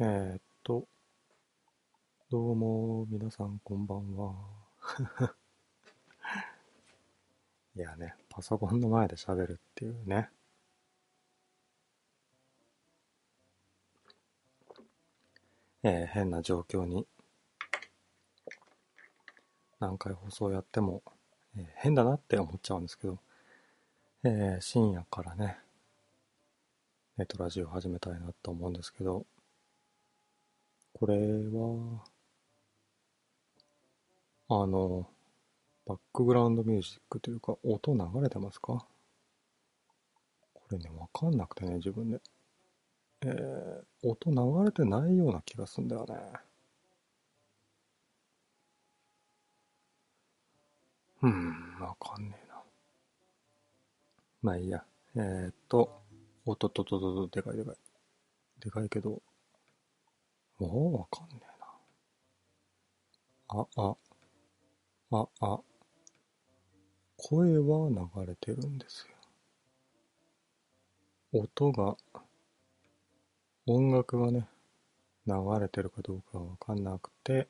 えーっと、どうも、皆さんこんばんは。 いやね、パソコンの前で喋るっていうね。えー変な状況に、何回放送やっても、えー変だなって思っちゃうんですけど、えー深夜からね、ネットラジオ始めたいなと思うんですけど、これは、あの、バックグラウンドミュージックというか、音流れてますかこれね、わかんなくてね、自分で。えー、音流れてないような気がするんだよね。うーん、わかんねえな。まあいいや。えー、っと、おっとっとっとっと、でかいでかい。でかいけど、もうわかんねえな。あ、あ、あ、あ。声は流れてるんですよ。音が、音楽がね、流れてるかどうかはわかんなくて、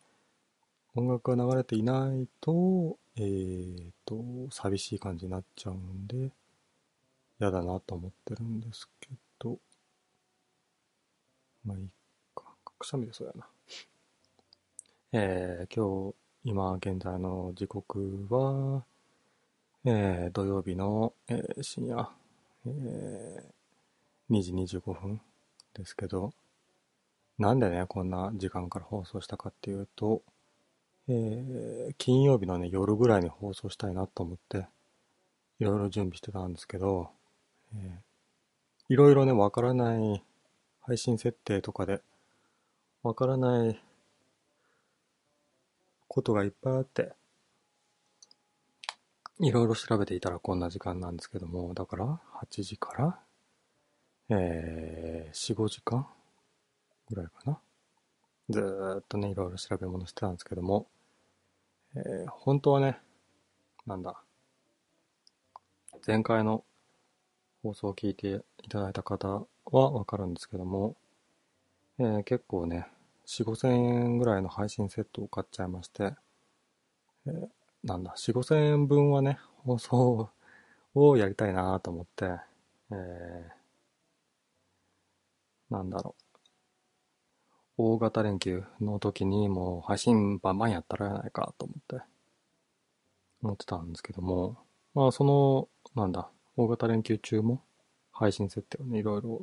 音楽が流れていないと、えーと、寂しい感じになっちゃうんで、嫌だなと思ってるんですけど、まあいいかくしゃみでそうやな。えー、今日、今現在の時刻は、えー、土曜日の、えー深夜、えー、2時25分ですけど、なんでね、こんな時間から放送したかっていうと、えー、金曜日のね、夜ぐらいに放送したいなと思って、いろいろ準備してたんですけど、えー、いろいろね、わからない配信設定とかで、わからないことがいっぱいあって、いろいろ調べていたらこんな時間なんですけども、だから8時から、えー、4、5時間ぐらいかな。ずーっとね、いろいろ調べ物してたんですけども、えー、本当はね、なんだ、前回の放送を聞いていただいた方はわかるんですけども、えー結構ね、4、5千円ぐらいの配信セットを買っちゃいまして、えーなんだ、4、5千円分はね、放送をやりたいなと思って、えーなんだろう。大型連休の時にもう配信バンバンやったらやないかと思って、思ってたんですけども、まあその、なんだ、大型連休中も配信設定をね、いろいろ、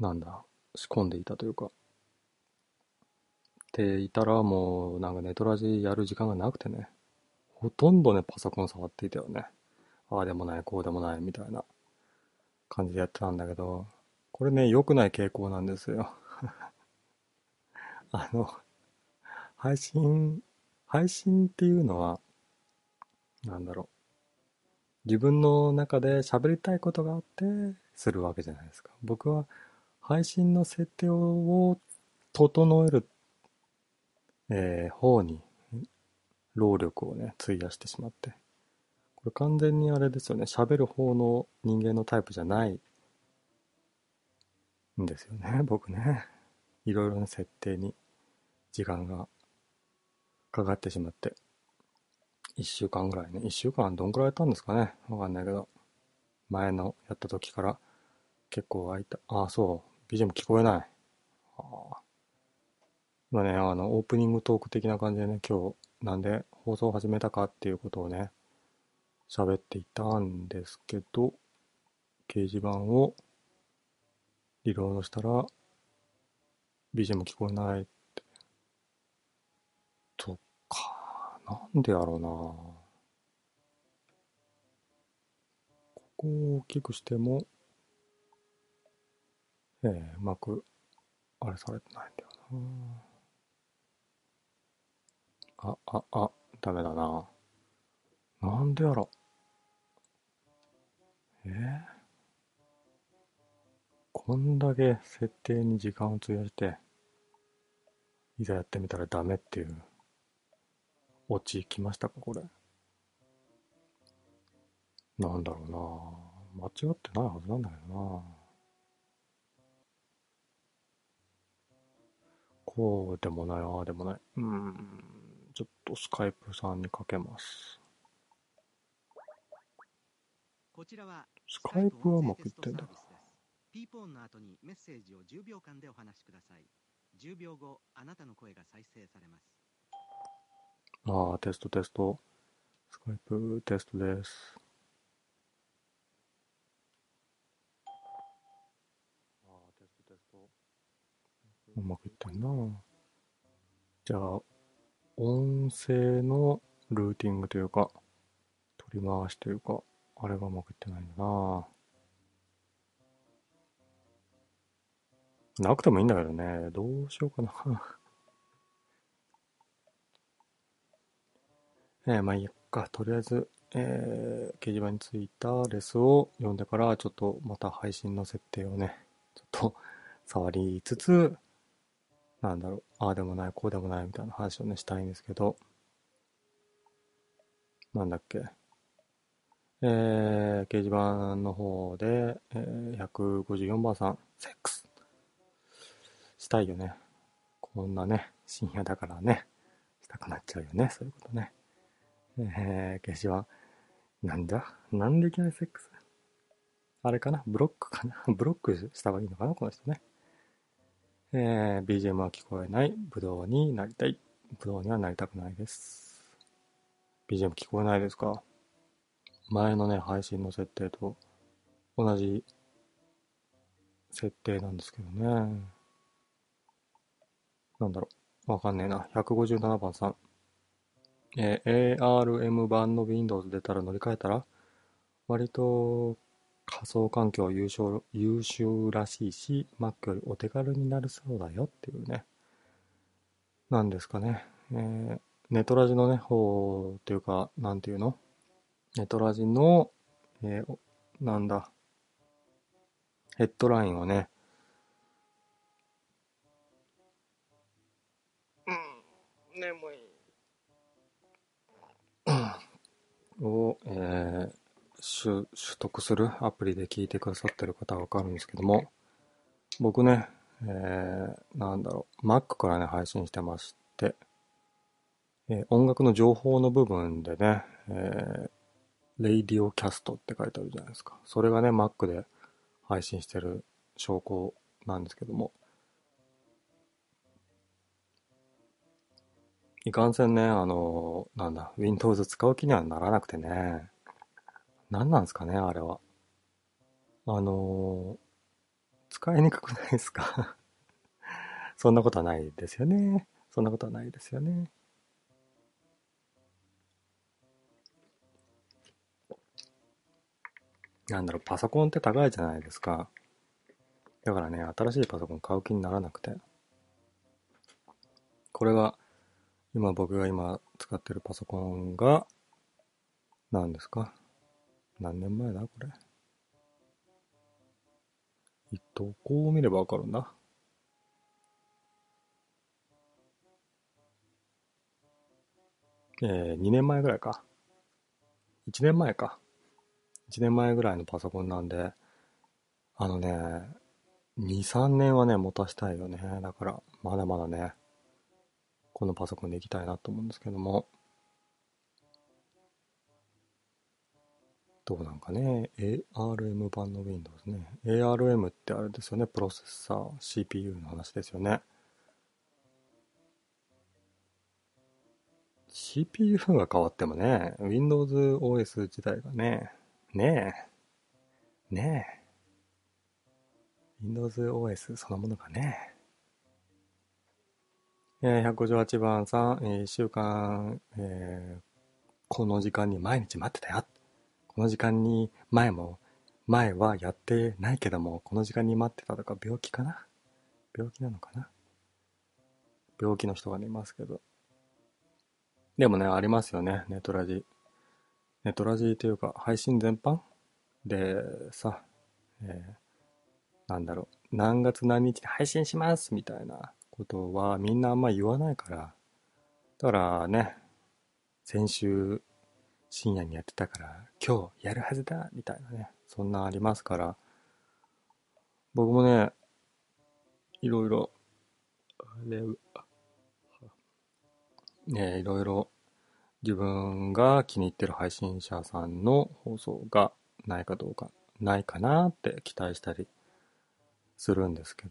なんだ、仕込んでいたというか、っていたらもうなんかネトラジやる時間がなくてね、ほとんどね、パソコン触っていたよね。ああでもない、こうでもない、みたいな感じでやってたんだけど、これね、良くない傾向なんですよ。 あの、配信、配信っていうのは、なんだろう。自分の中で喋りたいことがあって、するわけじゃないですか。僕は配信の設定を整える、えー方に、労力をね、費やしてしまって。これ完全にあれですよね。喋る方の人間のタイプじゃないんですよね、 僕ね。いろいろな設定に時間がかかってしまって。一週間ぐらいね。一週間どんくらいやったんですかねわかんないけど。前のやった時から結構空いた。ああ、そう。BGM 聞こえない。ああ。今ね、あの、オープニングトーク的な感じでね、今日なんで放送を始めたかっていうことをね、喋っていたんですけど、掲示板をリロードしたら、BGM 聞こえないって。とか、なんでやろうなここを大きくしても、えーうまく、あれされてないんだよなあ、あ、あ、ダメだななんでやろえーこんだけ設定に時間を費やして、いざやってみたらダメっていう、オチ来ましたか、これ。なんだろうな間違ってないはずなんだけどなこうでもない、ああでもない。うーん、ちょっとスカイプさんにかけます。こちらはスカイプはうまくいってんだな。ピーポーンの後にメッセージを10秒間でお話しください。10秒後、あなたの声が再生されます。ああ、テストテスト。スカイプテストです。ああ、テストテスト。うまくいってんな。じゃあ、音声のルーティングというか、取り回しというか、あれがうまくいってないんだな。なくてもいいんだけどね。どうしようかな。えーまあいいか。とりあえず、えー掲示板についたレスを読んでから、ちょっとまた配信の設定をね、ちょっと触りつつ、なんだろう、ああでもない、こうでもないみたいな話をね、したいんですけど、なんだっけ。えー掲示板の方で、えー154番さん、セックス。したいよね。こんなね、深夜だからね、したくなっちゃうよね、そういうことね。えー、消しは、なんだなんでいきなりセックスあれかなブロックかな ブロックした方がいいのかなこの人ね。えー、BGM は聞こえない。ブドウになりたい。ブドウにはなりたくないです。BGM 聞こえないですか前のね、配信の設定と同じ設定なんですけどね。なんだろう。わかんねえな。157番さん。えー ARM 版の Windows 出たら乗り換えたら割と仮想環境優秀優秀らしいし Mac よりお手軽になるそうだよっていうねなんですかね、えーネトラジのね方っていうかなんていうのネトラジの、えーおなんだヘッドラインはねうん眠いを、えー取取得するアプリで聞いてくださってる方はわかるんですけども、僕ね、えーなんだろう、Mac からね、配信してまして、えー音楽の情報の部分でね、えー、Radio Cast って書いてあるじゃないですか。それがね、Mac で配信してる証拠なんですけども、いかんせんね、あの、なんだ、Windows 使う気にはならなくてね。何なんですかね、あれは。あの、使いにくくないですか そんなことはないですよね。そんなことはないですよね。なんだろう、パソコンって高いじゃないですか。だからね、新しいパソコン買う気にならなくて。これが、今僕が今使ってるパソコンが何ですか何年前だこれえっとこう見ればわかるんだえー、2年前ぐらいか1年前か1年前ぐらいのパソコンなんであのね23年はね持たしたいよねだからまだまだねこのパソコンでいきたいなと思うんですけども、どうなんかね、ARM 版の Windows ね。ARM ってあれですよね、プロセッサー、CPU の話ですよね。CPU が変わってもね、Windows OS 自体がね、ねえ、ねえ、Windows OS そのものがね、えー158番さん、え1週間、えーこの時間に毎日待ってたよ。この時間に前も、前はやってないけども、この時間に待ってたとか病気かな病気なのかな病気の人がねいますけど。でもね、ありますよね、ネトラジ。ネトラジというか、配信全般でさ、えーなんだろう、何月何日に配信しますみたいなことはみんなあんま言わないから、だからね、先週深夜にやってたから、今日やるはずだみたいなね、そんなんありますから、僕もね、いろいろ、れは、ね、いろいろ自分が気に入ってる配信者さんの放送がないかどうか、ないかなって期待したりするんですけど。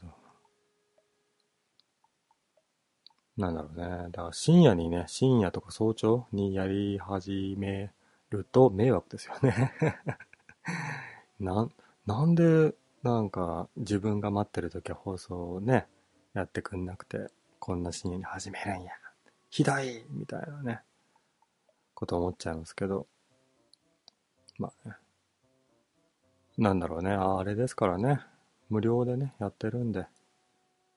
なんだろうね。だから深夜にね、深夜とか早朝にやり始めると迷惑ですよね。 なん、なんで、なんか自分が待ってる時は放送をね、やってくんなくて、こんな深夜に始めるんや。ひどいみたいなね、こと思っちゃいますけど。まあね。なんだろうね。ああれですからね。無料でね、やってるんで。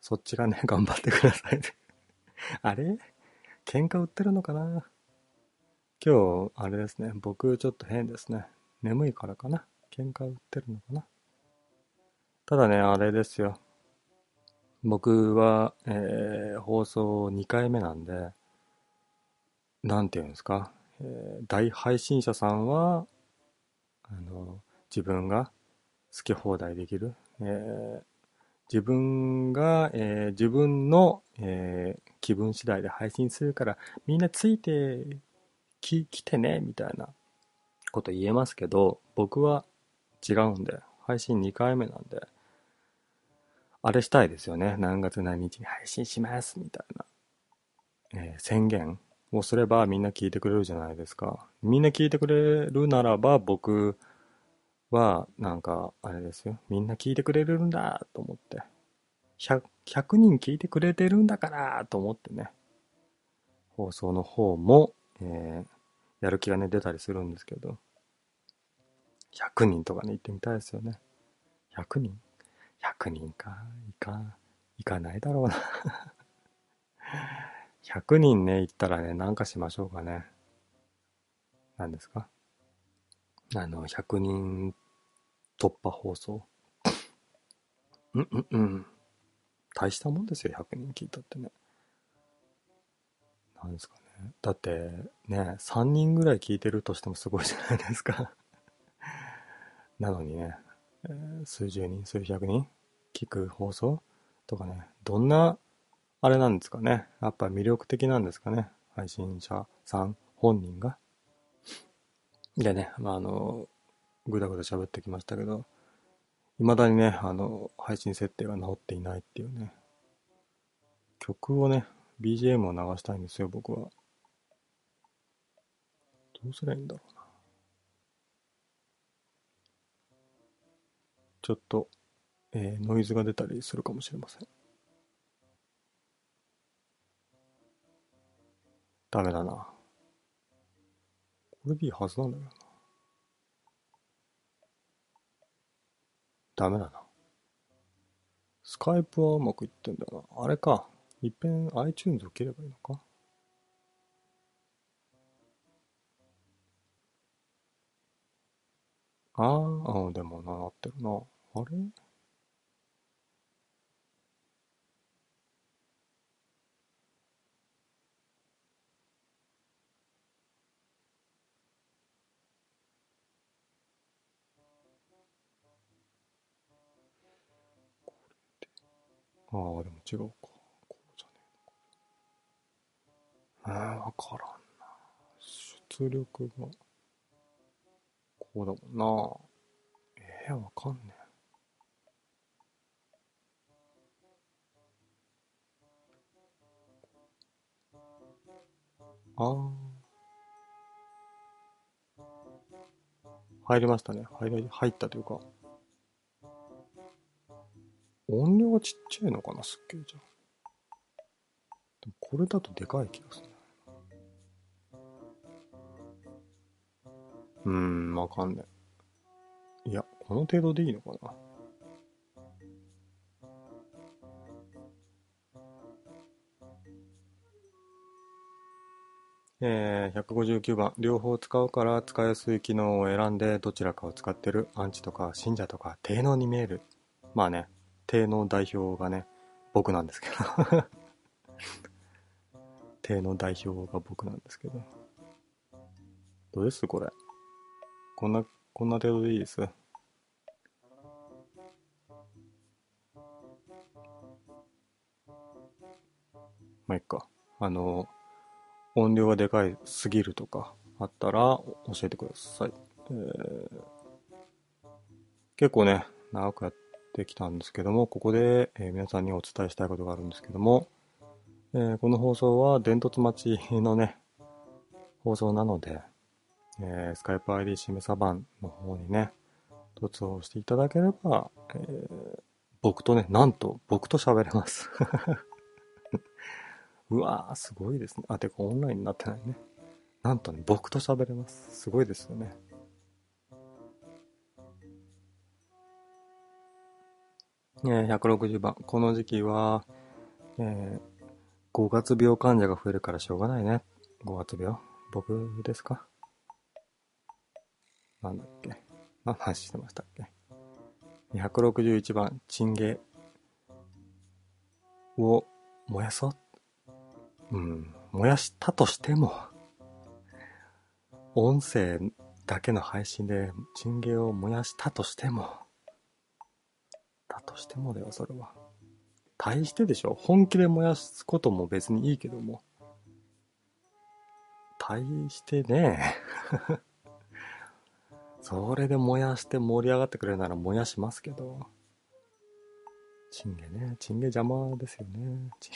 そっちがね、 頑張ってくださいね。 あれ喧嘩売ってるのかな今日、あれですね。僕、ちょっと変ですね。眠いからかな。喧嘩売ってるのかな。ただね、あれですよ。僕は、えー放送2回目なんで、なんていうんですか。えー大配信者さんは、あの、自分が好き放題できる。えー自分が、えー自分の、えー気分次第で配信するから、みんなついてき、来てね、みたいなこと言えますけど、僕は違うんで、配信2回目なんで、あれしたいですよね。何月何日に配信します、みたいな、えー宣言をすればみんな聞いてくれるじゃないですか。みんな聞いてくれるならば、僕、は、なんか、あれですよ。みんな聞いてくれるんだと思って。100, 100人聞いてくれてるんだからと思ってね。放送の方も、えーやる気がね、出たりするんですけど。100人とかね、行ってみたいですよね。100人 ?100 人か。いか、いかないだろうな。100人ね、行ったらね、なんかしましょうかね。何ですかあの、100人突破放送。うんうんうん。大したもんですよ、100人聞いたってね。なんですかね。だって、ね、3人ぐらい聞いてるとしてもすごいじゃないですか。 なのにね、えー数十人、数百人聞く放送とかね、どんな、あれなんですかね。やっぱ魅力的なんですかね。配信者さん、本人が。でね、まあ、あの、ぐだぐだ喋ってきましたけど、未だにね、あの、配信設定が直っていないっていうね、曲をね、BGM を流したいんですよ、僕は。どうすりゃいいんだろうな。ちょっと、えーノイズが出たりするかもしれません。ダメだな。これでいいはずなんだけどな。ダメだな。スカイプはうまくいってんだよな。あれか。いっぺん iTunes を切ればいいのか。あーあ、でもな、なってるな。あれああ、でも違うか。こうじゃねえのか。えー、わからんな。出力が、こうだもんな。えー、わかんねえ。あー。入りましたね。入り、入ったというか。音量がちっちゃいのかな、すっげえじゃん。でもこれだとでかい気がするな。うーん、わかんない。いや、この程度でいいのかな。えー、159番。両方使うから使いやすい機能を選んでどちらかを使ってる。アンチとか信者とか低能に見える。まあね、帝の代表がね、僕なんですけど。帝の代表が僕なんですけど。どうですこれ。こんな、こんな程度でいいです。まあ、いっか。あの、音量がでかいすぎるとかあったらお教えてください。えー結構ね、長くやってきたんですけども、ここで、えー皆さんにお伝えしたいことがあるんですけども、えーこの放送は伝突町のね、放送なので、えー、スカイプ ID しめさ版の方にね、突をしていただければ、えー僕とね、なんと僕と喋れます。 うわー、すごいですね。あ、てかオンラインになってないね。なんとね、僕と喋れます。すごいですよね。えー160番。この時期は、えー、5月病患者が増えるからしょうがないね。5月病僕ですかなんだっけ何の話してましたっけ ?261 番、チンゲを燃やそう。うん、燃やしたとしても、音声だけの配信でチンゲを燃やしたとしても、だとしてもだよ、それは。大してでしょ本気で燃やすことも別にいいけども。大してね それで燃やして盛り上がってくれるなら燃やしますけど。チンゲね。チンゲ邪魔ですよね。チ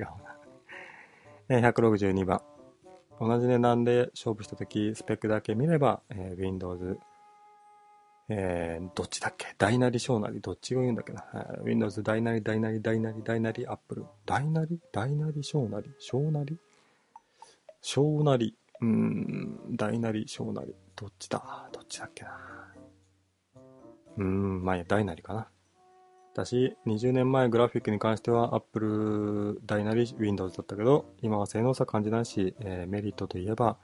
ン 違うな。えー162番。同じ値段で勝負したとき、スペックだけ見れば、えー Windows、えーどっちだっけ大なり小なり、どっちを言うんだっけな、えー ?Windows 大なり大なり大なり大なり Apple。大なり大なり小なり小なり小なり。うーん、大なり小なり。どっちだどっちだっけなうーん、まあいいや、大なりかな。私、20年前グラフィックに関しては Apple 大なり Windows だったけど、今は性能差感じないし、えーメリットといえば、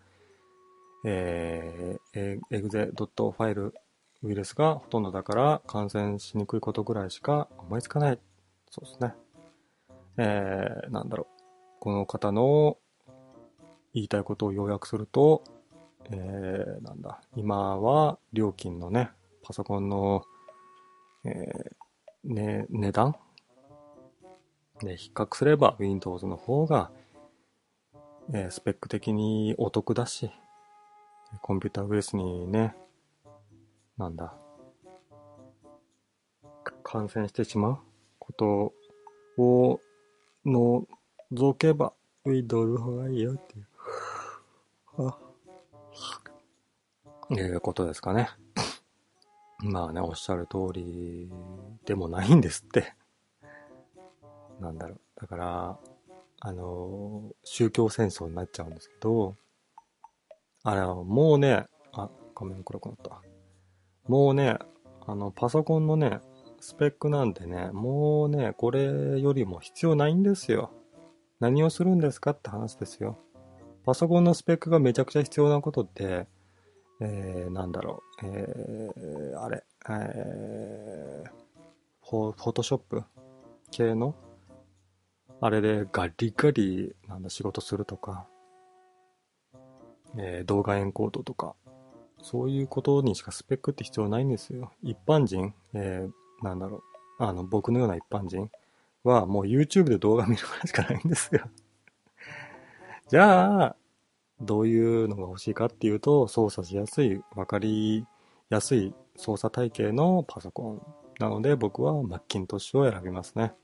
えー、exe.file ウイルスがほとんどだから感染しにくいことぐらいしか思いつかない。そうですね。えー、なんだろう。この方の言いたいことを要約すると、えー、なんだ。今は料金のね、パソコンの、えー、ね、値段ね、比較すれば Windows の方が、えースペック的にお得だし、コンピューターウイルスにね、なんだ、か感染してしまうことを、の、除けば、ウィドル方がいいよっていう、あ、いうことですかね。まあね、おっしゃる通りでもないんですって。なんだろう。だから、あの、宗教戦争になっちゃうんですけど、あれはもうね、あ、画面暗くなった。もうね、あの、パソコンのね、スペックなんてね、もうね、これよりも必要ないんですよ。何をするんですかって話ですよ。パソコンのスペックがめちゃくちゃ必要なことって、えー、なんだろう、えー、あれ、えー、フォフォトショップ系の、あれでガリガリ、なんだ、仕事するとか、えー、動画エンコードとか、そういうことにしかスペックって必要ないんですよ。一般人、えー、なんだろう、あの、僕のような一般人はもう YouTube で動画見るぐらいしかないんですよ。 じゃあ、どういうのが欲しいかっていうと、操作しやすい、わかりやすい操作体系のパソコン。なので僕はマッキントッシュを選びますね。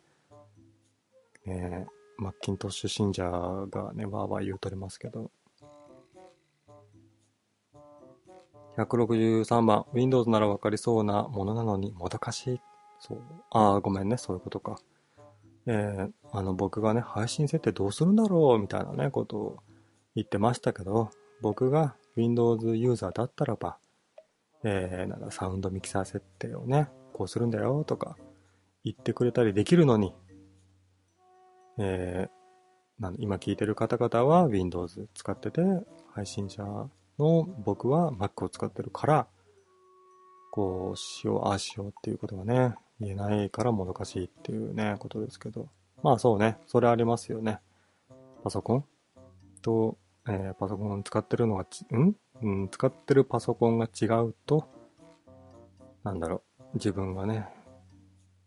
えー、マッキントッシュ信者がね、わーわー言うとりますけど、163番、Windows ならわかりそうなものなのにもどかしい。そう。ああ、ごめんね、そういうことか。えー、あの、僕がね、配信設定どうするんだろうみたいなね、ことを言ってましたけど、僕が Windows ユーザーだったらば、えー、なんだ、サウンドミキサー設定をね、こうするんだよとか言ってくれたりできるのに、えー、なんだ今聞いてる方々は Windows 使ってて、配信者の僕は Mac を使ってるから、こうしよう、ああしようっていうことがね、言えないからもどかしいっていうね、ことですけど。まあそうね、それありますよね。パソコンと、えーパソコン使ってるのがち、んうん、使ってるパソコンが違うと、なんだろう、自分がね、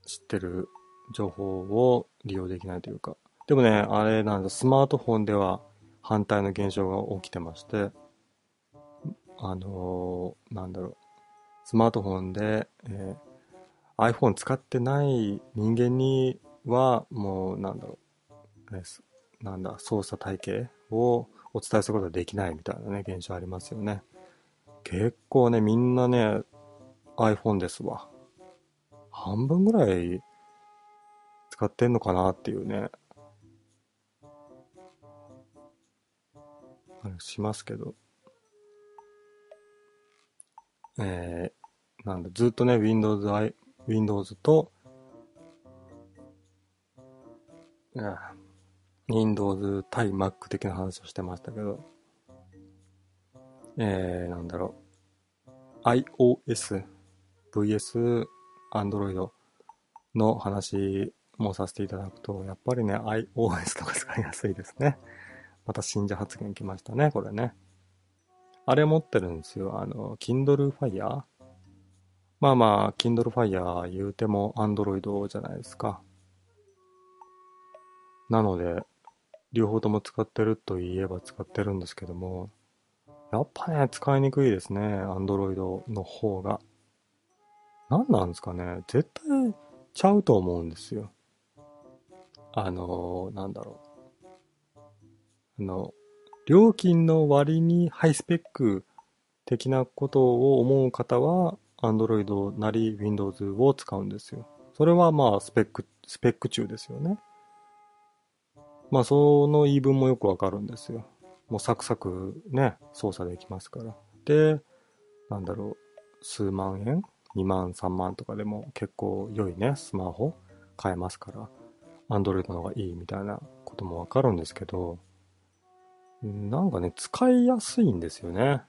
知ってる情報を利用できないというか、でもね、あれなんです、スマートフォンでは反対の現象が起きてまして、あのーなんだろう、スマートフォンで、えー iPhone 使ってない人間には、もう、なんだろう、えーすなんだ、操作体系をお伝えすることができないみたいなね、現象ありますよね。結構ね、みんなね、iPhone ですわ。半分ぐらい使ってんのかなっていうね。あれしますけど。えー、なんだ、ずっとね、Windows, I Windows と、いや Windows 対 Mac 的な話をしてましたけど、えー、なんだろう。iOS vs Android の話もさせていただくと、やっぱりね、iOS とか使いやすいですね。また信者発言来ましたね、これね。あれ持ってるんですよ。あの、Kindle Fire? まあまあ、Kindle Fire 言うても Android じゃないですか。なので、両方とも使ってると言えば使ってるんですけども、やっぱね、使いにくいですね、Android の方が。何なんですかね絶対ちゃうと思うんですよ。あのーなんだろう。あの、料金の割にハイスペック的なことを思う方は、Android なり Windows を使うんですよ。それはまあ、スペック、スペック中ですよね。まあ、その言い分もよくわかるんですよ。もうサクサクね、操作できますから。で、なんだろう、数万円2万3万とかでも結構良いねスマホ買えますから Android の方がいいみたいなこともわかるんですけどなんかね使いやすいんですよね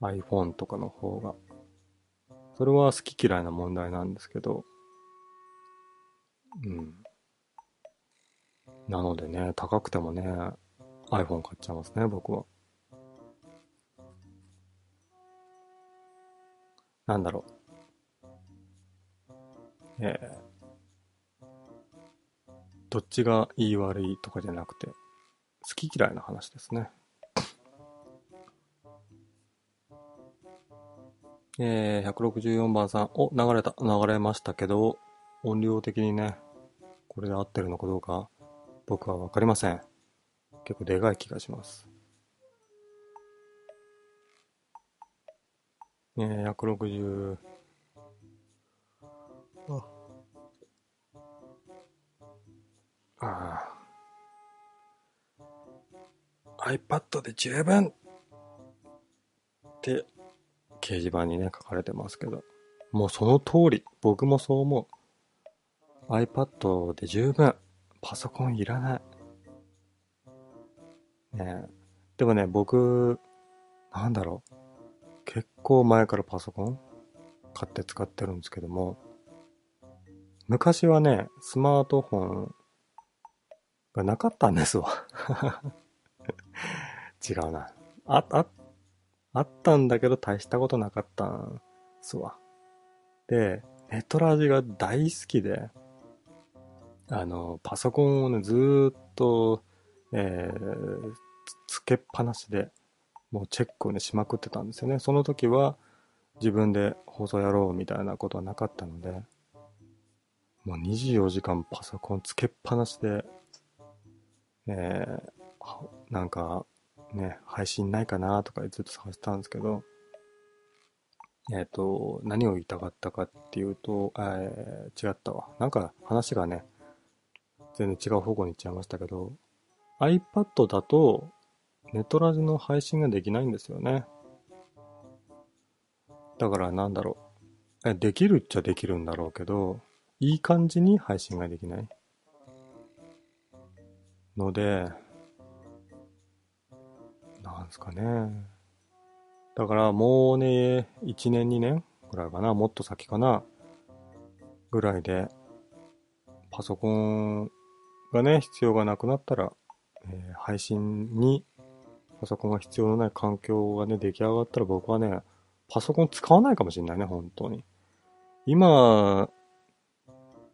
iPhone とかの方がそれは好き嫌いな問題なんですけどうんなのでね高くてもね iPhone 買っちゃいますね僕はなんだろう。えーどっちが言い悪いとかじゃなくて、好き嫌いな話ですね。えー、164番さん、お、流れた、流れましたけど、音量的にね、これで合ってるのかどうか、僕はわかりません。結構でかい気がします。えー、160あああ iPad で十分って掲示板にね書かれてますけどもうその通り僕もそう思う iPad で十分パソコンいらないねえでもね僕なんだろう結構前からパソコン買って使ってるんですけども、昔はね、スマートフォンがなかったんですわ。違うな。あ、あ、あったんだけど大したことなかったんすわ。で、ネトラジが大好きで、あの、パソコンをね、ずーっと、えーつつけっぱなしで、もうチェックをねしまくってたんですよねその時は自分で放送やろうみたいなことはなかったのでもう24時間パソコンつけっぱなしでえーはなんかね配信ないかなとかずっと探してたんですけどえっ、と何を言いたかったかっていうと、えー違ったわなんか話がね全然違う方向に行っちゃいましたけど iPad だとネットラジの配信ができないんですよね。だからなんだろう。えできるっちゃできるんだろうけど、いい感じに配信ができない。ので、なんすかね。だからもうね、1年2年ぐらいかな、もっと先かな、ぐらいで、パソコンがね、必要がなくなったら、えー配信にパソコンが必要のない環境がね、出来上がったら僕はね、パソコン使わないかもしれないね、本当に。今、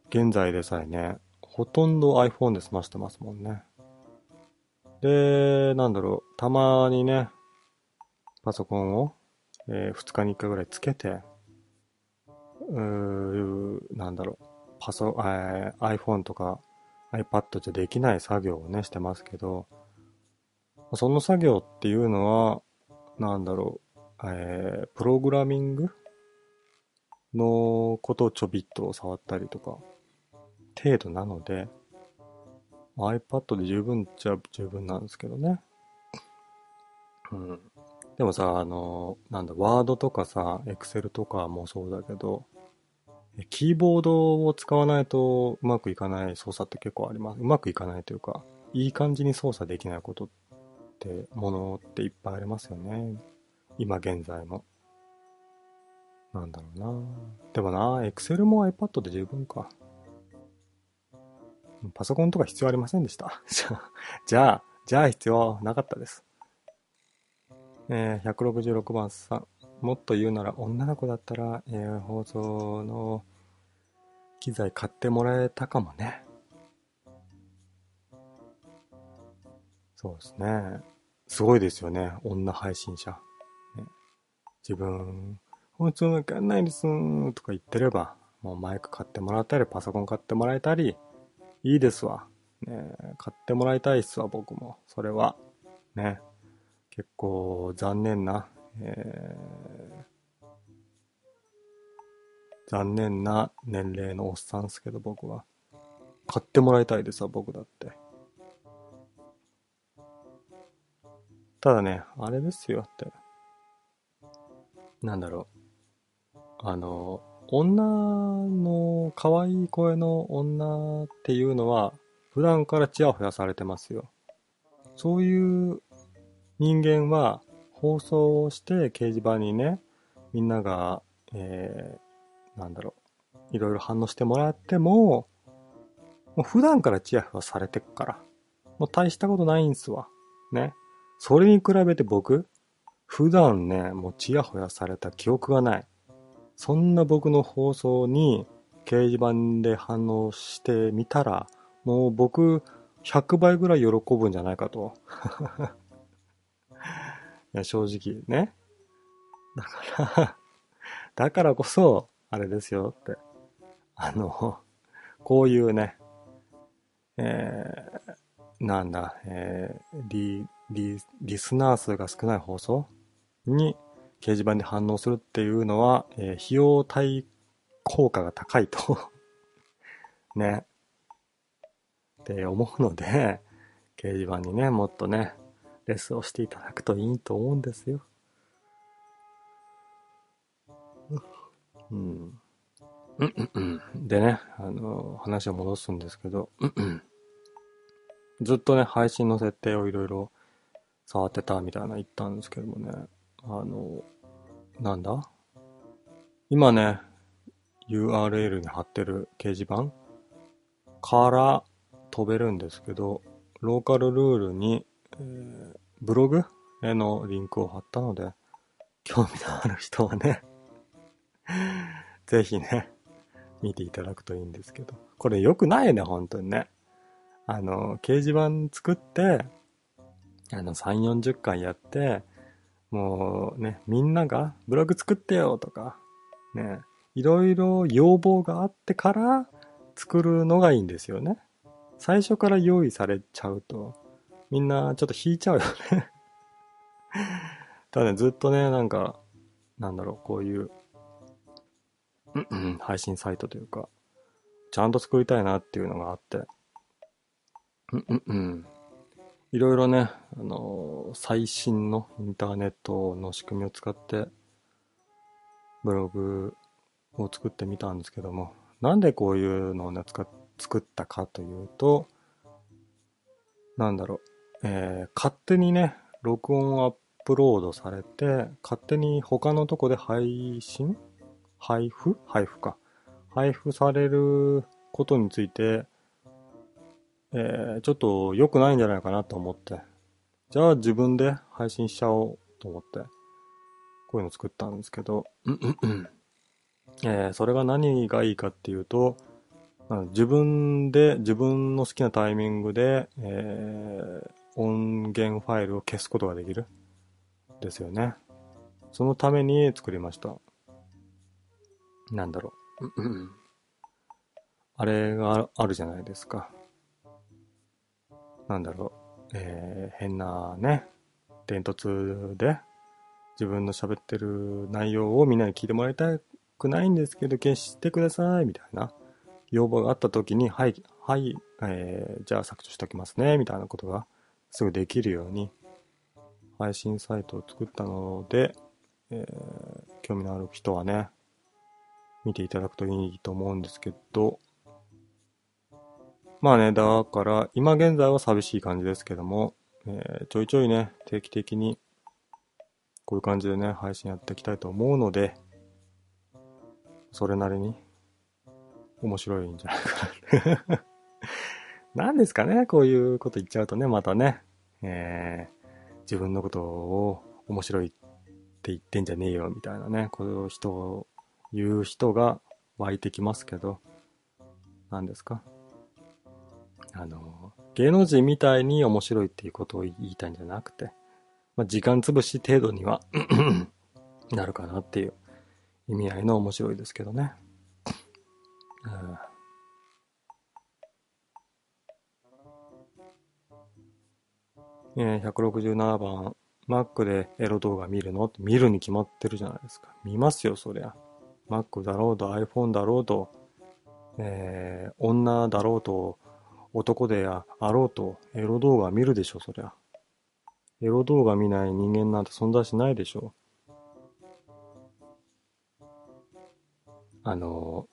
現在でさえね、ほとんど iPhone で済ましてますもんね。で、なんだろう、たまにね、パソコンを、え2日に1回ぐらいつけて、うーなんだろう、パソ、えー iPhone とか iPad じゃできない作業をね、してますけど、その作業っていうのは、なんだろう、えープログラミングのことをちょびっと触ったりとか、程度なので、iPad で十分っちゃ十分なんですけどね。うん。でもさ、あの、なんだ、ワードとかさ、Excel とかもそうだけど、えキーボードを使わないとうまくいかない操作って結構あります。うまくいかないというか、いい感じに操作できないことって、ものっていっぱいありますよね。今現在も。なんだろうな。でもな、Excel も iPad で十分か。パソコンとか必要ありませんでした。 じゃあ、じゃあ、じゃあ必要なかったです。えー166番さん。もっと言うなら女の子だったら、えー放送の機材買ってもらえたかもね。そうですね。すごいですよね。女配信者。ね自分、放送わかんないですとか言ってれば、もうマイク買ってもらったり、パソコン買ってもらえたり、いいですわ。ねえ、買ってもらいたいっすわ、僕も。それは。ね。結構残念な、えー残念な年齢のおっさんっすけど、僕は。買ってもらいたいですわ、僕だって。ただね、あれですよって。なんだろう。あの、女の可愛い声の女っていうのは普段からチヤホヤされてますよそういう人間は放送をして掲示板にねみんなが、えーなんだろういろいろ反応してもらってももう普段からチヤホヤされてっからもう大したことないんすわねそれに比べて僕普段ねもうチヤホヤされた記憶がないそんな僕の放送に掲示板で反応してみたら、もう僕100倍ぐらい喜ぶんじゃないかと。 いや正直ね。だから、だからこそ、あれですよって。あの、こういうね、えー、なんだ、えーリ、リ、リスナー数が少ない放送に掲示板で反応するっていうのは、えー費用対効果が高いと ねって思うので掲示板にねもっとねレスをしていただくといいと思うんですようんうんうんうんでねあの話を戻すんですけどうんうんずっとね配信の設定をいろいろ触ってたみたいな言ったんですけどもねあの、なんだ今ね、URL に貼ってる掲示板から飛べるんですけど、ローカルルールに、えーブログへのリンクを貼ったので、興味のある人はね、 ぜひね、見ていただくといいんですけど。これ良くないね、本当にね。あの、掲示板作って、あの、3、40回やって、もうね、みんながブログ作ってよとか、ね、いろいろ要望があってから作るのがいいんですよね。最初から用意されちゃうと、みんなちょっと引いちゃうよね。ただね、ずっとね、なんか、なんだろう、こういう、うんうん配信サイトというか、ちゃんと作りたいなっていうのがあって、うんうんうん。いろいろね、あのー最新のインターネットの仕組みを使って、ブログを作ってみたんですけども、なんでこういうのをね、使っ作ったかというと、なんだろう、えー勝手にね、録音アップロードされて、勝手に他のとこで配信配布配布か。配布されることについて、えーちょっと良くないんじゃないかなと思って。じゃあ自分で配信しちゃおうと思って、こういうの作ったんですけど、えーそれが何がいいかっていうと、なので自分で、自分の好きなタイミングで、えー音源ファイルを消すことができる。ですよね。そのために作りました。なんだろう。うんうんあれがあるじゃないですか。なんだろう。えー変なね、伝突で自分の喋ってる内容をみんなに聞いてもらいたくないんですけど、消してください、みたいな。要望があった時に、はい、はい、えーじゃあ削除しておきますね、みたいなことがすぐできるように、配信サイトを作ったので、えー興味のある人はね、見ていただくといいと思うんですけど、まあね、だから、今現在は寂しい感じですけども、えーちょいちょいね、定期的に、こういう感じでね、配信やっていきたいと思うので、それなりに、面白いんじゃないかな って。何ですかね、こういうこと言っちゃうとね、またね、えー自分のことを面白いって言ってんじゃねえよ、みたいなね、こういう人を、言う人が湧いてきますけど、何ですかあの、芸能人みたいに面白いっていうことを言いたいんじゃなくて、まあ、時間潰し程度には なるかなっていう意味合いの面白いですけどね。うんえー167番、Mac でエロ動画見るのって見るに決まってるじゃないですか。見ますよ、そりゃ。Mac だろうと iPhone だろうと、えー女だろうと、男であろうと、エロ動画見るでしょ、そりゃ。エロ動画見ない人間なんて存在しないでしょ。あのー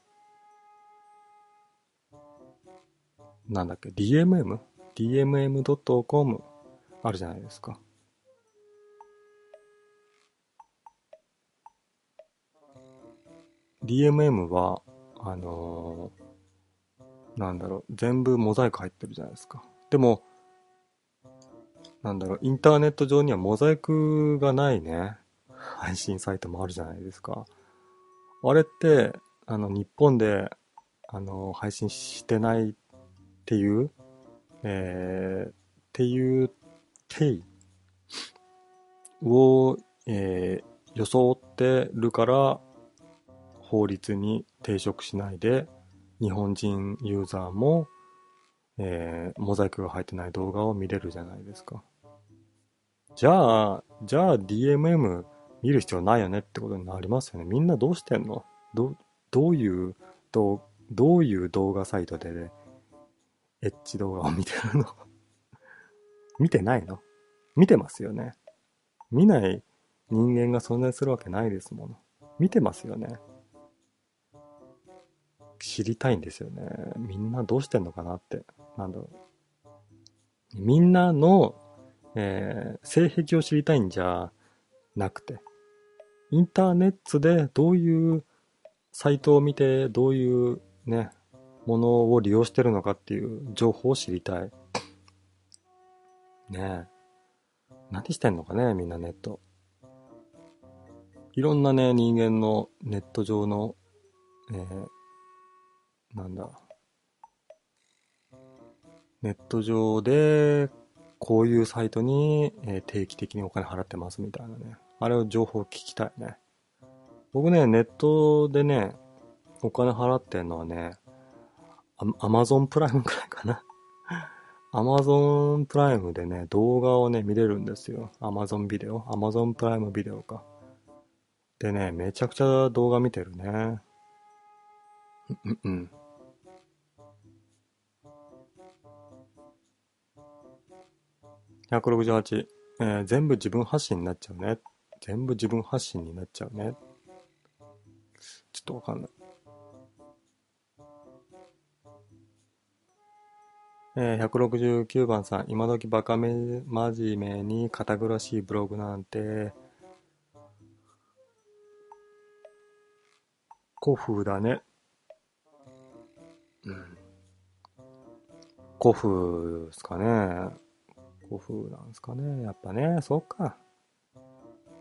なんだっけ、DMM?DMM.com あるじゃないですか。DMM は、あのーなんだろう、全部モザイク入ってるじゃないですか。でも、なんだろう、インターネット上にはモザイクがないね、配信サイトもあるじゃないですか。あれって、あの、日本で、あの配信してないっていう、えーっていう、ていを、えー装ってるから、法律に抵触しないで、日本人ユーザーも、えーモザイクが入ってない動画を見れるじゃないですか。じゃあ、じゃあ DMM 見る必要ないよねってことになりますよね。みんなどうしてんのどう、どういう、どう、どういう動画サイトで、ね、エッチ動画を見てるの 見てないの見てますよね。見ない人間が存在するわけないですもの。見てますよね。知りたいんですよね。みんなどうしてんのかなって。なんだろう。みんなの、えー性癖を知りたいんじゃなくて、インターネットでどういうサイトを見て、どういうね、ものを利用してるのかっていう情報を知りたい。ねえ。何してんのかね、みんなネット。いろんなね、人間のネット上の、えーなんだ。ネット上で、こういうサイトに、えー定期的にお金払ってますみたいなね。あれを情報聞きたいね。僕ね、ネットでね、お金払ってんのはね、アマゾンプライムくらいかな。 アマゾンプライムでね、動画をね、見れるんですよ。アマゾンビデオアマゾンプライムビデオか。でね、めちゃくちゃ動画見てるね。うんうん。168、えー全部自分発信になっちゃうね。全部自分発信になっちゃうね。ちょっとわかんない。えー169番さん、今時バカめ真面目に堅苦しいブログなんて、古風だね。古風ですかね。古風なんですかね。やっぱね、そうか。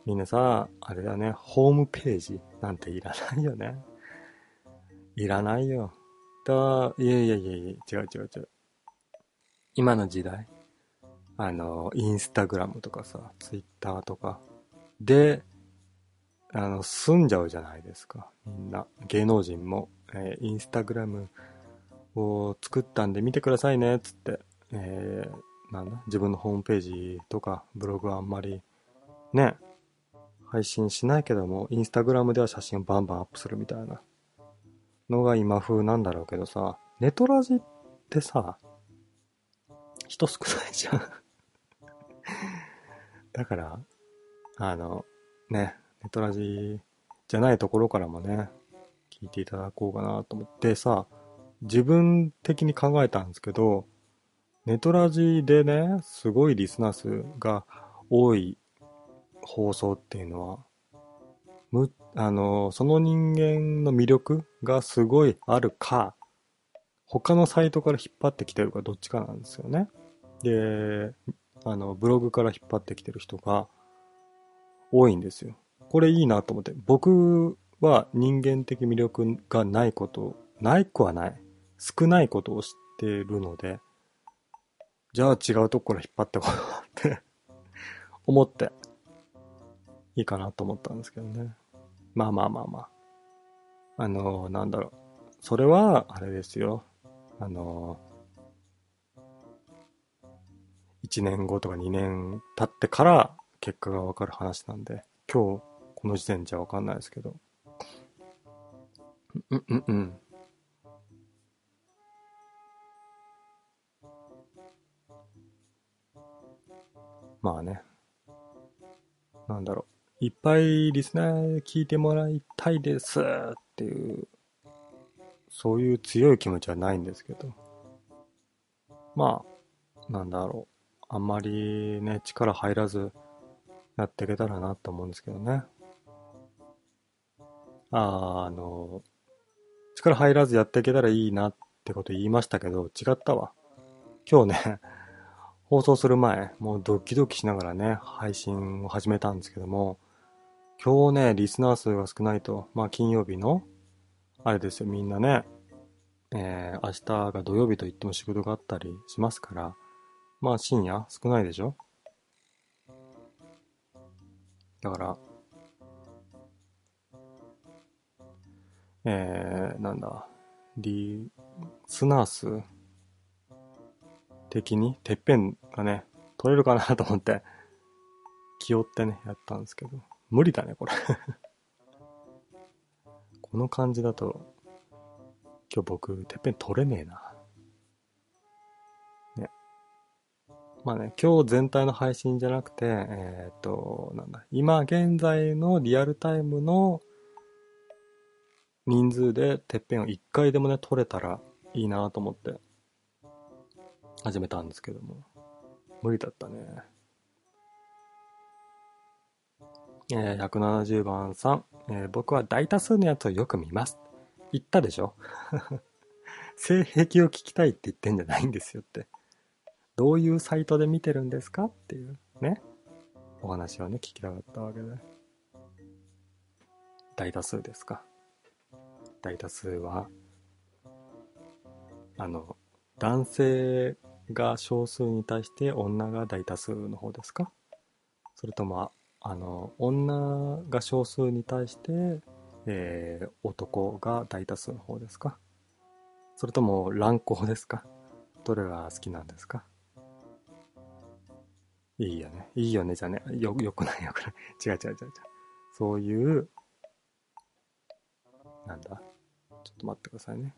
みんなさ、あれだね、ホームページなんていらないよね。いらないよ。た、いやいやいやいや、違う違う違う。今の時代、あの、インスタグラムとかさ、ツイッターとか、で、あの、住んじゃうじゃないですか、みんな。芸能人も、えーインスタグラムを作ったんで見てくださいね、つって。えーなんだ、自分のホームページとか、ブログはあんまり、ね、配信しないけども、インスタグラムでは写真をバンバンアップするみたいなのが今風なんだろうけどさ、ネトラジってさ、人少ないじゃん。 だから、あの、ね、ネトラジじゃないところからもね、聞いていただこうかなと思ってさ、自分的に考えたんですけど、ネトラジでね、すごいリスナー数が多い放送っていうのは、む、あの、その人間の魅力がすごいあるか、他のサイトから引っ張ってきてるかどっちかなんですよね。で、あの、ブログから引っ張ってきてる人が多いんですよ。これいいなと思って。僕は人間的魅力がないこと、ないくはない。少ないことを知ってるので、じゃあ違うとこから引っ張ってこようって 思って、いいかなと思ったんですけどね。まあまあまあまあ。あの、なんだろう。それは、あれですよ。あの、1年後とか2年経ってから結果がわかる話なんで、今日、この時点じゃわかんないですけど。うんうんうん。まあね。なんだろう。いっぱいリスナー聞いてもらいたいですっていう、そういう強い気持ちはないんですけど。まあ、なんだろう。あんまりね、力入らずやっていけたらなと思うんですけどね。あーあの、力入らずやっていけたらいいなってこと言いましたけど、違ったわ。今日ね、放送する前、もうドキドキしながらね、配信を始めたんですけども、今日ね、リスナー数が少ないと、まあ金曜日の、あれですよ、みんなね、えー、明日が土曜日といっても仕事があったりしますから、まあ深夜少ないでしょだから、えー、なんだ、リスナー数的に、てっぺんがね、取れるかなと思って、気負ってね、やったんですけど、無理だね、これ。 この感じだと、今日僕、てっぺん取れねえな。ね。まあね、今日全体の配信じゃなくて、えーっと、なんだ、今現在のリアルタイムの人数でてっぺんを1回でもね、取れたらいいなと思って。始めたんですけども無理だったねえー170番さん、えー僕は大多数のやつをよく見ます言ったでしょ 性癖を聞きたいって言ってんじゃないんですよってどういうサイトで見てるんですかっていうねお話をね聞きたかったわけで大多数ですか大多数はあの男性が少数に対して女が大多数の方ですかそれともああの女が少数に対して、えー男が大多数の方ですかそれとも乱行ですかどれが好きなんですかいいよねいいよねじゃねよよくないよくない 違う違う違う違うそういうなんだちょっと待ってくださいね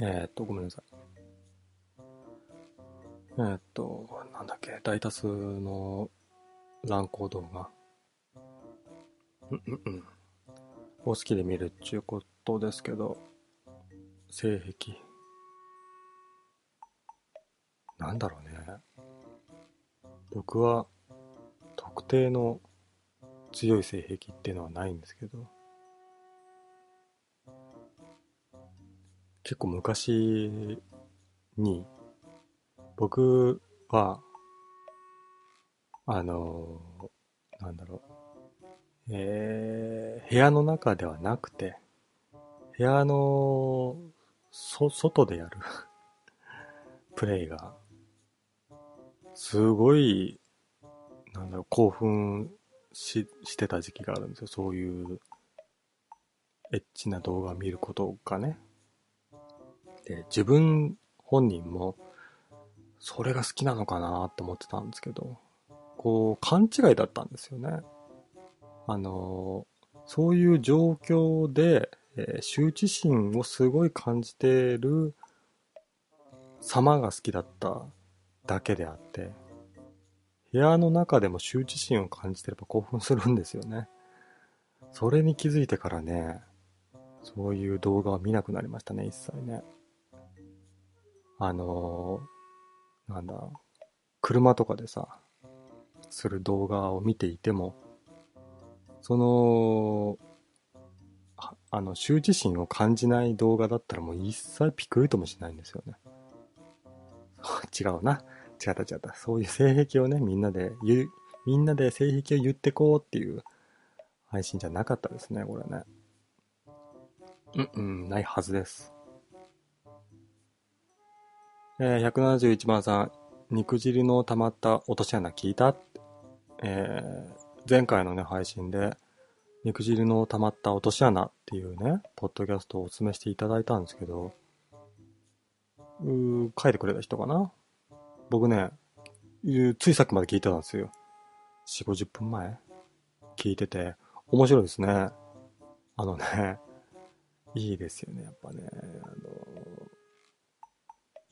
えーっと、ごめんなさい。えーっと、なんだっけ、大多数の乱行動画。うんうんうん。お好きで見るっちゅうことですけど、性癖。なんだろうね。僕は、特定の強い性癖っていうのはないんですけど、結構昔に、僕は、あの、なんだろう。えー部屋の中ではなくて、部屋の、そ、外でやる、 プレイが、すごい、なんだろう、興奮し、してた時期があるんですよ。そういう、エッチな動画を見ることがね。で、自分本人も、それが好きなのかなと思ってたんですけど、こう、勘違いだったんですよね。あのーそういう状況で、えー羞恥心をすごい感じてる様が好きだっただけであって、部屋の中でも羞恥心を感じてれば興奮するんですよね。それに気づいてからね、そういう動画は見なくなりましたね、一切ね。あのーなんだ、車とかでさ、する動画を見ていても、その、ああの、羞恥心を感じない動画だったらもう一切ピクリともしないんですよね。 違うな。違った違った。そういう性癖をね、みんなで言う、みんなで性癖を言ってこうっていう配信じゃなかったですね、これね。うんうん、ないはずです。えー171番さん、肉汁の溜まった落とし穴聞いたえー前回のね、配信で、肉汁の溜まった落とし穴っていうね、ポッドキャストをお勧めしていただいたんですけど、うー、書いてくれた人かな僕ね、うーついさっきまで聞いてたんですよ。4、50分前聞いてて、面白いですね。あのね、いいですよね、やっぱね。あの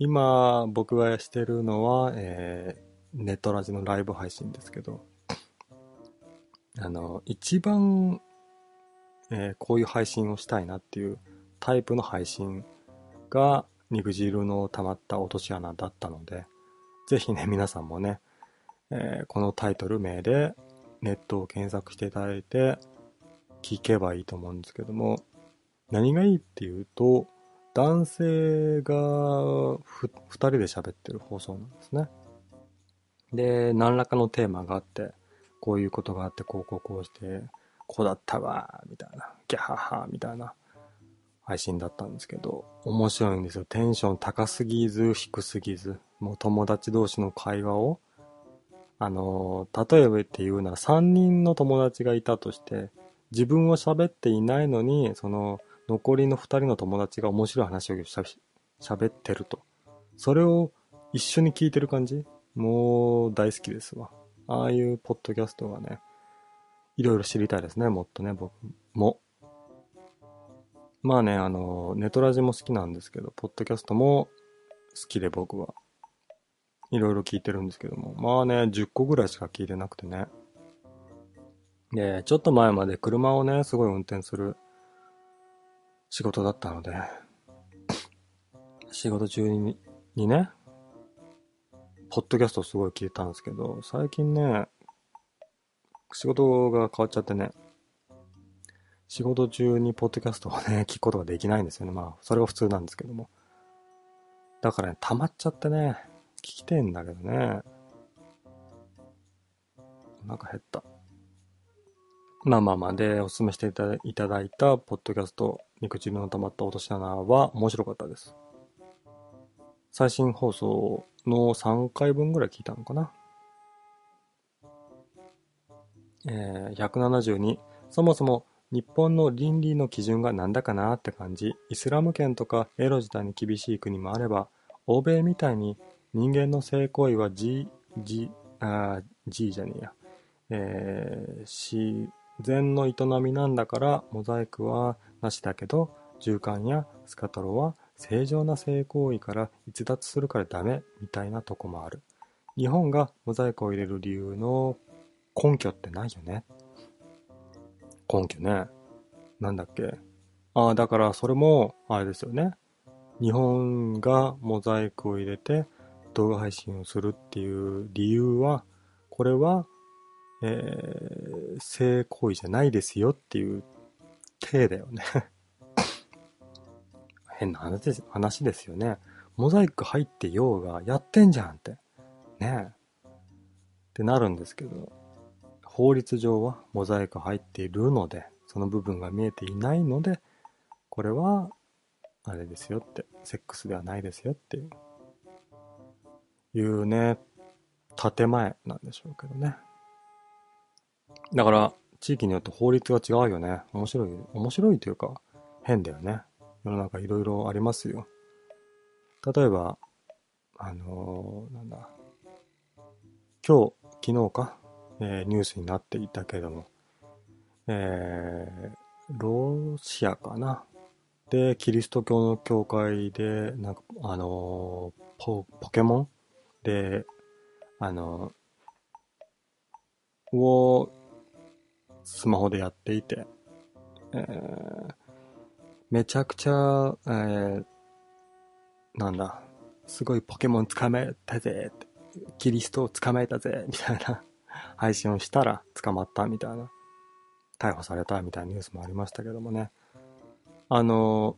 今、僕がしてるのは、えーネットラジのライブ配信ですけど、あの、一番、えーこういう配信をしたいなっていうタイプの配信が、肉汁の溜まった落とし穴だったので、ぜひね、皆さんもね、えーこのタイトル名でネットを検索していただいて、聞けばいいと思うんですけども、何がいいっていうと、男性がふ二人で喋ってる放送なんですね。で、何らかのテーマがあって、こういうことがあって、こうこうこうして、こうだったわ、みたいな、ギャハハ、みたいな配信だったんですけど、面白いんですよ。テンション高すぎず、低すぎず、もう友達同士の会話を、あのー、例えばって言うなら3人の友達がいたとして、自分は喋っていないのに、その、残りの2人の友達が面白い話をしゃ喋ってると。それを一緒に聞いてる感じもう大好きですわ。ああいうポッドキャストがね、いろいろ知りたいですね、もっとね、僕も。まあね、あの、ネトラジも好きなんですけど、ポッドキャストも好きで僕は。いろいろ聞いてるんですけども。まあね、10個ぐらいしか聞いてなくてね。で、ちょっと前まで車をね、すごい運転する仕事だったので、仕事中ににね、ポッドキャストすごい聞いたんですけど、最近ね、仕事が変わっちゃってね、仕事中にポッドキャストをね、 聞くことができないんですよね。まあ、それが普通なんですけども。だからね、溜まっちゃってね、聞きてえんだけどね。なんか減った。まあまあまあ、で、おすすめしていただいただいた、ポッドキャスト、肉汁の溜まった落とし穴は面白かったです。最新放送の3回分ぐらい聞いたのかな。えー172、そもそも日本の倫理の基準がなんだかなって感じ、イスラム圏とかエロ自体に厳しい国もあれば、欧米みたいに人間の性行為は G、G、あー G じゃねえや、えー自然の営みなんだから、モザイクはなしだけど、銃管やスカトロは正常な性行為から逸脱するからダメみたいなとこもある日本がモザイクを入れる理由の根拠ってないよね根拠ね。なんだっけ。ああ、だからそれも、あれですよね。日本がモザイクを入れて動画配信をするっていう理由は、これは、えー性行為じゃないですよっていう体だよね。 変な話です話ですよね。モザイク入ってようがやってんじゃんって。ねえってなるんですけど、法律上はモザイク入っているので、その部分が見えていないので、これは、あれですよって、セックスではないですよっていう、いうね、建前なんでしょうけどね。だから、地域によって法律が違うよね。面白い、面白いというか、変だよね。世の中いろいろありますよ。例えば、あのーなんだ。今日、昨日か、えーニュースになっていたけれども、えーロシアかな。で、キリスト教の教会で、なんか、あのーポ、ポケモンで、あのーを、スマホでやっていて、えーめちゃくちゃ、えーなんだ、すごいポケモン捕まえたぜって、キリストを捕まえたぜ、みたいな配信をしたら捕まったみたいな、逮捕されたみたいなニュースもありましたけどもね。あの、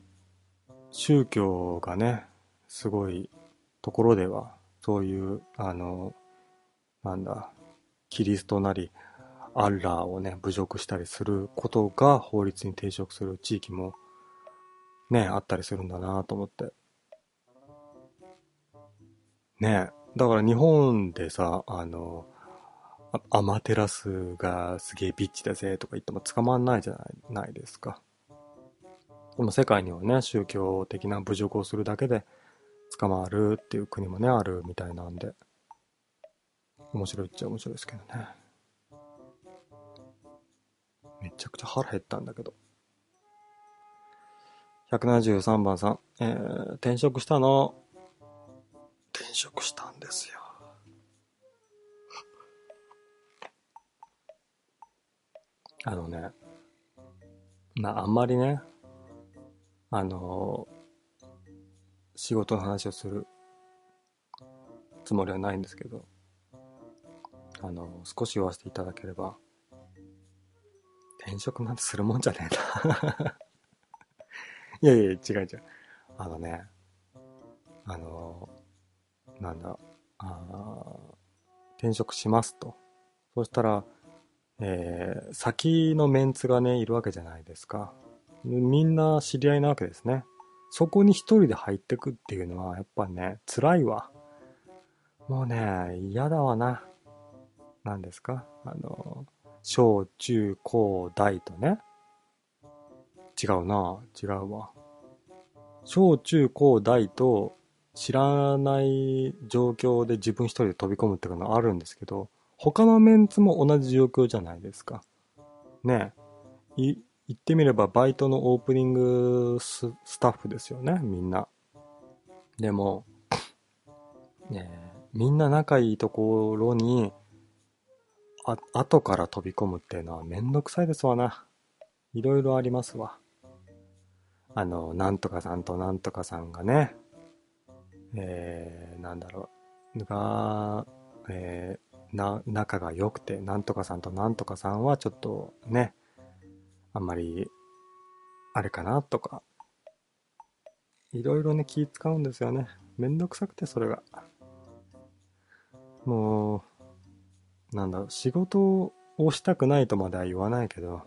宗教がね、すごいところでは、そういう、あの、なんだ、キリストなり、アッラーをね、侮辱したりすることが法律に抵触する地域もね、あったりするんだなと思って。ねえ。だから日本でさ、あの、あアマテラスがすげえビッチだぜとか言っても捕まんないじゃないないですか。でも世界にはね、宗教的な侮辱をするだけで捕まるっていう国もね、あるみたいなんで。面白いっちゃ面白いですけどね。めちゃくちゃ腹減ったんだけど。173番さん、えー、転職したの。転職したんですよ。あのね、まあ、あんまりね、あのー仕事の話をするつもりはないんですけど、あのー少し言わせていただければ、転職なんてするもんじゃねえな。 いやいや、違う違う。あのね、あの、なんだ、あー転職しますと。そしたら、えー先のメンツがね、いるわけじゃないですか。みんな知り合いなわけですね。そこに一人で入ってくっていうのは、やっぱね、辛いわ。もうね、嫌だわな。何ですかあの、小、中、高、大とね、違うな違うわ小中高大と知らない状況で自分一人で飛び込むっていうのはあるんですけど他のメンツも同じ状況じゃないですかねえい言ってみればバイトのオープニングススタッフですよねみんなでも、ねえ、みんな仲いいところにあ後から飛び込むっていうのはめんどくさいですわないろいろありますわ。あの、なんとかさんとなんとかさんがね、えー、なんだろう、が、えー、な、仲が良くて、なんとかさんとなんとかさんはちょっとね、あんまり、あれかなとか、いろいろね、気使うんですよね。めんどくさくて、それが。もう、なんだろう、仕事をしたくないとまでは言わないけど、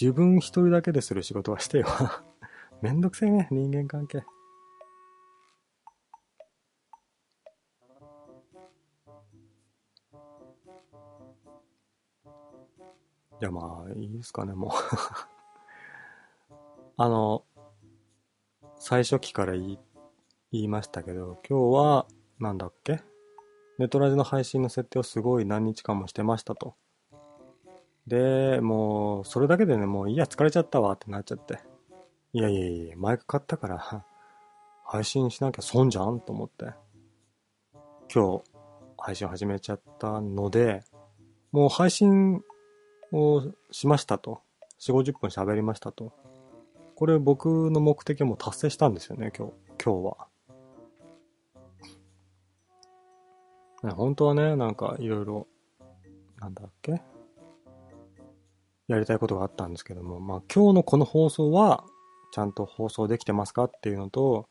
自分一人だけでする仕事はしてよ。 めんどくせえね、人間関係。じゃあまあ、いいですかね、もう。 あの、最初期から言い言いましたけど、今日は、なんだっけネトラジの配信の設定をすごい何日間もしてましたと。で、もう、それだけでね、もういいや、疲れちゃったわってなっちゃって。いやいやいや、マイク買ったから、配信しなきゃ損じゃんと思って。今日、配信始めちゃったので、もう配信をしましたと。4、50分喋りましたと。これ僕の目的はもう達成したんですよね、今日、今日は。ね、本当はね、なんかいろいろ、なんだっけやりたいことがあったんですけども、まあ今日のこの放送は、ちゃんと放送できてますかっていうのと、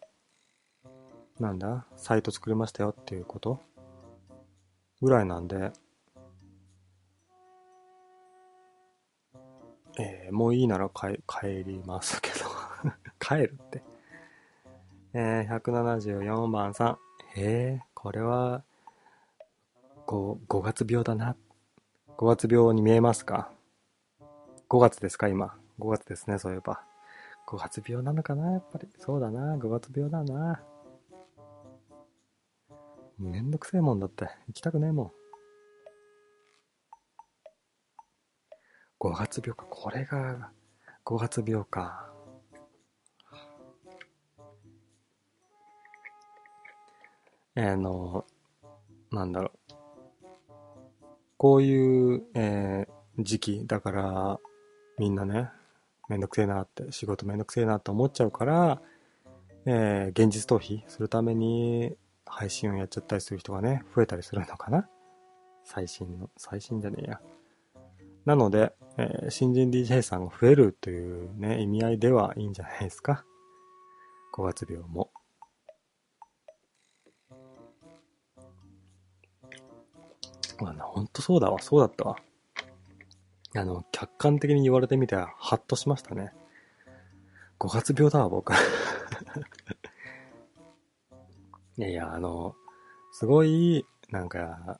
なんだ、サイト作りましたよっていうことぐらいなんで、えーもういいなら帰帰りますけど。 帰るって。えー174番さん。へえ、これは、5、5月病だな。5月病に見えますか ?5 月ですか今。5月ですね、そういえば。5月病なのかなやっぱり。そうだな。5月病だな。めんどくせえもんだって。行きたくねえもん。5月病か。これが5月病か。あの、なんだろう。こういう、えー時期だから、みんなね、めんどくせえなって、仕事めんどくせえなって思っちゃうから、えー現実逃避するために配信をやっちゃったりする人がね、増えたりするのかな最新の、最新じゃねえや。なので、えー新人 DJ さんが増えるというね、意味合いではいいんじゃないですか。5月病も。まあな、ほんとそうだわ、そうだったわ。あの、客観的に言われてみては、ハッとしましたね。5月病だわ、僕。い やいや、あの、すごい、なんか、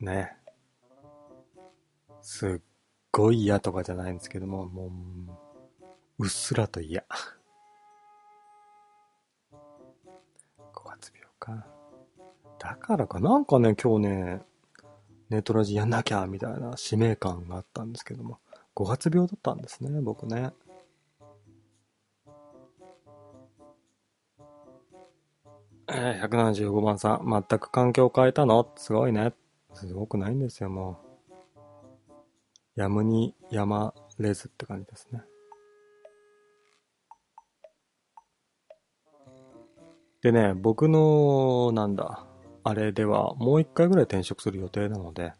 ね、すっごい嫌とかじゃないんですけども、もう、うっすらと嫌。5月病か。だからか、なんかね、今日ね、ネトラジやんなきゃ、みたいな使命感があったんですけども、5月病だったんですね、僕ね。えー175番さん、全く環境を変えたのすごいね。すごくないんですよ、もう。やむにやまれずって感じですね。でね、僕の、なんだ、あれでは、もう一回ぐらい転職する予定なので、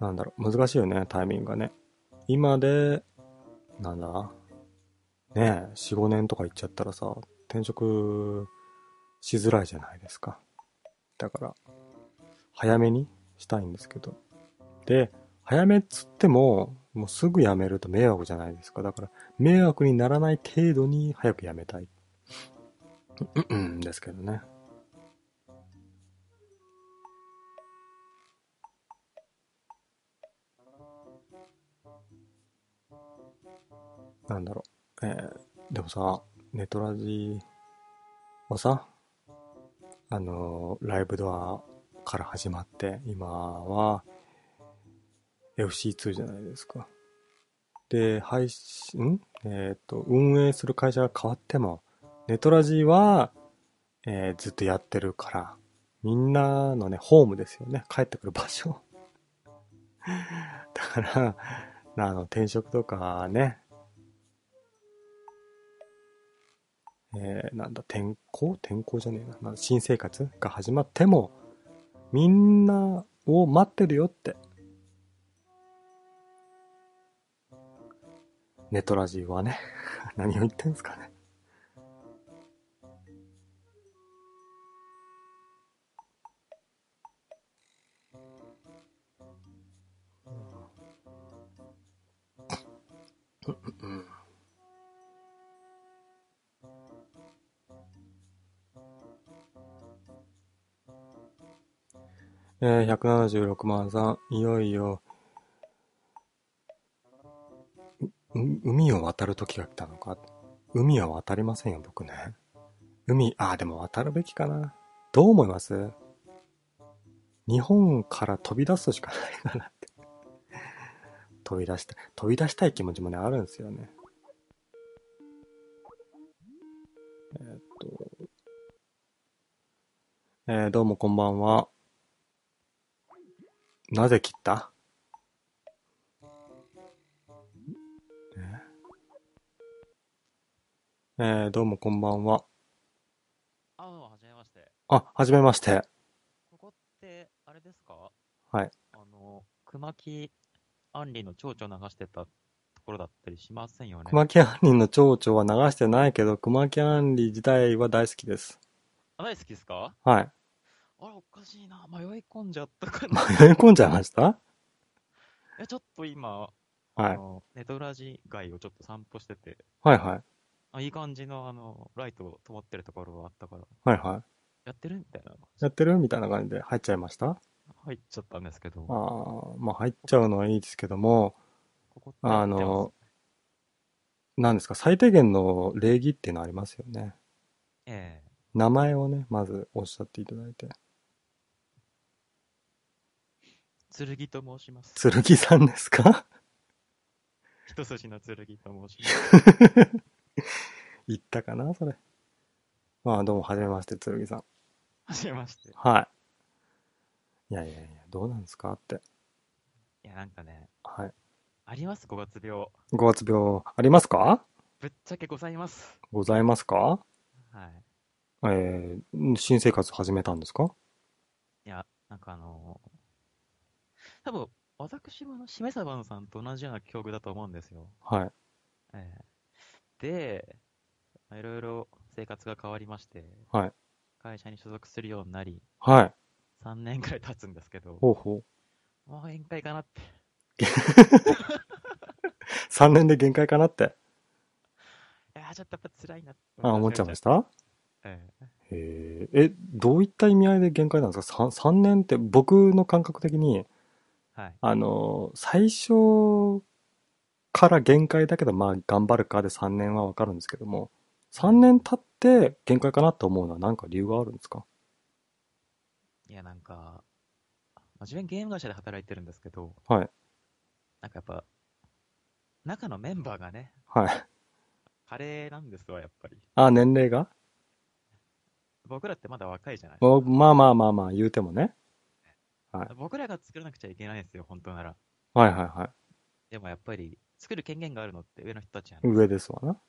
なんだろう、難しいよね、タイミングがね。今で、なんだ、ねえ、4、5年とか行っちゃったらさ、転職しづらいじゃないですか。だから、早めにしたいんですけど。で、早めっつっても、もうすぐ辞めると迷惑じゃないですか。だから、迷惑にならない程度に早く辞めたい。うんうんですけどね。なんだろう。えーでもさ、ネトラジはさ、あのーライブドアから始まって、今は、FC2 じゃないですか。で、配信、んえっ、と、運営する会社が変わっても、ネトラジーは、えーずっとやってるから、みんなのね、ホームですよね。帰ってくる場所。 だから、あの、転職とかね、えーなんだ、転校転校じゃねえななんだ。新生活が始まっても、みんなを待ってるよって、ネトラジーはね、 何を言ってんすかね。えー、176万さん、いよいよ、う海を渡る時が来たのか。海は渡りませんよ、僕ね。海、ああ、でも渡るべきかな。どう思います日本から飛び出すしかないかなって。飛び出したい、飛び出したい気持ちもね、あるんですよね。えーっと、えーどうもこんばんは。なぜ切ったえー、どうもこんばんは。ああ、はじめまして。あ、はじめまして。ここって、あれですかはい。あの、熊木杏里の蝶々流してたところだったりしませんよね。熊木杏里の蝶々は流してないけど、熊木杏里自体は大好きです。あ大好きですかはい。あら、おかしいな。迷い込んじゃったか迷 な。いい込んじゃいましたや、ちょっと今、はあい。の、ネトラジ街をちょっと散歩してて、はいはい。あ、いい感じの、あの、ライト灯ってるところがあったから、はいはやってるみたいな。い。やってるみたいな感じで入っちゃいました入っちゃったんですけど、あこーまあ入っちゃうのはいいですけども、こってあの、何ですか、最低限の礼儀っていうのありますよね。ええ名前をね、まずおっしゃっていただいて。剣と申します。剣さんですか 一筋の剣と申します。言ったかなそれ。まあどうも、はじめまして、剣さん。はじめまして。はい。いやいやいや、どうなんですかって。いや、なんかね、はい。あります、5月病。 5月病ありますかぶっちゃけございます。ございますかはい。えー、新生活始めたんですかいや、なんかあのー多分、私もあの、しめさばんさんと同じような境遇だと思うんですよ。はい。ええで、まあいろいろ生活が変わりまして、はい会社に所属するようになり、はい。 3年くらい経つんですけど、ほうほう。もう限界かなって。 3年で限界かなって、いやー、ちょっとやっぱ辛いなってあ、思っちゃいまししたた。ええへーえ、どういった意味合いで限界なんですか 3, 年って僕の感覚的に、はい。あの最初から限界だけど、まあ頑張るかで3年はわかるんですけども、3年経って限界かなと思うのは何か理由があるんですかいや、なんか、まあ自分ゲーム会社で働いてるんですけど、はいなんかやっぱ、中のメンバーがね、はい。カレーなんですわ、やっぱり。あ、年齢が僕らってまだ若いじゃないおまあまあまあまあ言うてもね。僕らが作らなくちゃいけないんですよ、本当なら。はいはいはでもやっぱり、作る権限があるのって上の人たちなんい。で上ですわな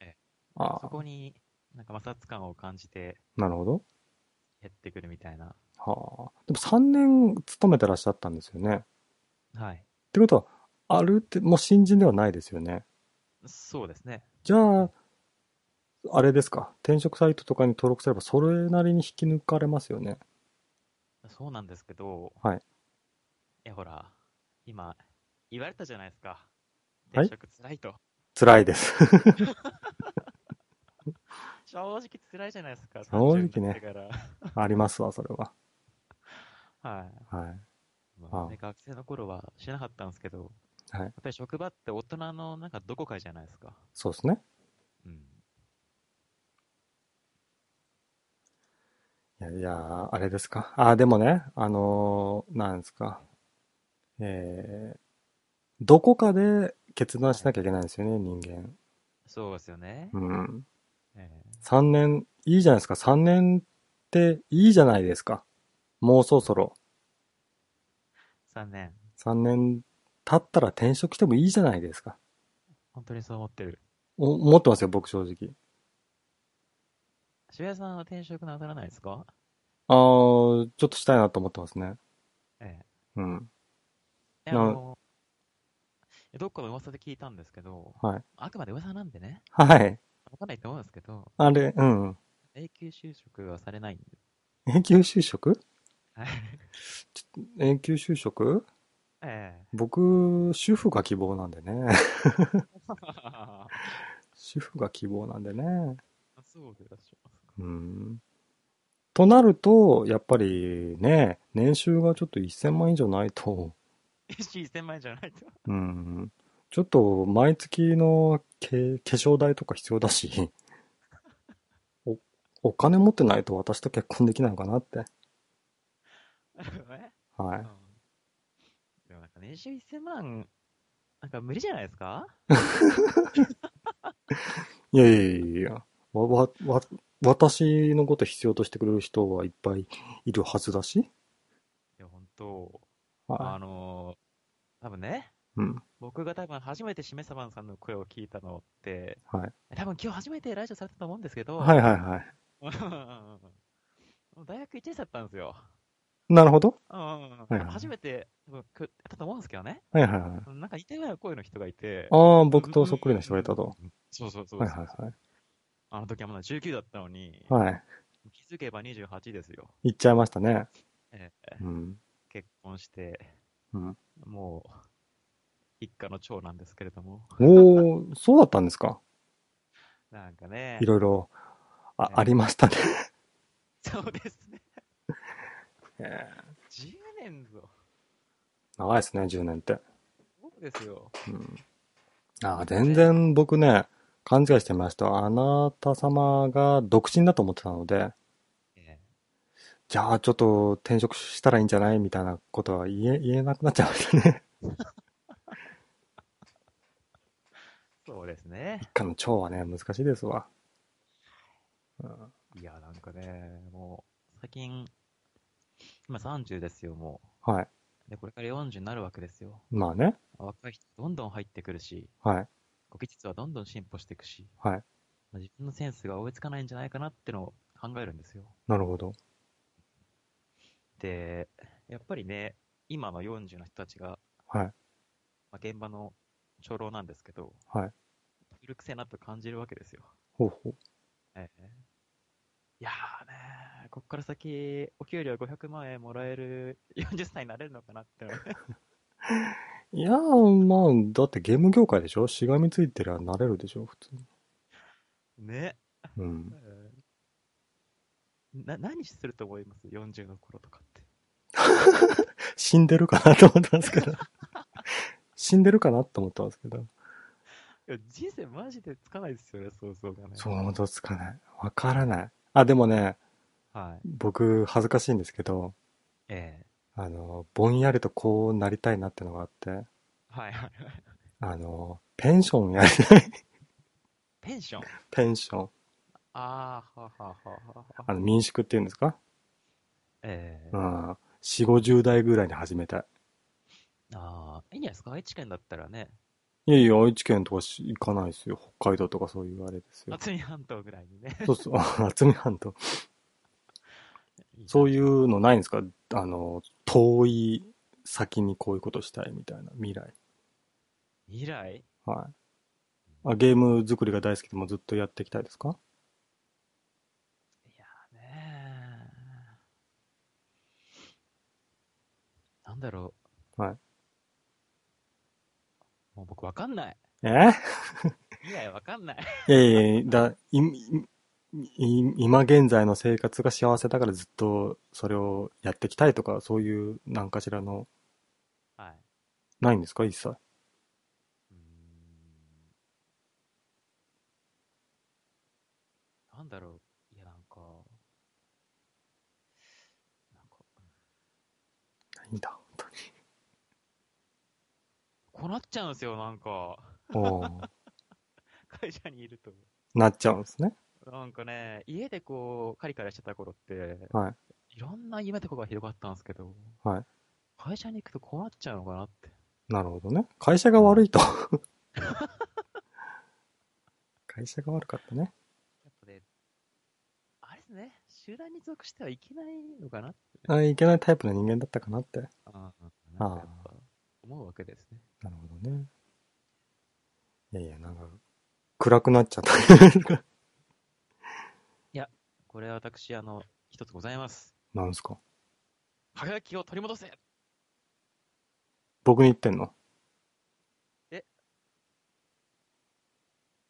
ええ。あそあ、こに、なんか摩擦感を感じてなるほど。減ってくるみたいな。はあ。でも3年勤めてらっしゃったんですよね。っはい。てことは、あるって、もう新人ではないですよね。そうですね。じゃあ、あれですか。転職サイトとかに登録すれば、それなりに引き抜かれますよね。そうなんですけど、はい。や、ほら、今、言われたじゃないですか。はい転職辛いと。辛いです。 正直辛いじゃないですか。正直ね30になってから。ありますわ、それは。ははい。い。あまあね、学生の頃はしなかったんですけど、はいやっぱり職場って大人のなんかどこかじゃないですか。そうですね。うん。いや、いや、あれですか。ああ、でもね、あのーなんですか。えー、どこかで決断しなきゃいけないんですよね、人間。そうですよね。うん。ええ3年、いいじゃないですか。3年っていいじゃないですか。もうそろそろ3年。 3年経ったら転職してもいいじゃないですか。本当にそう思ってる。お思ってますよ、僕正直。渋谷さんは転職なさらないですかあー、ちょっとしたいなと思ってますね。ええうん。え。なあの、どっかの噂で聞いたんですけど、はい。あくまで噂なんでね、はい。わかんないと思うんですけど、あれ、うん。永久就職はされないんで。永久就職はい永久就職え僕、主婦が希望なんでね。 え。主婦が希望なんでね。そうでいらっしゃいますか。 うん。となると、やっぱりね、年収がちょっと1000万円以上ないと、 1000万円じゃないと。うん。ちょっと、毎月のけ化粧代とか必要だ し、お、お金持ってないと私と結婚できないのかなって。ねはいうん。でもなんか年収1000万、なんか無理じゃないですかいやいやいやいや、わ、わ、わ、私のこと必要としてくれる人はいっぱいいるはずだし。いや、本当、あはのー、多分ね、い。うん。僕が多分初めてしめさばんさんの声を聞いたのって、はい。多分今日初めて来場されたと思うんですけど、はいはいはうんうんうんうん大学1年生だったんですよ。い。なるほど。うんうんうんいはい初めて多分くやったと思うんですけどね。はいはいはい。なんか似たような声の人がいて、ああ、僕とそっくりな人がいたと。そうそうそうそはういはあの時はまだ19だったのに、いはい。はい。気づけば28ですよ。行っちゃいましたね。ええうん。結婚して、うん、もう、一家の長なんですけれども、おー、そうだったんですか。なんかねい、ろいろ、あねありましたね。そうですね、え10年ぞ、ー長いですね、10年って。そうですよ。うん、あー全然僕ね、勘違いしてました。あなた様が独身だと思ってたので、ええじゃあちょっと転職したらいいんじゃないみたいなことは言え、言えなくなっちゃいましたね。 そうですね。一家の長はね、難しいですわ。うんいや、なんかね、もう、最近、今30ですよ、もはい。う。で、これから40になるわけですよ。まあね。若い人、どんどん入ってくるし、はい。こう技術はどんどん進歩していくし、はいまあ自分のセンスが追いつかないんじゃないかなってのを考えるんですよ。なるほど。で、やっぱりね、今の40の人たちが、はいまあ、現場の長老なんですけど、はい古くせえなと感じるわけですよ。ほうほう。ええいやーねー、こっから先、お給料500万円もらえる40歳になれるのかなって のはね、いやー、まあ、だってゲーム業界でしょしがみついてりゃなれるでしょ普通に。ね、うん。ええな、何すると思います ?40 の頃とかって。死んでるかなと思ったんですけど。 死んでるかなと思ったんですけど。いや人生マジでつかないですよね、想像がね。そう、本当つかない。わからない。あ、でもね、はい。僕、恥ずかしいんですけど、ええあの、ぼんやりとこうなりたいなってのがあって、はい はいはい。あの、ペンションやり、 ペンション。ペンション。ああ、はあはあはあはあ。あの、民宿っていうんですかええうん。四五十代ぐらいに始めたい。ああ、いいんじゃないですか愛知県だったらね、いやいや、愛知県とかし行かないですよ。北海道とかそういうあれですよ。渥美半島ぐらい にね。そうそう、厚み半島。そうう。いうのないんですかあの、遠い先にこういうことしたいみたいな未来。未来はい。あゲーム作りが大好きでもうずっとやっていきたいですかいやーねーなんだろう。はい。もう僕わかんない。え未来わかんない。 いやいやいやだいいい今現在の生活が幸せだからずっとそれをやっていきたいとか、そういう何かしらの、はい。ないんですか一切。うーんなんだろう。いや、なんか、なんか、ないんだ、本こうなっちゃうんですよ、なんか。当に。おー会社にいると。なっちゃうんですね。なんかね、家でこう、カリカリしてた頃って、。はいろんな夢とかが広がったんですけど、はい。会社に行くとこうなっちゃうのかなって。なるほどね。会社が悪いと。会社が悪かったね。やっぱね、あれですね、集団に属してはいけないのかなって。あいけないタイプの人間だったかなって。ああ、あなーんかやっぱ、思うわけですね。なるほどね。いやいや、なんか、暗くなっちゃった。 これは私、あの、一つございます。なんすか輝きを取り戻せ僕に言ってんの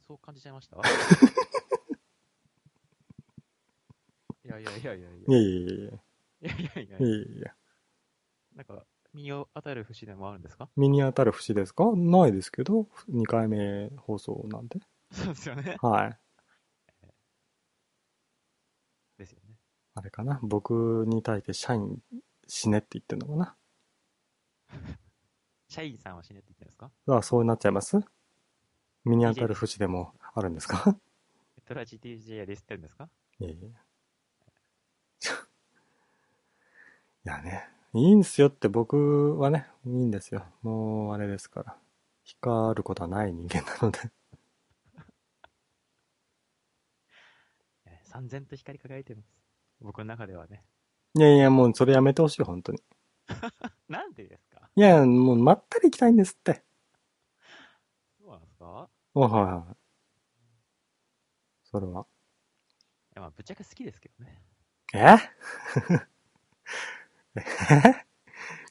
そう感じちゃいました いやいやいやいやいいや。やいやいやいいやいやいやや。いやいや。なんか、身を当たる節でもあるんですか 身に当たる節ですかないですけど、2回目放送なんで。そうですよね。はい。ですよね。あれかな僕に対して社員死ねって言ってんのか社員さんは死ねって言ってるんですかなあ、そうなっちゃいます身に当たる節でもあるんですかメトラ GTJ でディスってるんですかいやいや。いやね、いいんですよって僕はね、いいんですよ。もうあれですから。光ることはない人間なので、えー三千と光り輝いてます。僕の中ではね。いやいや、もうそれやめてほしい、本当に。なんでですかいや、もうまったり行きたいんですって。そうなんですかおはいはい。それは。いやまあ、ぶっちゃけ好きですけどね。え え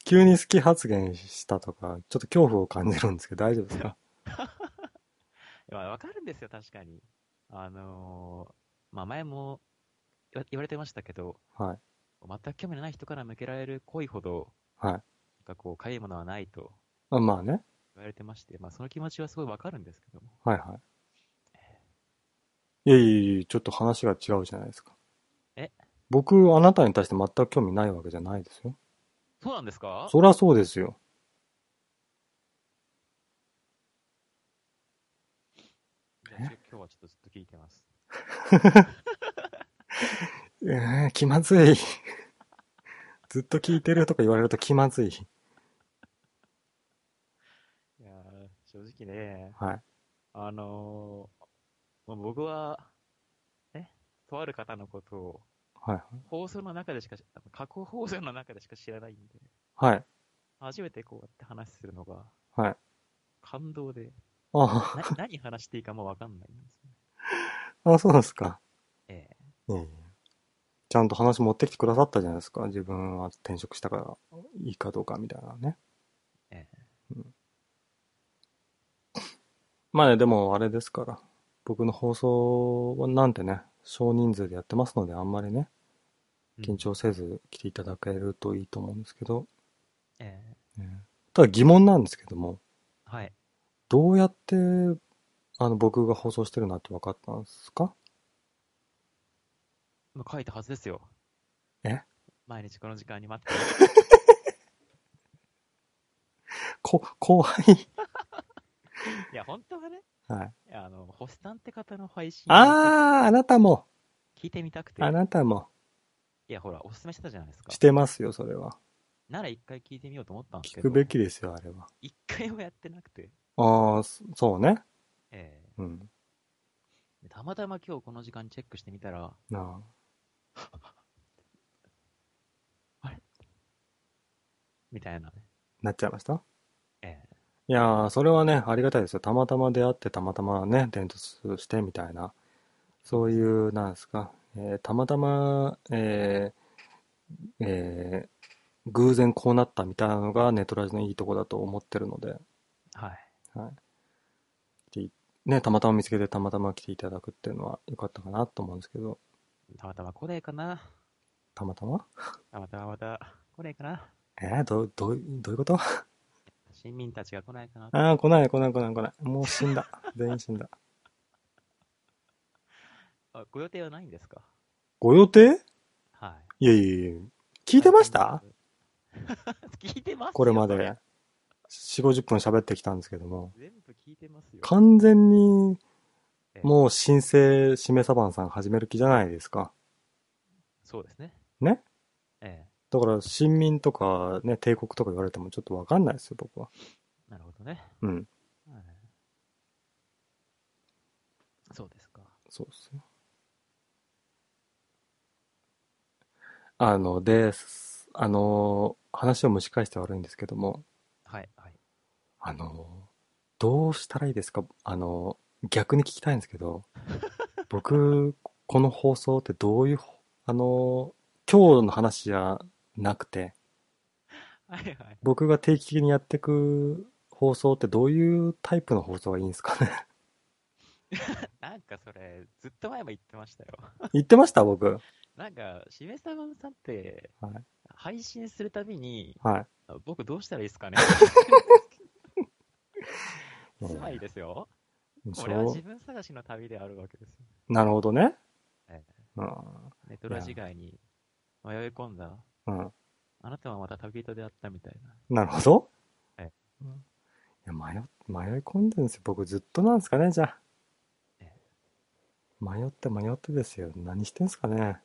急に好き発言したとか、ちょっと恐怖を感じるんですけど、大丈夫ですかいやまあわかるんですよ、確かに。あのーまあ、前も言わ言われてましたけど、はい。全く興味のない人から向けられる恋ほど、はいなんかこう、かゆいものはないとあまあね。言われてまして、まあ、その気持ちはすごいわかるんですけども。はいはい。いやいやいや、ちょっと話が違うじゃないですか。え僕、あなたに対して全く興味ないわけじゃないですよ。そうなんですかそりゃそうですよ。じゃあちょ今日はちょっとずっと聞いてます。えー、気まずい。ずっと聞いてるとか言われると気まずい。いやー正直ね、はい。あのーまあ、僕は、えとある方のことを、はい放送の中でしか、あの過去放送の中でしか知らないんで、はい。はい。初めてこうやって話するのが、はい。感 動で、あな何話していいかもわかんないん ですよね。あ、あそうですか。ええいやいやちゃんと話持ってきてくださったじゃないですか。自分は転職したからいいかどうかみたいなね。ええうんまあね、でもあれですから。僕の放送はなんてね、少人数でやってますので、あんまりね、うん緊張せず来ていただけるといいと思うんですけど、ええねただ疑問なんですけども、はい。どうやって、あの、僕が放送してるなって分かったんですかもう書いたはずですよ。え毎日この時間に待っ てます。こ、怖い。いや、本当はね、はい。いやあの、星さんって方の配信をあー、あなたも、聞いてみたくて、あなたも、いや、ほら、おすすめしてたじゃないですかし。てますよ、それは。なら一回聞いてみようと思ったんです聞けくど、べきですよ、あれは。一回もやってなくて、ああ、そそうね。ええうん。たまたま今日この時間にチェックしてみたら、なみたいなね。なっちゃいましたええいやー、それはね、ありがたいですよ。たまたま出会って、たまたまね、伝達してみたいな。そういう、なんですか。えーたまたま、えーえー偶然こうなったみたいなのがネトラジのいいとこだと思ってるので、はい。ね、たまたま見つけてたまたま来ていただくっていうのは良かったかなと思うんですけど、たまたま来ないかな。たまたまたまたままた来ないかな。えー、ど、どう、どういうこと市民たちが来ないかな。ああ、来ない来ない来ない来ない。もう死んだ。全員死んだ。あご予定はないんですかご予定はいやいやいや、い。聞いてました 聞いてますよこれまで。4、50分喋ってきたんですけども、全部聞いてますよ。完全にええもう新生しめサバンさん始める気じゃないですか。そうですね。ねええだから、新民とかね、帝国とか言われてもちょっとわかんないですよ、僕は。なるほどね。うん。はいそうですか。そうですよ。あの、で、すあの、話を蒸し返して悪いんですけども、はい、はい。あの、どうしたらいいですかあの、逆に聞きたいんですけ ど、僕、この放送ってどういうほ、あの、今日の話じゃなくて、はい、はい。僕が定期的にやってく放送ってどういうタイプの放送がいいんですかね なんかそれ、ずっと前も言ってましたよ。言ってました僕。はい。なんか、しめさばんさんってはい、配信するたびに、はいあ僕どうしたらいいで すかねつまりですよ。これは自分探しの旅であるわけですよ。なるほどねえ。うん。ネトラ時代に迷い込んだ、うん。あなたはまた旅人であったみたいな。なるほど。えうんいや迷っ迷い込んでるんですよ。僕ずっとなんですかね、じゃあえ。迷って迷ってですよ。何してんすかね。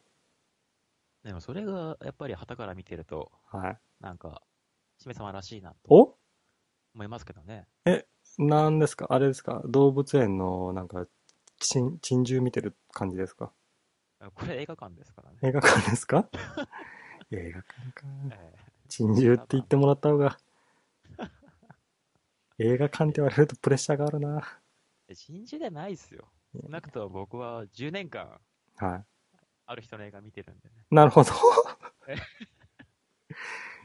でもそれが、やっぱり旗から見てると、はい。なんか、しめ様らしいなとお思いますけどね。なんですかあれですか動物園のなんか珍珍獣見てる感じですかあこれ映画館ですからね。映画館です かいや映画館かええ珍獣って言ってもらった方 が映画館って言われるとプレッシャーがあるなえ信じれないっすよ。いや少なくとも僕は10年間、はある人の映画見てるんでね。いなるほどえ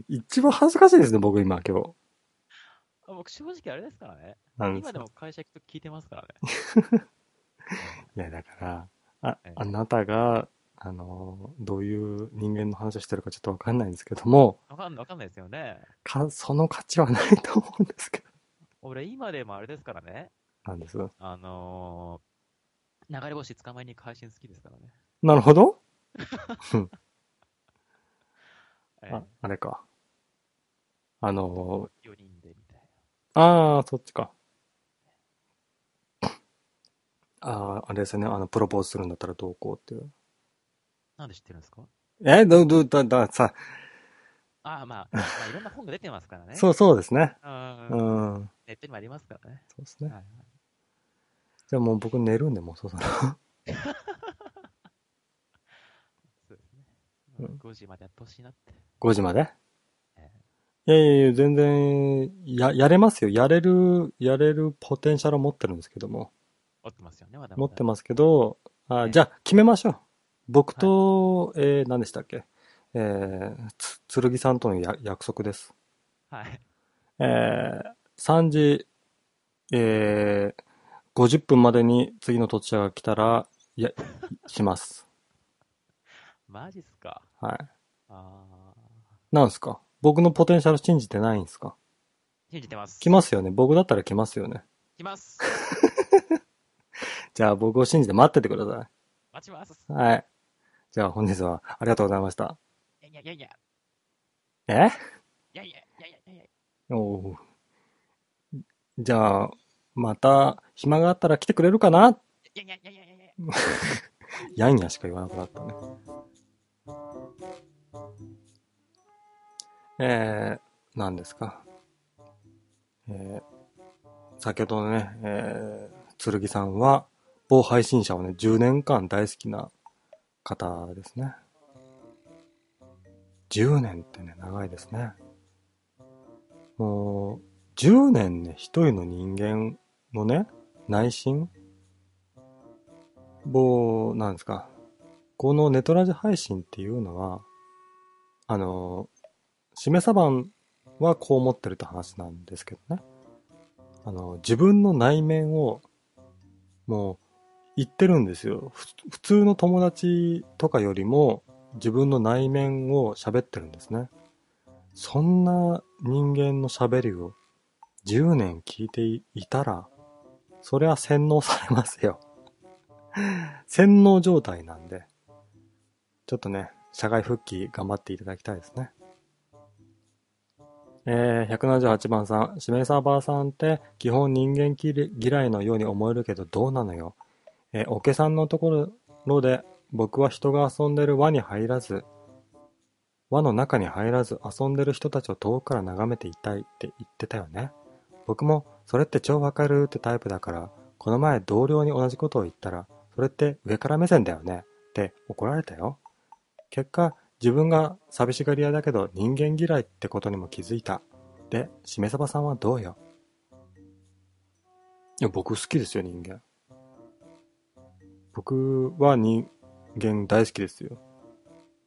一番恥ずかしいですね僕今今日あ僕、正直あれですからね。なんです今かでも会社行くと聞いてますからね。いやだからあええあなたがあのどういう人間の話をしてるかちょっとわかんないんですけどもわかんわかんないですよね。かその価値はないと思うんですけど俺、今でもあれですからね。なんですあのー、流れ星捕まえに会心好きですからね。なるほどえああれかあの4人でみたいな。ああそっちかあああれですよねあのプロポーズするんだったらどうこうっていうなんで知ってるんですかえどどだださあ あ、まあ、まあ、いろんな本が出てますからね。そうそうですねあうーんネットにもありますからね。そうですねはいじゃあもう僕寝るんでもうそうだなそうですね。うんまあ5時までやってほしいなって。 5時までえいえやいやいや、全然、や、やれますよ。やれる、やれるポテンシャルを持ってるんですけども。持ってますよね、まだまだ。持ってますけど、あええじゃあ、決めましょう。僕と、えー何でしたっけえー、つ、剣さんとのや約束です。はい。えー、3時、えー、50分までに次の突者が来たら、いや、します。マジっすか。はい。ああ。なんすか僕のポテンシャル信じてないんですか信じてます。来ますよね。僕だったら来ますよね。来ます。じゃあ、僕を信じて待っててください。待 ちます。はい。じゃあ本日はありがとうございました。いやいやいやいやえいやいやいやいやいやおうじゃあ、また、暇があったら来てくれるかないやいやいやいやいやいや。 やんやしか言わなくなったね。えー、何ですか。えー、先ほどのね、えー、剣さんは、某配信者をね、10年間大好きな方ですね。10年ってね、長いですね。もう、10年ね、一人の人間のね、内心もう、なんですか。このネトラジ配信っていうのは、あの、しめさばんはこう思ってるって話なんですけどね。あの、自分の内面を、もう、言ってるんですよ。ふ普通の友達とかよりも、自分の内面を喋ってるんですね。そんな人間の喋りを10年聞いていたら、それは洗脳されますよ。 洗脳状態なんで、ちょっとね、社会復帰頑張っていただきたいですね。えー、178番さん、しめさばさんって基本人間きれ嫌いのように思えるけどどうなのよ。えー、おけさんのところで僕は人が遊んでる輪に入らず、輪の中に入らず遊んでる人たちを遠くから眺めていたいって言ってたよね。僕もそれって超わかるってタイプだから、この前同僚に同じことを言ったら、それって上から目線だよねって怒られたよ。結果、自分が寂しがり屋だけど人間嫌いってことにも気づいた。で、しめさばさんはどうよいや、僕好きですよ、人間。僕は人間大好きですよ。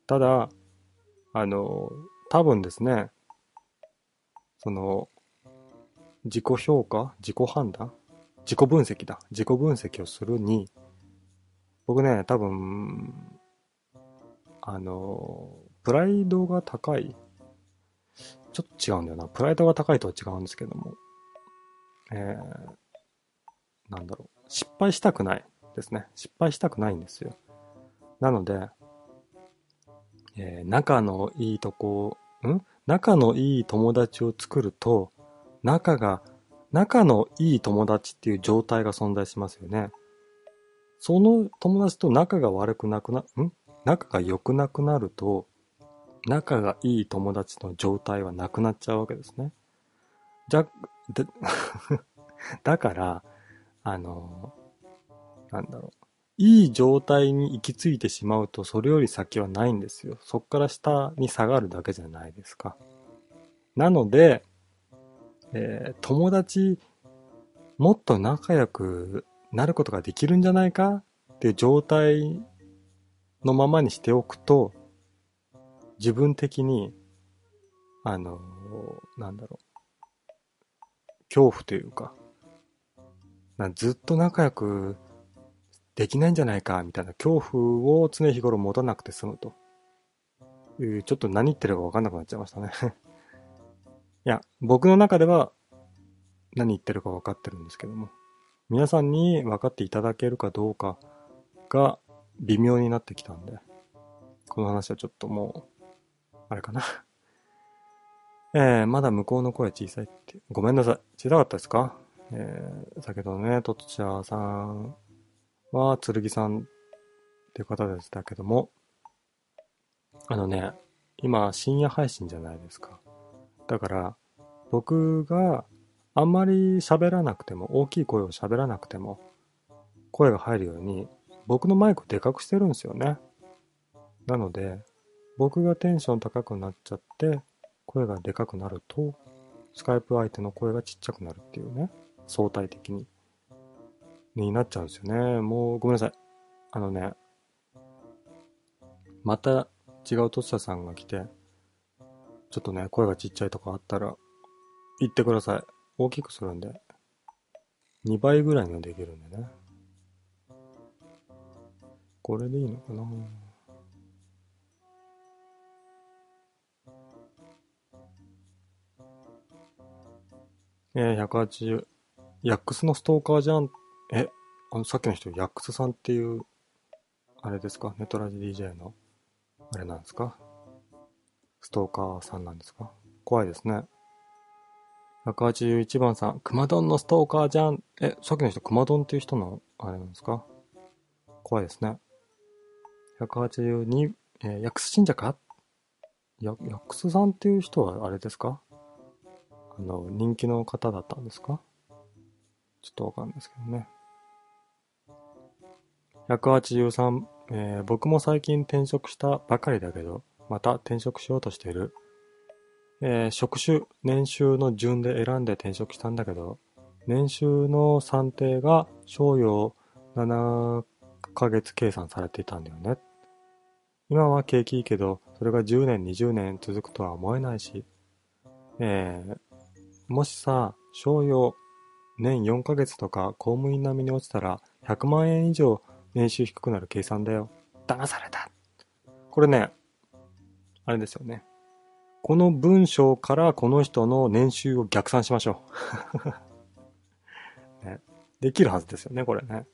ただ、あの、多分ですね、その、自己評価自己判断自己分析だ。自己分析をするに、僕ね、多分、あの、プライドが高い。ちょっと違うんだよな。プライドが高いとは違うんですけども。えー、なんだろう。失敗したくないですね。失敗したくないんですよ。なので、えー仲のいいとこ、ん仲のいい友達を作ると、仲が、仲のいい友達っていう状態が存在しますよね。その友達と仲が悪くなくな、ん仲が良くなくなると、仲がいい友達の状態はなくなっちゃうわけですね。じゃ、で、 だから、あの、なんだろう。いい状態に行き着いてしまうと、それより先はないんですよ。そっから下に下がるだけじゃないですか。なので、えー友達、もっと仲良くなることができるんじゃないかっていう状態のままにしておくと、自分的に、あの、なんだろう、恐怖というか、なずっと仲良くできないんじゃないかみたいな恐怖を常日頃持たなくて済むというちょっと何言ってるか分かんなくなっちゃいましたね いや僕の中では何言ってるか分かってるんですけども皆さんに分かっていただけるかどうかが微妙になってきたんでこの話はちょっともうあれかな えー、まだ向こうの声小さいってごめんなさい小さかったですかえー、先ほどのね、トッチャーさんは、剣さんっていう方でしたけども、あのね、今、深夜配信じゃないですか。だから、僕があんまり喋らなくても、大きい声を喋らなくても、声が入るように、僕のマイクをでかくしてるんですよね。なので、僕がテンション高くなっちゃって、声がでかくなると、スカイプ相手の声がちっちゃくなるっていうね。相対的に。になっちゃうんですよね。もうごめんなさい。あのね、また違うとしさんが来て、ちょっとね、声がちっちゃいとかあったら、言ってください。大きくするんで。2倍ぐらいにはできるんでね。これでいいのかなえー、180。ヤックスのストーカーじゃん。え、あの、さっきの人、ヤックスさんっていう、あれですかネトラジ DJ の、あれなんですかストーカーさんなんですか怖いですね。181番さん、熊丼のストーカーじゃん。え、さっきの人、熊丼っていう人の、あれなんですか怖いですね。182、えー、ヤックス信者かヤヤックスさんっていう人は、あれですかあの、人気の方だったんですかちょっとわかんないですけどね。183、えー僕も最近転職したばかりだけど、また転職しようとしてる。えー職種、年収の順で選んで転職したんだけど、年収の算定が賞与7ヶ月計算されていたんだよね。今は景気いいけど、それが10年、20年続くとは思えないし、えーもしさ、賞与年4ヶ月とか公務員並みに落ちたら100万円以上年収低くなる計算だよ。騙されたこれね、あれですよね。この文章からこの人の年収を逆算しましょう。 ね、できるはずですよね、これね。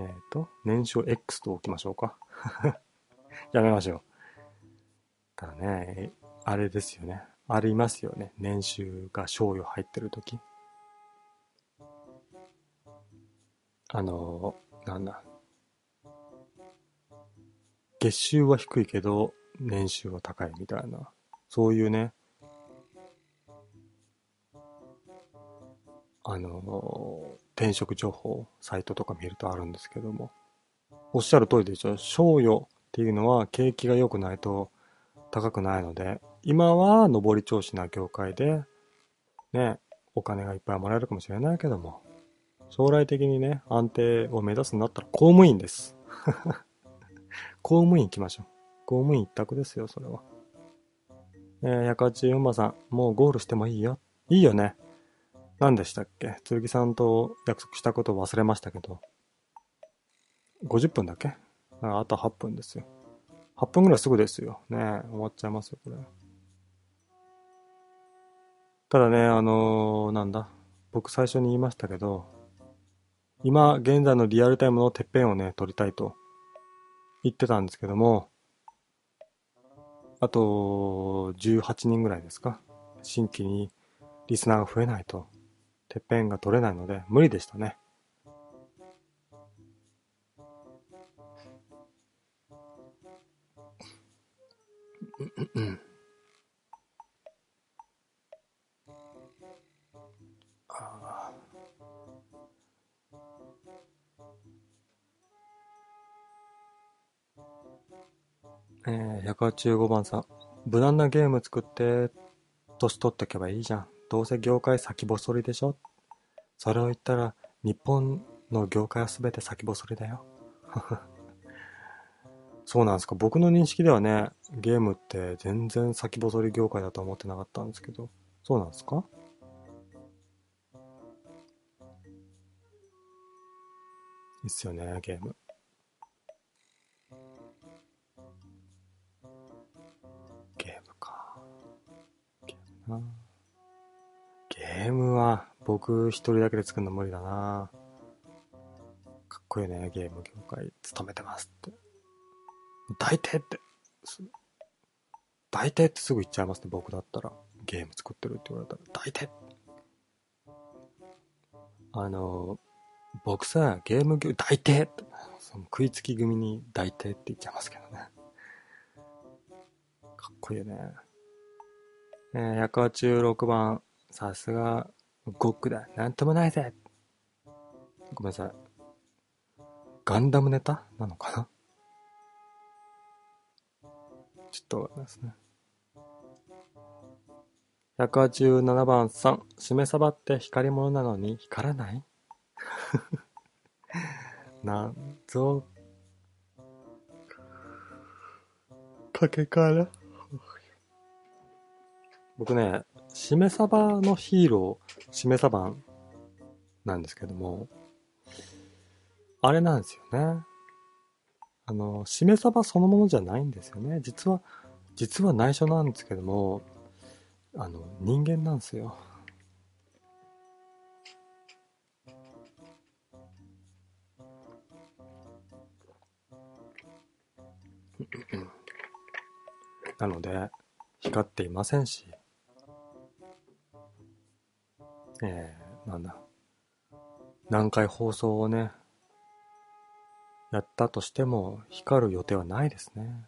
えっ、と、年収 X と置きましょうか。 やめましょう。ただね、あれですよね。ありますよね。年収が賞与入ってる時あの、なんだ。月収は低いけど、年収は高いみたいな。そういうね。あの、転職情報、サイトとか見るとあるんですけども。おっしゃる通りでしょ。賞与っていうのは景気が良くないと高くないので、今は上り調子な業界で、ね、お金がいっぱいもらえるかもしれないけども、将来的にね、安定を目指すんだったら公務員です。公務員行きましょう。公務員一択ですよ、それは。えー、184番さん、もうゴールしてもいいよ。いいよね。何でしたっけ剣さんと約束したことを忘れましたけど。50分だっけああと8分ですよ。8分ぐらいすぐですよ。ねえ終わっちゃいますよ、これ。ただね、あのーなんだ。僕最初に言いましたけど、今現在のリアルタイムのてっぺんをね取りたいと言ってたんですけどもあと18人ぐらいですか新規にリスナーが増えないとてっぺんが取れないので無理でしたねうんうんうんあーえー、185番さん。無難なゲーム作って、年取っとけばいいじゃん。どうせ業界先細りでしょ。それを言ったら、日本の業界は全て先細りだよ。 そうなんですか。僕の認識ではね、ゲームって全然先細り業界だと思ってなかったんですけど、そうなんですかいいっすよね、ゲーム。ゲームか。ゲームな。ゲームは僕一人だけで作るの無理だな。かっこいいね、ゲーム業界勤めてますって。大抵って、す大抵ってすぐ言っちゃいますね、僕だったら。ゲーム作ってるって言われたら。大抵あの、僕さ、ゲーム業、大抵って、その食いつき組に大抵って言っちゃいますけどね。かっこいいよね。えー、186番、さすが、ゴックだ。なんともないぜ。ごめんなさい。ガンダムネタなのかなちょっとわかんないですね。187番さん、しめ鯖って光り物なのに光らない 謎 かけから僕ね、しめ鯖のヒーロー、しめ鯖なんですけども、あれなんですよね。あの、しめ鯖そのものじゃないんですよね。実は、実は内緒なんですけども、あの、人間なんですよ。なので、光っていませんし、えー、なんだ、何回放送をね、やったとしても光る予定はないですね。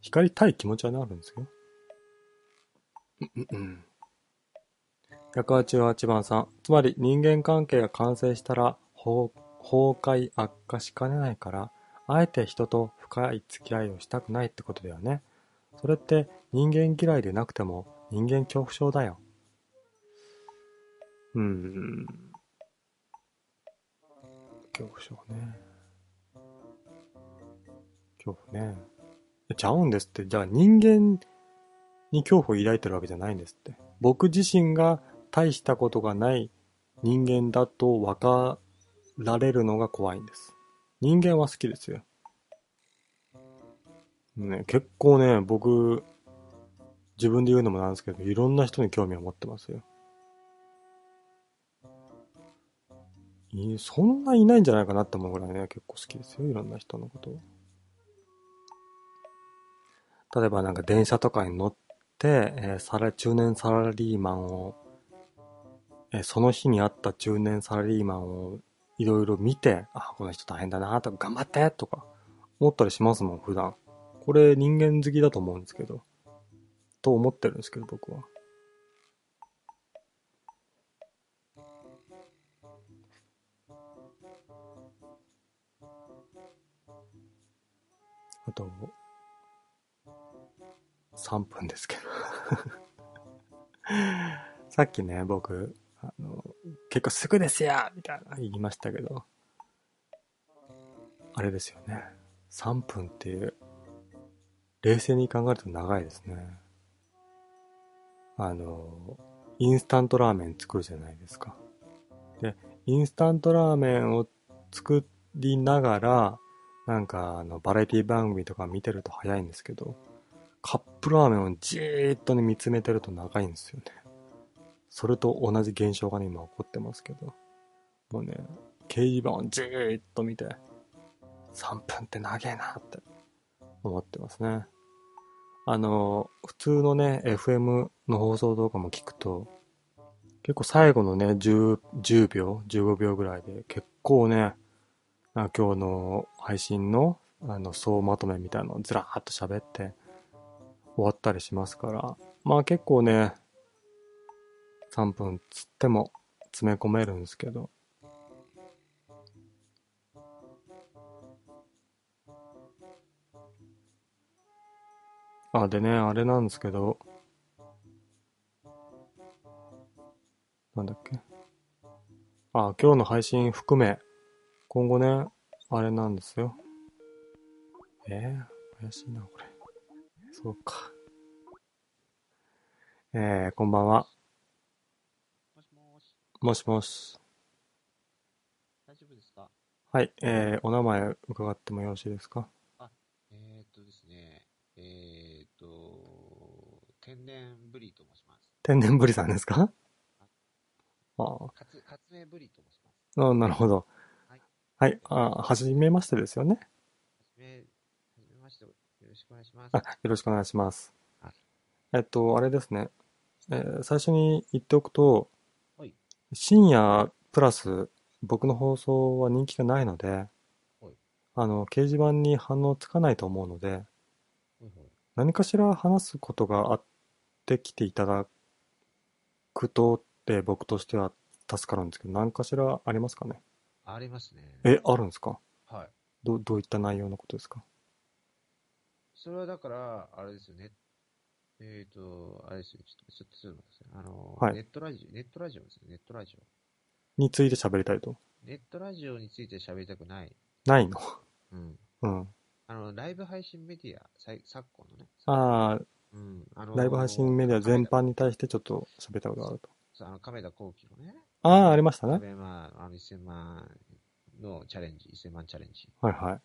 光りたい気持ちはねあるんですよ。うんうんうん188番さん。つまり人間関係が完成したら崩崩壊悪化しかねないから、あえて人と深い付き合いをしたくないってことだよね。それって人間嫌いでなくても人間恐怖症だよ。うーん。恐怖症ね。恐怖ね。えちゃうんですって。じゃあ人間に恐怖を抱いてるわけじゃないんですって。僕自身が大したことがない人間だと分かられるのが怖いんです。人間は好きですよ。ね、結構ね、僕、自分で言うのもなんですけど、いろんな人に興味を持ってますよ。いそんないないんじゃないかなって思うぐらいね、結構好きですよ、いろんな人のことを。例えばなんか電車とかに乗って、えーサラ中年サラリーマンを、えーその日に会った中年サラリーマンをいろいろ見て、あ、この人大変だなとか、頑張ってとか、思ったりしますもん、普段。これ人間好きだと思うんですけど。と思ってるんですけど、僕は。あと、3分ですけど。 さっきね、僕、あの、結構すぐですよみたいな言いましたけど、あれですよね。3分っていう、冷静に考えると長いですね。あの、インスタントラーメン作るじゃないですか。で、インスタントラーメンを作りながら、なんかあの、バラエティ番組とか見てると早いんですけど、カップラーメンをじーっとね、見つめてると長いんですよね。それと同じ現象がね、今起こってますけど。もうね、掲示板をじーっと見て、3分って長えなって思ってますね。あの、普通のね、FM の放送とかも聞くと、結構最後のね、10, 10秒、15秒ぐらいで、結構ね、あ今日の配信の、あの、総まとめみたいなのをずらーっと喋って、終わったりしますから、まあ結構ね、3分つっても詰め込めるんですけど。あ、でね、あれなんですけど、なんだっけ。あ、今日の配信含め、今後ね、あれなんですよ。えー、怪しいな、これ。そうか。えー、こんばんは。ももしもし、しもし。大丈夫ですかはい、えー、お名前伺ってもよろしいですかえー、っとですね、えー、っと、天然ブリと申します。天然ぶりさんですかあーかつ、かつめブリと申します。あ、なるほどはい。はい、あ、はじめましてですよね。はじめ、はじめまして、よろしくお願いします。あ、よろしくお願いしますはい。えっと、あれですね。えー最初に言っておくとはい、深夜プラス僕の放送は人気がないのではい、あの、掲示板に反応つかないと思うので、ほいほい何かしら話すことがあってきていただくとって僕としては助かるんですけど、何かしらありますかねありますね。え、あるんですかはい。どどういった内容のことですかそれはだから、あれですよね。えー、っと、あれですよ、ちょっと、ちょっと、ちょっと待ってください。あの、はいネットラジオ、ネットラジオですね、ネットラジオ。について喋りたいと。ネットラジオについて喋りたくない。ないの。 うん。うん。あの、ライブ配信メディア、さい昨今のね。ああ、うん。あのライブ配信メディア全般に対してちょっと喋ったことがあると。そう、あの、亀田光輝のね。ああ、ありましたね。亀まあ、あの、1000万のチャレンジ、1000万チャレンジ。はいはい。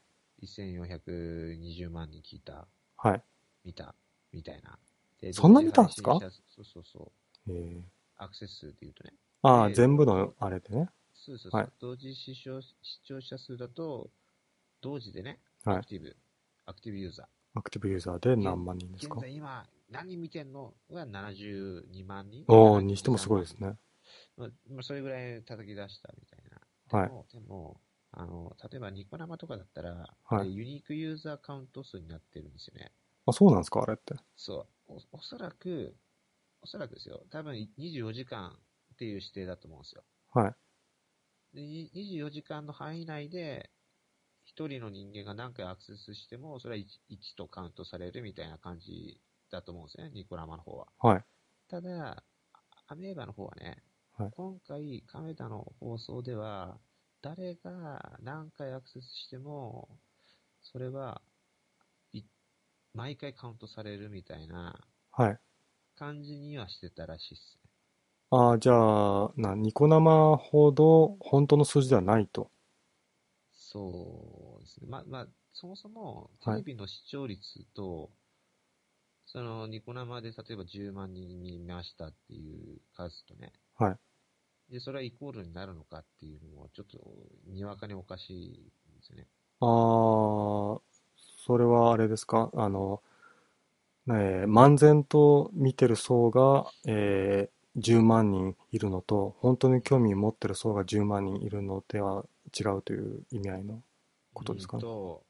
1420万人聞いた、はい。見た、みたいな。でそんな見たんすか同時配信したそうそうそう。えー、アクセス数で言うとね。ああ、えー全部のあれでね。そうそうそう。はい同時視聴視聴者数だと、同時でね、はいアクティブ、アクティブユーザアクティブユーザーで何万人でー。すか現在今、何人見てんのが72万人。おおにしてもすごいですね。まあ、まあそれぐらい叩き出したみたいな。はいでも、でもあの例えばニコ生とかだったら、はいでユニークユーザーカウント数になってるんですよね。あ、そうなんですかあれって。そう。おおそらく、おそらくですよ。多分24時間っていう指定だと思うんですよ。はい。でに24時間の範囲内で、一人の人間が何回アクセスしても、それは 1, とカウントされるみたいな感じだと思うんですね、ニコラマの方は。はい。ただ、アメーバの方はね、はい今回、亀田の放送では、誰が何回アクセスしても、それは、い毎回カウントされるみたいなはい。感じにはしてたらしいっすね。ああ、じゃあ、な、ニコ生ほど本当の数字ではないと。そうですね。まあ、まあ、そもそも、テはいレビの視聴率と、その、ニコ生で例えば10万人見ましたっていう数とね、はで、それはイコールになるのかっていうのも、ちょっと、にわかにおかしいんですよね。ああ、それはあれですかあの、えー、漫然と見てる層が、えー、10万人いるのと、本当に興味持ってる層が10万人いるのでは違うという意味合いのことですかうーんね。と、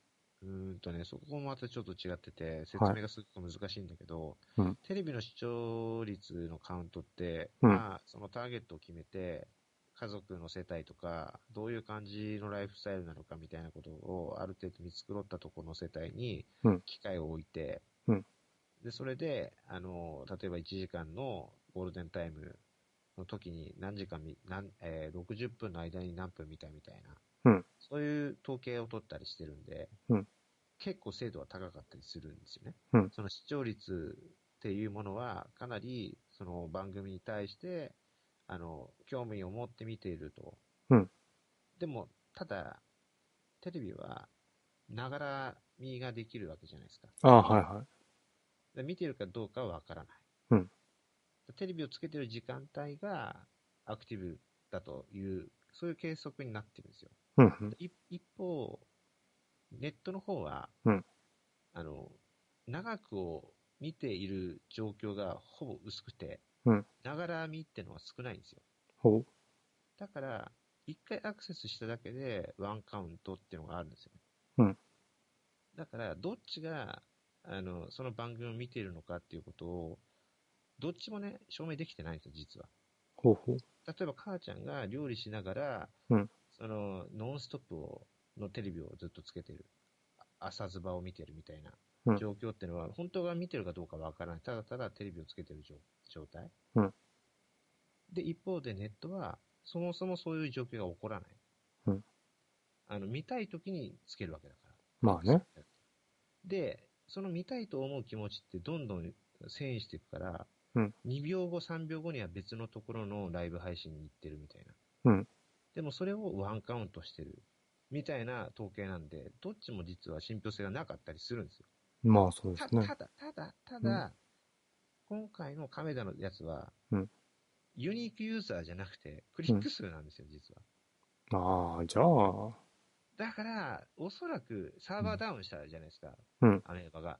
うーんとね、そこもまたちょっと違ってて、説はい明がすごく難しいんだけど、うんテレビの視聴率のカウントって、うんまあ、そのターゲットを決めて、家族の世帯とか、どういう感じのライフスタイルなのかみたいなことをある程度見繕ったところの世帯にうん機械を置いて、うんでそれであの、例えば1時間のゴールデンタイムの時に何時間み何、えー60分の間に何分見たみたいな、うんそういう統計を取ったりしてるんで、うん結構精度は高かったりするんですよね。うんその視聴率っていうものは、かなりその番組に対してあの興味を持って見ていると。うんでも、ただ、テレビは、ながら見ができるわけじゃないですか。ああ、はいはい。で見てるかどうかはわからない。うんテレビをつけてる時間帯がアクティブだという、そういう計測になってるんですよ。うんうん、い一方、ネットの方は、うんあの、長くを見ている状況がほぼ薄くてうん、ながら見ってのは少ないんですよ。ほう。だから、一回アクセスしただけでワンカウントっていうのがあるんですよね。うんだから、どっちが、あの、その番組を見ているのかっていうことを、どっちもね、証明できてないんですよ、実は。ほうほう。例えば、母ちゃんが料理しながら、うんその、ノンストップを、のテレビをずっとつけてる。あ朝ズバを見てるみたいな。うん状況っていうのは、本当は見てるかどうかわからない。ただただテレビをつけてる状状態。うんで、一方でネットは、そもそもそういう状況が起こらない。うんあの、見たい時につけるわけだから。まあね。で、その見たいと思う気持ちってどんどん遷移していくから、うん2秒後、3秒後には別のところのライブ配信に行ってるみたいな。うんでもそれをワンカウントしてるみたいな統計なんで、どっちも実は信憑性がなかったりするんですよ。まあそうでたすね。ただ、ただ、ただ、今回の亀田のやつは、うんユニークユーザーじゃなくて、クリック数なんですよ、実は。ああ、じゃあ、だから、おそらくサーバーダウンしたじゃないですか、うんアメーバが。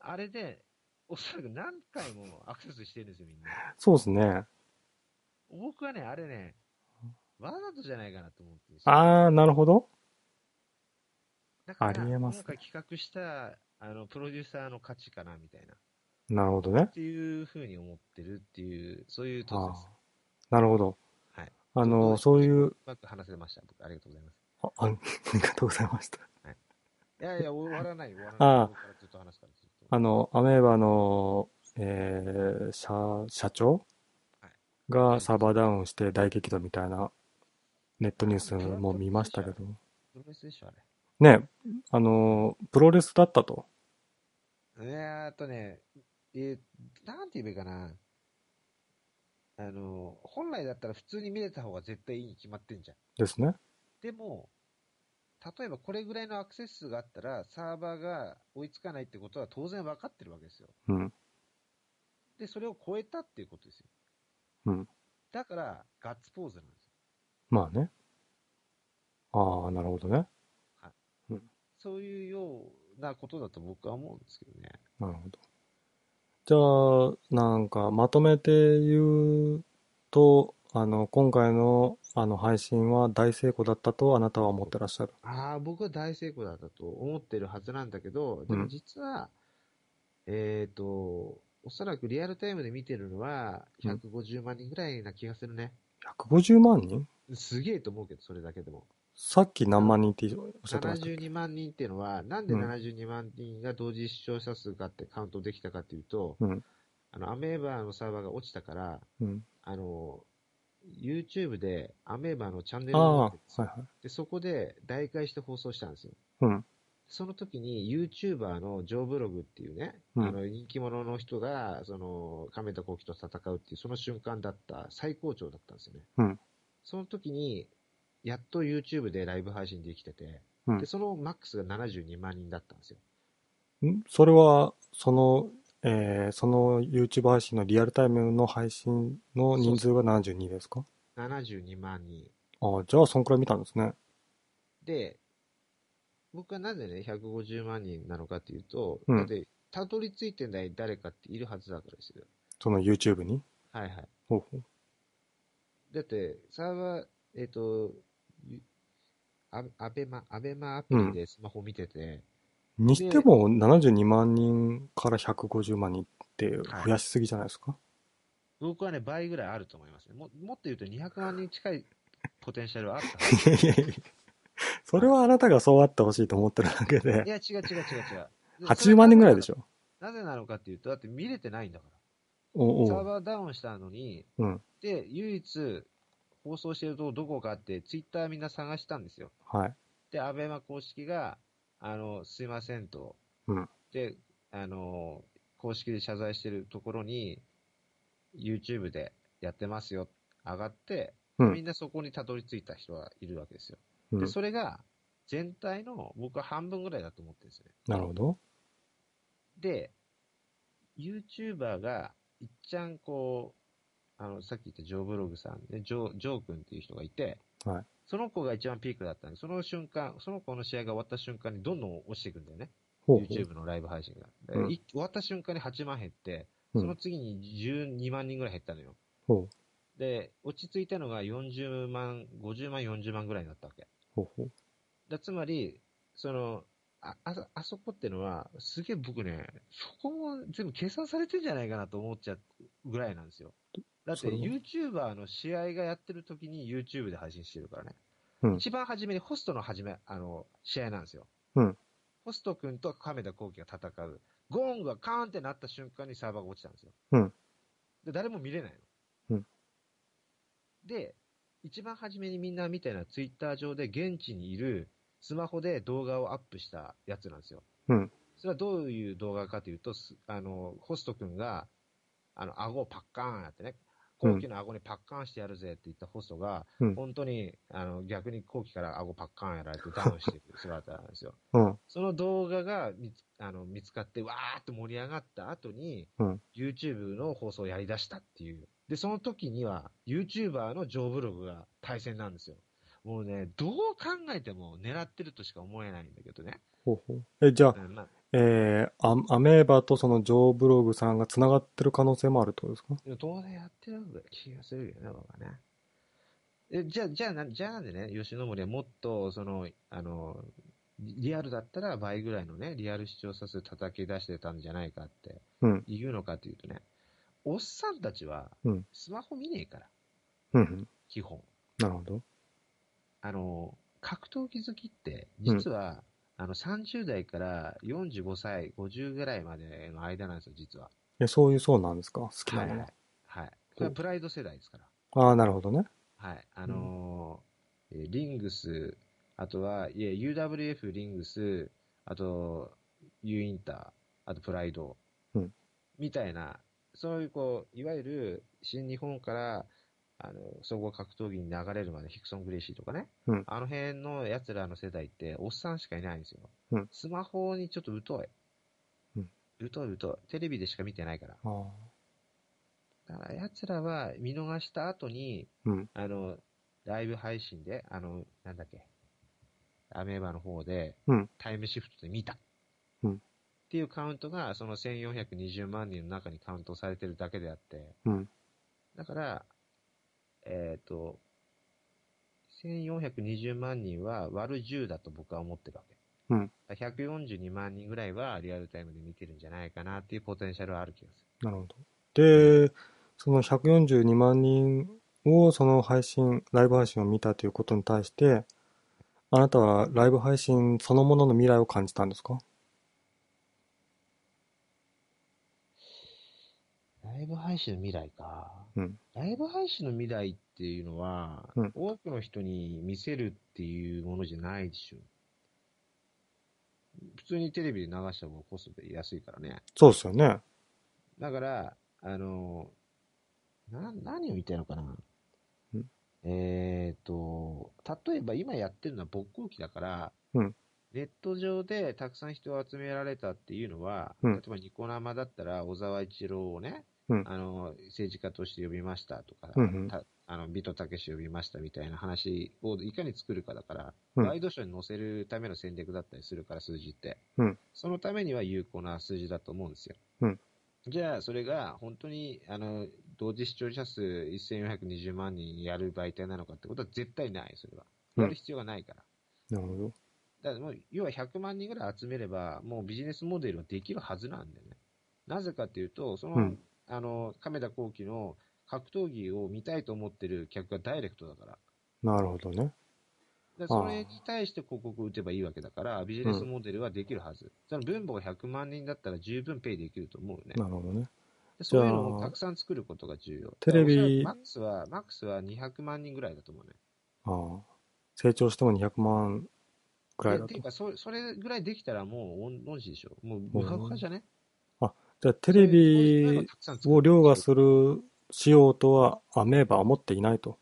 あれで、おそらく何回もアクセスしてるんですよ、みんな。そうですね。僕はね、あれね、わざとじゃないかなと思ってるんですよああ、なるほど。だからありえますね今回企画したあのプロデューサーの価値かな、みたいな。っなるほどね。ていうふうに思ってるっていう、そういうとあこあです。なるほど。はいあどうの、ですそういう、うまく話せました、僕。ありがとうございます。ああありがとうございました。いやいや、終わらない、終わらない。ああここからずっと話すから、ずっと。あの、アメーバの、えー、社、社長はいがサーバーダウンして大激怒みたいなネットニュースも見ましたけど。プロレスでしょ、あれ。ね、あの、プロレスだったと。えーっとね、えーなんて言えばいいかな。あの、本来だったら普通に見れた方が絶対いいに決まってんじゃん。ですね。でも、例えばこれぐらいのアクセス数があったら、サーバーが追いつかないってことは当然分かってるわけですよ。うん。で、それを超えたっていうことですよ。うんだから、ガッツポーズなんですよ。まあね。ああ、なるほどね。そういうようなことだと僕は思うんですけどね。なるほど。じゃあ、なんか、まとめて言うと、あの、今回の、あの、配信は大成功だったとあなたは思ってらっしゃる。ああ、僕は大成功だったと思ってるはずなんだけど、でうもん実は、えっ、と、おそらくリアルタイムで見てるのは、うん150万人ぐらいな気がするね。 150万人すげえと思うけど、それだけでも。さっき何万人っておっしゃってましたっけ72万人っていうのは、なんでうん72万人が同時視聴者数かってカウントできたかっていうと、うんあの、アメーバのサーバーが落ちたから、うん。あの、YouTube でアメーバのチャンネルああ、を持っはてるんですいよはい。で、そこで代替して放送したんですよ。うん。その時に YouTuber のジョーブログっていうね、うんあの人気者の人が、その、亀田光輝と戦うっていう、その瞬間だった、最高潮だったんですよね。うんその時に、やっと YouTube でライブ配信できてて、うんで、そのマックスが72万人だったんですよ。んそれは、その、えー、その YouTube 配信のリアルタイムの配信の人数が72ですか72万人。ああ、じゃあ、そんくらい見たんですね。で、僕はなぜね、150万人なのかっていうと、うんだって、たどり着いてない誰かっているはずだからですよ。その YouTube に。はいはい。ほうほう。だって、サーバー、えっ、と、ゆアアベマ、アベマアプリでスマホ見てて、にしても、72万人から150万人ってはい増やしすぎじゃないですか、僕はね、倍ぐらいあると思いますね。ももっと言うと200万人近いポテンシャルはあったはず。い、やいやいや それはあなたがそうあってほしいと思ってるだけ いで、や、違う違う違う違う。 80万人ぐらいでしょ。ょなぜなのかっていうと、だって見れてないんだから。おうサおーう。バーダウンしたのに、うんで、唯一放送してるとこどこかって、ツイッターみんな探したんですよ。はい。で、アベマ公式が、あの、すいませんと。うんで、あの、公式で謝罪してるところに、YouTube でやってますよ、上がって、うんみんなそこにたどり着いた人がいるわけですよ。うんで、それが、全体の、僕は半分ぐらいだと思ってるんですよね。なるほど。で、YouTuber が、いっちゃんこう、あの、さっき言ったジョーブログさんね、ジョー、ジョー君っていう人がいて、はいその子が一番ピークだったんで、その瞬間、その子の試合が終わった瞬間にどんどん落ちていくんだよね。ほうほう。 YouTube のライブ配信が。でうんい終わった瞬間に8万減って、うんその次に12万人ぐらい減ったのよ。ほうで、落ち着いたのが40万、50万、40万ぐらいになったわけ。ほうほう。だつまり、その、あ、あそ、あそこってのは、すげえ僕ね、そこも全部計算されてんじゃないかなと思っちゃうぐらいなんですよ。だってそれは YouTuber の試合がやってる時に YouTube で配信してるからね。うん一番初めにホストの始め、あの、試合なんですよ。うんホホスト君と亀田光輝が戦う。ゴーンがカーンってなった瞬間にサーバーが落ちたんですよ。うんで、誰も見れないの。うんで、一番初めにみんな見たのはツイッター上で現地にいるスマホで動画をアップしたやつなんですよ。うんそれはどういう動画かというと、すあの、ホスト君が、あの、顎をパッカーンやってね、後期の顎にパッカーンしてやるぜって言ったホストが、うん本当に、あの、逆に後期から顎パッカーンやられてダウンしていく姿なんですよ。うん。その動画が見つあの見つかって、わーっと盛り上がった後に、うん YouTube の放送をやり出したっていう。で、その時には、YouTuber のジョーブログが対戦なんですよ。もうね、どう考えても狙ってるとしか思えないんだけどね。ほうほう。え、じゃあう、んまあえー、アアメーバとそのジョーブログさんが繋がってる可能性もあるってことですかでも当然やってるんだ気がするよね、僕はね。え、じゃあ、じゃあ、なんじゃあなんでね、吉野森はもっと、その、あの、リアルだったら倍ぐらいのね、リアル視聴者数叩き出してたんじゃないかって、うん言うのかというとね、おっさんたちはうん、スマホ見ねえかうんら、うん。基本。なるほど。あの、格闘技好きって、実は、あの、30代から45歳、50ぐらいまでの間なんですよ、実は。え、そういうそうなんですか好きはないのはいは。。はい。これはプライド世代ですから。ああ、なるほどね。はい。あのーえーリングス、あとは、いえ、UWF リングス、あと、U インター、あとプライド、うんみたいな、そういうこう、いわゆる新日本から、あの、総合格闘技に流れるまで、ヒクソン・グレイシーとかね、うんあの辺の奴らの世代って、おっさんしかいないんですよ。うんスマホにちょっと疎い。うん疎い疎い。テレビでしか見てないから。ああ。だから奴らは見逃した後に、うん。あの、ライブ配信で、あの、なんだっけ、アメーバの方でうん、タイムシフトで見た。うんっていうカウントが、その1420万人の中にカウントされてるだけであって、うんだから、えっ、と、1420万人は割る10だと僕は思ってるわけ。うんだから142万人ぐらいはリアルタイムで見てるんじゃないかなっていうポテンシャルはある気がする。なるほど。で、その142万人をその配信、ライブ配信を見たということに対して、あなたはライブ配信そのものの未来を感じたんですかライブ配信の未来か。うんライブ配信の未来っていうのは、うん多くの人に見せるっていうものじゃないでしょ。普通にテレビで流した方がコストで安いからね。そうですよね。だから、あの、な、何を言いたいのかな。うんえっ、と、例えば今やってるのは勃興期だから、うんネット上でたくさん人を集められたっていうのは、うん例えばニコ生だったら小沢一郎をね、うんあの、政治家として呼びましたとか、うんうんたあの、ビトタケシ呼びましたみたいな話をいかに作るかだから、うんワイドショーに載せるための戦略だったりするから、数字って。うんそのためには有効な数字だと思うんですよ。じゃあ、それが本当に、あの、同時視聴者数1420万人やる媒体なのかってことは絶対ない、それは。うんやる必要がないから。なるほど。だからもう、要は100万人ぐらい集めれば、もうビジネスモデルはできるはずなんだよね。なぜかっていうと、その、うんあの、亀田光輝の格闘技を見たいと思ってる客がダイレクトだから。なるほどね。でそれに対して広告を打てばいいわけだから、ビジネスモデルはできるはず。その分母が100万人だったら十分ペイできると思うよね。なるほどね。でそういうのをたくさん作ることが重要。テレビだからおそらくマックスは、マックスは200万人ぐらいだと思うね。ああ。成長しても200万くらいでだてという。かそ、それぐらいできたらもう御の字でしょ。もう無格化じゃねじゃあテテレビを凌駕する仕様とはアメーバは思っていないと。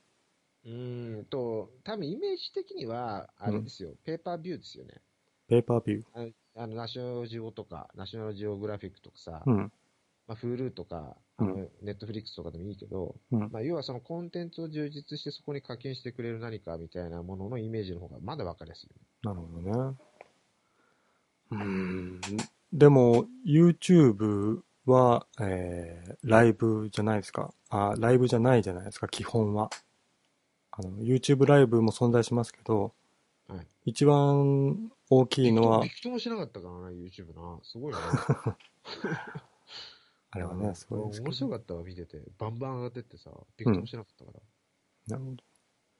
うーんと、多分イメージ的には、あれですよ、ペーパービューですよね。ペーパービュー。あの、あのナショナルジオとか、ナショナルジオグラフィックとかさ、うん。まあ、Hulu とか、あうんの、ネットフリックスとかでもいいけど、うんまあ、要はそのコンテンツを充実してそこに課金してくれる何かみたいなもののイメージの方がまだわかりやすいよね。なるほどね。うん。でも、YouTube は、えー、ライブじゃないですか。あ、ライブじゃないじゃないですか、基本は。あの、YouTube ライブも存在しますけど、はい一番大きいのはび、くともしなかったからな、YouTube な。すごいな。 あれはね、すごいですけど面白かったわ、見てて。バンバン上がってってさ、びくともしなかったから。なる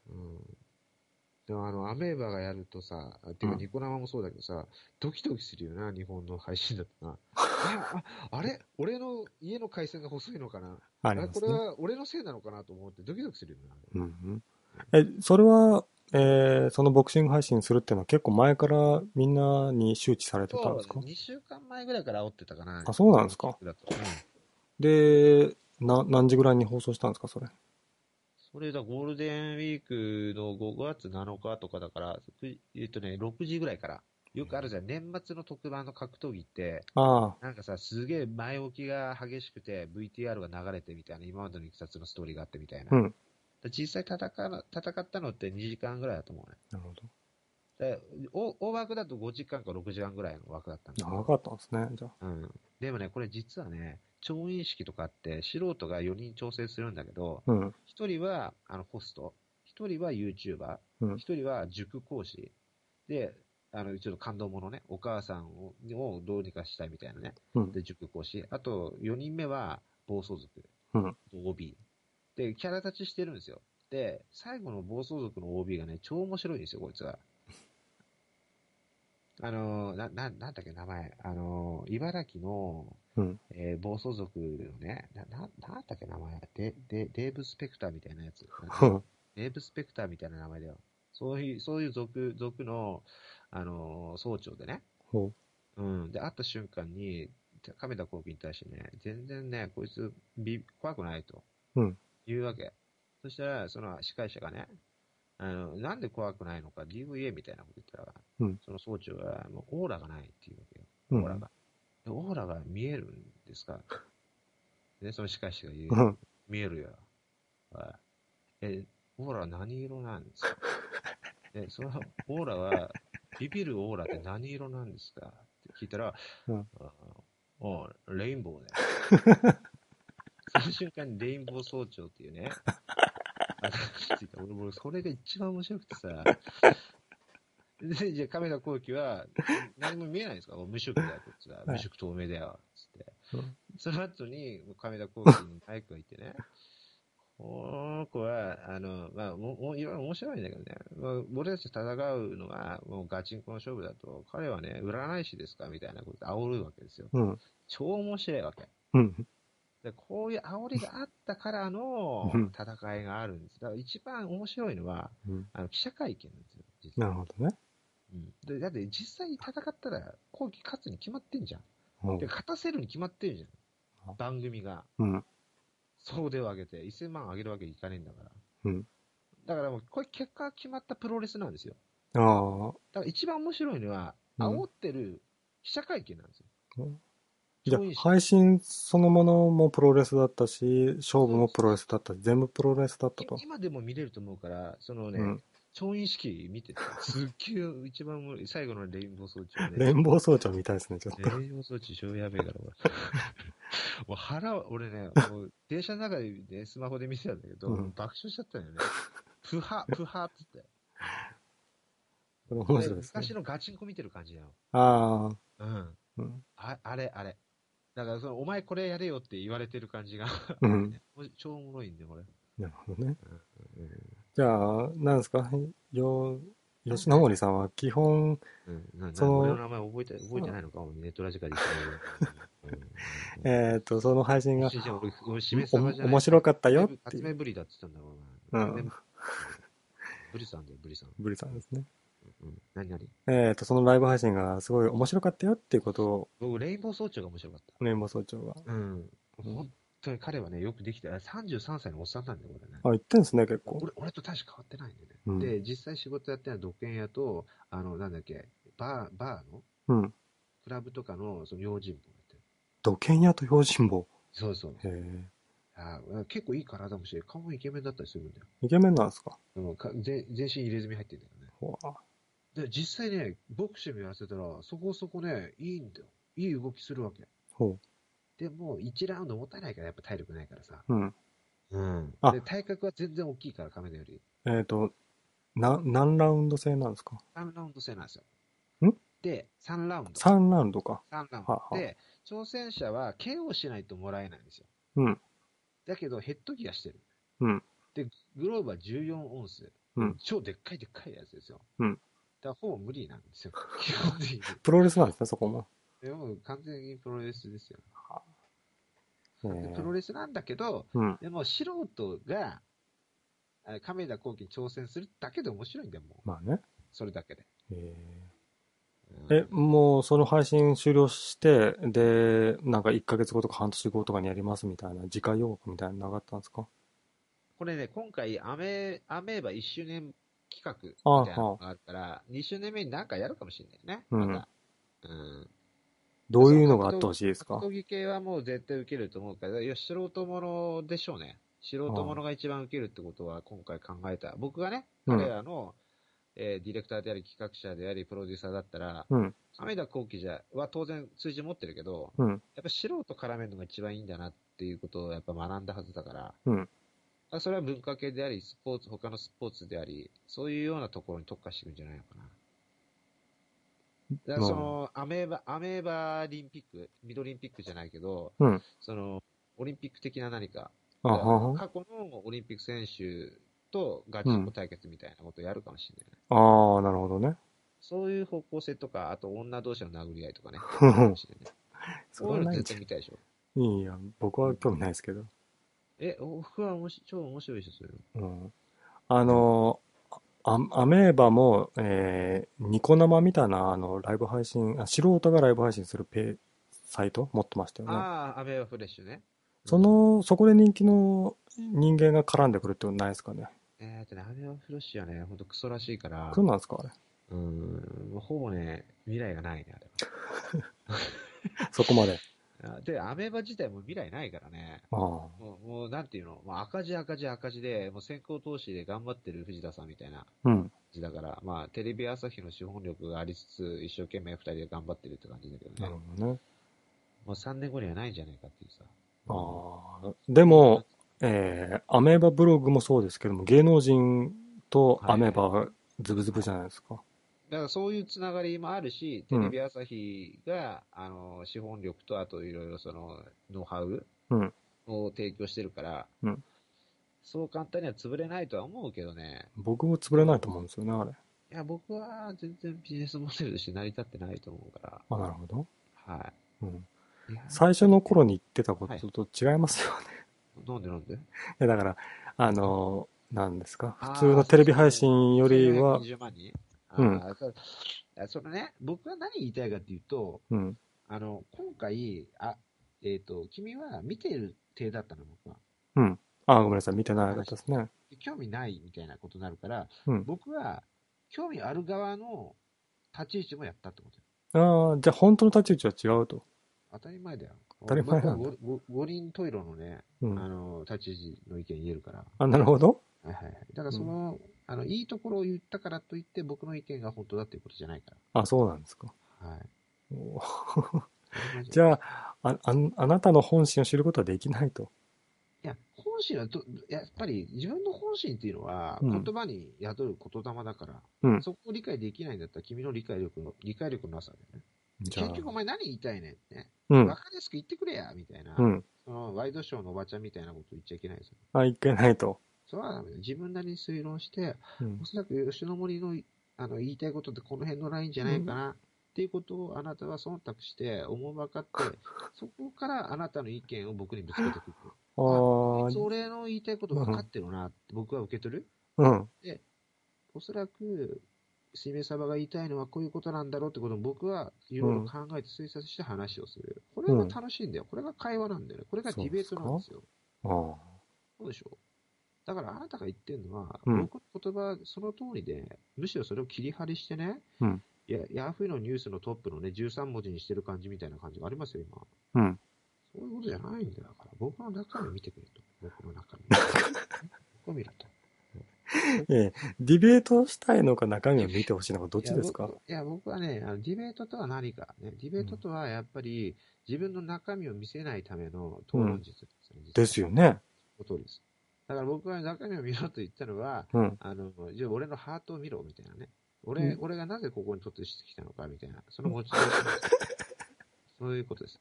ほど。うん。でもあの、アメーバがやるとさ、あていううかんニコ生もそうだけどさ、ドキドキするよな、日本の配信だと な。あああれ俺の家の回線が細いのかなあありれますこれね。は俺のせいなのかなと思ってドキドキするよな。うんうん。え、それは、えーそのボクシング配信するっていうのは結構前からみんなに周知されてたんですか2週間前ぐらいから煽ってたかな。あそうなんですかだとうんで、な、何時ぐらいに放送したんですか、それ。それだ、ゴールデンウィークの5月7日とかだから、くえっとね、6時ぐらいから。よくあるじゃん。年末の特番の格闘技って、あなんかさ、すげえ前置きが激しくて、VTR が流れてみたいな、今までのいきさつのストーリーがあってみたいな。うんで実際戦う戦ったのって2時間ぐらいだと思うね。あ、なるほど。で大大枠だと5時間か6時間ぐらいの枠だったんだけど長かったんですね、じゃあ。うん。でもね、これ実はね、調印式とかあって、素人が4人調整するんだけど、うん。 1人はあのホスト、1人は YouTuber、うん1人は塾講師、で、あの、ちょっと感動ものね、お母さんををどうにかしたいみたいなね。うんで、塾講師。あと、4人目は暴走族。うん。 OB。で、キャラ立ちしてるんですよ。で、最後の暴走族の OB がね、超面白いんですよ、こいつが。あのー、な、な、なんだっけ、名前。あのー、茨城の、うんえー暴走族のね、な、な、なんだっけ、名前。で、で、デーブ・スペクターみたいなやつ。 デーブ・スペクターみたいな名前だよ。そういう、そういう族、族の、あのー総長でね。ほうん。で、会った瞬間に、亀田光輝に対してね、全然ね、こいつ、び、怖くないと。うん言うわけ。そしたら、その司会者がね、あの、なんで怖くないのか、DVA みたいなこと言ったら、うんその総長が、もうオーラがないっていうわけよ。う。うオんーラが。でオーラが見えるんで すかね、その司会者が言う。うん。見えるよ。はい。え、オーラ何色なんです かえ、そのオーラは、ビビるオーラって何色なんですかって聞いたら、うんあおうレインボーだよ。 その瞬間にレインボー総長っていうね。あついた俺、俺、 それが一番面白くてさ。で、じゃあ、亀田光輝は、何も見えないんですかお無色だよ、こっちは。い無色透明だよ、つって。その後に、亀田光輝にマイクがいてね、 この子は、あの、まあ、ももいろいろ面白いんだけどね、まあ、俺たちと戦うのは、もうガチンコの勝負だと、彼はね、占い師ですかみたいなことで煽るわけですよ。うん。超面白いわけ。うん。でこういう煽りがあったからのうん戦いがあるんです。だから一番面白いのは、うんあの記者会見なんですよ、実なはるほどね。うんで。だって実際戦ったら、後期勝つに決まってんじゃん。うんで、勝たせるに決まってんじゃあん。番組が。うん。総出を上げて、1000万上げるわけにいかねえんだから。うんだからもう、これ結果が決まったプロレスなんですよ。ああ、だから一番面白いのは、うん煽ってる記者会見なんですよ。じゃそういうあ配信そのものもプロレスだったし、勝負もプロレスだったし、全部プロレスだったとい。今でも見れると思うから、そのね、うん調印式見てて、すっげえ一番おもろい最後のレインボー装置、ね。レインボー総長みたいですね、ちょっと。レインボー装置超やべえから、俺。 もう腹、俺ね、もう電車の中で、ね、スマホで見てたんだけど、うん爆笑しちゃったんだよね。プハ、プハっつって。これ面白いですね昔。のガチンコ見てる感じだよ。ああ、うん。うん。ああれ、あれ。だからその、お前これやれよって言われてる感じが、 うん。超おもろいんで、これ。なるほどねうん。じゃあ、なんですか、よ、吉野森さんは基本、うん。なそなの俺の名前覚えて、覚えてないのか、俺ネットラジカで言ってる。うんえっと、その配信もがしじゃあ俺、俺、しめさばじゃない。面白かったよっ初ていう目ぶりだって言ってたんだろううな。ん初目ブリさんだよ、ブリさん。ブリさんですね。うん。何々えっと、そのライブ配信がすごい面白かったよっていうことを、僕、レインボー総長が面白かっレインボー総長が。た。うん。本当に彼はね、よくできて、あ33歳のおっさんなんだよ、これね。あ、言ってんですね、結構。俺俺と大して変わってないんだよね、うんで、実際仕事やってるのは、独演屋と、あの、なんだっけ、バー、バーの、うん。クラブとかの、その、用心棒やってる。土建屋と標準棒。そうそう。へえ。あー結構いい体もして、顔もイケメンだったりするんだよ。イケメンなんですかでもか全全身入れ墨入ってるんだよね。ほわで、実際ね、ボクシングやらせたら、そこそこね、いいんだよ。いい動きするわけ。ほでも、1ラウンド持たないから、やっぱ体力ないからさ。う。うん。うんあで、体格は全然大きいから、亀田より。えっ、と、な、何ラウンド制なんですか3ラウンド制なんですよ。んで、3ラウンド。 ?3 ラウンドか。三ラウンはあはド。あで、挑戦者は KO しないともらえないんですよ。うん。だけど、ヘッドギアしてる。うんで、グローブは14オンス。うん超でっかいでっかいやつですよ。うんだからほぼ無理なん ですよ。基本的に。プロレスなんですね、そこも。でも完全にプロレスですよ。えでプロレスなんだけど、うん。でも素人が、あ亀田光輝に挑戦するだけで面白いんだよ、もう。まあね。それだけで。えうんーえ、もうその配信終了して、で、なんか1ヶ月後とか半年後とかにやりますみたいな、次回予告みたいなのなかったんですかこれね、今回アメ、アメーバ1周年企画みああたいなのがあったら、2周年目になんかやるかもしれないね。うんまたうん。どういうのがあってほしいですか格闘技系はもう絶対受けると思うから、いや、素人ものでしょうね。素人ものが一番受けるってことは今回考えた。僕がね、うん彼らの、えーディレクターであり企画者でありプロデューサーだったら、うん。亀田光輝じゃ、は当然数字持ってるけど、うん。やっぱ素人絡めるのが一番いいんだなっていうことをやっぱ学んだはずだから、うんあそれは文化系であり、スポーツ、他のスポーツであり、そういうようなところに特化していくんじゃないのかな。だからその、アメーバ、アメーバリンピック、ミドリンピックじゃないけど、うんその、オリンピック的な何か、あはは。過去のオリンピック選手とガチンコ対決みたいなことをやるかもしれないね。ああ、なるほどね。そういう方向性とか、あと女同士の殴り合い とかね。ふふかもしれないそそうれいはうのないんじ絶対見たいでしょ。ゃん。いいや、僕は興味ないですけど。え、お僕はおもし超面白いですよ、うん。あの、あアメーバも、えーニコ生みたいな、あの、ライブ配信、あ素人がライブ配信するペサイト持ってましたよね。ああ、アベはフレッシュね。その、そこで人気の人間が絡んでくるってことないですかね。えーとね、アベはフレッシュはね、ほんとクソらしいから、そうなんですかあれ。うーん、もうほぼね、未来がないね、そこまで。あれは。あで、アメーバ自体も未来ないからね。ああ。もう、もうなんていうの、もう赤字赤字赤字で、もう先行投資で頑張ってる藤田さんみたいなうん。感じだから、まあ、テレビ朝日の資本力がありつつ、一生懸命二人で頑張ってるって感じだけどなね。るもほどね。う3年後にはないんじゃないかっていうさ。ああ。でも、えーアメーバブログもそうですけども、芸能人とアメーバはズブズブじゃないですか。だからそういうつながりもあるし、うテんレビ朝日が、あの、資本力と、あといろいろその、ノウハウうんを提供してるから、うんそう簡単には潰れないとは思うけどね。僕も潰れないと思うんですよね、あれ。いや、僕は全然ビジネスモデルとして成り立ってないと思うかあ、なるほど。ら、はうん。い。いや最初の頃に言ってたことと違いますよね。 飲んで飲んで。いや、だから、あの、なんですか。あー普通のテレビ配信よりは、 20万人うんあーそういやそのね、僕は何言いたいかっていうと、うん。あの、今回、あ、えっ、と、君は見てる体だったの、僕は。あー、ごめんなさい、見てない方ですね。で興味ないみたいなことになるから、うん僕は興味ある側の立ち位置もやったってことよ。ああ、じゃあ本当の立ち位置は違うと。当たり前だよ。当たり前なんだ僕は五五五輪トイロのね、うあん。の、立ち位置の意見言えるから。あ、なるほど。はいはいはい。だからその、あの、いいところを言ったからといって僕の意見が本当だっていうことじゃないかあ、そうなんですか。ら。はい。おーじじゃゃあ、あ、あんあなたの本心を知ることはできないと。いや、本心はど、やっぱり自分の本心っていうのはうん言葉に宿る言霊だから、うんそこを理解できないんだったら君の理解力の、理解力のなさだよね。じゃ結局おあ、前何言いたいねんってね。うわん、かりやすく言ってくれや、みたいな、うん。そのワイドショーのおばちゃんみたいなこと言っちゃいけないですよ。あ、いけないと。それはダメだよ自分なりに推論して、うんお。そらく吉野森のあの言いたいことってこの辺のラインじゃないかな、っていうことをあなたは忖度して、思うばかって、そこからあなたの意見を僕にぶつけてくる。あこいつあ、俺の言いたいこと分かってるなって僕は受け取るうん。おそらく、しめ鯖が言いたいのはこういうことなんだろうってことを僕はいろいろ考えて推察して話をする。これが楽しいんだよ。これが会話なんだよね。これがディベートなんですよ。あーそうでしょだからあなたが言ってるのは、うん僕の言葉その通りで、むしろそれを切り張りしてね、うんいやヤフーのニュースのトップのね、13文字にしてる感じみたいな感じがありますよ、今。うん。そういうことじゃないんだよだから、僕の中身見てくれと。僕の 中身。僕を見ろと。ええ、ディベートしたいのか中身を見てほしいのかどっちですかいや、僕いや僕はね、あのディベートとは何か、ね。ディベートとはやっぱり、自分の中身を見せないための討論術です,、ねですよ。ね。実際その通りです。だから僕は中身を見ろと言ったのは、うん。あの、じゃあ俺のハートを見ろ、みたいなね。俺、うん俺がなぜここに突入してきたのか、みたいな。そのモチベーションです。 そういうことです。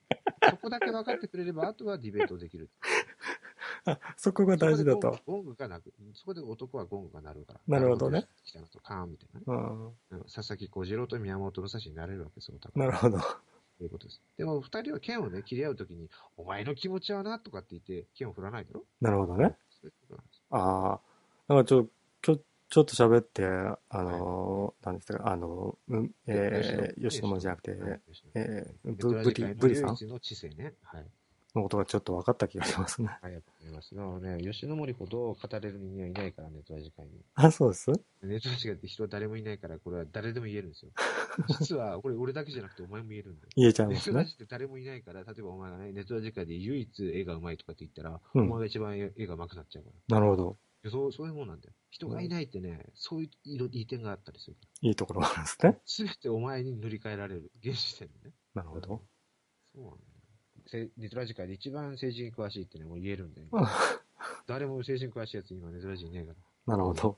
そこだけ分かってくれれば、あとはディベートできる。そこ が大事だそことで。ゴングゴングがなく、そこで男はゴングが鳴るから。なるほどね。来たなと、カーンみたいなね。うん。うん佐々木小次郎と宮本武蔵になれるわけですよ、お互ないるほど。 ということです。でも、二人は剣をね、切り合うときに、お前の気持ちはな、とかって言って、剣を振らないだろなるほどね。そういうことなんです。ああ、なんかちょ、ちょ、ちょっと喋って、あのー、何でしたか、あのー、うんえー、吉野門じゃなくて、はいえー、ベトブラブジリ、界のブリさん唯一の知性ね。はい。のことがちょっと分かった気がしますね。はい、やっぱります。だからね、吉野森ほど語れる人間はいないから、ネトラジ界に。あ、そうですネトラジ界って人は誰もいないから、これは誰でも言えるんですよ。実は、これ俺だけじゃなくてお前も言えるんだよ。言えちゃいまネすトラねジ。って誰もいないから、例えばお前がね、ネトラジ界で唯一絵が上手いとかって言ったら、うんお前が一番絵絵が上手くなっちゃうから。なるほど。いやそう、そういうもんなんだよ。人がいないってね、そういう色利点があったりするから。いいところがあるんですね。すべてお前に塗り替えられる。現時点でね。なるほど。 そうなんだよ。せネトラジ界で一番政治に詳しいってね、もう言えるんで、ね。あ誰も政治に詳しいやつ今ネトラジいないから。なるほど。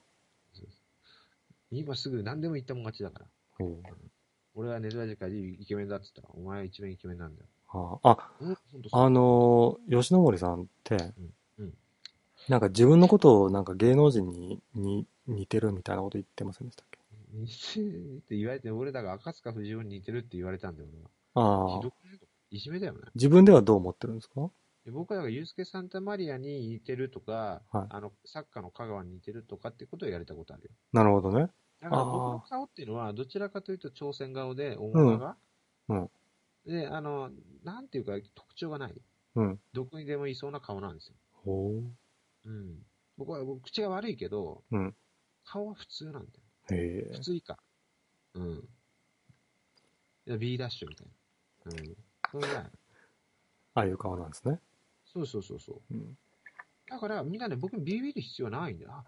今すぐ何でも言ったもん勝ちだから。うん俺はネトラジ界でイケメンだって言ったら、お前は一番イケメンなんだよ。ああ、うん、ほんとそうあのー、吉野森さんってうん、なんか自分のことをなんか芸能人にに似てるみたいなこと言ってませんでしたっけ似てるって言われて、俺だから赤塚不二夫に似てるって言われたんだよ、俺は。あひどあ、くないいじめだよね。自分ではどう思ってるんですかで僕はだから、ユースケ・サンタマリアに似てるとか、はいあの、サッカーの香川に似てるとかってことをやれたことあるよ。なるほどね。だからあー僕の顔っていうのは、どちらかというと朝鮮顔で、大物が、うんで、あの、なんていうか特徴がない。うん。どこにでもいそうな顔なんですよ。ほう。うん。僕は、僕口が悪いけど、うん顔は普通なんだよ。へえ普。通以下。うん。いや B ダッシュみたいな。うん。それが、ああいう顔なんですね。そうそうそうそう。うん。だから、みんなね、僕にビビる必要はないんだよ。あ、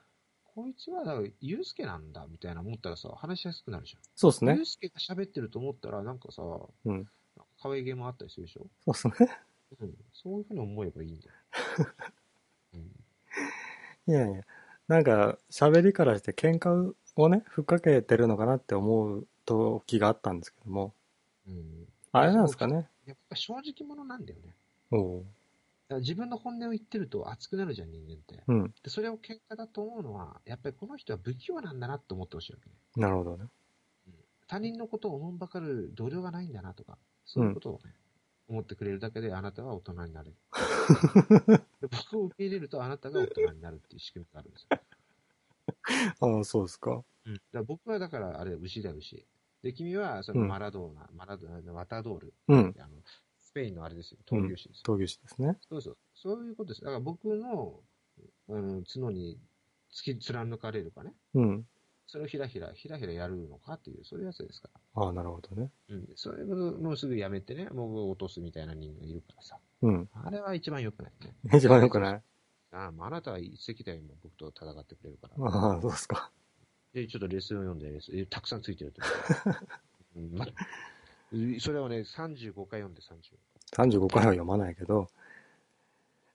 こいつは、だから、ユうスケなんだ、みたいな思ったらさ、話しやすくなるじそうですゃん。ユねう。スケが喋ってると思ったら、なんかさ、うんなんか可愛げもあったりするでしょそうですね。 うん。そういうふうに思えばいいんだよ。うん。いやいや。なんか、喋りからして喧嘩をね、ふっかけてるのかなって思う時があったんですけども、うん。あれなんですかね。やっぱ正直者なんだよね。おおだから自分の本音を言ってると熱くなるじゃん、人間って。う。うん。で、それを喧嘩だと思うのは、やっぱりこの人は不器用なんだなって思ってほしいわけね。なるほどね。他人のことをおもんばかる度量がないんだなとか、そういうことをね、思ってくれるだけであなたは大人になれ る。で僕を受け入れるとあなたが大人になるっていう仕組みがあるんですよ。ああ、そうですか。だから僕はだから、あれ、牛だよ、牛。で、君は、そのうんマラドーナ、マラドーナ、ワタドール、うん。あの、スペインのあれですよ、闘牛士ですよ。闘牛士ですね。そうそう。そういうことです。だから僕の、うん、角に突き貫かれるかね。うん。それをひらひら、ひらひらやるのかっていう、そういうやつですから。ああ、なるほどね。うん、そういうのもうすぐやめてね、僕を落とすみたいな人がいるからさ。うん。あれは一番良くないね。 一番良くない ああ、もうあなたは一石だよ、今僕と戦ってくれるから。ああ、そうですか。で、ちょっとレッスンを読んで、レッスンえたくさんつい てると思う、うんまうそれをね、35回読んで30。 35回は読まないけど、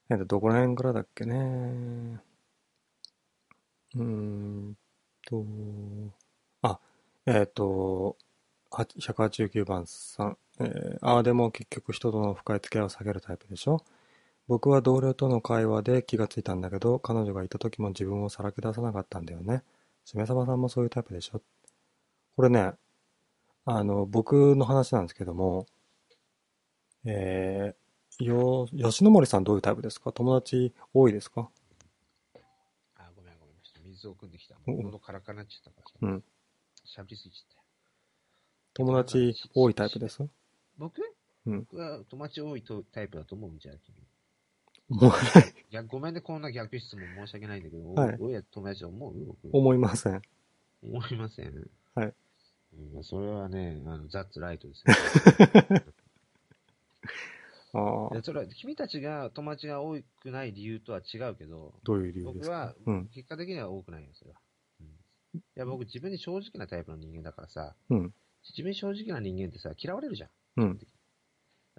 えっと、どこら辺からだっけね。うーんと、あ、えっ、と、は189番さん、えーああでも結局人との深い付き合いを下げるタイプでしょ僕は同僚との会話で気がついたんだけど、彼女がいた時も自分をさらけ出さなかったんだよね。しめさばさんもそういうタイプでしょこれね、あの、僕の話なんですけども、えー、よ、吉野森さんどういうタイプですか友達多いですかあ、ごめんごめん。ちょっと水を汲んできた。お喉カラカラになっちゃったからさ。うん喋りすぎちゃったよ。友達多いタイプ です僕うん僕は友達多いとタイプだと思うんじゃん、君。思わない、いや、ごめんね、こんな逆質問申し訳ないんだけど、はい俺は友達思う僕思いません。思いません。はいうん。それはね、あの、ザッツライ トですね。あいあや、それは、君たちが友達が多くない理由とは違うけど、どういう理由で僕すかはうん、結果的には多くないよ、それは。うん、いや、僕自分に正直なタイプの人間だからさ、うん自分に正直な人間ってさ、嫌われるじゃん。うん。だ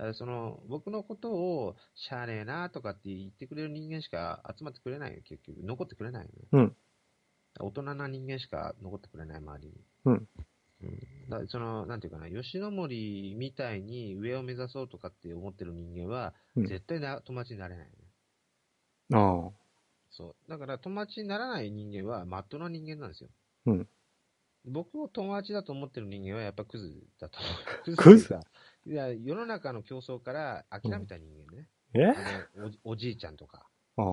からその、僕のことを、しゃあねえなとかって言ってくれる人間しか集まってくれないよ、結局。残ってくれないよね。うん大人な人間しか残ってくれない、周りに。うんうん。だからその、なんていうかな、吉野森みたいに上を目指そうとかって思ってる人間は、うん絶対な友達になれないよね。ああ。そう。だから友達にならない人間は、まっとうな人間なんですよ。うん僕を友達だと思ってる人間はやっぱクズだと思う。クズっていうかいや、世の中の競争から諦めた人間ね。えあのおおじいちゃんとか、ああ。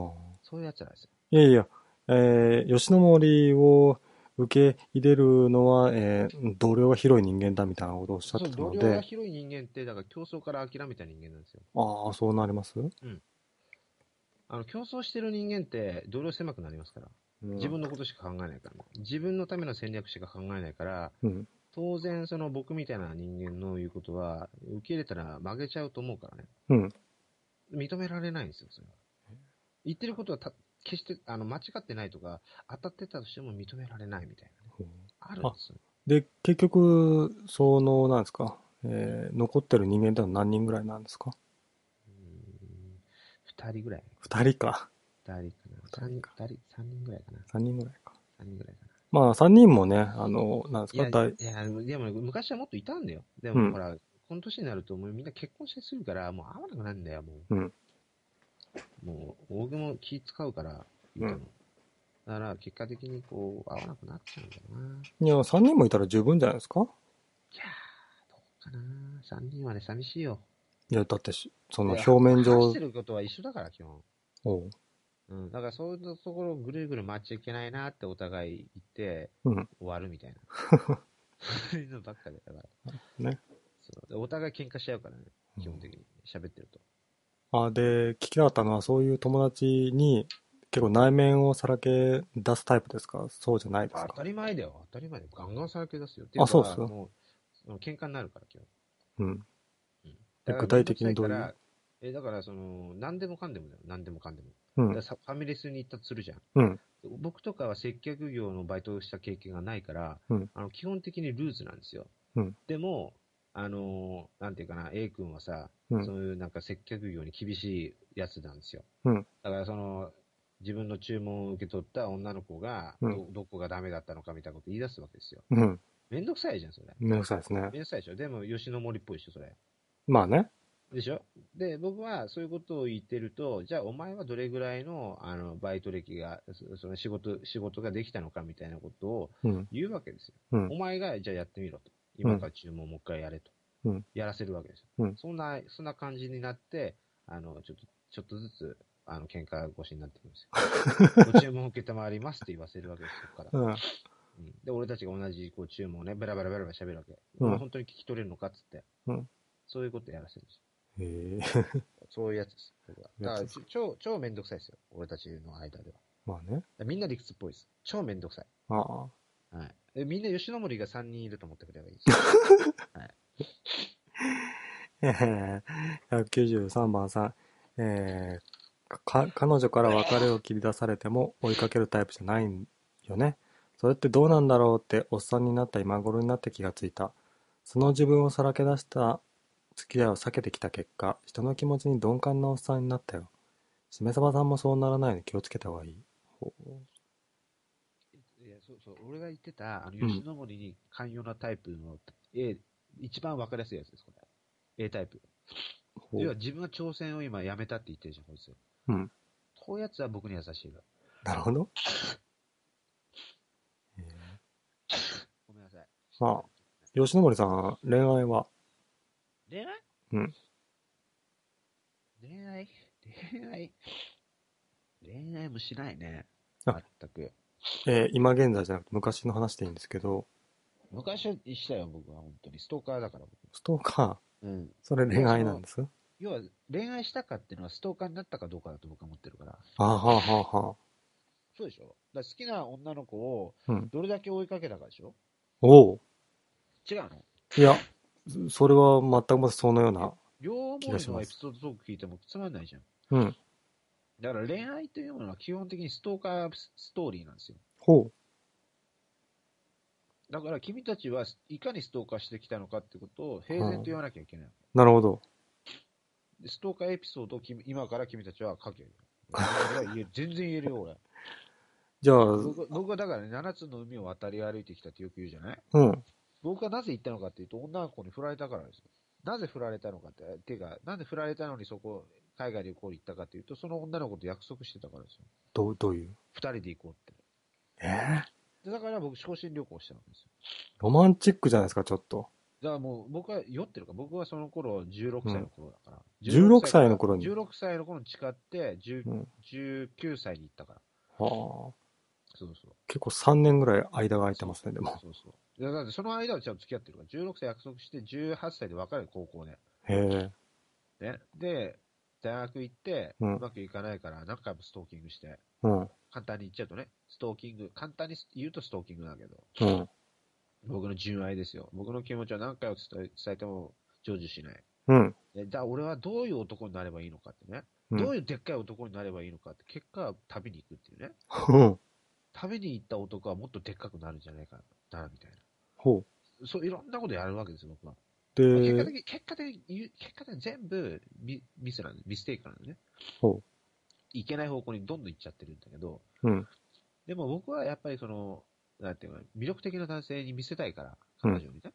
そういうやつらですよ。いやいや、えー、吉野森を受け入れるのは、えー、同僚が広い人間だみたいなことをおっしゃっそてう、た同の僚がで、広い人間って、だから競争から諦めた人間なんですよ。ああ、そうなります、あの、競争してる人間って、同僚狭くなりますから。自分のことしか考えないから、自分のための戦略しか考えないから、うん当然その僕みたいな人間の言うことは、受け入れたら曲げちゃうと思うからね。うん認められないんですよ、それは。言ってることはた決してあの間違ってないとか、当たってたとしても認められないみたいなね。うんあるんですよ。で、結局、その、なんですか、えー、残ってる人間ってのは何人ぐらいなんですかうーん二人ぐらい。二人か。二人かな。三人、二人、三人ぐらいかな。三人ぐらいか。三人ぐらいかな。まあ、三人もね、あの、なんですいか、や、大いやでも昔はもっといたんだよ。でうんもほら、この年になるともうみんな結婚してするから、もう会わなくなるんだよ、もう。うんもう、大雲気使うから、言ってもだから、結果的にこう、会わなくなっちゃうんだよな。いや、三人もいたら十分じゃないですかいやー、どうかな。3人はね、寂しいよ。いや、だってし、そのいや表面話上して、ることは一緒だから、基本。おううん、だからそういうところをぐるぐる回っちゃいけないなってお互い言って、うん終わるみたいな。そういうのばっかりだから。 ねそうでお互い喧嘩しちゃうからね、基本的に。喋ってると。あで、聞きなかったのは、そういう友達に結構内面をさらけ出すタイプですかそうじゃないです当かたり前だよ、当たり前だよ。ガンガンさらけ出すよ。あそうっすよもうもう喧嘩になるから、基本。うん。だから具体的にどういう面倒くさからえ、だから、その、何でもかんでもだよ。何でもかんでうも。だかんら。さファミレスに行ったとするじゃん。うん僕とかは接客業のバイトをした経験がないから、うんあの基本的にルーズなんですよ。うんでも、あのーなんていうかな、A 君はさ、うんそういうなんか接客業に厳しいやつなんですよ。うんだからその、自分の注文を受け取った女の子が、うんど、どこがダメだったのかみたいなこと言い出すわけですよ。うん。めんどくさいじゃん、それ。めんどくさいですねめ。んどくさいでしょ。でも、吉野森っぽいでしょ、それ。まあね。でしょで、僕はそういうことを言ってると、じゃあお前はどれぐらいのあのバイト歴が、そその仕事、仕事ができたのかみたいなことをうん。言うわけですよ。うんお前が、じゃあやってみろと。今から注文もう一回やれと。うんやらせるわけですよ、うんそんな、そんな感じになって、あの、ちょっと、ちょっとずつ、あの、喧嘩腰になってくるん ですよ。ご注文受けたまわりますって言わせるわけですよ、そこから。うん。うんで、俺たちが同じこう注文をね、ベラベラベラベラ喋るわけ。うんこれ本当に聞き取れるのかっつって。うんそういうことやらせるんですよ。へえ。そういうやつです。僕はだやつからですち超、超めんどくさいですよ。俺たちの間では。だか まあね。らみんな理屈っぽいです。超めんどくさい。ああ。はい。えみんな吉野森が3人いると思ってくれば いいです。えへへ193番さん。えーか、彼女から別れを切り出されても追いかけるタイプじゃないんよね。それってどうなんだろうっておっさんになった今頃になって気がついた。その自分をさらけ出した付き合いを避けてきた結果、人の気持ちに鈍感なおっさんになったよ。しめさばさんもそうならないように気をつけた方がいい。ほういや、そうそう。俺が言ってた、あの、うん吉野森に寛容なタイプの、A、一番わかりやすいやつです、これ。A タイプ。ほう要は自分は挑戦を今やめたって言ってるじゃん、こいつ。うん。こういうやつは僕に優しいわ。なるほど。えごめんなさい。ーあ、吉野森さん、恋愛は恋愛うん。恋愛恋愛恋愛もしないね。あ全く。えー今現在じゃなくて昔の話でいいんですけど、昔はしたよ、僕は本当に。ストーカーだから、ストーカー、僕。うん。それ恋愛なんですあ要は、恋愛したかっていうのはストーカーになったかどうかだと僕は思ってるから。ーはあはあはあ。そうでしょだから好きな女の子をうん、どれだけ追いかけたかでしょ、おう違うのいや、そそれは全くもってそのような。両思い気がしまのすエピソードトーク聞いてもつまんないじゃん。うん。だから恋愛というものは基本的にストーカーストーリーなんですよ。ほだから君たちはいかにストーカーしてきたのかってことを平然と言わなきゃいけない。う。なるほど。でストーカーエピソードを君今から君たちは書ける。俺は言え全然言えるよ、俺。じゃあ、僕は僕はだから、ね、7つの海を渡り歩いてきたってよく言うじゃないうん。僕はなぜ行ったのかっていうと、女の子に振られたからですよ。なぜ振られたのかって、ていうか、なんで振られたのにそこ、海外旅行に行ったかというと、その女の子と約束してたからですよ。どう、どういう二人で行こうって。えー、でだから僕、昇進旅行したんですよ。ロマンチックじゃないですか、ちょっと。だからもう、僕は酔ってるから、僕はその頃、16歳の頃だから。 16歳の頃に16歳の頃に誓って、10うん19歳に行ったから。はあ、そうそう。結構3年ぐらい間が空いてますね、でも。そうそう。いやだってその間はちゃんと付き合ってるから、16歳約束して、18歳で別れる、高校で。へえ。ね。で、大学行って、ううんまくいかないから、何回もストーキングして、うん、簡単に言っちゃうとね、ストーキング、簡単に言うとストーキングだけど、うん、僕の純愛ですよ。僕の気持ちは何回を伝え伝えても成就しない。うん、でだ俺はどういう男になればいいのかってね、うんどういうでっかい男になればいいのかって、結果、旅に行くっていうね。うん、旅に行った男はもっとでっかくなるんじゃないかな、みたいほう。な。そう、いろんなことやるわけですよ、僕は。まあ結で、果的に、結果的に言う、結果的に全部ミミスなんで、ミステイクなんでね。ほういけない方向にどんどん行っちゃってるんだけど、うん、でも僕はやっぱりその、なんていうか、魅力的な男性に見せたいから、うん彼女にね。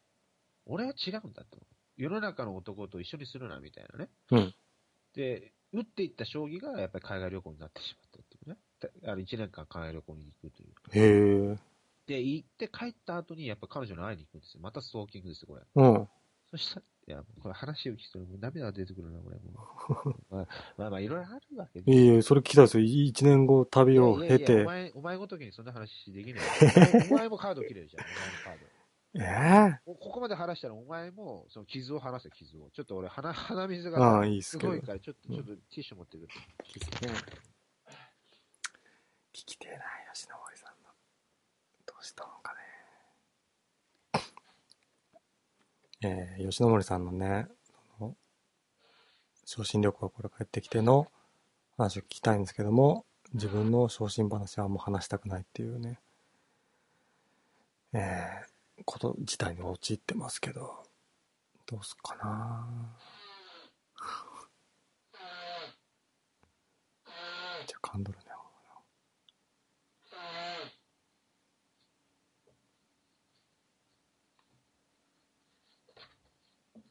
俺は違うんだと。世の中の男と一緒にするな、みたいなね。うんで、打っていった将棋がやっぱり海外旅行になってしまったっていうね。たあの1年間海外旅行に行くという。へえ。で、行って帰った後にやっぱ彼女に会いに行くんですよ。またストーキングですよ、これ。うん、そしたら、いや、もうこれ話を聞くと、もう涙が出てくるな、これ。 もうまあ、まあ、まあ、いろいろあるわけで。いえいえ、それ聞きたいですよ。い1年後い旅やをいや経いやおて。前、お前ごときにそんな話で きない。お前もカード切れるじゃん、お前のカーええド。もうここまで話したら、お前も、その傷を話せ、傷を。ちょっと俺、鼻、 鼻水あがあ、いいですすけど。ごい聞から、ちょっと、ちょっとティッシュ持ってくる。きてえな、吉野森さんの。どうしたのかね。えー、吉野森さんのね、その昇進旅行がこれ帰ってきての話を聞きたいんですけども、自分の昇進話はもう話したくないっていうね、えー、こと自体に陥ってますけど、どうすっかなじゃあ噛んどるね。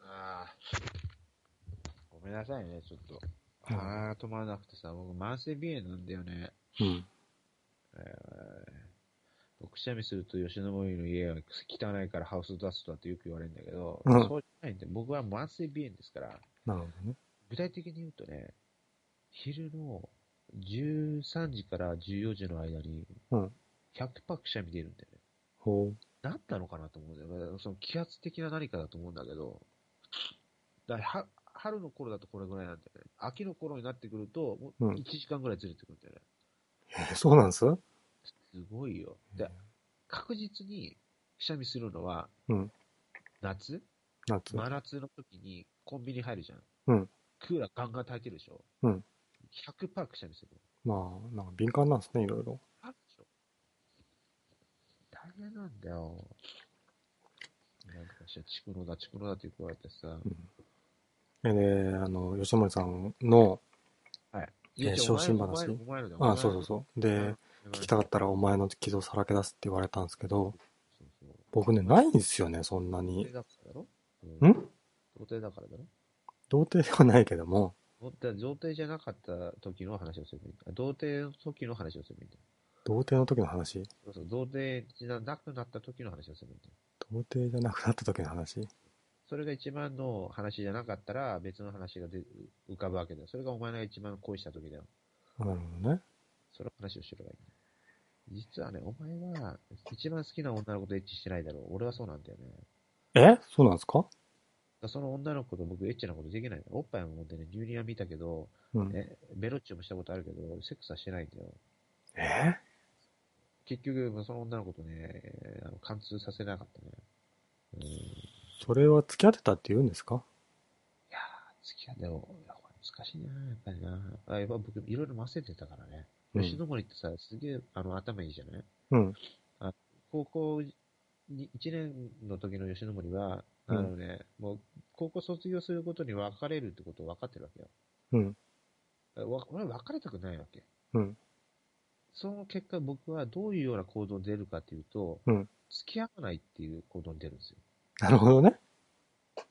ああ。ごめんなさいね、ちょっと。うんああ、止まらなくてさ、僕、慢性鼻炎なんだよね。うん。えー僕、くしゃみすると吉野森の家は汚いからハウスダストだってよく言われるんだけど、うんそうじゃないんで、僕は慢性鼻炎ですから、なるほどね。具体的に言うとね、昼の13時から14時の間に、うん100パーくしゃみ出るんだよね。ほ何なのかなと思うんだよね。その気圧的な何かだと思うんだけど、だからは春の頃だとこれぐらいなんだよね。秋の頃になってくると、もううん1時間ぐらいずれてくるんだよね。う。えーそうなんですすごいよ。で、確実にくしゃみするのは、うん夏夏。真夏の時にコンビニ入るじゃん。うんクーラーガンガン炊いてるでしょ。うん100%くしゃみする。まあ、なんか敏感なんですね、いろいろ。あるでしょ。大変なんだよ。なんかしら、蓄能だ、蓄能だって言われてさ。えで、あの、吉森さんの、いやえーじゃあ昇進お前話お前お前のだよあそうそうそう。お前での、聞きたかったらお前の傷をさらけ出すって言われたんですけど、そうそう。僕ね、ないんですよね、そんな童に貞。だからだろん童貞だからだろ童貞ではないけども、もっと童貞じゃなかった時の話をすればいいんだ。童貞の時の話をすればいいんだ。童貞の時の話そうそう、童貞じゃなくなった時の話をすればいいんだよ。童貞じゃなくなった時の話それが一番の話じゃなかったら別の話がで浮かぶわけだよ。それがお前が一番恋した時だよ。あなるほどね。その話をしろがいいんだよ。実はね、お前は一番好きな女の子とエッチしてないだろう。俺はそうなんだよね。だかえそうなんですからその女の子と僕エッチなことできないからおっぱいも持ってね、牛乳は見たけど、うん。ね、ベロッチョもしたことあるけど、セックスはしてないんだよ。え結局、その女の子とね、えーあの貫通させなかったね。うんそれは付き合ってたって言うんですかいやー、付き合い、でも、いやこれ難しいな、やっぱりな。あやっぱ僕、いろいろ混ぜてたからね。うん吉野森ってさ、すげえ、あの、頭いいじゃないうん。高校に1年の時の吉野森は、あのね、もう、高校卒業することに別れるってことを分かってるわけよ。うん。えわ俺、別れたくないわけ。うん。その結果、僕はどういうような行動に出るかっていうと、うん付き合わないっていう行動に出るんですよ。なるほどね。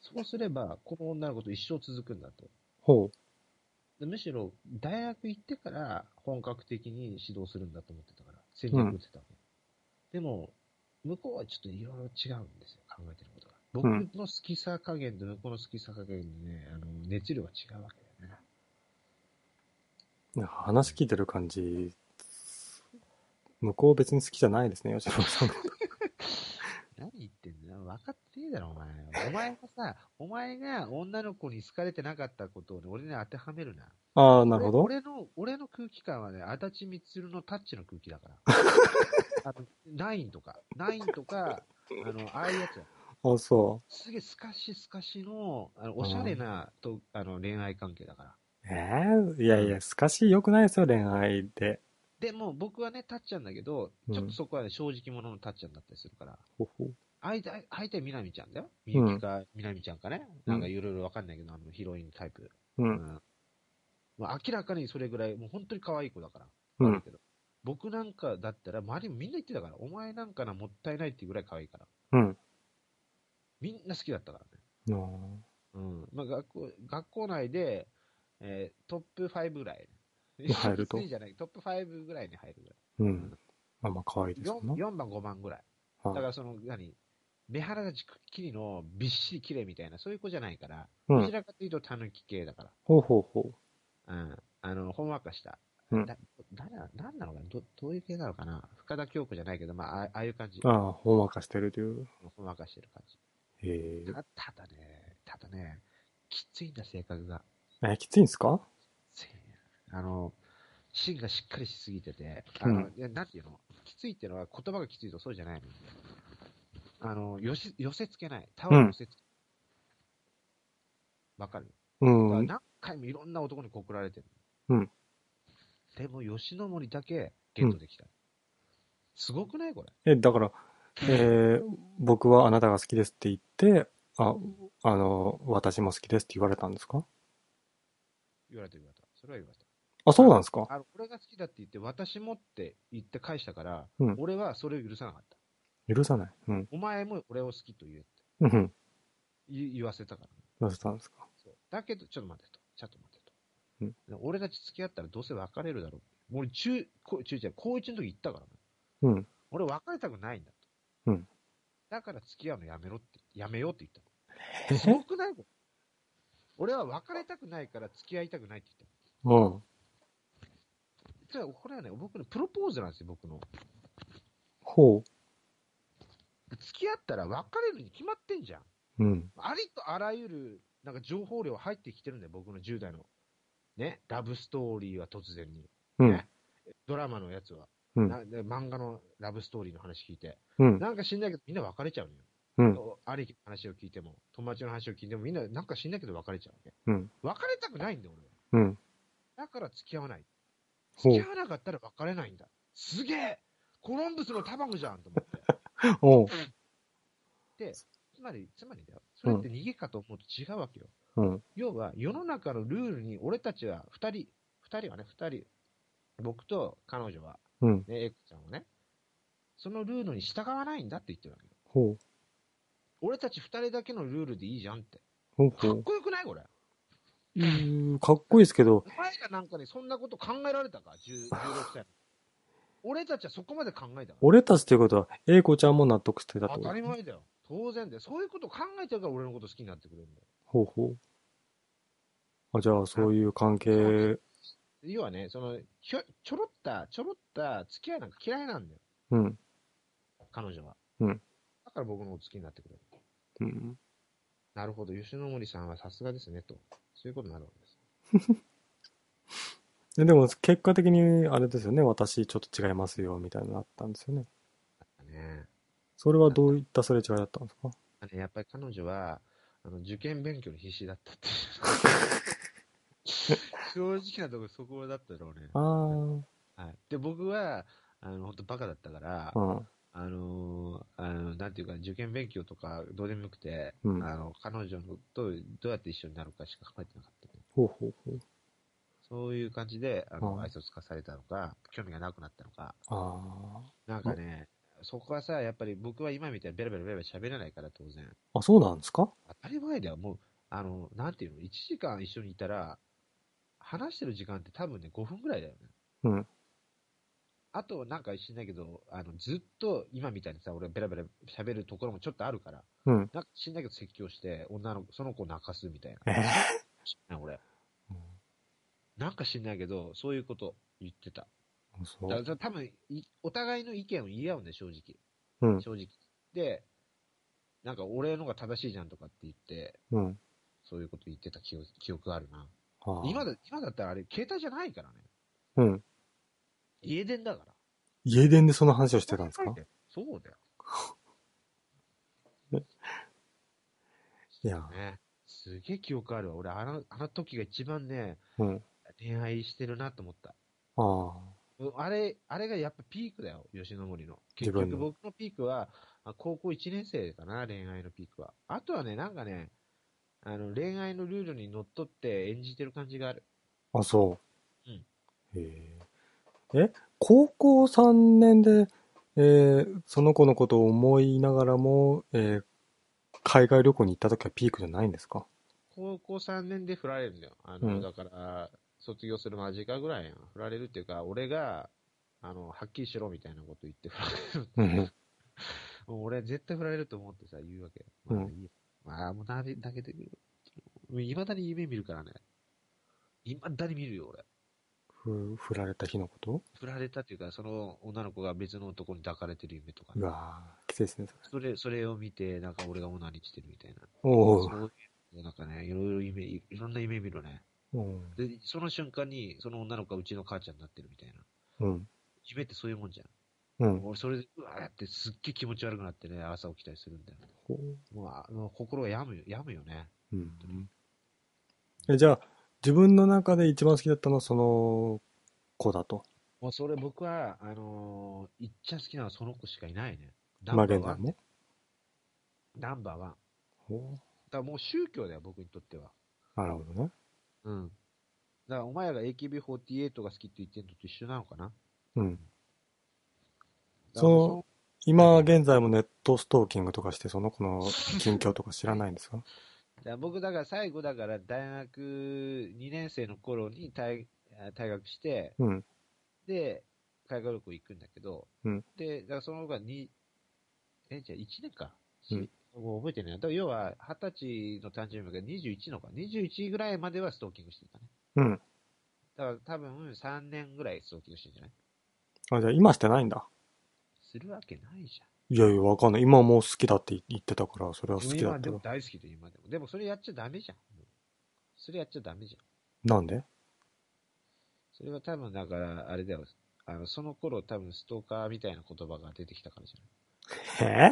そうすれば、この女の子と一生続くんだと。ほでむしろ、大学行ってから本格的に指導するんだと思ってたから、戦略打ってたわけ。でも、向こうはちょっといろいろ違うんですよ、考えてることが。僕うんの好きさ加減と向こうの好きさ加減でね、あの、熱量が違うわけだよね。なんか話聞いてる感じ、向こう別に好きじゃないですね、吉野さん。何言ってんだよ。分かってねえだろ、お前。お前がさ、お前が女の子に好かれてなかったことをね、俺に当てはめるな。ああ、なるほど。俺俺の、俺の空気感はね、足立みつるのタッチの空気だから。 あの、ナインとか、ナインとか、あの、ああいうやつや。あそすげえスカシスカシの、あの、おしゃれな、と、あの、恋愛関係だから。う。ええいやいや、すかし良くないですよ、恋愛で。でも、僕はね、タッチなんだけど、ちょっとそこはね、正直者のタッチなんだったりするから。ほほ相手、相手はみなみちゃんだよ。みゆきか、みなみちゃんかね。なんかいろいろわかんないけど、あの、ヒロインタイプ。う、うんん。まあ、明らかにそれぐらい、もう本当に可愛い子だから。うあるん、けど僕なんかだったら、周りもみんな言ってたから、お前なんかな、もったいないっていうぐらい可愛いから。うん。みんな好きだったからね。あーうん。まあ、学校、学校内で、えートップ5ぐらい。入ると別にじゃない、トップ5ぐらいに入るぐらい。うん。まあまあ、可愛いですよ 4, ね。 4番、5番ぐらい。だかはいらその、何目鼻立ちくっきりのびっしり綺麗みたいな、そういう子じゃないから、うどちん。らかというとたぬき系だから。ほうほうほうん。あの、ほんわかした。うんだ誰ななんなのかなどどういう系なのかな深田恭子じゃないけど、まあ、あああいう感じう。。ああ、ほんわかしてるという。ほんわかしてる感じ。へたただね、ただね、きついんだ、性格が。え。え、きついんですかせあの、芯がしっかりしすぎてて、あの、ういやなんていうのきついっていうのは言葉がきついとそうじゃないの。あの、よし、寄せつけない。タオル寄せつけわ、かるうだからん。何回もいろんな男に告られてる。うん。でも、吉野森だけゲットできた。すごくないこれ。え、だから、えー僕はあなたが好きですって言って、あ、あの、私も好きですって言われたんですか言われた言われた。それは言われた。あ、そうなんですかあの、俺が好きだって言って、私もって言って返したから、うん俺はそれを許さなかった。許さない。うん。お前も俺を好きと言えってうんうん。言言わせたから、どうしたんですかそうだけど、ちょっと待ってと。ちょっと待うってと。俺たち付き合ったらどうせ別れるだろう。俺中、こ中じゃない高一の時言ったからね。うん。俺別れたくないんだと。うんだから付き合うのやめろって、やめようって言ったの。えすごくないこれ俺は別れたくないから付き合いたくないって言っうん。たの。じゃあこれはね、僕のプロポーズなんですよ、僕の。ほ付き合ったら別れるに決まってんじゃん。う。うん。ありとあらゆる、なんか情報量入ってきてるんだよ、僕の10代の。ね、ラブストーリーは突然に。うん。ドラマのやつは。うんなで漫画のラブストーリーの話聞いて。うん。なんか知んないけど、みんな別れちゃうのよ。うん。兄貴の話を聞いても、友達の話を聞いても、みんななんか知んないけど別れちゃうわけ。うん別れたくないんだよ、俺は。うん。だから付き合わない。ほ付うき合わなかったら別れないんだ。すげえコロンブスの卵じゃんと思って。おう。つまり、つまりだよ。それって逃げかと思うと違うわけよ。うん。要は、世の中のルールに、俺たちは二人、二人はね、二人、僕と彼女は、うん。ね、エクちゃんはね、そのルールに従わないんだって言ってるわけよ。ほう。俺たち二人だけのルールでいいじゃんって。ほうほかっう。こよくないこれ。うーかっこいいですけど、お前らなんかにそんなこと考えられたか10 ?16 歳。俺たちはそこまで考えたから。俺たちということは、英子ちゃんも納得してたって当ことたり前だよ。当然だよ。そういうこと考えてるから俺のこと好きになってくれるんだよ。ほうほう。あ、じゃあ、そういう関係、要はね、その、ひょ、ちょろった、ちょろった付き合いなんか嫌いなんだよ。うん。彼女は。うんだから僕のこと好きになってくれる。うん。なるほど、吉野森さんはさすがですね、と。そういうことになるわけです。ででも、結果的に、あれですよね、私ちょっと違いますよ、みたいなのあったんですよね。ねそれはどういったすれ違いだったんですかあのねやっぱり彼女は、あの、受験勉強に必死だったっていう。正 直なところそこだったろうね。あーはい。で、僕は、あの、本当バカだったから、うん。あのーあの、なんていうか、受験勉強とかどうでもよくて、うんあの、彼女のとどうやって一緒になるかしか考えてなかった、ね。ほうほうほう。そういう感じで、あの、うん愛想つかされたのか、興味がなくなったのか、あなんかね、そこはさ、やっぱり僕は今みたいにベラベラベラベラ喋らないから当然。あ。あ、そうなんですか当たり前だよ、もう、あの、なんていうの、1時間一緒にいたら、話してる時間って多分ね、5分ぐらいだよね。うん。あと、なんか知んないけど、あの、ずっと今みたいにさ、俺ベラベラ喋るところもちょっとあるから、うん。なんか知んないけど説教して、女の子、その子を泣かすみたいな。えー知んない、俺。うんなんか知んないけど、そういうこと言ってた。そだう。から多分い、お互いの意見を言い合うんだよ、正直。うん。正直。で、なんか俺のが正しいじゃんとかって言って、うん。そういうこと言ってた記憶記憶があるな。はあ今だ、今だったらあれ、携帯じゃないからね。うん。家電だから。家電でその話をしてたんですかそう だよ。いや、ね。すげえ記憶あるわ。俺、あの、あの時が一番ね、うん。恋愛してるなと思った。ああ、うんあれ、あれがやっぱピークだよ、吉野森の。自結分の局僕のピークは、あ高校1年生かな、恋愛のピークは。あとはね、なんかね、あの、恋愛のルールにのっとって演じてる感じがある。あ、そう。うんへえ。え、高校3年で、えーその子のことを思いながらも、えー海外旅行に行った時はピークじゃないんですか高校3年で振られるんだよ。あの、うんだから、卒業する間近ぐらいやん。振られるっていうか、俺が、あの、はっきりしろみたいなこと言って振られる。うん。もう俺絶対振られると思ってさ、言うわけ。うんまあ、いいやまあ、もうなで泣けてくる。いまだに夢見るからね。いまだに見るよ、俺。ふ、振られた日のこと振られたっていうか、その女の子が別の男に抱かれてる夢とかうね、わぁ、きついですね、それ。それ、それを見て、なんか俺がオナニーしてるみたいな。おそういう、なんかね、いろいろ夢、いろんな夢見るね。お。で、その瞬間に、その女の子がうちの母ちゃんになってるみたいな。うん。夢ってそういうもんじゃん。うん。俺、それで、うわーってすっげえ気持ち悪くなってね、朝起きたりするんだよ。もう、あもう心が病むよ、病むよね。うん。え、じゃあ、自分の中で一番好きだったのはその子だと。もうそれ僕は、あのー、いっちゃ好きなのはその子しかいないね。ナまあンバー現ワ在ン。も。ナンバーワン。だかほらもう宗教だよ、僕にとっては。うなるほどね。うん。だからお前ら AKB48 が好きって言ってんのと一緒なのかなうん。だからそう今現在もネットストーキングとかして、その子の近況とか知らないんですかだから僕だから最後だから大学2年生の頃に退あ退学して、うん。で、海外旅行行くんだけど、うんで、だからその後が2、え、じゃあ1年か。うんもう覚えてないな。だから要は20歳の誕生日が21のか。21ぐらいまではストーキングしてたね。うん。だから多分3年ぐらいストーキングしてんじゃないあ、じゃあ今してないんだ。するわけないじゃん。いやいや、わかんない。今もう好きだって言ってたから、それは好きだ今ったでらも。大好きで、今でも。でもそれやっちゃダメじゃん。もうそれやっちゃダメじゃん。なんでそれは多分だから、あれだよ。あの、その頃多分ストーカーみたいな言葉が出てきたからじゃなえい。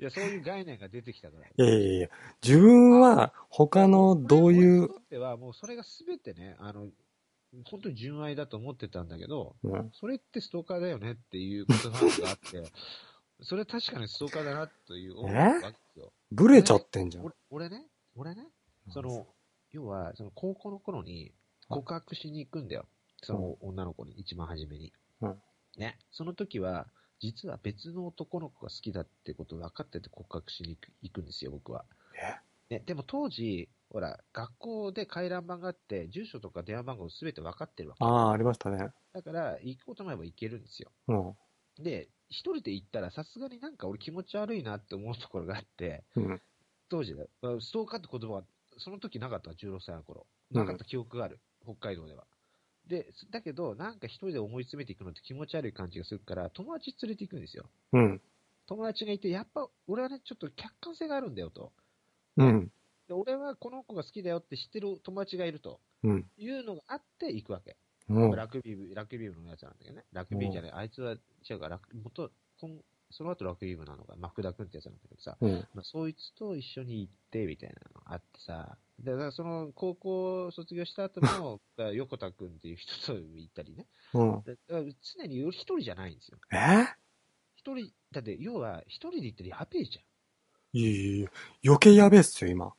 いや、そういう概念が出てきたから。いやいやいや、自分は他のどうい俺うに、とっては、もうそれが全てね、あの、本当に純愛だと思ってたんだけど、うん、それってストーカーだよねっていうことが あって、それ確かにストーカーだなという思いがあったんですよ。ブレちゃってんじゃん。俺俺ね、俺ね、その、要は、その高校の頃に告白しに行くんだよ。その女の子に、一番初めに。うんね。その時は、実は別の男の子が好きだってこと分かってて告白しに行く行くんですよ、僕は。ね、でも当時、ほら、学校で回覧板があって、住所とか電話番号すべて分かってるわけ。ああ、ありましたね。だから、行こうと思えば行けるんですよ。うん。で、一人で行ったらさすがになんか俺気持ち悪いなって思うところがあって、うん。当時だよ、まあストーカーって言葉は、その時なかった、16歳の頃。うんなかった記憶がある、北海道では。で、すだけど、なんか一人で思い詰めていくのって気持ち悪い感じがするから、友達連れていくんですよ。うん。友達がいて、やっぱ、俺はね、ちょっと客観性があるんだよと。うん。で俺はこの子が好きだよって知ってる友達がいるとうん。いうのがあって行くわけ。うん。ラグビー部、ラグビー部のやつなんだけどね。ラグビーじゃない、あいつは違うから、ラグ元、今その後ラグビー部なのが、マクダ君ってやつなんだけどさ。うん。まあ、そいつと一緒に行って、みたいなのあってさ、でだからその高校卒業した後 も、だから横田くんっていう人と行ったりね。うん。だだから常に一人じゃないんですよ。え一人、だって要は一人で行ったらやべえじいやいやいや余計やべえっすよ、今。ゃん。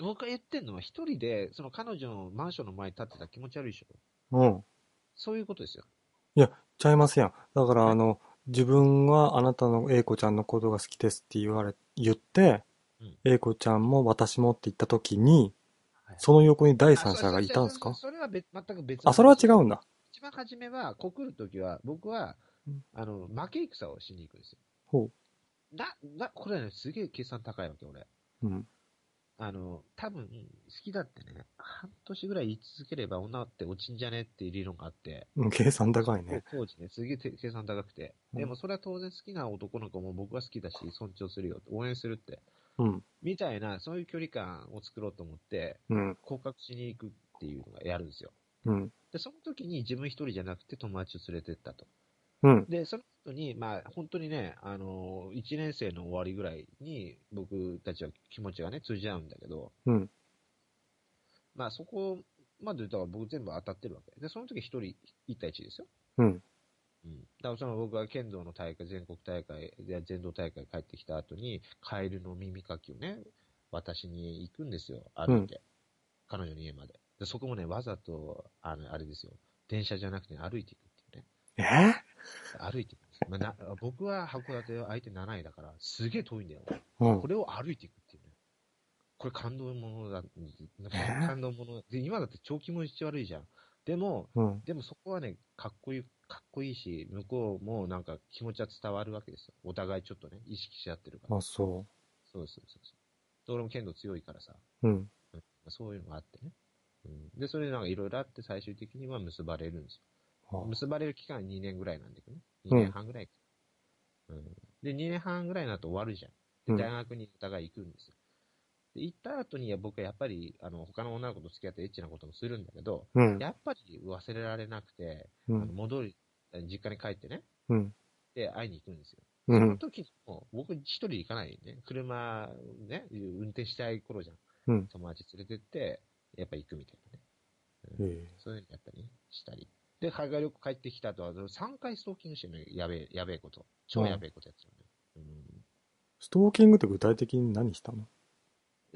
僕が言ってんのは一人で、その彼女のマンションの前に立ってたら気持ち悪いでしょ。うん。そういうことですよ。ちゃいますやん。だから、あの、自分はあなたの A 子ちゃんのことが好きですって言われ、言ってうん、 A 子ちゃんも私もって言った時に、はい。その横に第三者がいたんですあかそそれは別全く別の話あ、それは違うんだ。一番初めは、告るときは、僕はうん、あの、負け戦をしに行くんですよ。ほな、な、これはね、すげえ計算高いわけ、俺。う。うん。あの、多分、好きだってね、半年ぐらい言い続ければ女って落ちんじゃねっていう理論があって、うん計算高いね。当時ね、すげえて計算高くて。うんでもそれは当然好きな男の子も僕は好きだし、尊重するよ、応援するって。うん。みたいな、そういう距離感を作ろうと思って、うん。告白しに行くっていうのがやるんですよ。うん。で、その時に自分一人じゃなくて友達を連れてったと。うん。で、その後に、まあ、本当にね、あの、1年生の終わりぐらいに、僕たちは気持ちがね、通じ合うんだけど、うんまあ、そこまで、だから僕全部当たってるわけ。で、その時一人、1対1ですよ。うん。うん。だからその僕は剣道の大会、全国大会、いや全道大会帰ってきた後に、カエルの耳かきをね、私に行くんですよ、歩いて。彼女の家まで。で、そこもね、わざと、あの、あれですよ、電車じゃなくて歩いていくっていうね。え歩いていくんですよまあな僕は函館は相手7位だから、すげえ遠いんだよ。うんこ。れを歩いていくっていうね。これ感動ものだ、なんかえー感動もの。で、今だって超気持ち悪いじゃん。でも、うん。でもそこはね、かっこいい、かっこいいし、向こうもなんか気持ちは伝わるわけですよ。お互いちょっとね、意識し合ってるから。あ、そそうそうそうそう。で俺も剣道強いからさ、う。うん。うんそういうのがあってね。うん、で、それでなんかいろいろあって最終的には結ばれるんですよあ結ばれる期間は2年ぐらいなんだけどね。うん2年半ぐらいか、うんで、2年半ぐらいになると終わるじゃ。うんんで、大学にお互い行くんですよ。で、行った後には僕はやっぱり、あの、他の女の子と付き合ってエッチなこともするんだけど、うん。やっぱり忘れられなくて、うあのん。戻る、実家に帰ってね、うん。で、会いに行くんですよ。うそのん。時にも、僕一人で行かないでね、車、ね、運転したい頃じゃん。うん友達連れてって、やっぱ行くみたいなね。ええそういうのやったりねしたり。で、海外旅行帰ってきた後は、3回ストーキングしてるのよやべえ、やべえこと。超やべえことやってるのね。うんストーキングって具体的に何したのい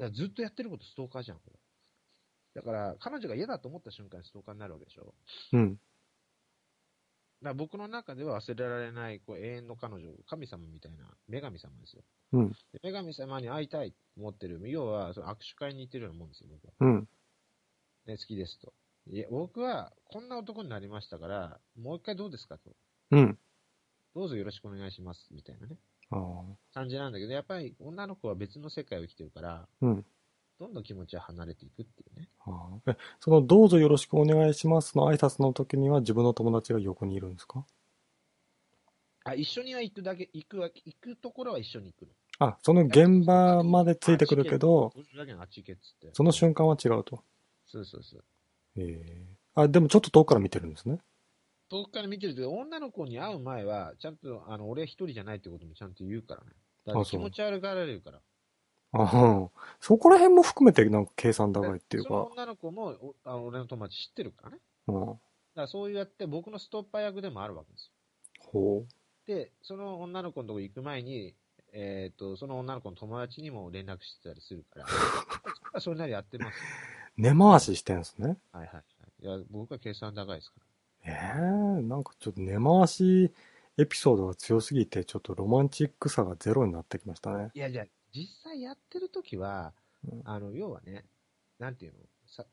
やずっとやってることストーカーじゃん、これ。だから、彼女が嫌だと思った瞬間にストーカーになるわけでしょ。だかうん。ら僕の中では忘れられない、こう、永遠の彼女、神様みたいな、女神様ですよ。うんで女神様に会いたいと思ってる。要は、その握手会に行ってるようなもんですよ、僕は。うん。ね、好きですと。いや、僕は、こんな男になりましたから、もう一回どうですかと。うん。どうぞよろしくお願いします、みたいなね。ああ。感じなんだけど、やっぱり女の子は別の世界を生きてるから、うんどんどん気持ちは離れていくっていうね。ああえ、その、どうぞよろしくお願いしますの挨拶の時には自分の友達が横にいるんですかあ、一緒には行くだけ、行くわけ、行くところは一緒に行くの。あ、その現場までついてくるけど、 50だけのあっち行けっつって。その瞬間は違うと。そうそうそう。ええあ、でもちょっと遠くから見てるんですね。遠くから見てるけど、女の子に会う前は、ちゃんと、あの、俺一人じゃないってこともちゃんと言うからね。だからあ気そう持ち悪がられるから。ああ。そこら辺も含めてなんか計算高いっていうそのか。女の子も、おあの俺の友達知ってるからね。うん。だからそうやって僕のストッパー役でもあるわけですよ。ほで、その女の子のとこ行く前に、えっ、と、その女の子の友達にも連絡してたりするから、 それなりやってますよ。う。根回ししてんですね。はいはいはい。いや、僕は計算高いですかええなんかちょっと根回しエピソードが強すぎて、ちょっとロマンチックさがゼロになってきましたね。ら。いや、じゃあ実際やってる時はうん、あの、要はね、なんていうのさ、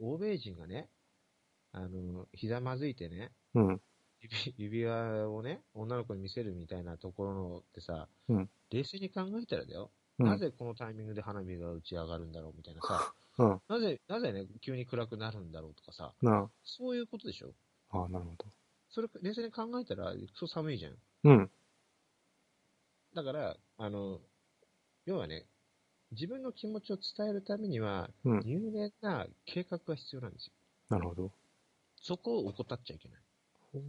欧米人がね、あの、ひざまずいてね、うん。指指輪をね、女の子に見せるみたいなところってさ、うん冷静に考えたらだよ、うんなぜこのタイミングで花火が打ち上がるんだろうみたいなさ、 うん。なぜ、なぜね、急に暗くなるんだろうとかさ、なそういうことでしょあ、あなるほど。それ、冷静に考えたら、クソ寒いじゃん。うん。だから、あの、要はね、自分の気持ちを伝えるためには、うん入念な計画が必要なんですよ。なるほど。そこを怠っちゃいけない。ほう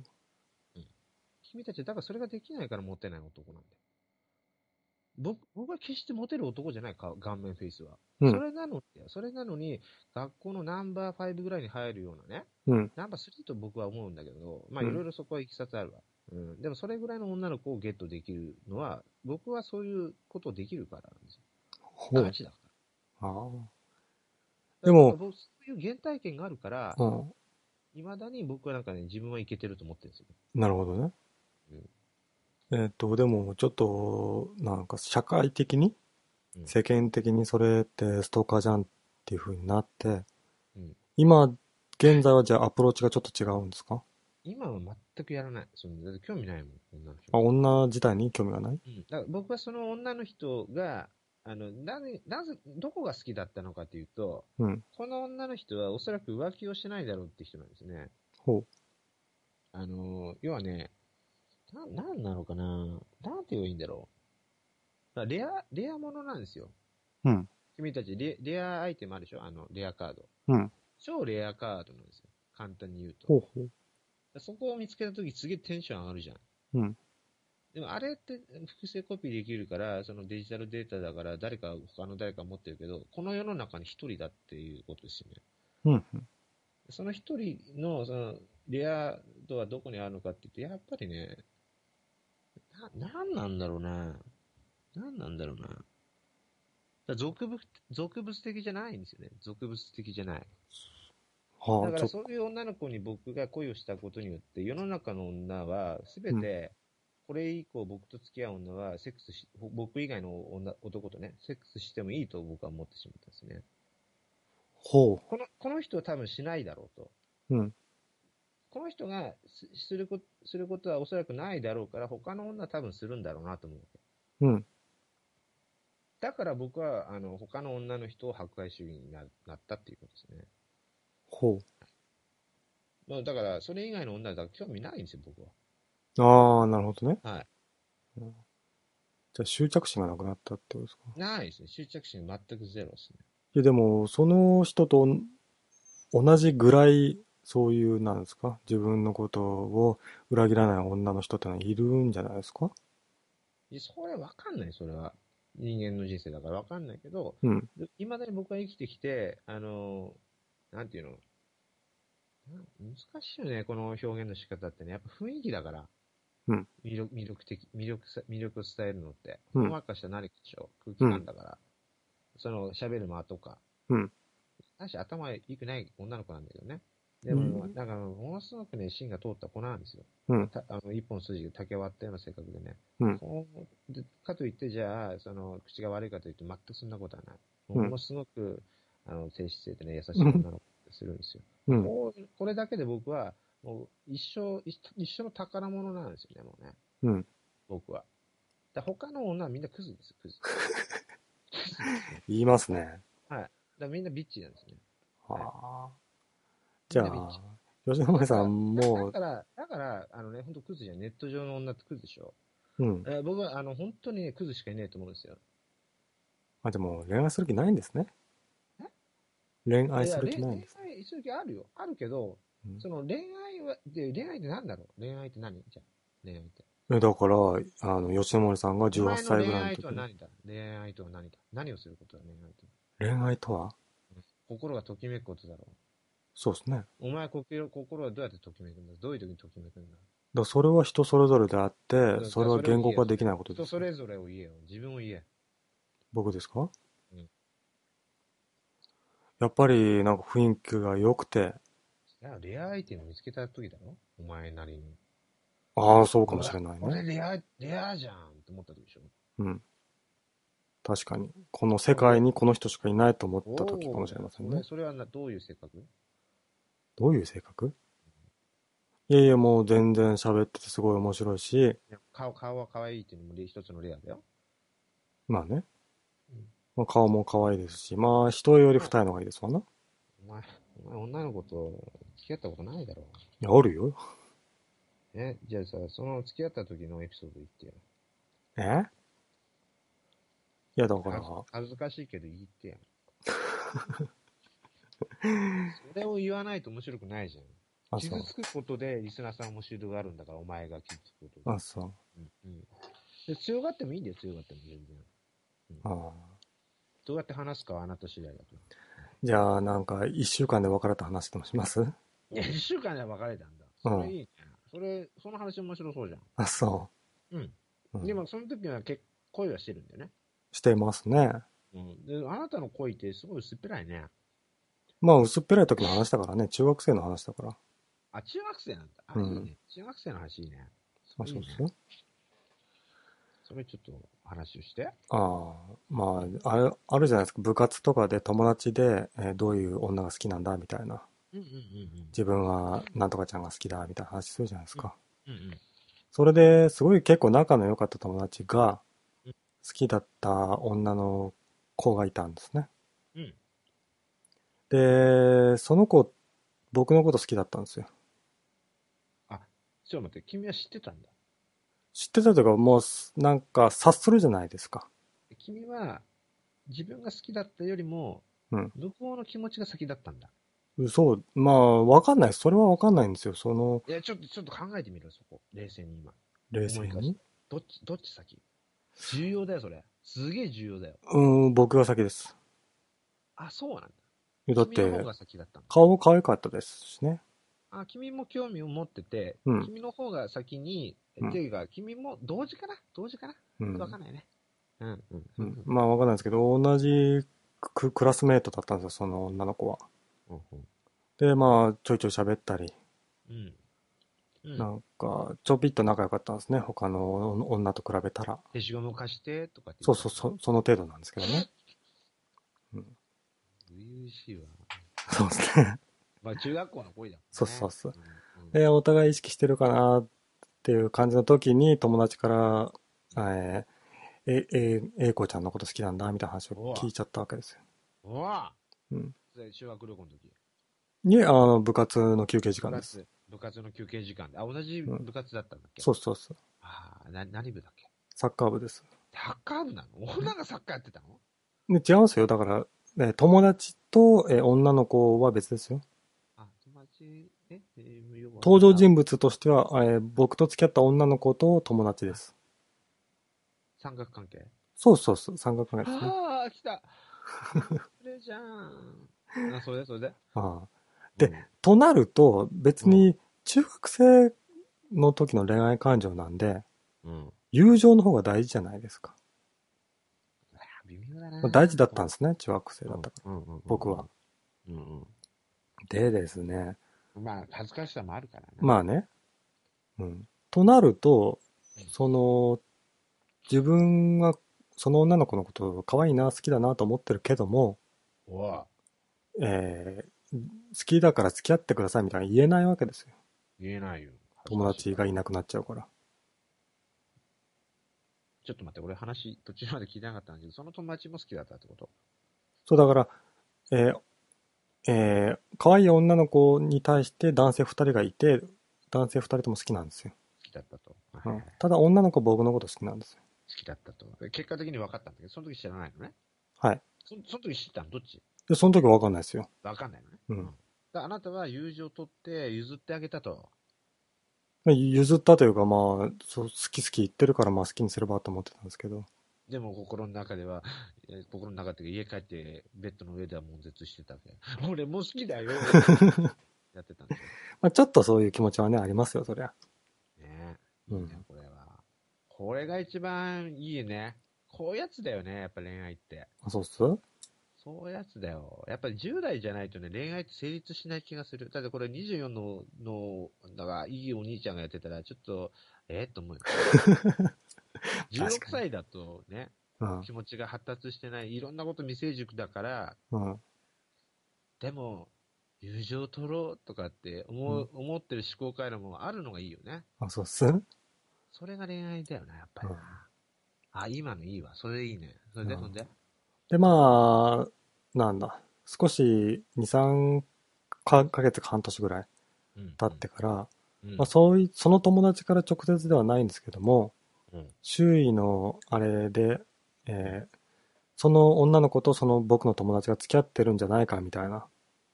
うん、君たち、だからそれができないからモテない男なんだよ。僕僕は決してモテる男じゃないか、顔面フェイスは。うんそれなのに、それなのに、学校のナンバー5ぐらいに入るようなね、うん。ナンバー3と僕は思うんだけど、まあうんいろいろそこはいきさつあるわ。うん。でもそれぐらいの女の子をゲットできるのは、僕はそういうことできるからなんですほよ。う価。値だから。あでもだから僕そういう原体験があるからあ。、うん。未だに僕はなんかね、自分はいけてると思ってるんですよ。なるほどね。えっと、でも、ちょっと、なんか、社会的に、うん世間的にそれってストーカーじゃんっっていう風になって、うん今、現在はじゃあアプローチがちょっと違うんですか今は全くやらない。そのだって興味ないもん、女の人。あ女自体に興味がないうん、だから僕はその女の人が、あの、なぜ、なぜ、どこが好きだったのかというと、うん。この女の人はおそらく浮気をしないだろうって人なんですね。ほう。あの、要はね、な、なんなのかななんて言えばいいんだろう。だからレア、レアものなんですよ。うん。君たちレ、レアアイテムあるでしょあの、レアカード。うん。超レアカードなんですよ。簡単に言うと。ほうほう。そこを見つけたときすげえテンション上がるじゃん。うん。でもあれって複製コピーできるから、そのデジタルデータだから誰か、他の誰か持ってるけど、この世の中に一人だっていうことですよね。うん。その一人の、その、レア度はどこにあるのかって言って、やっぱりね、な、なんなんだろうな。なんなんだろうな。だから俗物、俗物的じゃないんですよね。俗物的じゃない。はだあ、かちょらっと、そういう女の子に僕が恋をしたことによって、世の中の女はすべて、これ以降僕と付き合う女は、セックスし、僕以外の女男とね、セックスしてもいいと僕は思ってしまったんですね。ほこの、この人は多分しないだろうと。う。うん。この人がすするこすることはおそらくないだろうから、他の女は多分するんだろうなと思う。うん。だから僕は、あの、他の女の人を迫害主義にななったっていうことですね。ほまあ、だから、それ以外の女は興味ないんですよ、僕は。う。ああ、なるほどね。はい。じゃあ執着心がなくなったってことですかないですね。執着心全くゼロですね。いやでも、その人と同じぐらい、そういう、なんですか、自分のことを裏切らない女の人ってのはいるんじゃないですかいやそれわかんない、それは。人間の人生だからわかんないけど、うん。いまだに僕は生きてきて、あの、なんていうの、な難しいよね、この表現の仕方ってね。やっぱ雰囲気だから。うん魅力、魅力的、魅力さ、魅力を伝えるのって。うん細かした何かでしょ空気感だから。その、喋る間とか。うん。だし、頭良くない女の子なんだけどね。でも、うんなんか、ものすごくね、芯が通った子なんですよ。うんたあの一本筋が竹割ったような性格でね。うんこうでかといって、じゃあ、その、口が悪いかといって、全くそんなことはない。うんものすごく、あの、低姿勢でね、優しい女の子するんですよ。うん。こうこれだけで僕は、もう一生、一一生の宝物なんですよね、もうね。うん僕は。だ他の女はみんなクズですよ、クズ。クズですね言いますね。だみんなビッチなんですね。はあ。じゃみんなビッあチ、吉野さんもだから、だから、あのね、本当クズじゃん。ネット上の女ってクズでしょ。う、うん。えー僕は、あの、本当にね、クズしかいないと思うんですよ。あ、でも恋愛する気ないんですね。恋愛する気いやないん恋です。恋愛する気あるよ。あるけど、うんその恋愛は、で恋愛って何だろう恋愛って何じゃあ恋愛って。えだから、あの、吉野森さんが18歳ぐお前の恋らいの愛時とはに、何だ恋愛とは何だ何をすることだ恋愛とは。恋愛とは心がときめくことだろそうですね。だかう。お前は心心はどうやってときめくんだどういう時にときめくんだらそれは人それぞれであって、だそれは言語化できないことで人すそ。れぞれを言えよ。自分を言え。僕ですか、うんやっぱりなんか雰囲気が良くて、だからレアアイテム見つけた時だろお前なりに。ああ、そうかもしれない俺ね。レア、レアじゃんって思った時でしょうん。確かに。この世界にこの人しかいないと思った時かもしれませんおーね。それはなどういう性格どういう性格いやいや、もう全然喋っててすごい面白いし、顔顔は可愛いっていうのも一つのレアだよ。まあねうん。まあ、顔も可愛いですし、まあ人より二重の方がいいですわな。いお前、お前女の子と付き合ったことないだろや、あるよ。う。え、じゃあさ、その付き合った時のエピソード言ってよ。えいや、だから、恥ず恥ずかしいけど言ってよ。 それを言わないと面白くないじゃん。あ、そ傷う。つくことでリスナーさんもシールがあるんだから、お前が傷つくことで。あ、そう。うんうんで強がってもいいんだよ、強がっても全然。ああ。どうやって話すかはあなた次第だかじゃあ、なんか、一週間で別れた話でもしますら。いや、一週間で別れたんだ。うそんれいいね。それ、その話面白そうじゃん。あ、そうん。う。うんでも、その時は結恋はしてるんだよね。してますね。うん。で、あなたの恋ってすごい薄っぺらいね。まあ、薄っぺらい時の話だからね。 中学生の話だから。あ、中学生なんだ。あ、ういんいね。中学生の話いいね。まあ、そうですよ。それちょっと話をして。ああ、まあ、ある、あるじゃないですか。部活とかで友達で、えーどういう女が好きなんだみたいな。うんうんうん自分はなんとかちゃんが好きだみたいな話するじゃないですか。うん。うんうん。それですごい結構仲の良かった友達がう好んきだった女の子がいたんですね。うんで、その子、僕のこと好きだったんですよ。ちょっと待って、君は知ってたんだ。知ってたというか、もうすなんか察するじゃないですか。君は、自分が好きだったよりも、うん向こうの気持ちが先だったんだ。そう、まあ、わかんない。それはわかんないんですよ。その、いや、ちょっと、ちょっと考えてみろ、そこ。冷静に今。冷静思い出にし。どっち、どっち先重要だよ、それ。すげえ重要だよ。うん、僕が先です。あ、そうなんだ。だって君、の方が先だったんだ。顔も可愛かったですしね。あ、君も興味を持ってて、うん君の方が先に、うんっていうか、君も同時かな同時かなうん。わかんないね。うん、うん、ううんん。まあわかんないですけど、同じククラスメートだったんですよ、その女の子は。うん、うんで、まあ、ちょいちょい喋ったり、うん。うんなんか、ちょびっと仲良かったんですね、他の女と比べたら。消しゴム貸してとかって。そうそう、そその程度なんですけどね。う。々しいわ。そうですね。まあ、中学校の恋だもんね。。そうそうそうんうんで、お互い意識してるかなっていう感じの時に、友達から、えー、え、え、えいこちゃんのこと好きなんだ、みたいな話を聞いちゃったわけですよ。うわうんそれ修学旅行の時。に、あの、部活の休憩時部間です。活、部活の休憩時間で。あ、同じ部活だったんだっけ。そううそうそう。ああ、な、何部だっけサッカー部です。サッカー部な の女がサッカーやってたので違うんですよ。だから、えー友達と、えー女の子は別ですよ。あ、友達、え、えー要は登場人物としては、えー僕と付き合った女の子と友達です。三角関係。そうそうそう、三角関係ですね。ああ、来た。それじゃん。あ、それで、それで。ああでうん、となると、別に中学生の時の恋愛感情なんで、うん。友情の方が大事じゃないですか。あー微妙だまあな。大事だったんですね、中学生うんだったかうんうんうん僕は。うんら。でですね、うん。まあ、恥ずかしさもあるからね。まあね。うん。となると、その、自分はその女の子のことを可愛いな、好きだなと思ってるけども、おうえー好きだから付き合ってくださいみたいな言えないわけですよ。言えないよ。友達がいい。なくなっちゃうから。ちょっと待って、俺話途中まで聞いてなかったんだけど、その友達も好きだったってことそうだから、えーえー可愛い女の子に対して男性2人がいて、男性2人とも好きなんですよ。好きだったと。うはいんはい好ただ女の子僕のこと好きなんですよ。きだったと。結果的に分かったんだけど、その時知らないのね。はい。そその時知ったのどっちで、その時わかんないですよ。分かんないのね。うんだからあなたは友情を取って譲ってあげたと。まあ譲ったというか、まあ、そう好き好き言ってるから、まあ好きにすればと思ってたんですけど。でも心の中では、えー心の中で家帰ってベッドの上では悶絶してたわけ。俺もう好 きだよ。やってたんですよ。まあちょっとそういう気持ちはね、ありますよ、そりゃ。ねういいんね、これは。これが一番いいね。こういうやつだよね、やっぱ恋愛って。あそうっすうそういうやつだよ。やっぱり10代じゃないとね、恋愛って成立しない気がする。だってこれ24の、の、だからいいお兄ちゃんがやってたら、ちょっと、えー、と 思うよ。確か16に歳だとね、ん。気持ちが発達してない、いろんなこと未成熟だから、うん。でも、友情を取ろうとかって思う、思ってる思考回路もあるのがいいよね。あ、そうっすそれが恋愛だよな、やっぱりな。うんあ、今のいいわ。それいいね。それで、うんほんで。で、まあ、なんだ、少し2、3かヶ月か半年ぐらい経ってから、うん、まあ、そういその友達から直接ではないんですけども、うん周囲のあれで、えーその女の子とその僕の友達が付き合ってるんじゃないかみたいな、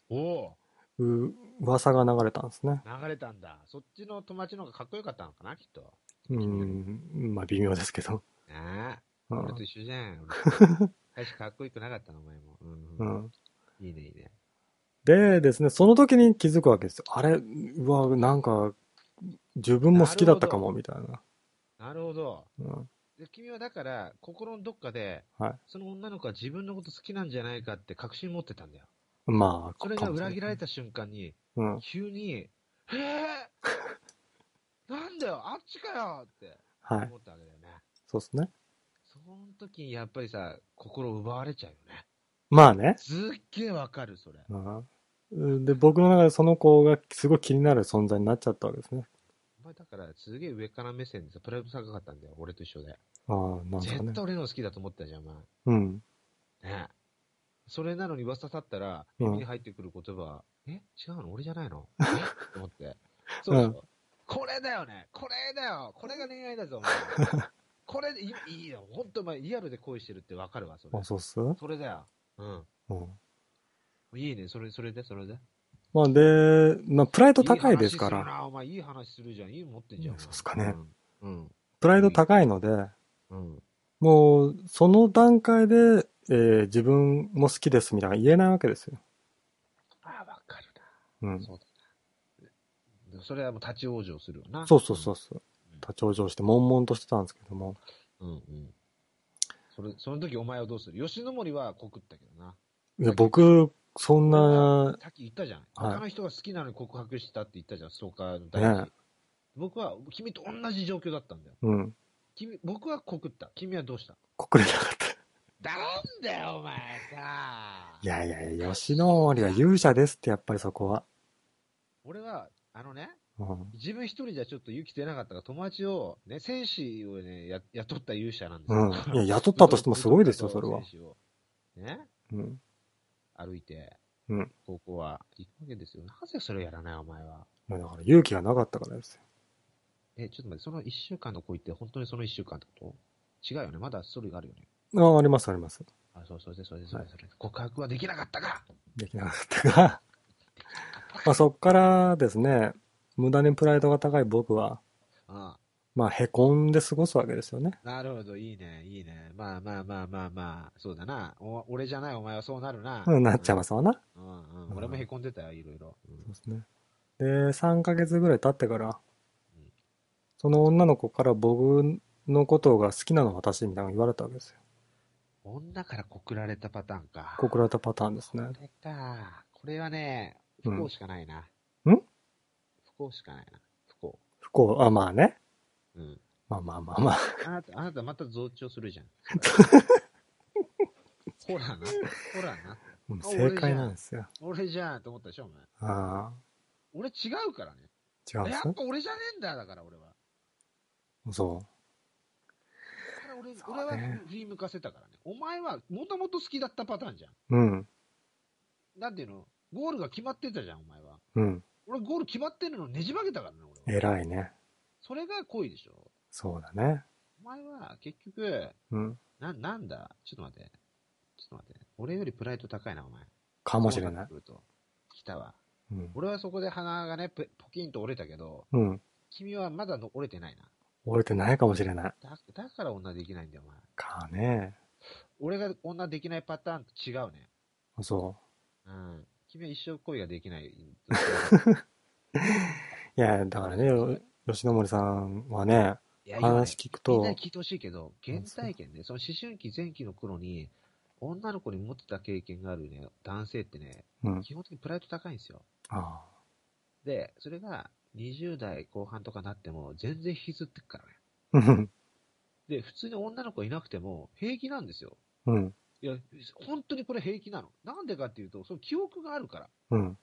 おおう噂が流れたんですね。流れたんだ。そっちの友達の方がかっこよかったのかな、きっと。うん、まあ微妙ですけど。ねうえ。ん俺と一緒じゃん。 最初かっこよくなかったの、お前も。う、うんん、いいね、いいね。でですね、その時に気づくわけですよ。あれ、うわ、なんか、自分も好きだったかも、みたいな。なるほど。うん、で君はだから、心のどっかで、はいその女の子は自分のこと好きなんじゃないかって確信持ってたんだよ。まあ、それが裏切られた。た瞬間に、うん、急に、えぇ、なんだよ、あっちかよってはい。思ったわけだよね。そうっすね。その時にやっぱりさ、心奪われちゃうよね。まあね。すっげえわかる、それ。あーで、僕の中でその子がすごい気になる存在になっちゃったわけですね。お前だから、すげえ上から目線でさ、プライド高かったんだよ、俺と一緒で。ああ、なんか絶ね対。俺の好きだと思ってたじゃん、お前。うん。ねえそれなのに噂立ったら、うん耳に入ってくる言葉、え違うの俺じゃないのえと 思って。そうでしょ、うんこれだよねこれだよこれが恋愛だぞ、お 前これで、いいいよ。ほんと、お前、リアルで恋してるってわかるわ、それあ、。そうっすうそれだよ。うん。ん。いいね、それ、それで、それで。まあで、まあプライド高いですかいい話するら、なお前、いい話するじゃん。いいの持ってんじゃん。お前そうっすかね。うん。プライド高いので、うん。うんもうその段階で、えー自分も好きですみたいなの言えないわけですよ。ああ、わかるうん。そうな。でもそれはもう立ち往生するわな。そうそうそうそう。立ち往生して悶々としてたんですけども、うん。うんうん。それ、その時お前はどうする吉野森は告ったけどな。いや、僕、そんな、さっき言ったじゃん。はい他の人が好きなのに告白したって言ったじゃん、ストーカーの大事、ね僕は、君と同じ状況だったんだよ。うん、君、僕は告った。君はどうした告れなかった。だんだよ、お前さ。いやいやいや、吉野森は勇者ですって、やっぱりそこは。俺は、あのね、うん。自分一人じゃちょっと勇気出なかったから、友達を、ね、戦士をね、や雇った勇者なんですよ。うん。いや、雇ったとしてもすごいですよ、それは戦。士をね、うん。歩いて、うん高校は行くわけですよ。なぜそれをやらない、お前は。いやだから勇気がなかったからですよ。え、ちょっと待って、その一週間の恋って本当にその一週間ってこと違うよね。まだストーリーがあるよね。ああ、ありますあります。あ、そう、それで、それで、それで、それで。告白はできなかったかできなかった が、まあそっからですね、無駄にプライドが高い僕は、あまあへこんで過ごすわけですよね。あなるほど、いいね、いいね。まあまあまあまあまあ、そうだな。お俺じゃない、お前はそうなるな。うん、なっちゃいますわな。うん。うんうん、俺も凹んでたよ、いろいろ。うんそうですね。で、3ヶ月ぐらい経ってからうん、その女の子から僕のことが好きなの私みたいなの言われたわけですよ。女から告られたパターンか。告られたパターンですねこ。れか。これはね、う不ん幸しかないな。ん不幸しかないな。不幸。不幸、あ、まあね。うん。まあまあまあまあ。あなた、あなたまた増長す るじゃん。ほらな。ほらな。うんあ正解なんですよ。俺じゃんと思ったでしょ、お前。あ俺違うからね。あ、違うんでやすっぱ俺じゃねえんだ、だから俺は。そだから俺そうね俺は振り向かせたからね。お前はもともと好きだったパターンじゃう。うん、ん。なんていうのゴールが決まってたじゃん、お前は。うん。俺ゴール決まってるのねじ曲げたからね、俺は。偉いね。それが恋でしょ。そうだね。お前は結局、うん。な、なんだちょっと待って。ちょっと待って。俺よりプライド高いな、お前。かもしれないこ。うってくると。来たわ。うん。俺はそこで鼻がね、ぷポキンと折れたけど、うん。君はまだの折れてないな。折れてないかもしれない。だだから女できないんだよ、お前。かね。俺が女できないパターンと違うね。そうん。君は一生恋ができない。う。い や、だからね、よ吉野森さんはね、いや、今ね話聞くみんなとに、聞いてほしいけど、原体験ね、その思春期前期の頃に、女の子に持ってた経験があるね、男性ってね、うん。基本的にプライド高いんですよ。あで、それが20代後半とかになっても全然引きずってくからね。あ。 うん。で、普通に女の子いなくても平気なんですよ。うん。いや、本当にこれ平気なの。なんでかっていうと、その記憶があるから。うん。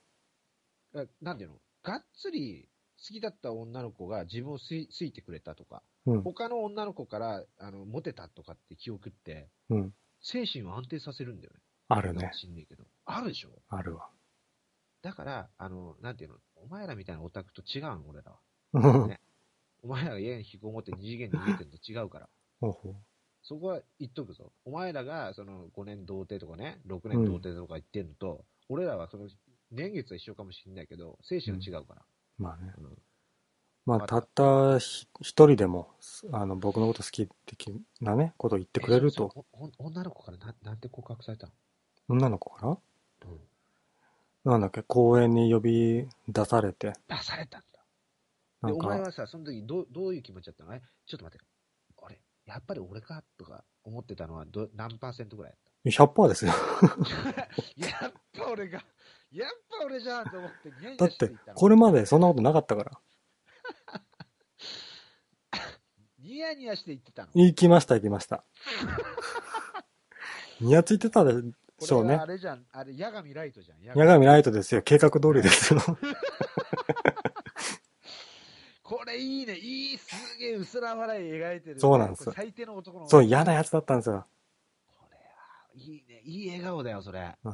えなんていうのがっつり好きだった女の子が自分をすい好いてくれたとか、うん他の女の子からあのモテたとかって記憶って、うん精神を安定させるんだよね。あるね。死んねえけど。あるでしょあるわ。だから、あの、なんていうのお前らみたいなオタクと違うの、俺らは。 うん お前らが家に引きこもって二次元に逃げてると違うから。ほうほそこは言っとくぞ。お前らがその5年童貞とかね、6年童貞とか言ってるのと、俺らはその年月は一緒かもしれないけど、精神が違うから。うまあね。うんまあ、たったひ一人でも、あの、僕のこと好き的なね、ことを言ってくれると、え。おお女の子からななんて告白されたの女の子からうん。なんだっけ、公園に呼び出されて、出されたんだ。なで、んお前か、はさ、その時どうどういう気持ちだったのえ、ちょっと待って。あれ、やっぱり俺かとか思ってたのはど何パーセントぐらい100%ですよ。 やっぱ俺が、やっぱ俺じゃんと思って、ニヤニだヤっしてていった、のこれまでそんなことなかったから。ニヤニヤして言ってたの。行きました、行 きました。ニヤついてたでしょうこれねはあ。れじゃん、あれ、矢神ライトじゃん。矢矢神ライトですよ。計画通りです よ。これいいね。いい、すげえ薄ら笑い描いてる。そうなんですこれ最低の男の。そう、嫌なや。やつだったんですよ。これはいいね。いい笑顔だよ、それ。うん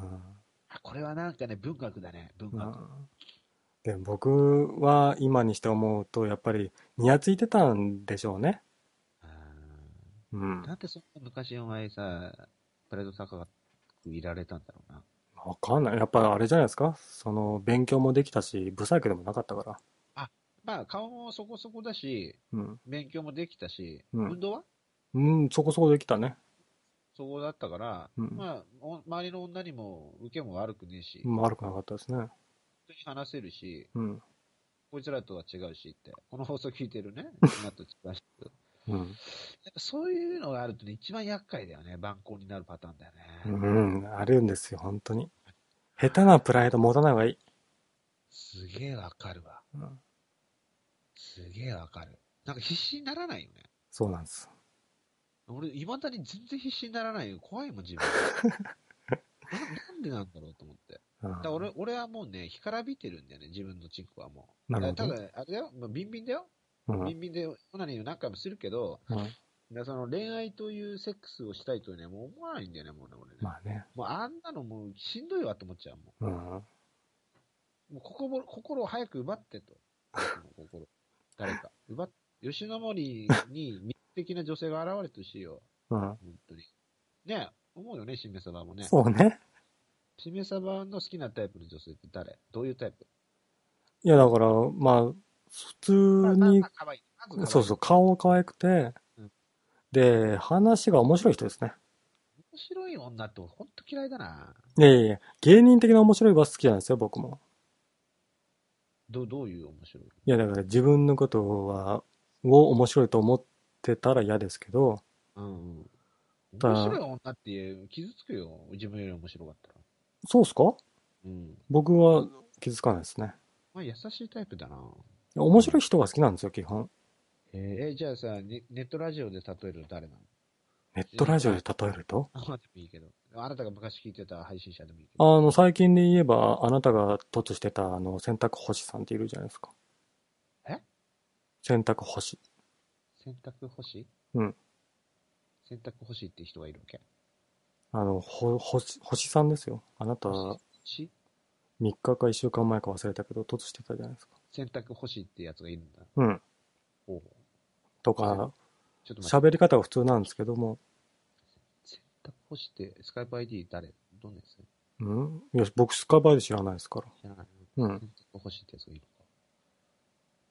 あこれはなんかね、文学だね。文うん学。でも僕は今にして思うと、やっぱり、ニヤついてたんでしょうね。あうんー。なんでそんな昔お前さ、プライド高くいられたんだろうな。わかんない。やっぱあれじゃないですかその、勉強もできたし、不細工でもなかったから。まあ、顔もそこそこだし、うん。勉強もできたし、うん運動はうん、そこそこできたね。そこだったから、うんまあお、周りの女にも受けも悪くねえし、うん悪くなかったですね。普通に話せるし、うん。こいつらとは違うしって、この放送聞いて るね、みんなと違うし。うん。やっぱそういうのがあるとね、一番厄介だよね。蛮行になるパターンだようね。ん、あるんですよ、本当に。下手なプライド持たない方がいい。すげえわかるわ。うんすげえわかる。なんか必死にならないよね。そうなんです。俺、いまだに全然必死にならないよ。怖いもん、自分。ななんでなんだろうと思って。うんだから俺俺はもうね、干からびてるんだよね、自分のチンコはもう。なるほどただ、あれだよ、まあ、ビンビンだよ。うんビンビンで、オナニーを何回もするけど、うんだからその恋愛というセックスをしたいとはね、もう思わないんだよね、もうね、俺ね。まあね。もうあんなのもうしんどいわと思っちゃうもうん。ん。もう心心を早く奪ってと。心。誰か。奪っ吉野森に密的な女性が現れてほしいよ。うん。本当に。ね思うよね、しめさばもね。そうね。しめさばの好きなタイプの女性って誰どういうタイプいや、だから、まあ、まあ普通まあにまあ、可愛い。まず可愛いそうそう、顔が可愛くてうん、で、話が面白い人ですね。面白い女って本当嫌いだな。いやいやいや芸人的な面白いは好きじゃないですよ、僕も。どどういう面白いいや、だから自分のことは、を面白いと思ってたら嫌ですけど、うんうん。ただ面白い女って傷つくよ。自分より面白かったら。そうっすかうん。僕は気づかないですね。まあ優しいタイプだな。いや面白い人が好きなんですよ、基本。えーえーじゃあさ、ねネットラジオで例えると誰なのネットラジオで例えるとあ、でもいいけど。あなたが昔聞いてた配信者でもいいけあど。の、最近で言えば、あなたが突してた、あの、洗濯星さんっているじゃないですか。え洗濯星。洗濯欲しいうん。洗濯欲しいって人がいるわけ。あの、ほ、星、星さんですよ。あなた、3し日か1週間前か忘れたけど、突してたじゃないですか。洗濯欲しいってやつがいるんだ。うん。おうとか、ちょっと待って。喋り方は普通なんですけども、洗濯欲しいって、スカイプ ID 誰どんなやつうんいや、僕、スカバーで知らないですから。知らない。うん洗濯欲しいってやつがいるのか。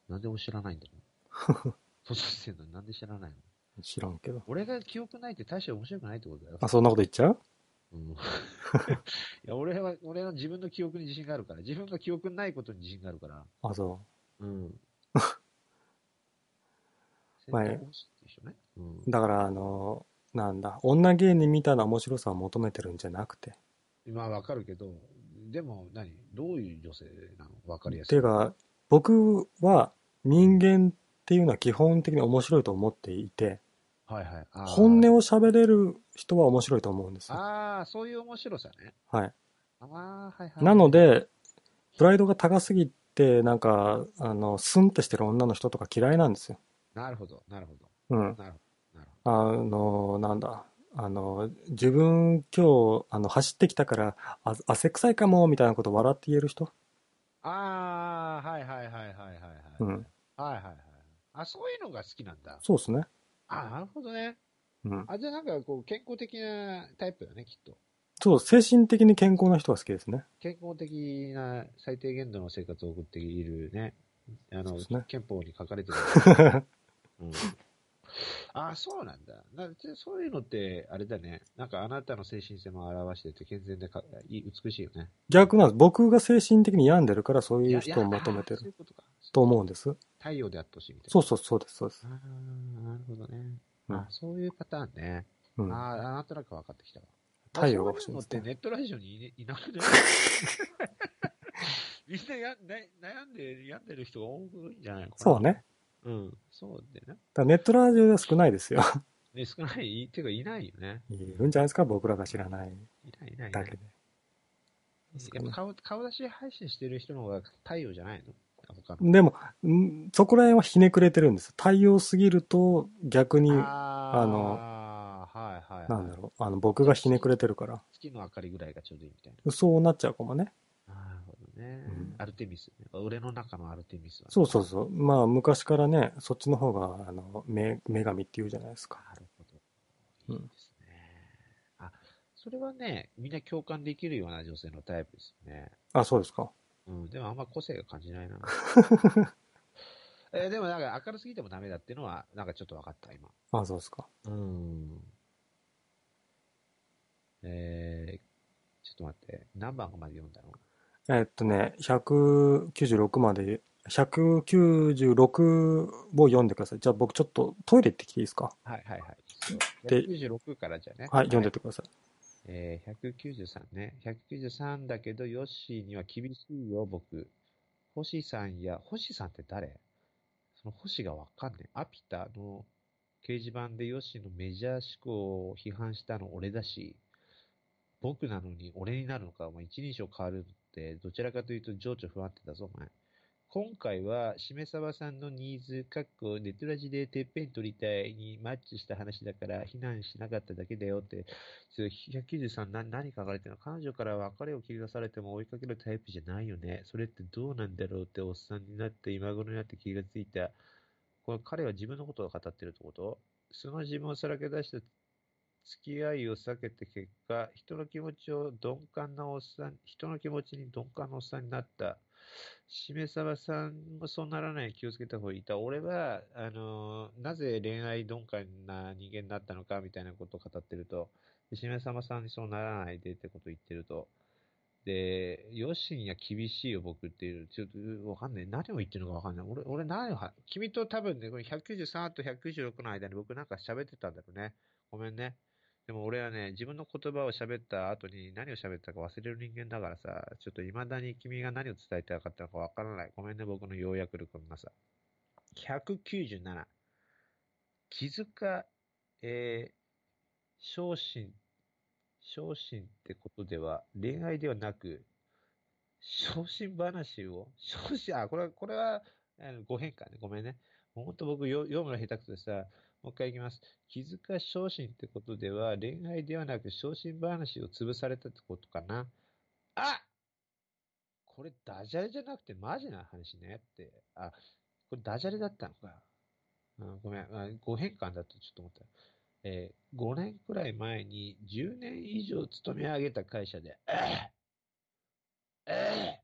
なんで俺知らないん だろう。突してんのになんで知らないの知らんけど。俺が記憶ないって大して面白くないってことだよ。あ、そんなこと言っちゃううん いや俺は、俺は自分の記憶に自信があるから、自分が記憶にないことに自信があるから。あ、そ うん。まあ洗濯欲しいって一緒ね。うんう。。だから、あの、なんだ、女芸人みたいな面白さを求めてるんじゃなくて。今わかるけど、でも何、どういう女性なのわかりやすい。ていうか、僕は人間っていうのは基本的に面白いと思っていて、はいはい。あー本音を喋れる人は面白いと思うんですよ。ああ、そういう面白さね。はい。ああ、はいはい。なの、で、プライドが高すぎて、なんか、あの、スンってしてる女の人とか嫌いなんですよ。なるほど、なるほど。うん。なるほど、なるほあの、なんだ。あの、自分今日、あの、走ってきたから、あ汗臭いかも、みたいなこと笑って言える人。ど。ああ、はいはいはいはいはい。はいうん。はいはいはい。あ、そういうのが好きなんだ。そうですね。あなるほどね。うん。あ、じゃあなんかこう、健康的なタイプだね、きっと。そう、精神的に健康な人が好きですね。健康的な最低限度の生活を送っているね。あそうの、ですね憲法に書かれてる。 うん、ああ、そうなんだ。なでそういうのって、あれだね。なんかあなたの精神性も表してて、健全でかいい美しいよね。逆なんです。僕が精神的に病んでるから、そういう人を求めていやいやあーそういるうことか。と思うんです。太陽であってほしいみたいな。そうそう、そうです、そうです。ああ、なるほどね。うんあそういうパターンね。うん。ああ、なんとなく分かってきたわ。太陽が欲しいんんでですす、ねってネットラジオにい,、いなくて。みんなやな悩んで、病んでる人が多いんじゃないのかなそう。ね。うん。そうでね。だからネットラジオでは少ないですよ。 ね少ない、っていうかいないよね。いるんじゃないですか僕らが知らないいないいないいなだいけで。やっぱ顔顔出し配信してる人の方が太陽じゃないの他の。でも、んそこら辺はひねくれてるんです。対応すぎると逆に、なあーあのはいはいはい。んだろう、あの、僕がひねくれてるから、月の明かりぐらいがちょうどいいみたいそうなっちゃうかもね。な。なるほどね。うんアルテミス、ね。俺の中のアルテミスはね、そうそうそう。まあ、昔からね、そっちの方が、あの、め女神って言うじゃないですか。なるほうど。んいいですね。あ、それはね、みんな共感できるような女性のタイプですよね。あ、そうですか。うん、でもあんま個性が感じな いな。えーでもなんか明るすぎてもダメだっていうのは、なんかちょっと分かった、今。あ、そうですか。うん。えー、ちょっと待って、何番まで読んだのえっとね、196まで、196を読んでください。じゃあ僕ちょっとトイレ行ってきていいですかはいはいはい。で96からじゃね。はい、読んでってください。えー、193ね。193だけど、ヨッシーには厳しいよ、僕。星さんや、星さんって誰その星がわかんねえ。アピタの掲示板でヨッシーのメジャー思考を批判したの俺だし、僕なのに俺になるのか、お前一人称変わるって、どちらかというと情緒不安定だぞ、お前。今回は、しめさばさんのニーズ、かっこ、ネットラジでてっぺん取りたいにマッチした話だから、非難しなかっただけだよって、そう193な何書かれてるの彼女から別れを切り出されても追いかけるタイプじゃないよね。それってどうなんだろうっておっさんになって今頃になって気がついた。これ彼は自分のことを語ってるってことその自分をさらけ出した付き合いを避けて結果、人の気持ちを鈍感なおっさん、人の気持ちに鈍感なおっさんになった。しめさばさんもそうならないように気をつけた方がいい。た俺は、あのーなぜ恋愛鈍感な人間になったのかみたいなことを語ってると、でしめさばさんにそうならないでってことを言ってると、で、よしには厳しいよ、僕っていう。ちょっと、わかんない。何を言ってるのかわかんない。俺、俺何をは、君と多分ね、これ193と196の間に僕なんか喋ってたんだろうね。ごめんね。でも俺はね、自分の言葉を喋った後に何を喋ったか忘れる人間だからさ、ちょっと未だに君が何を伝えたかったのかわからない。ごめんね、僕の要約力のなさ。197。気塚、えー、昇進、昇進ってことでは、恋愛ではなく、昇進話を、昇進、あ、これは、これは、あのご変換ね。ごめんね。もうほんと僕よ読むの下手くそでさ、もう一回いきます。気づか昇進ってことでは、恋愛ではなく昇進話を潰されたってことかな。あこれダジャレじゃなくてマジな話ねって。あ、これダジャレだったのか。うん、ごめん、あご変換だとちょっと思った。えー5年くらい前に10年以上勤め上げた会社で、えーえ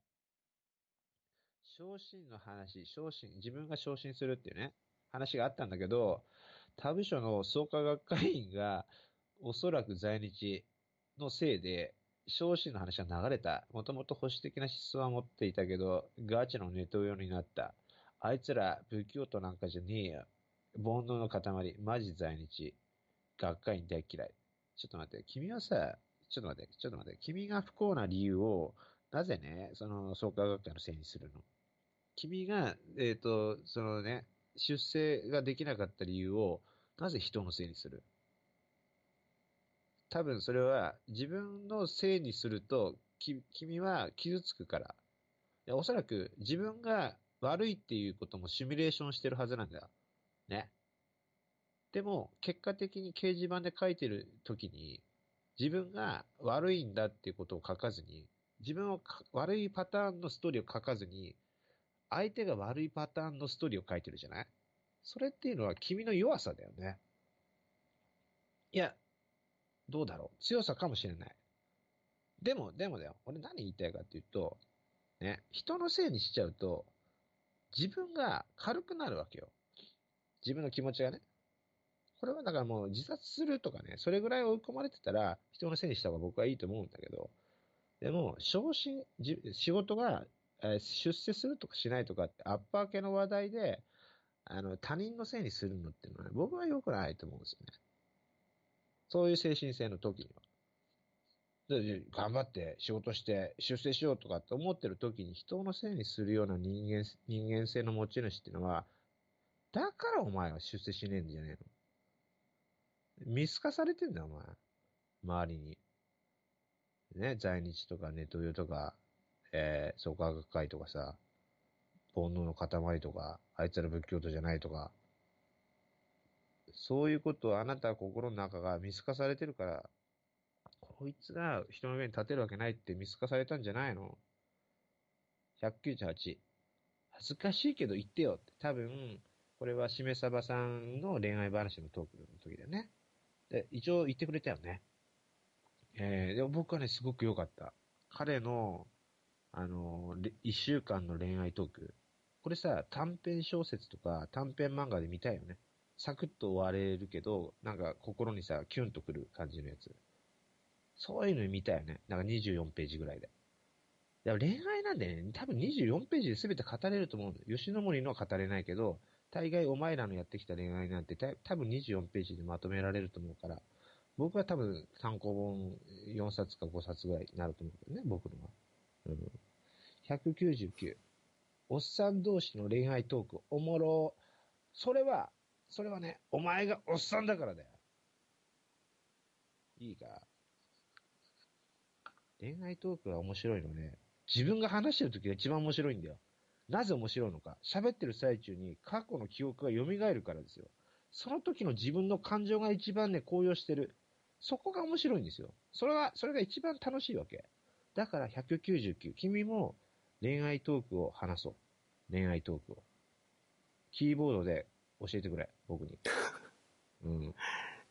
ー昇進の話、昇進、自分が昇進するっていうね、話があったんだけど、他部署の創価学会員が、おそらく在日のせいで、昇進の話が流れた。もともと保守的な思想は持っていたけど、ガチのネトウヨになった。あいつら、不教徒なんかじゃねえよ。煩悩の塊、マジ在日。学会員大嫌い。ちょっと待って、君はさ、ちょっと待って、ちょっと待って、君が不幸な理由を、なぜね、その創価学会のせいにするの君が、えっ、と、そのね、出世ができなかった理由を、なぜ人のせいにする多分それは、自分のせいにすると、き君は傷つくから。いやおそらく、自分が悪いっていうこともシミュレーションしてるはずなんだよ。ね。でも、結果的に掲示板で書いてる時に、自分が悪いんだっていうことを書かずに、自分をか悪いパターンのストーリーを書かずに、相手が悪いパターンのストーリーを書いてるじゃないそれっていうのは君の弱さだよね。いや、どうだろう。強さかもしれない。でも、でもだよ。俺何言いたいかっていうと、ね、人のせいにしちゃうと、自分が軽くなるわけよ。自分の気持ちがね。これはだからもう自殺するとかね、それぐらい追い込まれてたら、人のせいにした方が僕はいいと思うんだけど、でも、昇進、じ仕事が、えー出世するとかしないとかって、アッパー系の話題で、あの、他人のせいにするのっていうのはね、僕は良くないと思うんですよね。そういう精神性の時には。でで頑張って仕事して出世しようとかって思ってる時に人のせいにするような人間、人間性の持ち主っていうのは、だからお前は出世しねえんじゃねえの。見透かされてんだよ、お前。周りに。ね、在日とかネトウヨとか、えー、創価学会とかさ、煩悩の塊とか、あいつら仏教徒じゃないとか。そういうことをあなたは心の中が見透かされてるから、こいつが人の上に立てるわけないって見透かされたんじゃないの ?198。恥ずかしいけど言ってよって。多分、これはしめさばさんの恋愛話のトークの時だよね。で、一応言ってくれたよね。えー、でも僕はね、すごく良かった。彼の、あの、れ一週間の恋愛トーク。これさ、短編小説とか短編漫画で見たいよね。サクッと終われるけど、なんか心にさ、キュンとくる感じのやつ。そういうの見たよね。なんか24ページぐらいで。でも恋愛なんでね、多分24ページで全て語れると思うんだよ。吉野森のは語れないけど、大概お前らのやってきた恋愛なんてた多分24ページでまとめられると思うから、僕は多分単行本4冊か5冊ぐらいになると思うけどね、僕のは。うん。199。おっさん同士の恋愛トーク、おもろ。それは、それはね、お前がおっさんだからだよ。いいか。恋愛トークは面白いのね。自分が話してる時が一番面白いんだよ。なぜ面白いのか。喋ってる最中に過去の記憶が蘇るからですよ。その時の自分の感情が一番ね、高揚してる。そこが面白いんですよ。それが、それが一番楽しいわけ。だから199、君も恋愛トークを話そう。恋愛トークを。キーボードで教えてくれ、僕に。うん。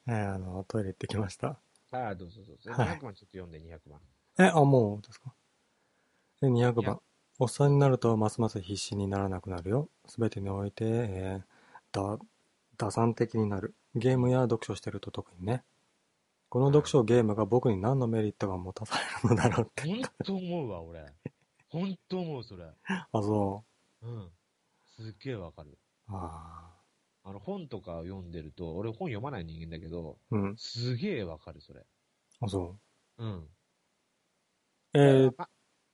えーあの、トイレ行ってきました。ああ、どうぞどうぞ。はい200番ちょっと読んで、200番。え、あ、もうですかえ、200いや番。おっさんになると、ますます必死にならなくなるよ。すべてにおいて、えー、だ、打算的になる。ゲームや読書してると特にね。この読書、ゲームが僕に何のメリットが持たされるのだろうって。 本当思うわ、俺。本当思う、それ。あ、そうん。すっげえわかる。う。ああ。あの、本とかを読んでると、俺本読まない人間だけど、うん。すげえわかる、それ。あ、そう。うん。えー、ま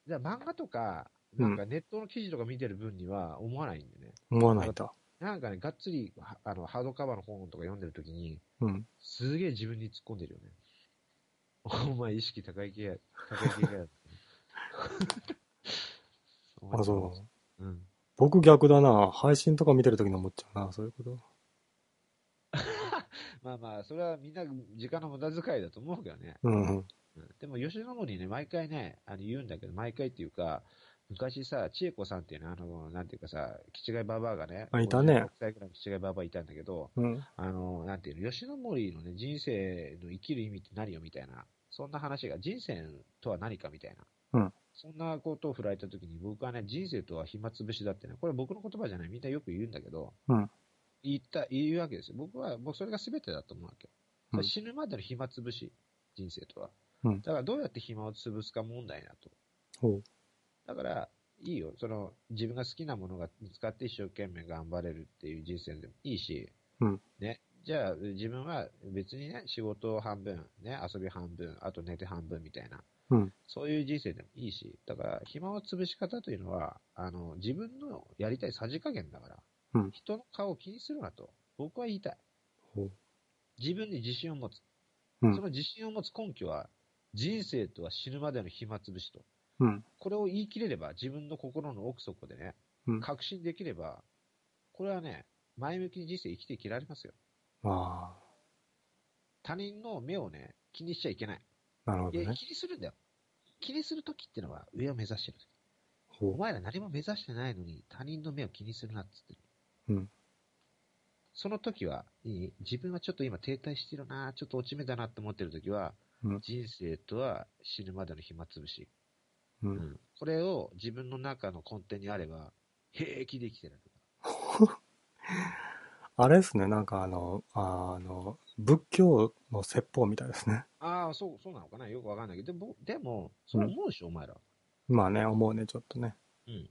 じゃあ漫画とか、うんなんかネットの記事とか見てる分には思わないんでね。思わないんだ。なんかね、がっつり、はあの、ハードカバーの本とか読んでるときに、うん。すげえ自分に突っ込んでるよね。お前意識高い系や、高い系か よ。あ、そう。う。うん。僕逆だな。配信とか見てるときに思っちゃうな、そういうこと。まあまあ、それはみんな時間の無駄遣いだと思うけどね。うん。うんでも、吉野森ね、毎回ね、あの言うんだけど、毎回っていうか、昔さ、千恵子さんっていうの、あの、なんていうかさ、気違いババアがね、あいたね6歳くらいの気違いババアいたんだけど、うん。あの、なんていうの、吉野森のね、人生の生きる意味って何よみたいな、そんな話が、人生とは何かみたいな、うんそんなことを振られた時に、僕はね、人生とは暇つぶしだってね、これ僕の言葉じゃない、みんなよく言うんだけど、うん言った、言うわけですよ。僕は、もうそれが全てだと思うわけ。うん死ぬまでの暇つぶし、人生とは。うんだからどうやって暇を潰すか問題だと。ほだから、いいよ。その、自分が好きなものが見つかって一生懸命頑張れるっていう人生でもいいし、うんね。じゃあ、自分は別にね、仕事を半分、ね、遊び半分、あと寝て半分みたいな、うんそういう人生でもいいし、だから、暇を潰し方というのは、あの、自分のやりたいさじ加減だから、うん人の顔を気にするなと、僕は言いたい。う。ほ自分に自信を持つ。う。うんそ。の自信を持つ根拠は、人生とは死ぬまでの暇つぶしと。うん。これを言い切れれば、自分の心の奥底でね、うん確信できれば、これはね、前向きに人生生きていけられますよ。あ他人の目をね、気にしちゃいけない。あ。なるほいどや、ね。気にするんだよ。気にするときってのは、上を目指してる時。おほ前ら何も目指してないのに、他人の目を気にするなって言ってる。うんその時は、いい自分はちょっと今停滞してるな、ちょっと落ち目だなって思ってる時は、うん人生とは死ぬまでの暇つぶし。う。う。うんんこれを自分の中の根底にあれば、平気で生きてられる。あれですね、なんかあの、あの、仏教の説法みたいですね。 ああ、そう、そうなのかなよくわかんないけど、でも、でも、それ思うでしょ、お前ら。まあね、思うね、ちょっとね。 うん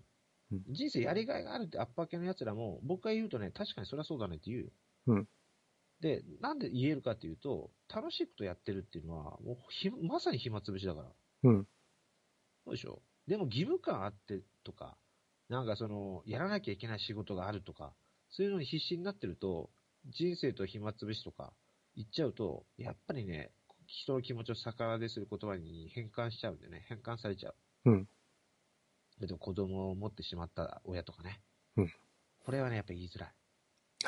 うん。人生やりがいがあるってアッパー系の奴らも、僕が言うとね、確かにそりゃそうだねって言うよ。うん。で、なんで言えるかっていうと、楽しいことやってるっていうのは、もうひ、まさに暇つぶしだかうら。ん。そうでしょでも義務感あってとか、なんかその、やらなきゃいけない仕事があるとか、そういうのに必死になってると、人生と暇つぶしとか言っちゃうと、やっぱりね、人の気持ちを逆らでする言葉に変換しちゃうんでね、変換されちゃう。うん。えっと、子供を持ってしまった親とかね。うん。これはね、やっぱり言いづらい。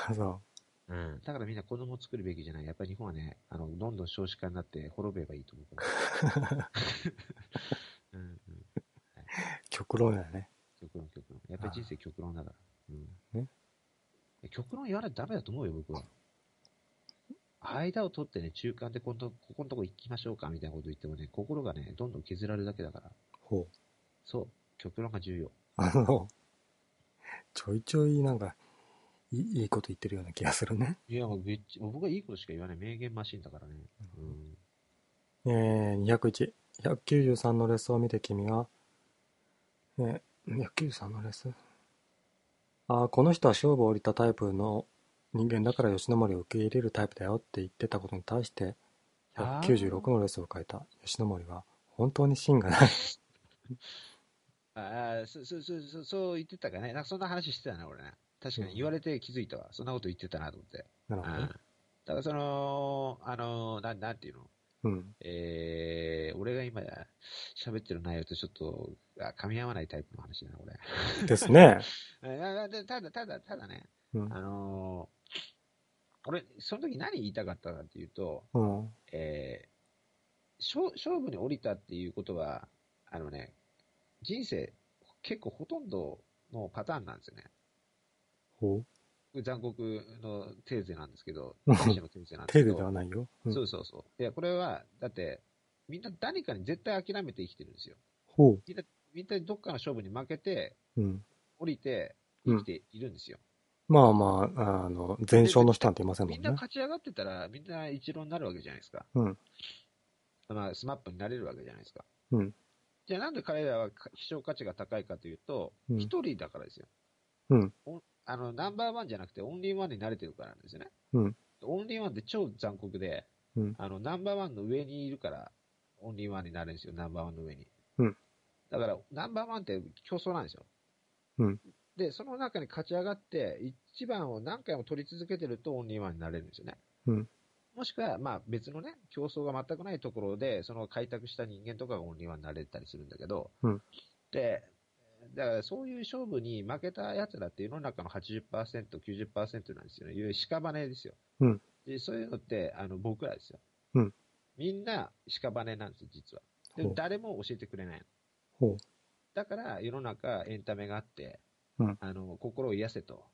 あそう。うん。だからみんな子供を作るべきじゃない。やっぱり日本はね、あの、どんどん少子化になって滅べばいいと思う から。うん、うん。極論やね。極論、極論。やっぱり人生極論だから。うん。ねいや極論言わないとダメだと思うよ、僕は。間を取ってね、中間でこんとここのとこ行きましょうか、みたいなこと言ってもね、心がね、どんどん削られるだけだから。ほう。そう。極論が重要。あの、ちょいちょいなんか、いいいいこと言ってるような気がするね。いや、もうぐっち、もう僕はいいことしか言わない。名言マシンだからね。うん。えー、201。193のレスを見て君は、ね、193のレスああ、この人は勝負を降りたタイプの人間だから吉野森を受け入れるタイプだよって言ってたことに対して、196のレスを変えた吉野森は、本当に芯がない。 ああ、そ、そ、そ、そそう言ってたかね。なんかそんな話してたな、俺ね。確かうにん言われて気づいたわ。そんなこと言ってたなと思って。なるうん。ほどねだ。からその、あの、なん、なんていうのうん。えー、俺が今喋ってる内容とちょっと、あ、噛み合わないタイプの話だな、これ。ですね。ああでただ、ただ、ただね、うん。あのー俺、その時何言いたかったかっていうと、うん。えー勝勝負に降りたっていうことは、あのね、人生、結構ほとんどのパターンなんですよね。ほう。残酷のテーゼなんですけど、 うん天使のテーゼなんです手けでど。ではないよ。うそん。うそうそう。いや、これは、だって、みんな誰かに絶対諦めて生きてるんですよ。ほみんなどっかの勝負に負けて、う。うん。降りて、生きているんですよ。まあまあ、あの、全勝の人なんていませんもみんんねな。勝ち上がってたら、みんな一郎になるわけじゃないですか。うん。まあ、スマップになれるわけじゃないですか。うん。じゃあなんで彼らは希少価値が高いかというと、うん一人だからですよ。うんおあの、ナンバーワンじゃなくてオンリーワンに慣れてるからなんですよね。うんオンリーワンって超残酷で、うんあの、ナンバーワンの上にいるから、オンリーワンになれるんですよ、ナンバーワンの上に。うんだから、ナンバーワンって競争なんですよ。うんで、その中に勝ち上がって、一番を何回も取り続けてるとオンリーワンになれるんですよね。もしくは、まあ別のね、競争が全くないところで、その開拓した人間とかがオンリーワンになれたりするんだけど、うんで、だからそういう勝負に負けた奴らって世の中の80%、90%なんですよね。いわゆる屍ですよ。うんでそういうのって、あの、僕らですよ。うんみんな屍なんですよ、実は。でほもう誰も教えてくれない。ほう。だから世の中エンタメがあって、うんあの心を癒せと、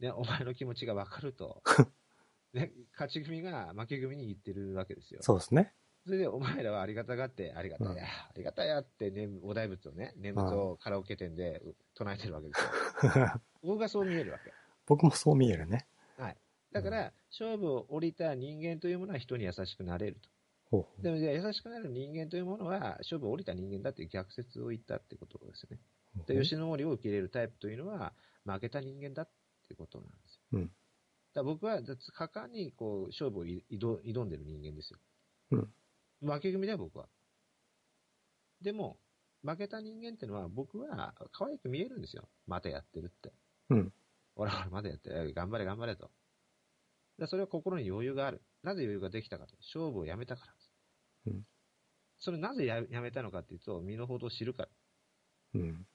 ね、お前の気持ちが分かる と、ね、勝ち組が負け組に言ってるわけですよ。そうですね。 それでお前らはありがたがって、ありがたや、うんありがたやって、ね、お大仏をね、念仏をカラオケ店でう唱えてるわけですよ。僕がそう見えるわけ。僕もそう見えるね。だから、勝負を降りた人間というものは人に優しくなれると。ほうほうでも、じゃあ優しくなる人間というものは、勝負を降りた人間だっていう逆説を言ったってことですよね。ほうほでう。吉野森を受け入れるタイプというのは、負けた人間だってことなんですよ。うんだから僕は、だって果敢にこう勝負をい挑挑んでる人間ですよ。負け組だよ、僕は。でも、負けた人間ってのは、僕は可愛く見えるんですよ。またやってるって。うん。ほらほら、まだやってる。頑張れ、頑張れと。でそれは心に余裕がある。なぜ余裕ができたかと。勝負をやめたからです。うんそれなぜややめたのかっていうと、身の程を知るから。うん。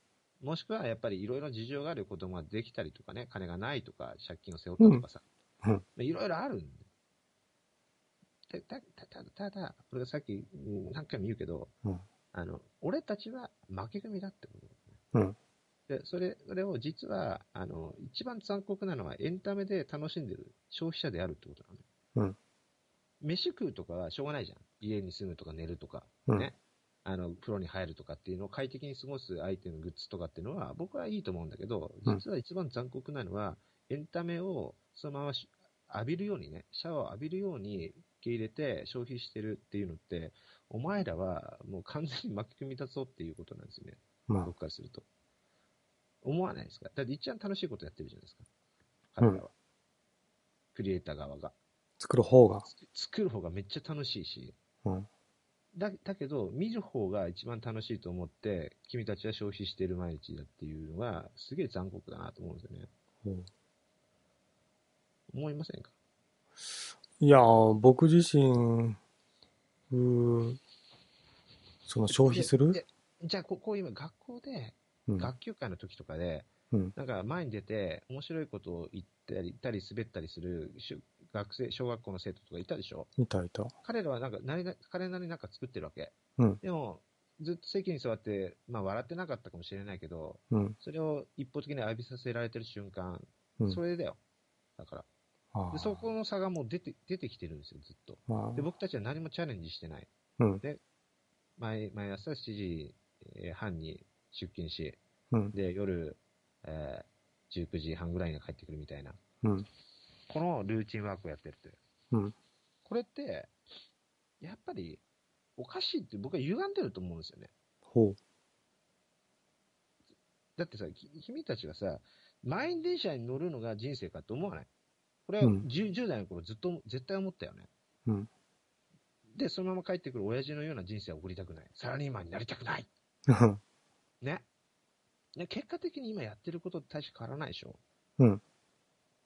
もしくはやっぱりいろいろ事情がある子供ができたりとかね、金がないとか、借金を背負ったとかさうんうん、いろいろあるんで。たたたただ、俺がさっきうん何回も言うけど、うんあの俺たちは負け組だってこと、うんでそれそれを実はあの、一番残酷なのはエンタメで楽しんでる消費者であるってことなのね。飯食うとかはしょうがないじゃん。家に住むとか寝るとか、うんね。あの、風呂に入るとかっていうのを快適に過ごすアイテム、グッズとかっていうのは、僕はいいと思うんだけど、うん実は一番残酷なのは、エンタメをそのままし浴びるようにね、シャワーを浴びるように受け入れて消費してるっていうのって、お前らはもう完全に巻き組みだぞっていうことなんですよね。まあ僕、からすると。思わないですかだって一番楽しいことやってるじゃないですか。彼らは。クリエイター側が。作る方が。作る方がめっちゃ楽しいし、うんだだけど、見る方が一番楽しいと思って、君たちは消費している毎日だっていうのは、すげえ残酷だなと思うんですよね。ほう思いませんかいやー、僕自身、うーその消費すでるじゃあ、ここう今、学校で、うん。学級会の時とかで、うんなんか前に出て、面白いことを言ったり、言ったり滑ったりするしゅ学生、小学校の生徒とかいたでしょいたいた。彼らはなんか、なりな、彼なりになんか作ってるわけ。うんでも、ずっと席に座って、まあ笑ってなかったかもしれないけど、うん。それを一方的に浴びさせられてる瞬間、うんそれだよ。だから。あであ。そこの差がもう出て、出てきてるんですよ、ずっと。まで、僕たちは何もチャレンジしてない。あ、うん。毎、毎朝7時えー半に出勤し、うん。で、夜、えー19時半ぐらいに帰ってくるみたいな。うん。このルーチンワークをやってるって。うんこれって、やっぱり、おかしいって僕は歪んでると思うんですよね。ほだってさ、き君たちはさ、満員電車に乗るのが人生かって思わないこれはうん 10,、10代の頃ずっと絶対思ったよね。うんで、そのまま帰ってくる親父のような人生は送りたくない。サラリーマンになりたくない。う。 ね。ね、結果的に今やってることって大して変わらないでしょ。うん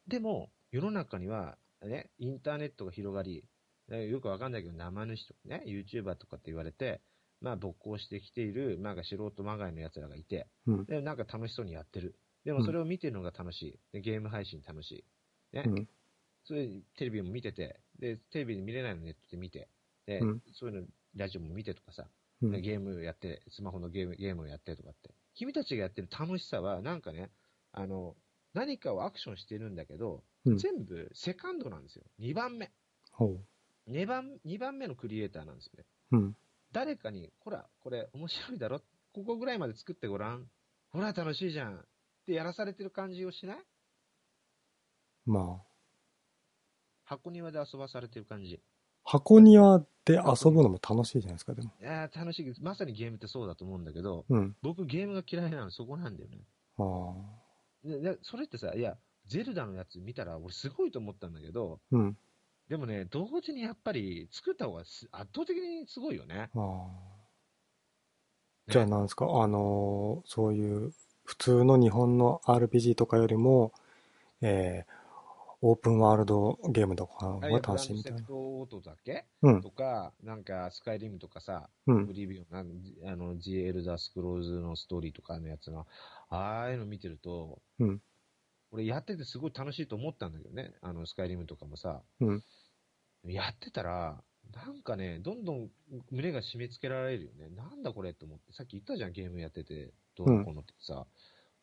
でも、世の中には、ね、インターネットが広がり、ねよくわかんないけど、生主とかね、YouTuber とかって言われて、まあ、勃興してきている、なんか素人まがいの奴らがいて、うんで、なんか楽しそうにやってる。でも、それを見てるのが楽しい。でゲーム配信楽しい。ね。うんそれ、テレビも見てて、で、テレビで見れないのネットで見て、で、うんそういうの、ラジオも見てとかさ、うん。ねゲームやって、スマホのゲーム、ゲームをやってとかって。君たちがやってる楽しさは、なんかね、あの、何かをアクションしてるんだけど、うん全部セカンドなんですよ。2番目。ほ2番、二番目のクリエイターなんですよね。う。うん。誰かに、ほら、これ面白いだろここぐらいまで作ってごらん。ほら、楽しいじゃん。ってやらされてる感じをしないまあ、箱庭で遊ばされてる感じ。箱庭で遊ぶのも楽しいじゃないですか、でも。いやー楽しいけど。まさにゲームってそうだと思うんだけど、うん。僕ゲームが嫌いなのそこなんだよね。ああ。ででそれってさ、いや、ゼルダのやつ見たら俺すごいと思ったんだけど、うん。でもね、同時にやっぱり作った方がす圧倒的にすごいよね。ああ。じゃあなんですか、あのーそういう、普通の日本の RPG とかよりも、えー、オープンワールドゲームとかのあ方れがブラ楽ンドしいみたいセなク。トオートだっけ、うんとか、なんかスカイリムとかさ、うんブ。リビオンなんあの、ジエルダースクロールズのストーリーとかのやつの、ああいうの見てると、うん俺やっててすごい楽しいと思ったんだけどね、あの、スカイリムとかもさ、うんやってたら、なんかね、どんどん胸が締め付けられるよね。なんだこれと思って、さっき言ったじゃん、ゲームやってて、どうのこうのってさ、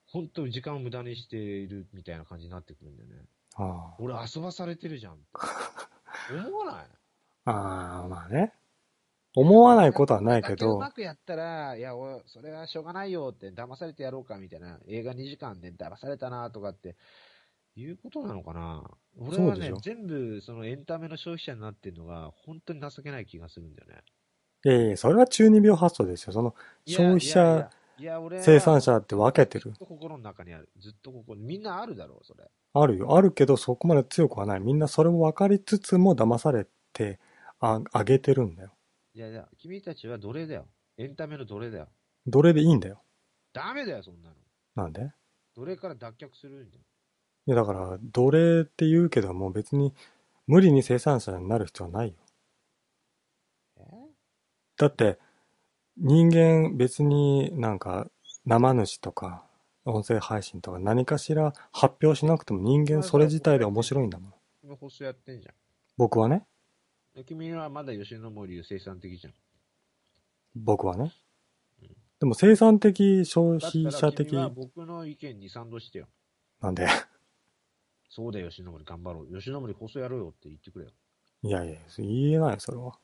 本当に時間を無駄にしているみたいな感じになってくるんだよね。あ俺遊ばされてるじゃんって。思わないあ。 ああ、まあね。思わないことはないけうどま、くやったら、いや、おそれはしょうがないよって、騙されてやろうかみたいな、映画2時間で騙されたなとかって、いうことなのかな俺はそうでしねょ、全部、そのエンタメの消費者になってるのが、本当に情けない気がするんだよね。いやいや、それは中二病発想ですよ。その、いや消費者いやいやいや俺は生産者って分けてるずっと心の中にある。ずっとここに。みんなあるだろう、それ。あるよ。あるけど、そこまで強くはない。みんなそれも分かりつつも騙されて、あ、あげてるんだよ。いやいや、君たちは奴隷だよ。エンタメの奴隷だよ。どれでいいんだよ。ダメだよ、そんなの。なんで奴隷から脱却するんだよ。いや、だから、奴隷って言うけども、別に、無理に生産者になる必要はないよ。えだって、人間別になんか、生主とか、音声配信とか何かしら発表しなくても人間それ自体で面白いんだもん。今、放送やってんじゃん。僕はね。で君はまだ吉野森生産的じゃん。僕はねうん。でも生産的、消だった費ら者的君、は僕の意見に賛同してよ。なんで。 そうだよ、吉野森頑張ろう。吉野森放送やろうよって言ってくれよ。いやいや、言えないよ、それは。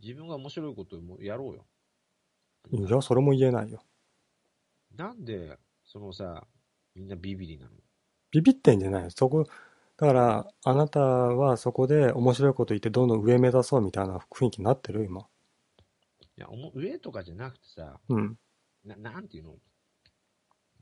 自分が面白いことをもうやろうよ。いや、それも言えないよ。なんで、そのさ、みんなビビリなのビビってんじゃないよ。そこ、だから、あなたはそこで面白いこと言ってどんどん上目指そうみたいな雰囲気になってる、今。いや、おも上とかじゃなくてさ、うん。ななんていうの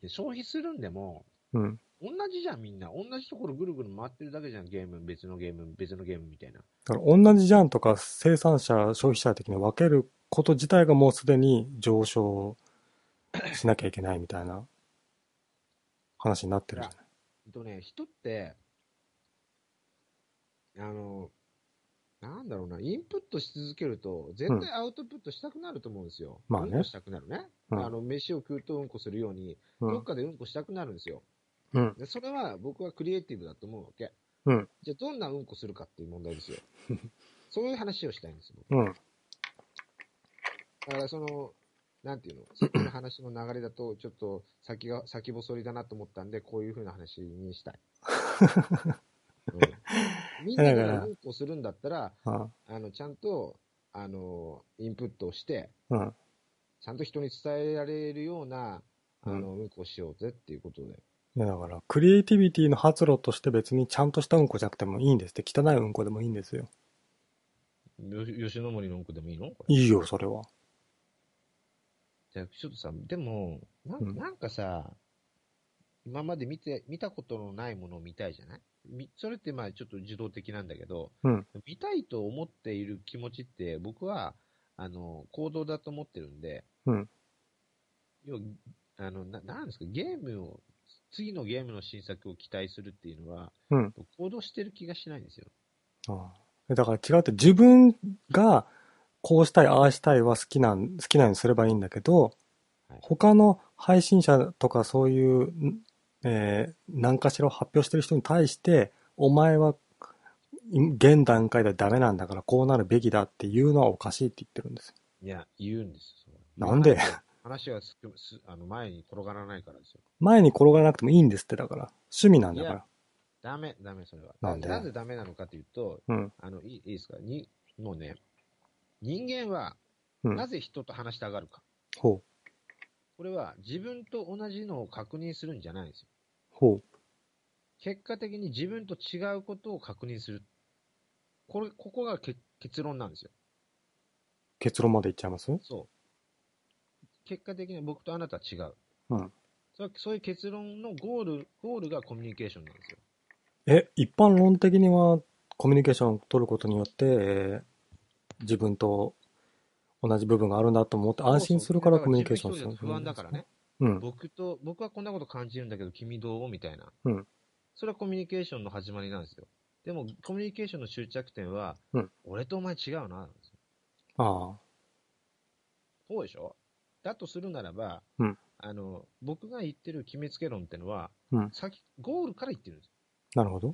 で消費するんでも、うん。同じじゃん、みんな。同じところぐるぐる回ってるだけじゃん、ゲーム、別のゲーム、別のゲームみたいな。だから、同じじゃんとか、生産者、消費者的に分けること自体がもうすでに上昇しなきゃいけないみたいな話になってるじゃない。えっとね、人って、あの、なんだろうな、インプットし続けると、絶対アウトプットしたくなると思うんですよ。まあねうんこしたくなるね。うんあの、飯を食うとうんこするように、うどっん。かでうんこしたくなるんですよ。うん。でそれは僕はクリエイティブだと思うわけ。うんじゃあ、どんなうんこするかっていう問題で すよ。そういう話をしたいんですよ。うん。だから、その、なんていうの、さっきの話の流れだと、ちょっと先が、先細りだなと思ったんで、こういうふうな話 にしたい。うんみんなだからがうんこするんだったら、ああの、ちゃんと、あの、インプットをして、うん。ちゃんと人に伝えられるような、あの、うんこをしようぜっていうことで。いやだから、クリエイティビティの発露として別にちゃんとしたうんこじゃなくてもいいんですって、汚いうんこでもいいんですよ。よ吉野森のうんこでもいいのこれいいよ、それは。じゃあちょっとさ、でも、なうんんなんかさ、今まで見て、見たことのないものを見たいじゃないみそれってまあちょっと自動的なんだけど、うん見たいと思っている気持ちって僕は、あの、行動だと思ってるんで、うん要は、あの、ななんですか、ゲームを、次のゲームの新作を期待するっていうのは、うん行動してる気がしないんですよ。ああだから違うって、自分がこうしたい、ああしたいは好きなん、好きなようにすればいいんだけどはい、他の配信者とかそういう、んえー何かしらを発表してる人に対して、お前は現段階ではダメなんだからこうなるべきだっていうのはおかしいって言ってるんですよ。いや、言うんですよ。それなんで話がすくすあの前に転がらないからですよ。前に転がらなくてもいいんですって、だから。趣味なんだから。ダメ、ダメ、それは。なんでなぜダメなのかというと、うんあの、いいいいですかに、もうね、人間は、うんなぜ人と話したがるか。ほう。これは自分と同じのを確認するんじゃないんですよ。ほ結果的に自分と違うことを確認する。これ、ここがけ結論なんですよ。う。結論までいっちゃいますそう。結果的に僕とあなたは違う。うんそれそういう結論のゴール、ゴールがコミュニケーションなんですよ。え、一般論的にはコミュニケーションを取ることによって、えー自分と同じ部分があるんだと思って安心するからコミュニケーションするそう。そうだから自分一人だと不安だからね。。うん。僕と、僕はこんなこと感じるんだけど、君どうみたいな。うんそれはコミュニケーションの始まりなんですよ。でも、コミュニケーションの終着点は、うん俺とお前違うな。ああ。そうでしょだとするならば、うんあの、僕が言ってる決めつけ論ってのは、うん先、ゴールから言ってるんですよ。なるほど。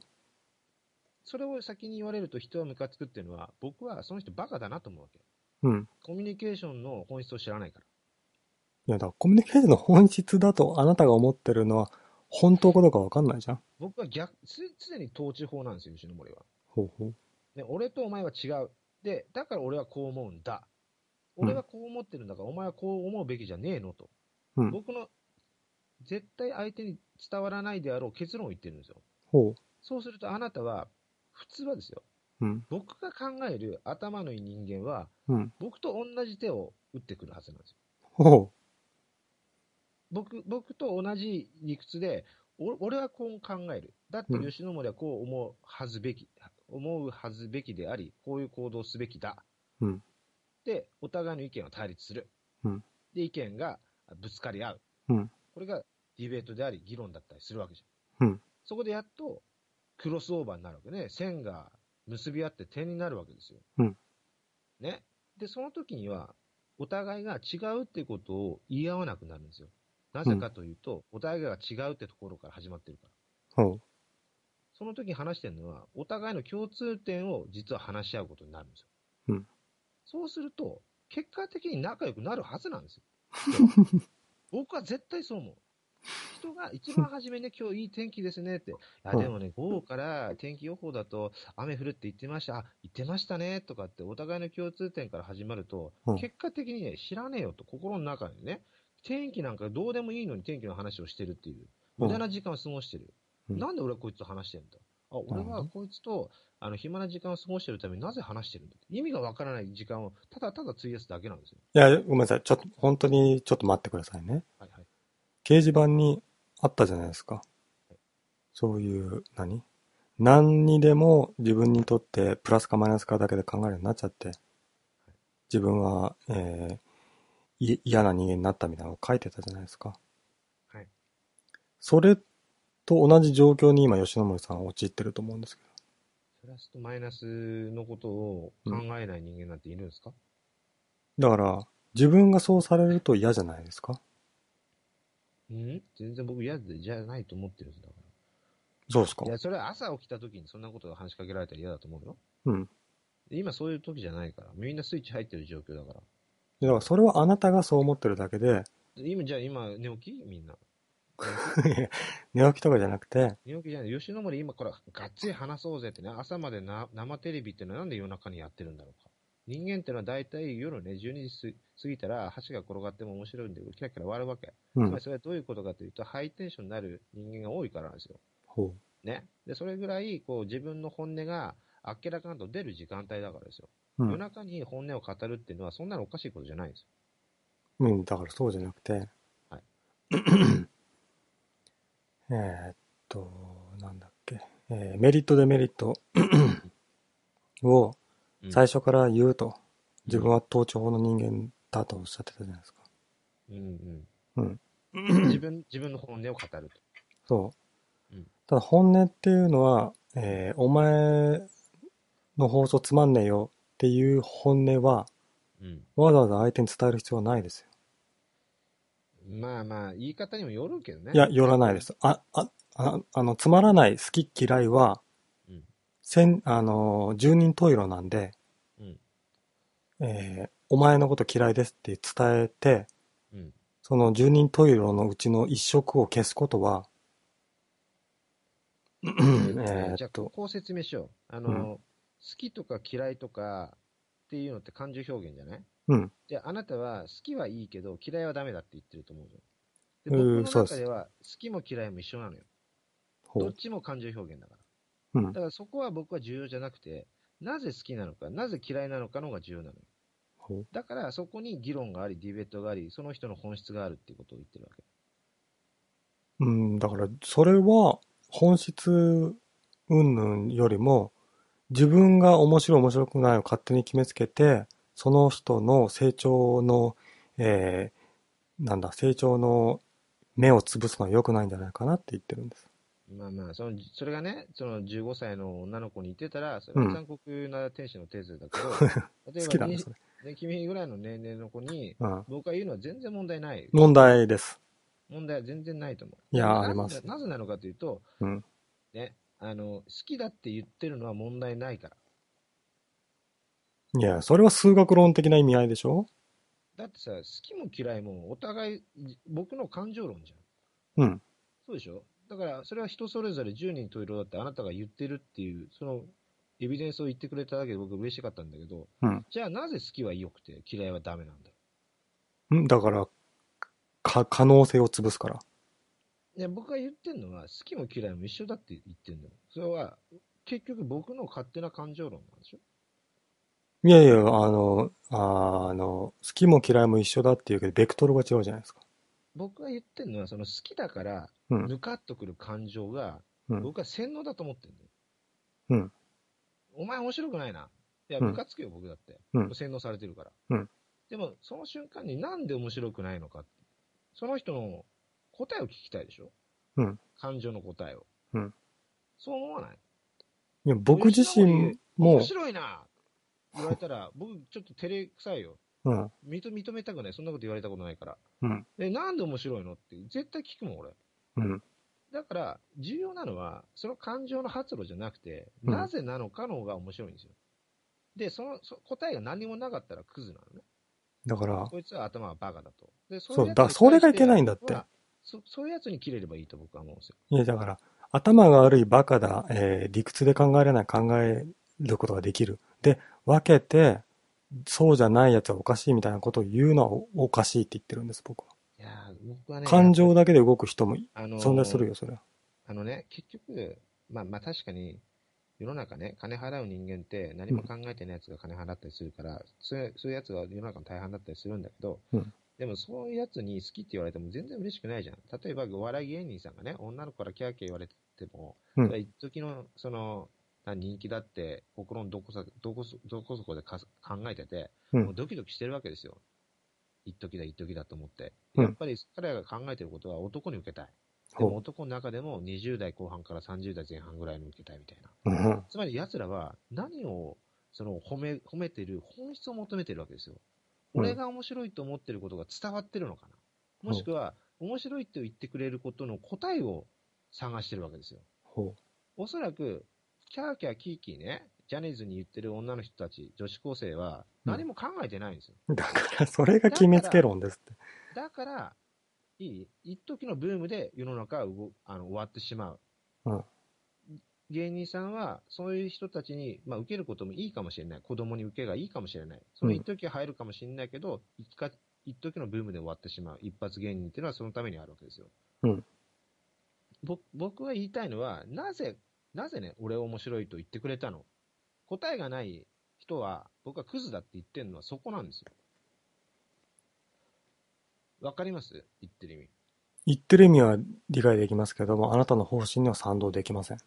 それを先に言われると人はムカつくっていうのは、僕はその人バカだなと思うわけ。うん。コミュニケーションの本質を知らないから。いや、だからコミュニケーションの本質だとあなたが思ってるのは本当かどうかわかんないじゃん。僕は逆、つ常に統治法なんですよ、吉野森は。ほうほう。ね、俺とお前は違う。で、だから俺はこう思うんだ。俺はこう思ってるんだから、お前はこう思うべきじゃねえのと。うん僕の、絶対相手に伝わらないであろう結論を言ってるんですよ。ほそうするとあなたは、普通はですよ。う。うん。僕が考える頭のいい人間は、うん。僕と同じ手を打ってくるはずなんですよ。ほ僕、僕と同じ理屈で、お俺はこう考える。だってうん吉野森はこう思うはずべき、思うはずべきであり、こういう行動をすべきだ。うんで、お互いの意見を対立する。うんで、意見がぶつかり合う。うんこれがディベートであり、議論だったりするわけじゃん。うんそこでやっと、クロスオーバーになるわけね。線が結び合って点になるわけですよ。うんね。で、その時には、お互いが違うってことを言い合わなくなるんですよ。なぜかというと、お互いが違うってところから始まってるから。う。ほその時に話してるのは、お互いの共通点を実は話し合うことになるんですよ。うんそうすると、結果的に仲良くなるはずな んですよ。僕は絶対そう思う。人が一番初めね、今日いい天気ですねって。いや、うんでもね、午後から天気予報だと雨降るって言ってました。あ、言ってましたねとかって、お互いの共通点から始まると、うん結果的にね、知らねえよと、心の中にね、天気なんかどうでもいいのに天気の話をしてるっていう。う。無駄うんな時間を過ごしてる。うんなんで俺はこいつと話してるんだあ、なる俺ほどはこいつと、あの、暇な時間を過ごしてるためになぜ話してるんだ意味がわからない時間をただただ費やすだけなんですよ。いや、ごめんなさい。ちょっと、本当にちょっと待ってくださいね。はいはい。掲示板にあったじゃないですか。そういう、何何にでも自分にとってプラスかマイナスかだけで考えるようになっちゃって、自分は、えーい嫌な人間になったみたいなのを書いてたじゃないですか。はいそれと同じ状況に今吉野森さんは陥ってると思うんですけプラスとマイナスのことを考えない人間なんているんですか、だから、自分がそうされると嫌じゃないですかうん全然僕嫌でじゃないと思ってるんですだか。そうですからいや、それは朝起きた時にそんなことが話しかけられたら嫌だと思うよ。うん。今そういう時じゃないから。みんなスイッチ入ってる状況だから。だから、それはあなたがそう思ってるだけで、 今、じゃあ今寝起きみんな。寝起きとかじゃなくて、寝起きじゃない。吉野森今からがっつり話そうぜってね、朝までな生テレビってのはなんで夜中にやってるんだろうか。人間ってのは大体夜ね、12時す過ぎたら箸が転がっても面白いんで、キラキラ割るわけ。うつまんり。それはどういうことかというと、ハイテンションになる人間が多いからなんですよ。ほね。で、それぐらい、こう、自分の本音が、あっけらかんと出る時間帯だからですよ。う。う夜ん。中に本音を語るっていうのは、そんなのおかしいことじゃないんですよ。うん、だからそうじゃなくて、はい えーっと、なんだっけ、えーメリットデメリットを最初から言うと、自分は盗聴の人間だとおっしゃってたじゃないですか。うんうん。うん。自分、自分の本音を語ると。そう。うんただ本音っていうのは、えーお前の放送つまんねえよっていう本音は、うん。わざわざ相手に伝える必要はないですよ。まあまあ、言い方にもよるけどね。いや、寄らないで。す。あ、あ、ああの、つまらない、好き嫌いはうん、せん、あの、十人十色なんで、うん。えーお前のこと嫌いですって伝えて、うん。その十人十色のうちの一色を消すことは、えじーゃっ、あ、ことこう説明しよう。あの、うん好きとか嫌いとかっていうのって感情表現じゃないうん。で、あなたは好きはいいけど、嫌いはダメだって言ってると思うのよ。で、うーん僕そのうです中では、好きも嫌いも一緒なのよ。ほどっう、ちも感情表現だから。うんだ、からそこは僕は重要じゃなくて、なぜ好きなのか、なぜ嫌いなのかの方が重要なのよ。ほう、だからそこに議論があり、ディベートがあり、その人の本質があるっていうことを言ってるわけ。うん、だから、それは、本質、云々よりも、自分が面白い面白くないを勝手に決めつけて、その人の成長の、えーなんだ、成長の目を潰すのは良くないんじゃないかなって言ってるんです。まあまあ、その、それがね、その15歳の女の子に言ってたら、それは残酷な天使のテーゼだ けど、例好きえだばにね、それ。ね、君ぐらいの年齢の子に、うん。僕が言うのは全然問題ない。問題です。問題は全然ないと思う。いやーなぜありますなぜなのかというと、うんね、あの、好きだって言ってるのは問題ないから。いや、それは数学論的な意味合いでしょだってさ、好きも嫌いもお互い、僕の感情論じゃん。うん。そうでしょだから、それは人それぞれ10人十色だってあなたが言ってるっていう、そのエビデンスを言ってくれただけで僕は嬉しかったんだけど、うんじゃあなぜ好きは良くて嫌いはダメなんだうんだから、か、可能性を潰すから。いや僕が言ってるのは、好きも嫌いも一緒だって言ってるんだよ。それは、結局僕の勝手な感情論なんでしょいやいや、あの、ああの、好きも嫌いも一緒だっていうけど、ベクトルが違うじゃないですか。僕が言ってるのは、その好きだから、うんぬかっとくる感情が、うん僕は洗脳だと思ってるんだよ。うんお前面白くないな。いや、うんムカつくよ、僕だって。うん洗脳されてるから。うんでも、その瞬間になんで面白くないのかってその人の答えを聞きたいでしょうん感情の答えを。うんそう思わないいや僕自身も面、白いな言われたら、 僕ちょっと照れくさいよ。うん、認認めたくない。そんなこと言われたことないから。うん、え、なんで面白いのって絶対聞くもん、俺。うん、だから、重要なのは、その感情の発露じゃなくて、うんなぜなのかの方が面白いんですよ。で、そのそ答えが何もなかったらクズなのね。だから、こいつは頭がバカだと。で、そそうだそれがいけないんだってそ。そういうやつに切れればいいと僕は思うんですよ。いや、だから、頭が悪い、バカだ、えー理屈で考えれない、考えることができる。で、分けて、そうじゃないやつはおかしいみたいなことを言うのはおおかしいって言ってるんです、僕は。いやー僕はね、感情だけで動く人もあのー存在するよ、それは。あのね、結局、まあまあ確かに、世の中ね、金払う人間って何も考えてないやつが金払ったりするから、そういうそういうやつが世の中の大半だったりするんだけど、うんでもそういうやつに好きって言われても全然嬉しくないじゃん。例えばお笑い芸人さんがね、女の子からキャーキャー言われても、うんそれは一時の、その、な人気だって、心のどこそ、どこそ、どこそこでかす考えてて、うんもうドキドキしてるわけですよ。一時だ、一時だと思って。うんやっぱり彼らが考えてることは男に受けたい。でもほ男の中でも20代後半から30代前半ぐらいの受けたいみたいう。な。うんつまり奴らは何をその褒め、褒めてる本質を求めてるわけですよ。うん俺が面白いと思ってることが伝わってるのかな。もしくは、面白いと言ってくれることの答えを探してるわけですよ。ほおそらく、キャーキャーキーキーね、ジャニーズに言ってる女の人たち、女子高生はうん何も考えてないんですよ。う。だから、それが決めつけ論ですって。だから、いい一時のブームで世の中は動あの終わってしまう。うん芸人さんは、そういう人たちに、まあ、受けることもいいかもしれない。子供に受けがいいかもしれない。その一時は入るかもしれないけど、一か一時のブームで終わってしまう。一発芸人っていうのはそのためにあるわけですよ。うんぼ僕が言いたいのは、なぜ、なぜね、俺面白いと言ってくれたの答えがない人は、僕はクズだって言ってるのはそこなんですよ。わかります言ってる意味。言ってる意味は理解できますけども、あなたの方針には賛同できません。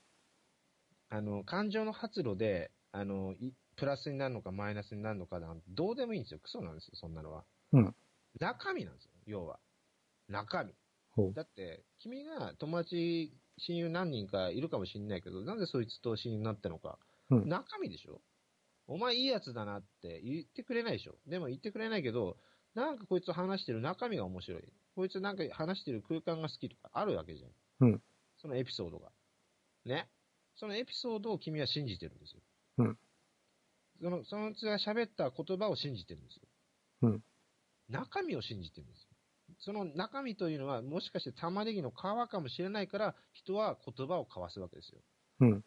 あの、感情の発露で、あの、いプラスになるのかマイナスになるのかなんて、どうでもいいんですよ。クソなんですよ、そんなのは。うん中身なんですよ、要は。中身。ほう。だって、君が友達、親友何人かいるかもしれないけど、なぜそいつと親友になったのか。うん中身でしょお前いいやつだなって言ってくれないでしょでも言ってくれないけど、なんかこいつと話してる中身が面白い。こいつなんか話してる空間が好きとかあるわけじゃうん。んそのエピソードが。ね。そのエピソードを君は信じてるんですよ。うんその、そのつが喋った言葉を信じてるんですよ。うん中身を信じてるんですよ。その中身というのは、もしかして玉ねぎの皮かもしれないから、人は言葉を交わすわけですよ。うん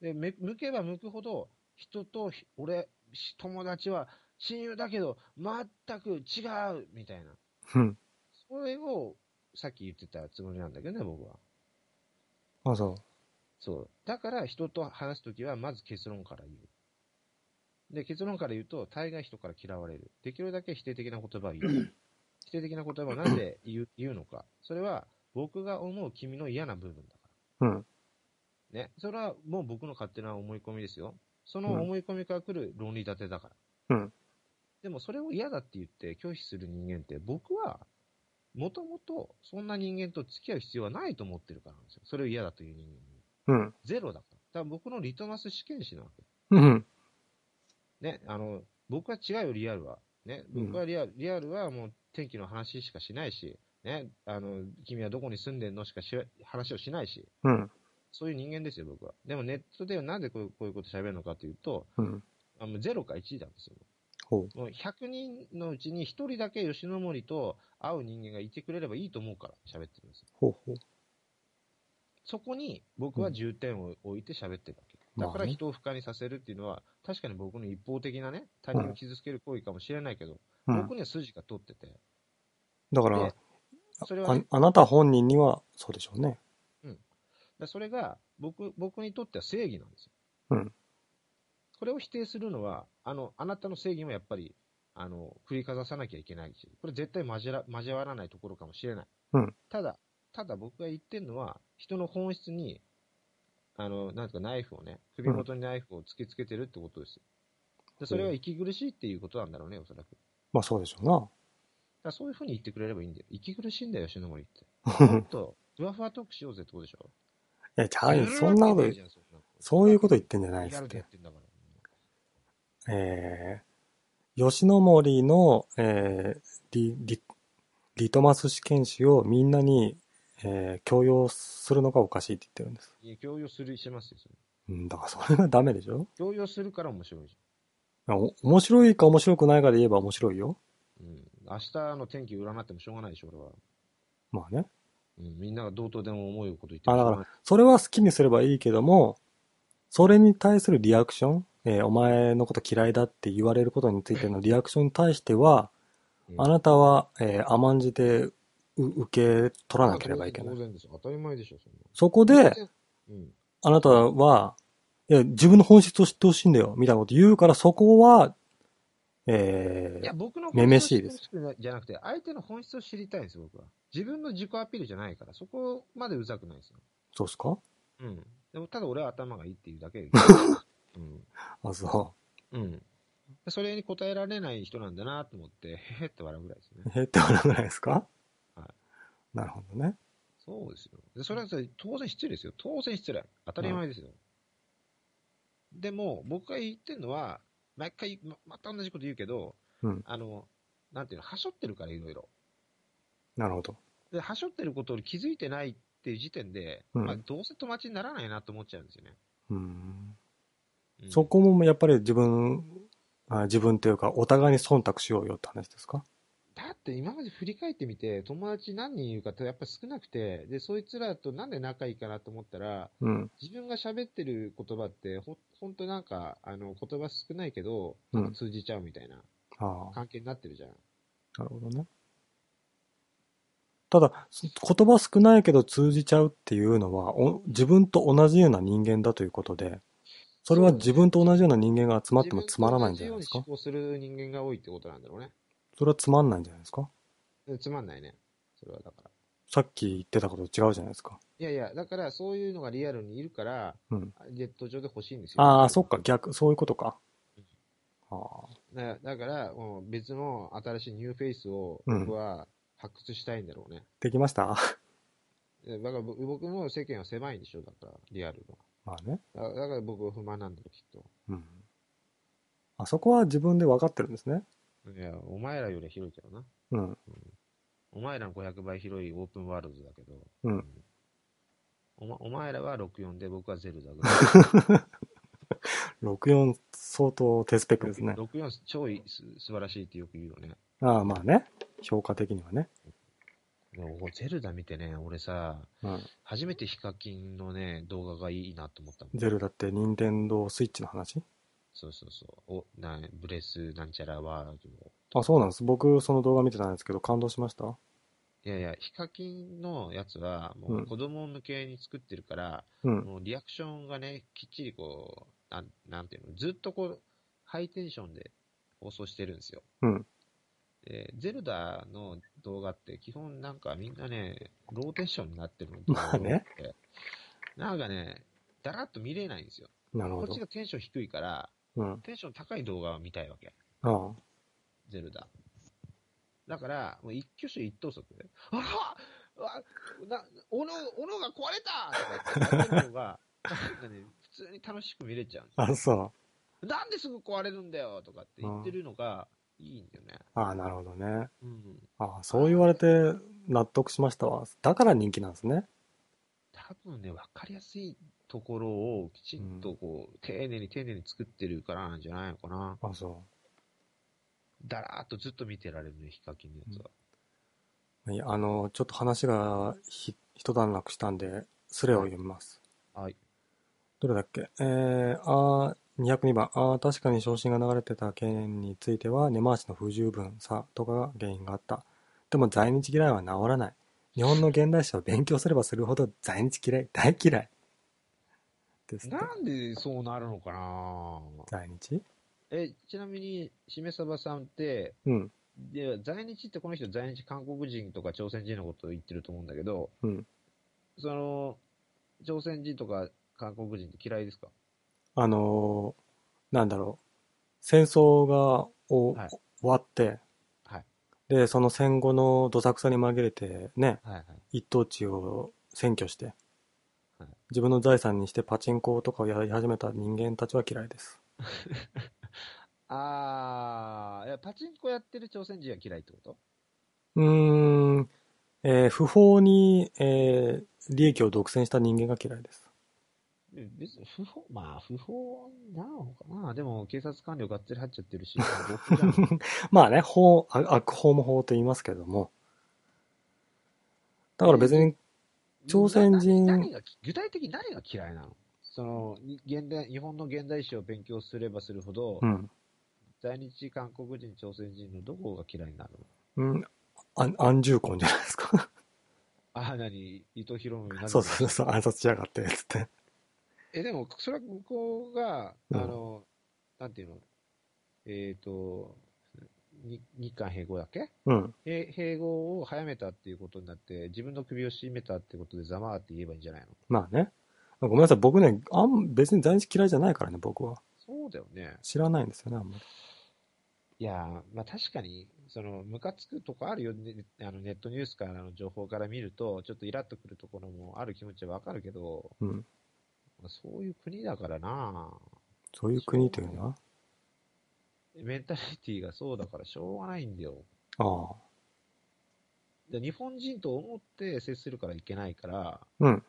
で、め向けば向くほど、人とひ俺、し友達は親友だけど、全く違うみたいな。うん。それを、さっき言ってたつもりなんだけどね、僕は。あ、そう。そう。だから人と話すときは、まず結論から言う。で、結論から言うと、大概人から嫌われる。できるだけ否定的な言葉を言う。否定的な言葉をなんで言う言うのか。それは、僕が思う君の嫌な部分だかうん。ら。ね。それはもう僕の勝手な思い込みですよ。その思い込みから来る論理立てだから。うんでもそれを嫌だって言って拒否する人間って、僕は、もともとそんな人間と付き合う必要はないと思ってるからなんですよ。それを嫌だという人間に。うん。ゼロだから。だから僕のリトマス試験紙なわけ。うん。ね、あの、僕は違うよ、リアルは。ね、うん僕はリアル、リアルはもう天気の話しかしないし、ね、あの、君はどこに住んでんのしかし話をしないし、うん。そういう人間ですよ、僕は。でもネットではなんでこうこういうこと喋るのかというと、うん。あのゼロか1なんですよ。ほもう100人のうちに1人だけ吉野森と会う人間がいてくれればいいと思うから喋ってるんですよ。ほうほう。そこに僕は重点を置いて喋ってるわけ。まあだねから人を不快にさせるっていうのは、確かに僕の一方的なね、他人を傷つける行為かもしれないけど、うん僕。には筋が通ってて、だから、でそれはあね、あなた本人にはそうでしょうね。だそれが僕僕にとっては正義なんですよ。うんこれを否定するのは、あの、あなたの正義もやっぱり、あの、振りかざさなきゃいけないし、これ絶対交わら交わらないところかもしれない。うんただ、ただ僕が言ってるのは、人の本質に、あの、なんていうかナイフをね、首元にナイフを突きつけてるってことですよ。でそれは息苦しいっていうことなんだろうね、おそらく。だかまあそうでしょうらそういうふうに言ってくれればいいんだよ。息苦しいんだよ、篠森って。 な。もっと、ふわふわトークしようぜってことでしょ。いや、ちゃうよ。そんなことやるわけいいじゃ、そんなそういうこと言ってんじゃないでやすっるでやてっ。てんだから。えー、吉野森の、えー、リ、リ、リトマス試験紙をみんなに、えー、強要するのがおかしいって言ってるんです。いや、強要する、しますよ、それ。うん、だからそれがダメでしょ強要するから面白いじお面白いか面白くないかで言えば面白いよ。ゃん。うん。明日の天気占ってもしょうがないでしょ、俺は。まあね。うん。みんながどうとでも思うこと言ってあ、もだしょうかがら、それは好きにすればいいけども、それに対するリアクション、えーお前のこと嫌いだって言われることについてのリアクションに対しては、あないなたは、えー甘んじてう受け取らなければいけな当い。然です。当たり前でしょ、そんな。そこで、うん。あなたは、いや、自分の本質を知ってほしいんだよ、みたいなこと言うから、そこは、えいや、ー、僕のめ本め質しをい知ですってほしくないじゃなくて、相手の本質を知りたいんです、僕は。自分の自己アピールじゃないから、そこまでうざくないですよ。そうですかうん。でも、ただ俺は頭がいいっていうだ けで。うん。あ、そうん。でそれに答えられない人なんだな と思って、へへって笑うぐらいですね。う。えーって笑うぐらいですかはなるほどね。そうですよ。でそれはそれ当然失礼ですよ。当然失礼。当たり前ですよ。でも、僕が言ってるのは、毎回ま、また同じこと言うけど、うんあの、なんていうの、はしょってるから、いろいろ。なるほど。で、はしょってることに気づいてないっていう時点で、うんまあ、どうせ友達にならないなと思っちゃうんですよね。うーん。うんそこもやっぱり自分、あ自分というか、お互いに忖度しようよって話ですかだって今まで振り返ってみて、友達何人いるかってやっぱ少なくて、で、そいつらとなんで仲いいかなと思ったら、うん。自分が喋ってる言葉って、ほ、ほんとなんか、あの、言葉少ないけど、うんなんか通じちゃうみたいなああ、関係になってるじゃん。なるほどね。ただ、そ言葉少ないけど通じちゃうっていうのは、お自分と同じような人間だということで、それは自分と同じような人間が集まってもつまらないんじゃないですか自分と同じように思考する人間が多いってことなんだろうね。それはつまんないんじゃないですかうんつまんないね。それはだから。さっき言ってたこと違うじゃないですか。いやいや、だからそういうのがリアルにいるから、うんネット上で欲しいんですよ。ああ、そっか、逆、そういうことか。ああ、だだから、もう別の新しいニューフェイスをうん僕は発掘したいんだろうね。できました えだから僕僕の世間は狭いんでしょ、だから、リアルまあね。の。だだから僕は不満なんだよ、きっうん。あそこは自分で分かってるんですね。と。いや、お前らよりは広いけどな。うん。お前らの500倍広いオープンワールドだけど、うんおま、お前らは64で僕はゼルダぐら64相当低スペック ですねい。。64超いす素晴らしいってよく言うよね。ああ、まあね。評価的にはね。でもゼルダ見てね、俺さ、うん。初めてヒカキンのね、動画がいいなと思ったもん。ゼルダって任天堂スイッチの話そうそうそう。お、な、ブレスなんちゃらワールド。あ、そうなんです。僕、その動画見てたんですけど、感動しましたいやいや、ヒカキンのやつは、もうんう子供向けに作ってるから、うん。もうリアクションがね、きっちりこう、なん、なんていうの、ずっとこう、ハイテンションで放送してるんですよ。うんで、ゼルダの動画って基本なんかみんなね、ローテンションになってるのまあね。なんかね、だらっと見れないんですよ。なるこほっどち。がテンション低いから、うん。あテンション高い動画を見たいわけ。あ。ゼルダ。だから、もう一挙手一投足で、あらうわな、斧、斧が壊れたとか言って、やってるのが、なんかね、普通に楽しく見れちゃうんですよあ、そなんですぐ壊れるんだよとかって言ってるのが、いいんだよね。う。ああ、なるほどね。うん。ああ、そう言われて納得しましたわ。だから人気なんですね。多分ね、わかりやすいところをきちんとこう、丁寧に丁寧に作ってるからなんじゃないのかな。あそだらーっとずっと見てられるね、ヒカキンのやつは。う。いやあの、ちょっと話がひ、一段落したんで、スレを読みます。はい。どれだっけえー、あー202番。あー確かに昇進が流れてた件については、根回しの不十分さとかが原因があった。でも在日嫌いは治らない。日本の現代史を勉強すればするほど在日嫌い、大嫌い。ですってなんでそうなるのかな在日え、ちなみに、しめさばさんって、うん。で、在日ってこの人在日韓国人とか朝鮮人のことを言ってると思うんだけど、うんその、朝鮮人とか韓国人って嫌いですかあのーなんだろう。戦争がお、はい終わって、はい。で、その戦後のどさくさに紛れて、ね、はいはい。一等地を占拠してはい、自分の財産にしてパチンコとかをやり始めた人間たちは嫌いです。あー、いや、パチンコやってる朝鮮人は嫌いってことうーん、えー不法に、えー利益を独占した人間が嫌いです。え別に不法、まあ不法なのかなでも警察官僚がっつり入っちゃって るし、僕じゃんまあね、法、あ悪法も法と言いますけども。だから別に、朝鮮人な何が具体的に何が嫌いなのその、に現代、日本の現代史を勉強すればするほど、うん、在日韓国人、朝鮮人のどこが嫌いになるのうん、あ安住婚じゃないですか。ああ、なに、伊藤博文などそうそうそう、暗殺しやがって、つって。え、でも、それは向こうが、うあんの、なんていうの、えっ、と、に日韓併合だっけうん。へ併合を早めたっていうことになって、自分の首を絞めたってことでざまあって言えばいいんじゃないのまあね。ごめんなさい、僕ね、あん、別に在日嫌いじゃないからね、僕は。そうだよね。知らないんですよね、あんまり。いやー、まあ確かに、その、ムカつくとこあるよ、ね、あのネットニュースからの情報から見ると、ちょっとイラっとくるところもある気持ちはわかるけど、うん。まあそういう国だからなそういう国というのはメンタリティがそうだからしょうがないんだよ。ああ。で日本人と思って接するからいけないから、うん。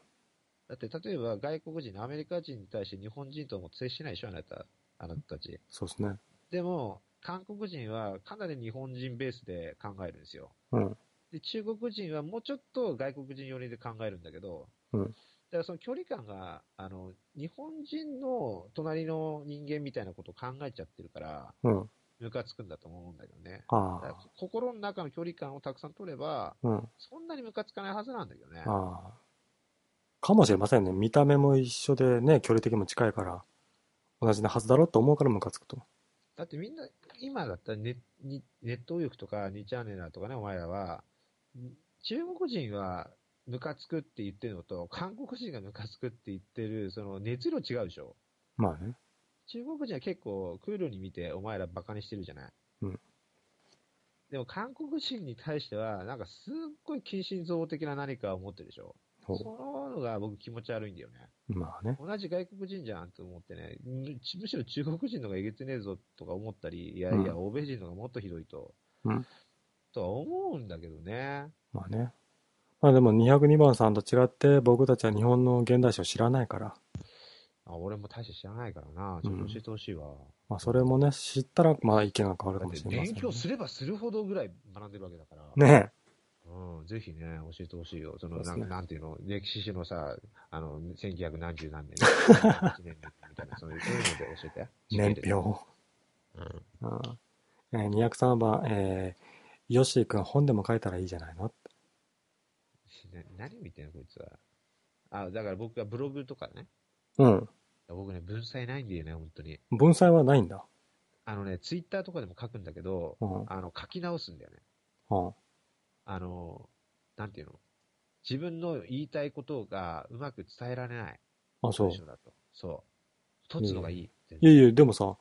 だって例えば外国人、アメリカ人に対して日本人とも接しないでしょ、あなた、あなたたち。そうですね。でも、韓国人はかなり日本人ベースで考えるんですよ。うん。で、中国人はもうちょっと外国人寄りで考えるんだけど、うんだからその距離感が、あの、日本人の隣の人間みたいなことを考えちゃってるから、うん。ムカつくんだと思うんだけどね。あだからあ。心の中の距離感をたくさん取れば、うん。そんなにムカつかないはずなんだけどね。ああ。かもしれませんね。見た目も一緒でね、距離的にも近いから、同じなはずだろうと思うからムカつくと。だってみんな、今だったらネにネット右翼とか2チャンネルだとかね、お前らは、ん中国人はムカつくって言ってるのと、韓国人がムカつくって言ってる、その熱量違うでしょ。まあね。中国人は結構クールに見て、お前らバカにしてるじゃない。うんでも韓国人に対しては、なんかすっごい近親憎悪的な何かを持ってるでしょ。ほそののが僕気持ち悪いんだよね。う。まあね。同じ外国人じゃんと思ってね、むむしろ中国人の方がえげつねえぞとか思ったり、いやいや、う欧米人の方がもっとひどいと、うんとは思うんだけどね。まあね。まあでも202番さんと違って、僕たちは日本の現代史を知らないから、あ俺も大して知らないからな、ちょっと教えてほしいわ。まあそれもね、知ったら、まあ意見が変わるかだっもてしれません勉ね。強すればするほどぐらい学んでるわけだから、ねうん、ぜひね、教えてほしいよ。そそうのでなすねんなんていうの、歴史史のさ、あの、1900何十何年、1年みたいな、そういうそういうので教えて。え。年表。うんうん。えー、203番、えー、ヨッシー君本でも書いたらいいじゃないのな何見てんの、こいつは。あ、だから僕がブログとかね。うん。僕ね、文才ないんだよね、本当に。文才はないんだ。あのね、ツイッターとかでも書くんだけど、うん。うん。あの、書き直すんだよね。あの、なんていうの自分の言いたいことがうまく伝えられない。あ、そう。文章だと。そう。とつのがいい。いやいや、でもさ、うん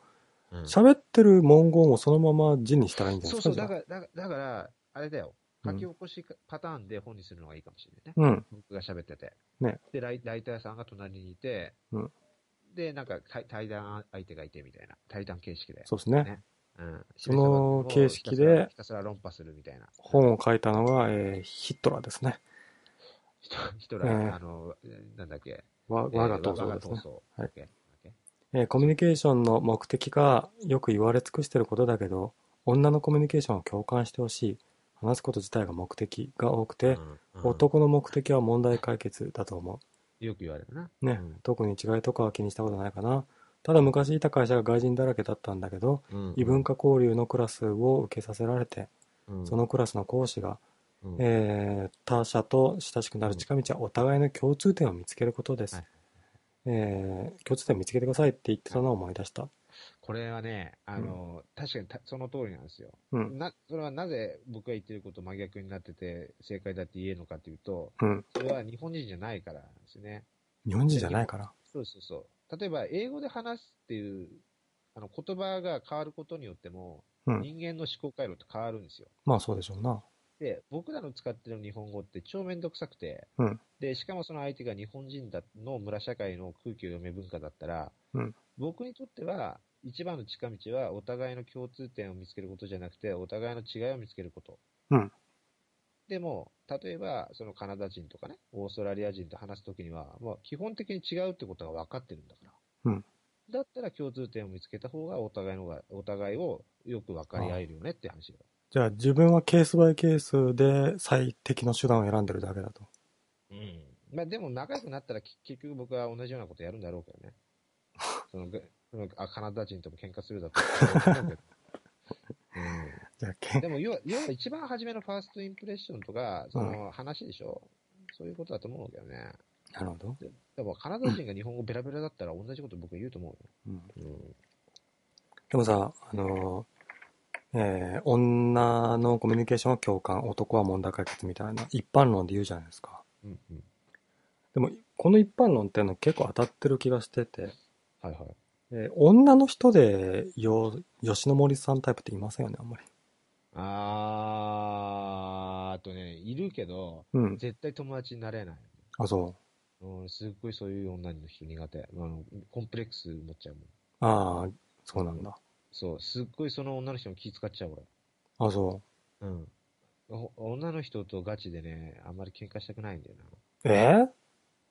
喋ってる文言をそのまま字にしたらいいんじゃないそでうすかそう、だじゃから、だからだから、あれだよ。うん書き起こしパターンで本にするのがいいかもしれないね。あうん。僕が喋ってて。ねでライ、ライターさんが隣にいて、うんで、なんか対対談相手がいてみたいな。対談形式で。そうですね。ねうんその形式でひたすら論破するみたいな。本を書いたのが、えーヒットラーですね。ヒトヒトラー、えーあの、なんだっけ。わえー我が闘我争がですね、闘争はいオッケーオッケーえーコミュニケーションの目的がよく言われ尽くしてることだけど、女のコミュニケーションを共感してほしい。話すこと自体が目的が多くて、うんうん男の目的は問題解決だと思よく言われるな。う。ね、特に違いとかは気にしたことないかな。ただ昔いた会社が外人だらけだったんだけど、異文化交流のクラスを受けさせられて、そのクラスの講師がうん、うんえー他者と親しくなる近道はお互いの共通点を見つけることです、はいえー共通点を見つけてくださいって言ってたのを思い出した、これはね、あの、確かにたその通りなんですよ。うんな、それはなぜ僕が言ってること真逆になってて、正解だって言えるのかっていうと、うん、それは日本人じゃないからなんですね。日本人じゃないからそうそうそう。例えば、英語で話すっていう、あの、言葉が変わることによっても、うん人間の思考回路って変わるんですよ。まあそうでしょうなで、僕らの使ってる日本語って超めんどくさくて、うんで、しかもその相手が日本人だの村社会の空気を読め文化だったら、うん僕にとっては、一番の近道はお互いの共通点を見つけることじゃなくて、お互いの違いを見つけること。うんでも、例えば、そのカナダ人とかね、オーストラリア人と話すときには、もう基本的に違うってことが分かってるんだから。うんだったら共通点を見つけた方が、お互いのが、お互いをよく分かり合えるよねって話だよ。じゃあ自分はケースバイケースで最適の手段を選んでるだけだとうんまあでも仲良くなったらき結局僕は同じようなことやるんだろうけど ね。そのぐそのあカナダ人とも喧嘩するだとか、じゃあうん。けでも要は、要は一番初めのファーストインプレッションとか、その話でしょ、そういうことだと思うけどね。なるほど、でもカナダ人が日本語ベラベラだったら同じこと僕言うと思うん、うよ。うんでもさあのえー女のコミュニケーションは共感男は問題解決みたいな一般論で言うじゃないですかうんうん。でもこの一般論っていうの結構当たってる気がしててはいはい。えー女の人でよ吉野森さんタイプっていませんよねあんまりあー、あとね、いるけど、うん絶対友達になれない。あそううん、すっごいそういう女の人苦手。あのコンプレックス持っちゃうもん。ああそうなんだそう、すっごいその女の人も気使っちゃう、あそ俺。うん。お女の人とガチでね、あんまり喧嘩したくないんだよな。いうえー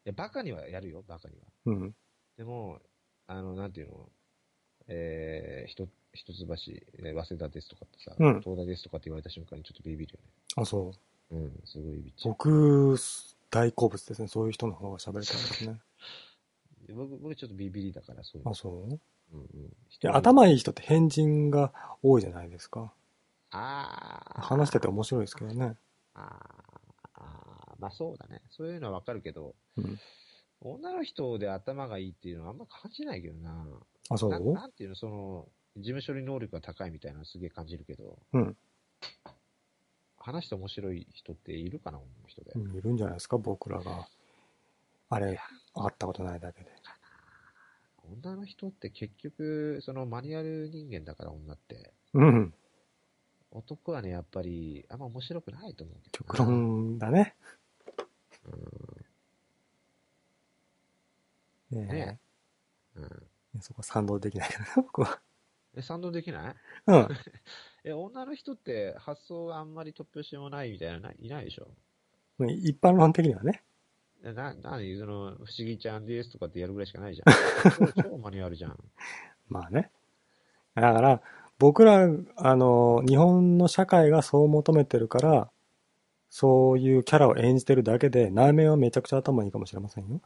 や、バカにはやるよ、バカには。うんでも、あの、なんていうの、えー、ひと、一橋、えー早稲田ですとかってさ、うん東大ですとかって言われた瞬間にちょっとビビるあそうよね。うん、すごいビビっちゃう。僕大好物ですねそういう人の方が喋れたんですねで僕、僕ちょっとビビりだから、そういうあの。そううんうん。いや頭いい。い人って変人が多いじゃないですかあー。話してて面白いですけどねあーあー、まあそうだね。そういうのはわかるけど、うん女の人で頭がいいっていうのはあんま感じないけどな。あそうななんていうの、その、事務処理能力が高いみたいなのすげえ感じるけど、うん話して面白い人っているかな、女の人で。うんいるんじゃないですか僕らがあれ会ったことないだけで女の人って結局、そのマニュアル人間だから女って、うん男はね、やっぱり、あんま面白くないと思うけどな。極論だねねえねうん。うん。そこ賛同できないけどね 僕はえ、賛同できないうんえ、女の人って発想があんまり突拍子もないみたいなのない、いないでしょうん一般論的にはね。えな、なに、その、不思議ちゃんですとかってやるぐらいしかないじゃん。 超超マニュアルじゃん。まあね。だから、僕ら、あの、日本の社会がそう求めてるから、そういうキャラを演じてるだけで、内面はめちゃくちゃ頭いいかもしれませんよ。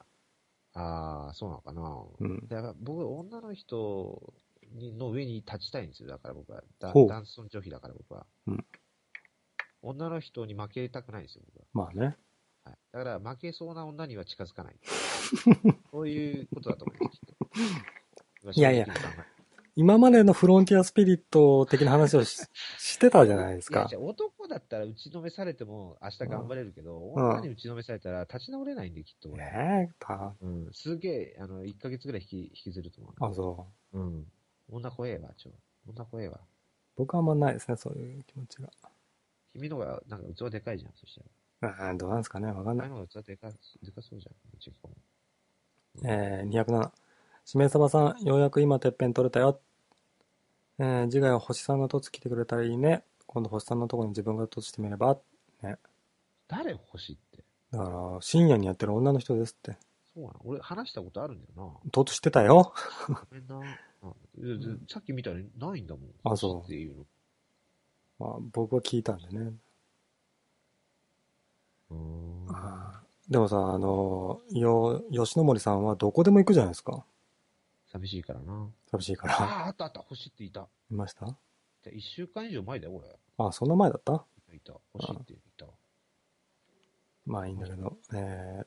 ああ、そうなのかな。うん。だから僕、女の人にの上に立ちたいんですよ。だから僕は。だほう男尊女卑だから僕は。うん女の人に負けたくないんですよ、僕は。まあね。はい、だから、負けそうな女には近づか ない。そういうことだと思いますきっと。いやいや正直に考え今までのフロンティアスピリット的な話をし してたじゃないですいやかじ。ゃあ男だったら打ちのめされても明日頑張れるけど、うん女に打ちのめされたら立ち直れないんで、きっと俺。ねえ、た、うん、すげえ、あの、1ヶ月ぐらい引き引きずると思あ、そう。う。うん。女怖えわ、ちょ。女怖えわ。僕はあんまないですね、そういう気持ちが。君のが、なんか器でかいじゃん、そしたら。うん、どうなんですかね、わかんな前い。の方が器でかでかそうじゃん、うちの子もえー、207。しめさばさん、ようやく今てっぺん取れたよ。えー、次回は星さんの凸来てくれたらいいね。今度星さんのとこに自分が凸してみれば。誰欲しいって。だから、深夜にやってる女の人ですって。そうなの俺話したことあるんだよ凸してたよ。な。ごめんな。あででさっき見たらないんだもん。あそうっていうの。まあ、僕は聞いたんでね。うーんでもさ、あの、よ、吉野森さんはどこでも行くじゃないですか。寂しいから な。寂しいから。ああ、あったあった、欲しいっていた。いました1週間以上前だよ、俺。あ、そんな前だったいた。欲しいっていた。まあいいんだけど。えー、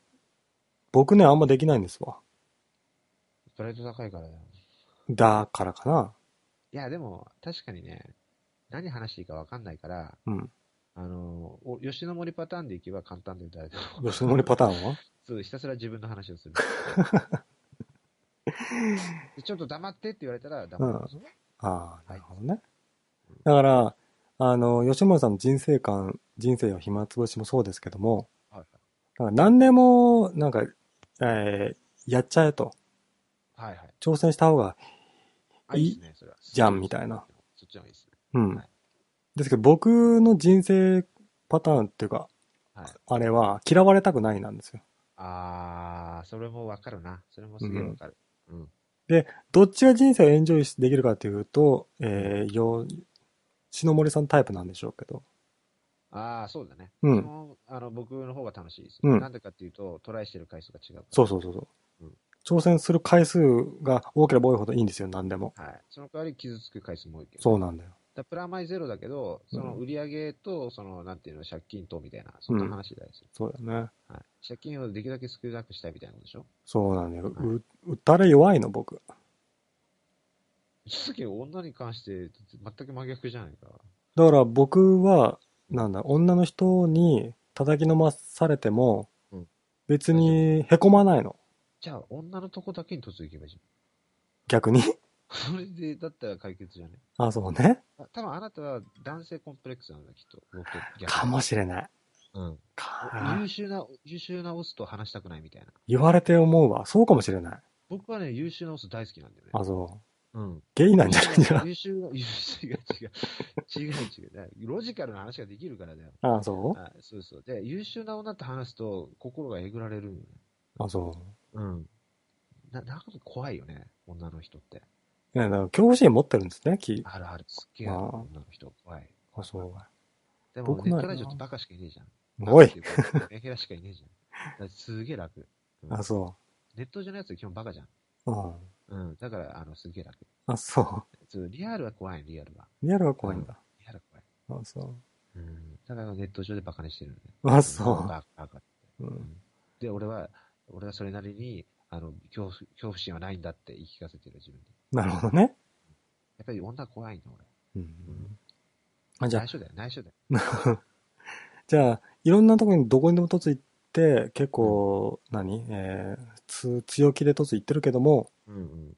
僕ね、あんまできないんですわ。プライド高いからだよ。だからかな。いや、でも、確かにね、何話していいか分かんないから、うんあの、お吉野森パターンでいけば簡単で誰でも。吉野森パターンはそう、ひたすら自分の話を する。でちょっと黙ってって言われたら黙るんですよ、ああ、なるほどね。だから、あの、吉村さんの人生観、人生は暇つぶしもそうですけども、はいなんか何でも、なんか、えーやっちゃえと、はいはい。挑戦した方が、あ、いいですね、それは。じゃんみたいな。そっちの方がいいですね。うん。はいですけど、僕の人生パターンっていうか、はい。あれは、嫌われたくないなんですよ。あー、それも分かるな。それもすげえ分かる。うん。どっちが人生をエンジョイできるかというと、えー、よ、篠森さんタイプなんでしょうけど。ああ、そうだね。うんそのあの僕の方が楽しいです。うんなんでかっていうと、トライしてる回数が違うから。そうそうそうそう。うん挑戦する回数が多ければ多いほどいいんですよ、何でも。はい。その代わり傷つく回数も多いけど。そうなんだよ。だプラマイゼロだけど、その売り上げと、その、なんていうの、借金とみたいな、そんな話だよ、そうだよね。はい。借金をできるだけ少なくしたいみたいなことでしょそうなんだよ。、はいう打たれ弱いの、僕。すげえ女に関して、全く真逆じゃないか。だから僕は、なんだ、女の人に叩きのまされてもうん、別に凹まないの。じゃあ、女のとこだけに突入行けばいいじ逆に。 それで、だったら解決じゃね。あ、そうね。あ多分あなたは男性コンプレックスなんだ、きっと。僕と逆にかもしれない。うん。か優秀な、優秀なオスと話したくないみたいな。言われて思うわ。そうかもしれない。僕はね、優秀なオス大好きなんだよね。あ、そう。うん。ゲイなんじゃないか優秀な、優 秀、違う違う。違う違う。だからロジカルな話ができるからだよ。 な。あ、そあそうそう。で、優秀な女と話すと、心がえぐられるんよね。うあ、そう。うん。な、なんか怖いよね、女の人って。いや、だから恐怖心持ってるんですね、き。あるある、すっげえあるあー女の人、怖い。あ、そう。でも、僕ネッないトなラジオってバカしかいねえじゃん。おい。バカってうか。メンヘラしかいねえじゃん。だからすげえ楽。うんあ、そネット上のやつは基本バカじゃん。う。うん。うん。だから、あの、すげえ楽。あ、そそうリアルは怖い、リアルは。う。リアルは怖いんだ。リアルは怖い。あ、そうん。だからネット上でバカにしてるのね。あそうバカ、バカ。う。うん。で、俺は、俺はそれなりに、あの、恐怖、恐怖心はないんだって言い聞かせてる自分に。なるほどね。やっぱり女は怖いんだ、俺。うん。あ、じゃあ内、緒だよ、内緒だよ。じゃあ、いろんなとこにどこにでも突行って、結構、何えーつ、強気で突行ってるけども、うんうん。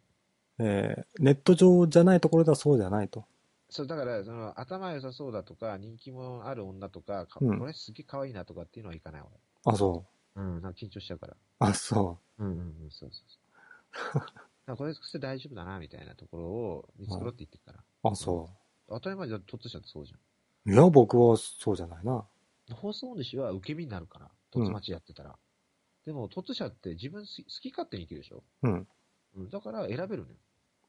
えーネット上じゃないところではそうじゃないと。そう、だから、その、頭良さそうだとか、人気者ある女とか、かうんこれすげえ可愛いなとかっていうのはいかない、あ、そう。俺。うん、なんか緊張しちゃうから。あ、そうんうんうん、そうそうそう。だからこれして大丈夫だな、みたいなところを見繕って言ってる から。う。あ、そ当たり前だ、とっとしちゃってそうじゃう。いや、僕はそうじゃないな。ん。放送主は受け身になるから、とっつまちやってたら。でも、とっとしちゃって自分す好き勝手に生きるでしょうん。うん、だから選べるのよ。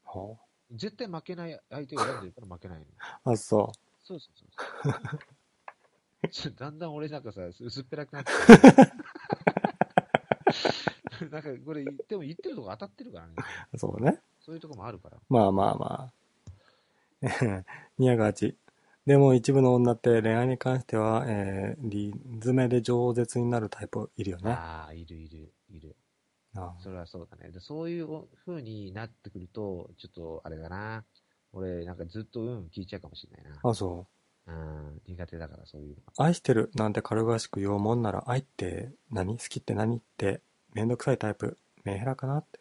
は絶対負けない相手を選んでるから負けないのよ。あ、あそそうそうそう そう。ちょだんだん俺なんかさ、薄っぺらくなって きてなんかこれ言っても言ってるとこ当たってるからね。う。そうね。そういうとこもあるから。まあまあ まあ。えへ208。でも一部の女って恋愛に関しては、えー、理詰めで饒舌になるタイプいるよね。ああ、いるいる、いる。あそれはそうだね。でそういう風になってくると、ちょっとあれだな。俺なんかずっとうん聞いちゃうかもしれないな。あ、そう。うん、苦手だからそういうのが。愛してるなんて軽々しく言おうもんなら愛って何好きって何ってめんどくさいタイプメンヘラかなって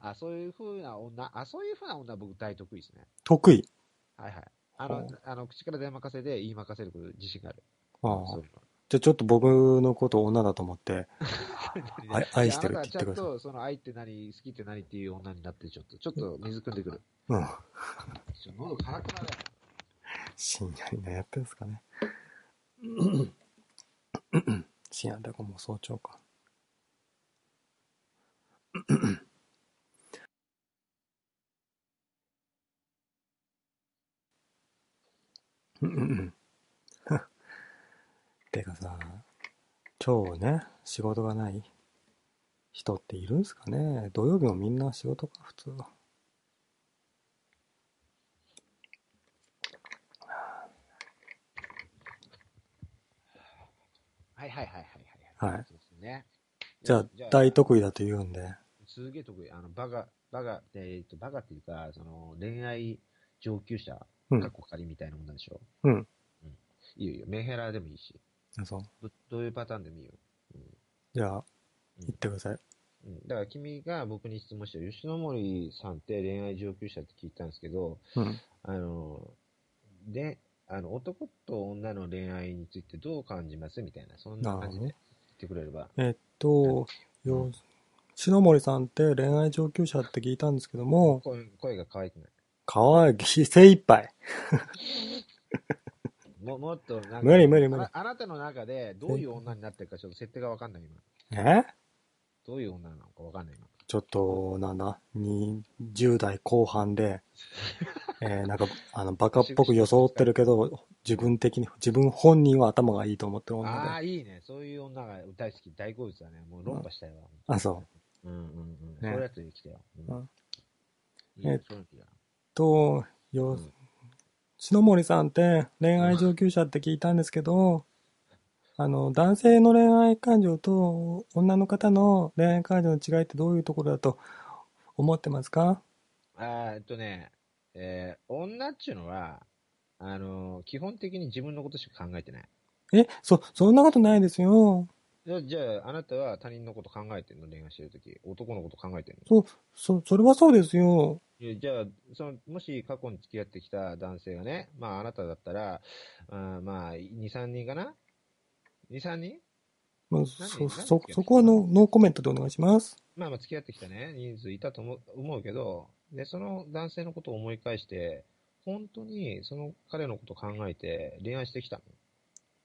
あ、そういう風な女、あ、そういう風な女僕大得意ですね。得意はいはい。あほのう、あの口から出任せで言い任せること自信がある。ああそういうのじゃあちょっと僕のこと女だと思ってあ何愛してるじゃって言ってくだあさいあなたはちゃんと、その愛って何、好きって何っていう女になって、ちょっと、ちょっと水汲んでくる。うんちょ喉辛くなる。深夜にねやってるんですかね深夜だからもう早朝かうんうんうんてかさ今日ね仕事がない人っているんですかね土曜日もみんな仕事か普通ははいはいはいはいはいそうですね。じゃあ大得意だと言うんですげえ得意。あの、バカ、バカ、えーっと、バカっていうか、その、恋愛上級者、うん過去仮みたいな女でしょ。うんんいいよいいよ。メンヘラでもいいし。あそうどどういうパターンでもいいよ。じゃあうん言ってくださいうんだから君が僕に質問した吉野森さんって恋愛上級者って聞いたんですけど、うんあの、で、あの、男と女の恋愛についてどう感じますみたいな、そんな感じでな言るってくれれば。えっと、よ篠森さんって恋愛上級者って聞いたんですけども、声声が可愛くない。かわいい、精一杯。ももっとなんか、無理無理無理あ。あなたの中でどういう女になってるかちょっと設定がわかんない今。えどういう女なのかわかんない今。ちょっと、なんだ、20代後半で、えーなんか、あの、バカっぽく装ってるけど、自分的に、自分本人は頭がいいと思ってる女ああで。ー、いいね。そういう女が大好き、大好物だね。もう論破したいわ。あ、そう。うんうんうん。ねそういうやつで来たよ。うんうんいいよえそういうの来たよと、うよん、篠森さんって恋愛上級者って聞いたんですけど、あの、男性の恋愛感情と女の方の恋愛感情の違いってどういうところだと思ってますかあーえっとね、えー女っちゅうのは、あのー基本的に自分のことしか考えてない。え、そ、そんなことないですよ。じゃあじゃあ、あなたは他人のこと考えてんの恋愛してるとき。男のこと考えてんのそ、それはそうですよ。いやじゃあ、その、もし過去に付き合ってきた男性がね、まああなただったら、あーまあ、2、3人かな ?2、3人まあ、何そ、何そ、そこはノーノーコメントでお願いします。まあまあ付き合ってきたね、人数いたと思う思うけど、で、その男性のことを思い返して、本当にその彼のこと考えて恋愛してきたの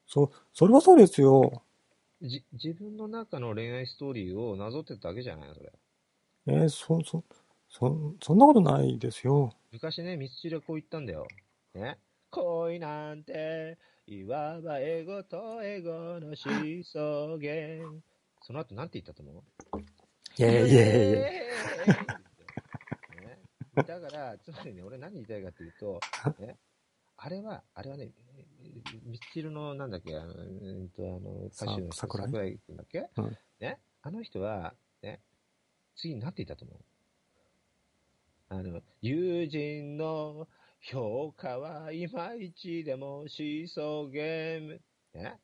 そ、それはそうですよ。じ、自分の中の恋愛ストーリーをなぞってただけじゃないのそれ。えーそ、そ、そ、そんなことないですよ。昔ね、ミスチルはこう言ったんだよ。ね。恋なんて、いわばエゴとエゴのしそげ。その後なんて言ったと思う いやいやいやいやええねだから、つまりね、俺何言いたいかっていう と、ね、あれは、あれはね、ミスチルの、なんだっけ、あの、うんと、あの、さ歌手の人桜井桜井君だっけ、うんね、あの人は、ね、次になっていたと思う。あの、友人の評価はいまいちでもしそげむ。ね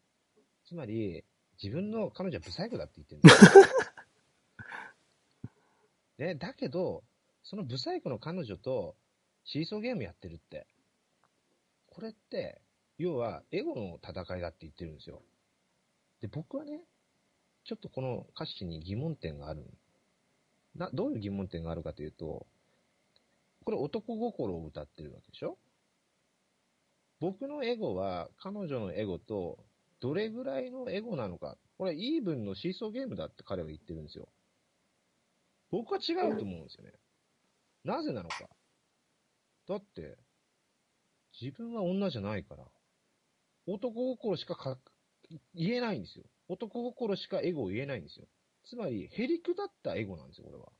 つまり、自分の彼女はブサイクだって言ってるんだ よ。ね、だけど、そのブサイクの彼女とシーソーゲームやってるって。これって、要はエゴの戦いだって言ってるんですよ。で、僕はね、ちょっとこの歌詞に疑問点がある。な、どういう疑問点があるかというと、これ男心を歌ってるわけでしょ僕のエゴは彼女のエゴとどれぐらいのエゴなのか。これイーブンのシーソーゲームだって彼は言ってるんですよ。僕は違うと思うんですよね。なぜなのか。だって、自分は女じゃないから、男心しかか言えないんですよ。男心しかエゴを言えないんですよ。つまり、へりくだったエゴなんですよ、これは。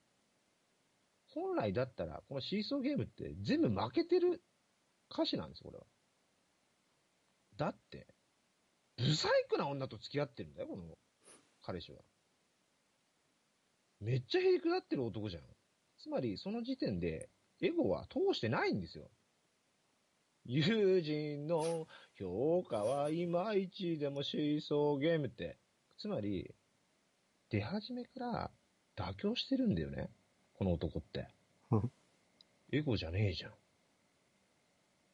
本来だったら、このシーソーゲームって全部負けてる歌詞なんですよ、これは。だって、ブサイクな女と付き合ってるんだよ、この彼氏は。めっちゃへりくだってる男じゃん。つまり、その時点で、エゴは通してないんですよ。友人の評価はいまいちでもシーソーゲームって。つまり、出始めから妥協してるんだよね。この男ってうん。エゴじゃねえじゃん。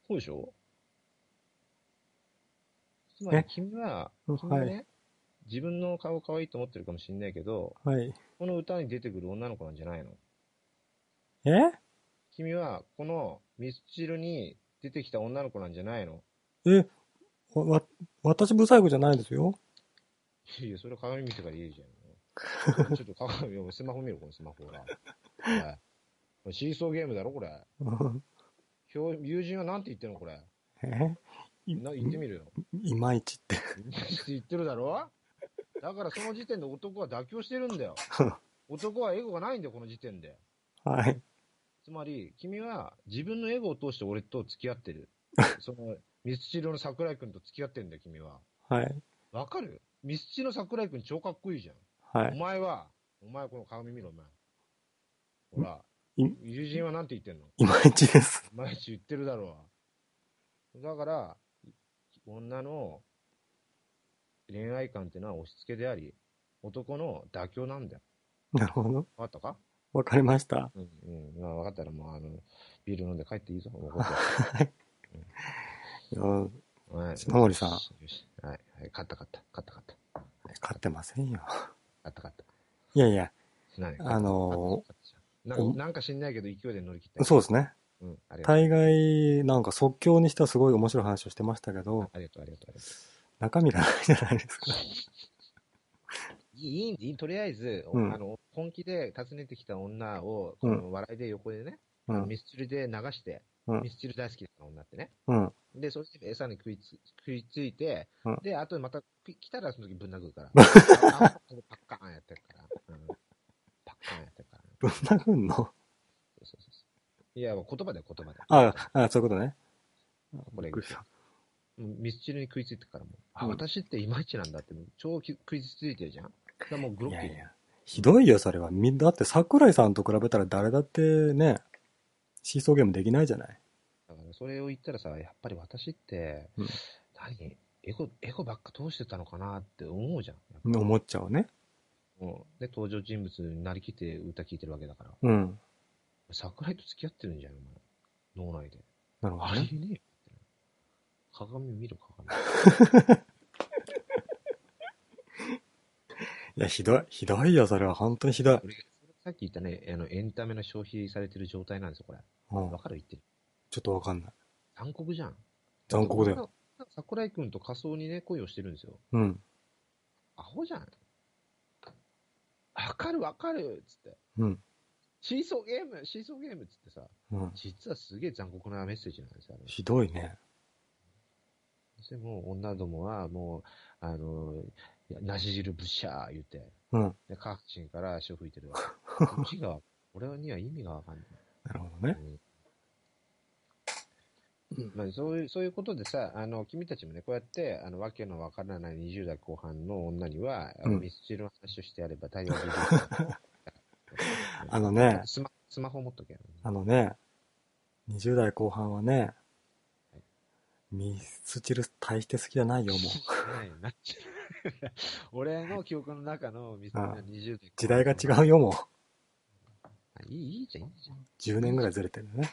そうでしょつまりえ君は、うん君はね、は自分の顔可愛いと思ってるかもしんないけど、はい。この歌に出てくる女の子なんじゃないのえ君は、このミスチルに出てきた女の子なんじゃないの え、わ、わ私ブサイクじゃないですよ。いやいや、それ鏡見てから言えるじゃん。ちょっと鏡、お前スマホ見ろ、このスマホが。おいこれシーソーゲームだろ、これ。うん表友人はなんて言ってるの、これ。 えいな言ってみるよ。いまいちって。言ってるだろだからその時点で男は妥協してるんだよ。男はエゴがないんだよ、この時点で。はい。つまり、君は自分のエゴを通して俺と付き合ってる。その、ミスチルの桜井くんと付き合ってんだよ、君は。はい。わかるミスチルの桜井くん超かっこいいじゃん。はおい。前は、お前この鏡見ろ、お前。ほら、ん友人はなんて言ってんのいまいちです。 毎日言ってるだろう。だから、女の恋愛観ってのは押し付けであり、男の妥協なんだよ。なるほど。わかったかわかりました。うん、うん。まあ、わかったらもう、あの、ビール飲んで帰ってい いぞ。怒っていや勝はい島森さんよしよしはい。はい。勝った勝った。勝った勝った。ってませんよ。勝った勝った。いやいや、何あの勝ったじゃんなんかなんか知んないけど勢いで乗り切った。そうですね。う。うん。ありがとう。大概、なんか即興にしてはすごい面白い話をしてましたけど、ありがとう、ありがとう、ありがとう。中身がないじゃないですか。いい、いい、とりあえず、うんあの、本気で訪ねてきた女を、うんこの笑いで横でね、うん。ミスチルで流して、うんミスチル大好きだった女ってね。うん。で、そして餌に食いつ食いついて、うんで、あとまた来来たらその時ぶん殴るから。パッカーンやってるから。うんパッカーンやってるから。ぶん殴んのそうそうそうそういや、もう言葉だよ、言葉だ。ああ、そういうことね。こびれっくりしたもうミスチルに食いついてからもう、あ、うん私っていまいちなんだって、もう超き食いついてるじゃん。だからもうグロいッやキーいや、ひどいよ、それは。みだって桜井さんと比べたら誰だってね、シーソーゲームできないじゃない。だからそれを言ったらさ、やっぱり私って、うん何エゴ、エゴばっか通してたのかなって思うじゃん。やっぱ思っちゃうね。もうで、登場人物になりきって歌聴いてるわけだから。うん。桜井と付き合ってるんじゃん、お前。脳内で。なるほあどね。りえねえよ。鏡見ろ、 鏡。いや、ひどい。ひどいよ、それは。本当にひどい。俺さっき言ったね、あの、エンタメの消費されてる状態なんですよ、これ。うん。わかる言ってる。ちょっとわかんない。残酷じゃん。残酷だよ。よ。桜井くんと仮想にね、恋をしてるんですよ。うん。アホじゃん。わかるわかるっつって。うん。シーソーゲームシーソーゲームっつってさ、うん。実はすげえ残酷なメッセージなんですよ、あれ。ひどいね。でもう女どもはもう、あの、いやなし汁ブシャー言って、うん。で、下半身から足を吹いてるわ け。こっちが、俺には意味がわかんない。なるほどね。うんまあ、そういう、そういうことでさ、あの、君たちもね、こうやって、あの、わけのわからない20代後半の女には、あうのんミスチルの話をしてやれば対応できる。 あのね、スマ、スマホ持っとけ。あのね、20代後半はね、ミスチル大して好きじゃないよ、もう。ねえな俺の記憶の中のミスチルの20代。時代が違うよ、もう。あ。いい、いいじゃん、いいじゃん。 10年ぐらいずれてるね。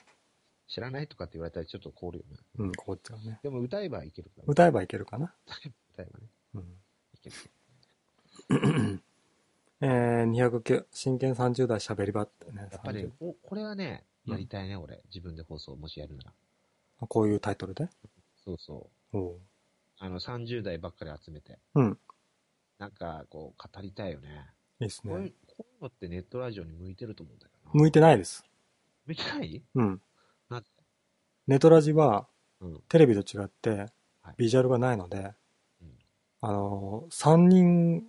知らないとかって言われたらちょっと凍るよね。うん、こっちはね。でも歌えばいけるから。歌えばいけるかな。歌えばね。うん。いける。えー、209、真剣30代喋り場ってね、やっぱり30、おこれはね、うんやりたいね、俺。自分で放送、もしやるなら。あこういうタイトルで。そうそう。おうあの、30代ばっかり集めて。うん。なんか、こう、語りたいよね。いいっすこういうね。こういうのってネットラジオに向いてると思うんだよな。向いてないです。向いてないうんなぜ。ネトラジは、うん。テレビと違ってはい、ビジュアルがないのでうん、あの、3人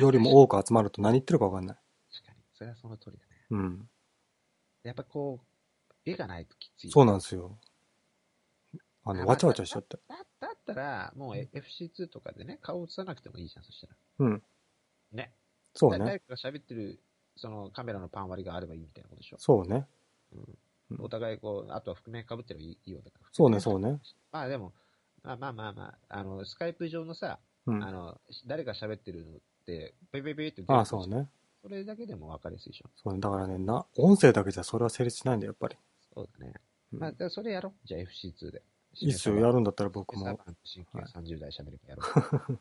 よりも多く集まると何言ってるか分かんない。確かに。それはその通りだね。うん。やっぱこう、絵がないときつい。そううなんですよ。ああの、わちゃわちゃしちゃって。だだったら、もうえ FC2 とかでね、顔映さなくてもいいじゃん、そしたら。うん。ね。そうだね。誰かが喋ってる、そのカメラのパン割りがあればいいみたいなことでしょ。そうね。うん。お互いこう、あとは覆面被ってるいいいいよだから。そうね、そうね。まあでも、まあまあまあまあ、あの、スカイプ上のさ、うあん。の、誰が喋ってるのって、ペペペって出てくるああ、そう。ね。それだけでも分かりやすいでしょ。そうね。だからね、な、音声だけじゃそれは成立しないんだよ、やっぱり。そうだね。うんまあ、じゃあそれやろう。じゃあ FC2 で。いいっすよ、やるんだったら僕も。シンキン30代喋ればやろ う。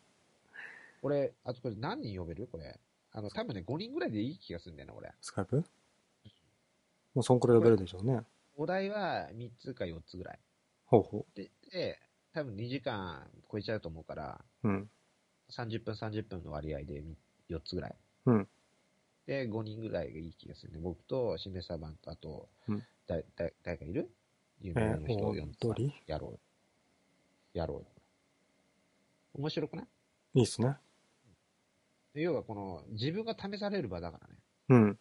これ、あとこれ何人呼べるこれ。あの、多分ね、5人ぐらいでいい気がするんだよね、俺。スカイプもうそんくらい呼べるでしょうね。お題は3つか4つぐらい。ほうほで、で多分2時間超えちゃうと思うから、う。うん。 30分30分の割合でみ4つぐらい。うんで、5人ぐらいがいい気がするね。僕と、しめさばんと、あと、うんだいだい誰かいる有名えな人ー、おを呼んでさ一人やろうよ。やろうよ。面白くないいいっすね。で要はこの、自分が試される場だからね。うん。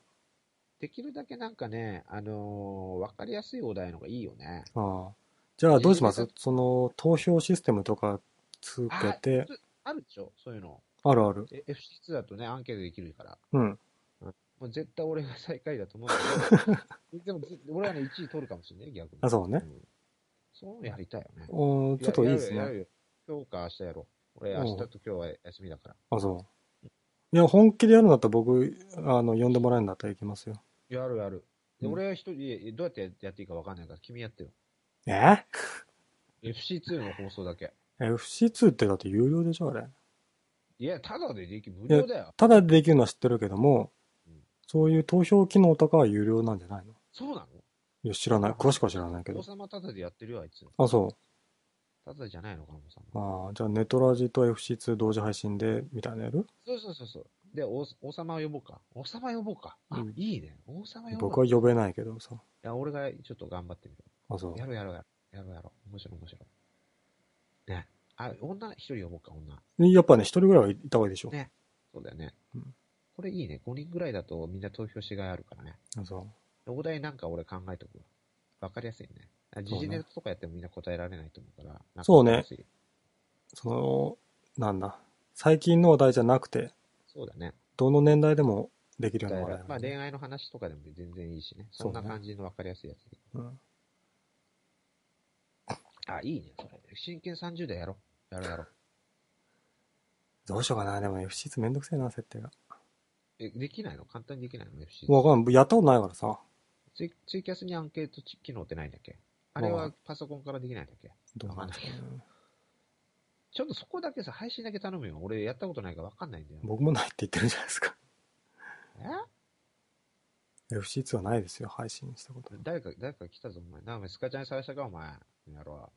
できるだけなんかね、あのーわかりやすいお題のがいいよね。ああ。じゃあどうします自分その、投票システムとかつけて、あるでしょそういうの。あるある。え FC2 だとね、アンケートできるから。うん。もう絶対俺が最下位だと思うけど、 でもず俺はね、1位取るかもしれない、逆に。あそうねんそういうのやりたいよね。おーちょっといいですやね。るよ。やるよ今日か明日やろう。俺、明日と今日は休みだから。あ、そう。いや、本気でやるんだったら僕、あの、呼んでもらえるんだったら行きますよ。やるやる。でうん俺は一人で、どうやってやっていいか分かんないから、君やってよ。え FC2 の放送だけ。 ?FC2 ってだって有料でしょ、あれ。いや、ただでできる。無料だよ。ただでできるのは知ってるけどもうん、そういう投票機能とかは有料なんじゃないのそうなのいや、知らない。詳しくは知らないけ王ど。様ただでやってるよ、あいつ。あ、そただじゃないのかな、王様。う。ああ、じゃあ、ネトラジと FC2 同時配信で、みたいなやるそうそうそうそう。で、王王様を呼ぼうか。王様呼ぼうか。あ、うんいいね。王様呼ぼう僕は呼べないけどさ。いや、俺がちょっと頑張ってみる。あ、そう。やろうやろうやろう。やろうやろう。面白い面白い。ね。あ、女一人呼ぼうか、女。やっぱね、一人ぐらいはいた方がいいでしょ。ねそうだよね。うんこれいいね。5人ぐらいだとみんな投票しがいあるからね。あそう。お題なんか俺考えとくわ。わかりやすいね。あ時事ネタとかやってもみんな答えられないと思うから。なんかそうねわかりやすいその、なんだ。最近の話題じゃなくて、そうだね。どの年代でもできるよう答なえ話題らだね、まあ恋愛の話とかでも全然いいしね。そんなそうね感じのわかりやすいやつで。うんあ、いいね、それ。真剣30代やろう。やるだろう。どうしようかな。でも FC2 めんどくせえな、設定が。え、できないの簡単にできないの ?FC。わかんない。やったことないからさ。ツイツイキャスにアンケートち機能ってないんだっけあれわはかパソコンからできないんだっけどうなんですかね。ちょっとそこだけさ、配信だけ頼むよ。俺やったことないからわかんないんだよ。僕もないって言ってるじゃないですか。 え FC2 はないですよ、配信したこと。誰か、誰か来たぞ、お前。なあ、お前、スカちゃんにさらしたか、お前。やろ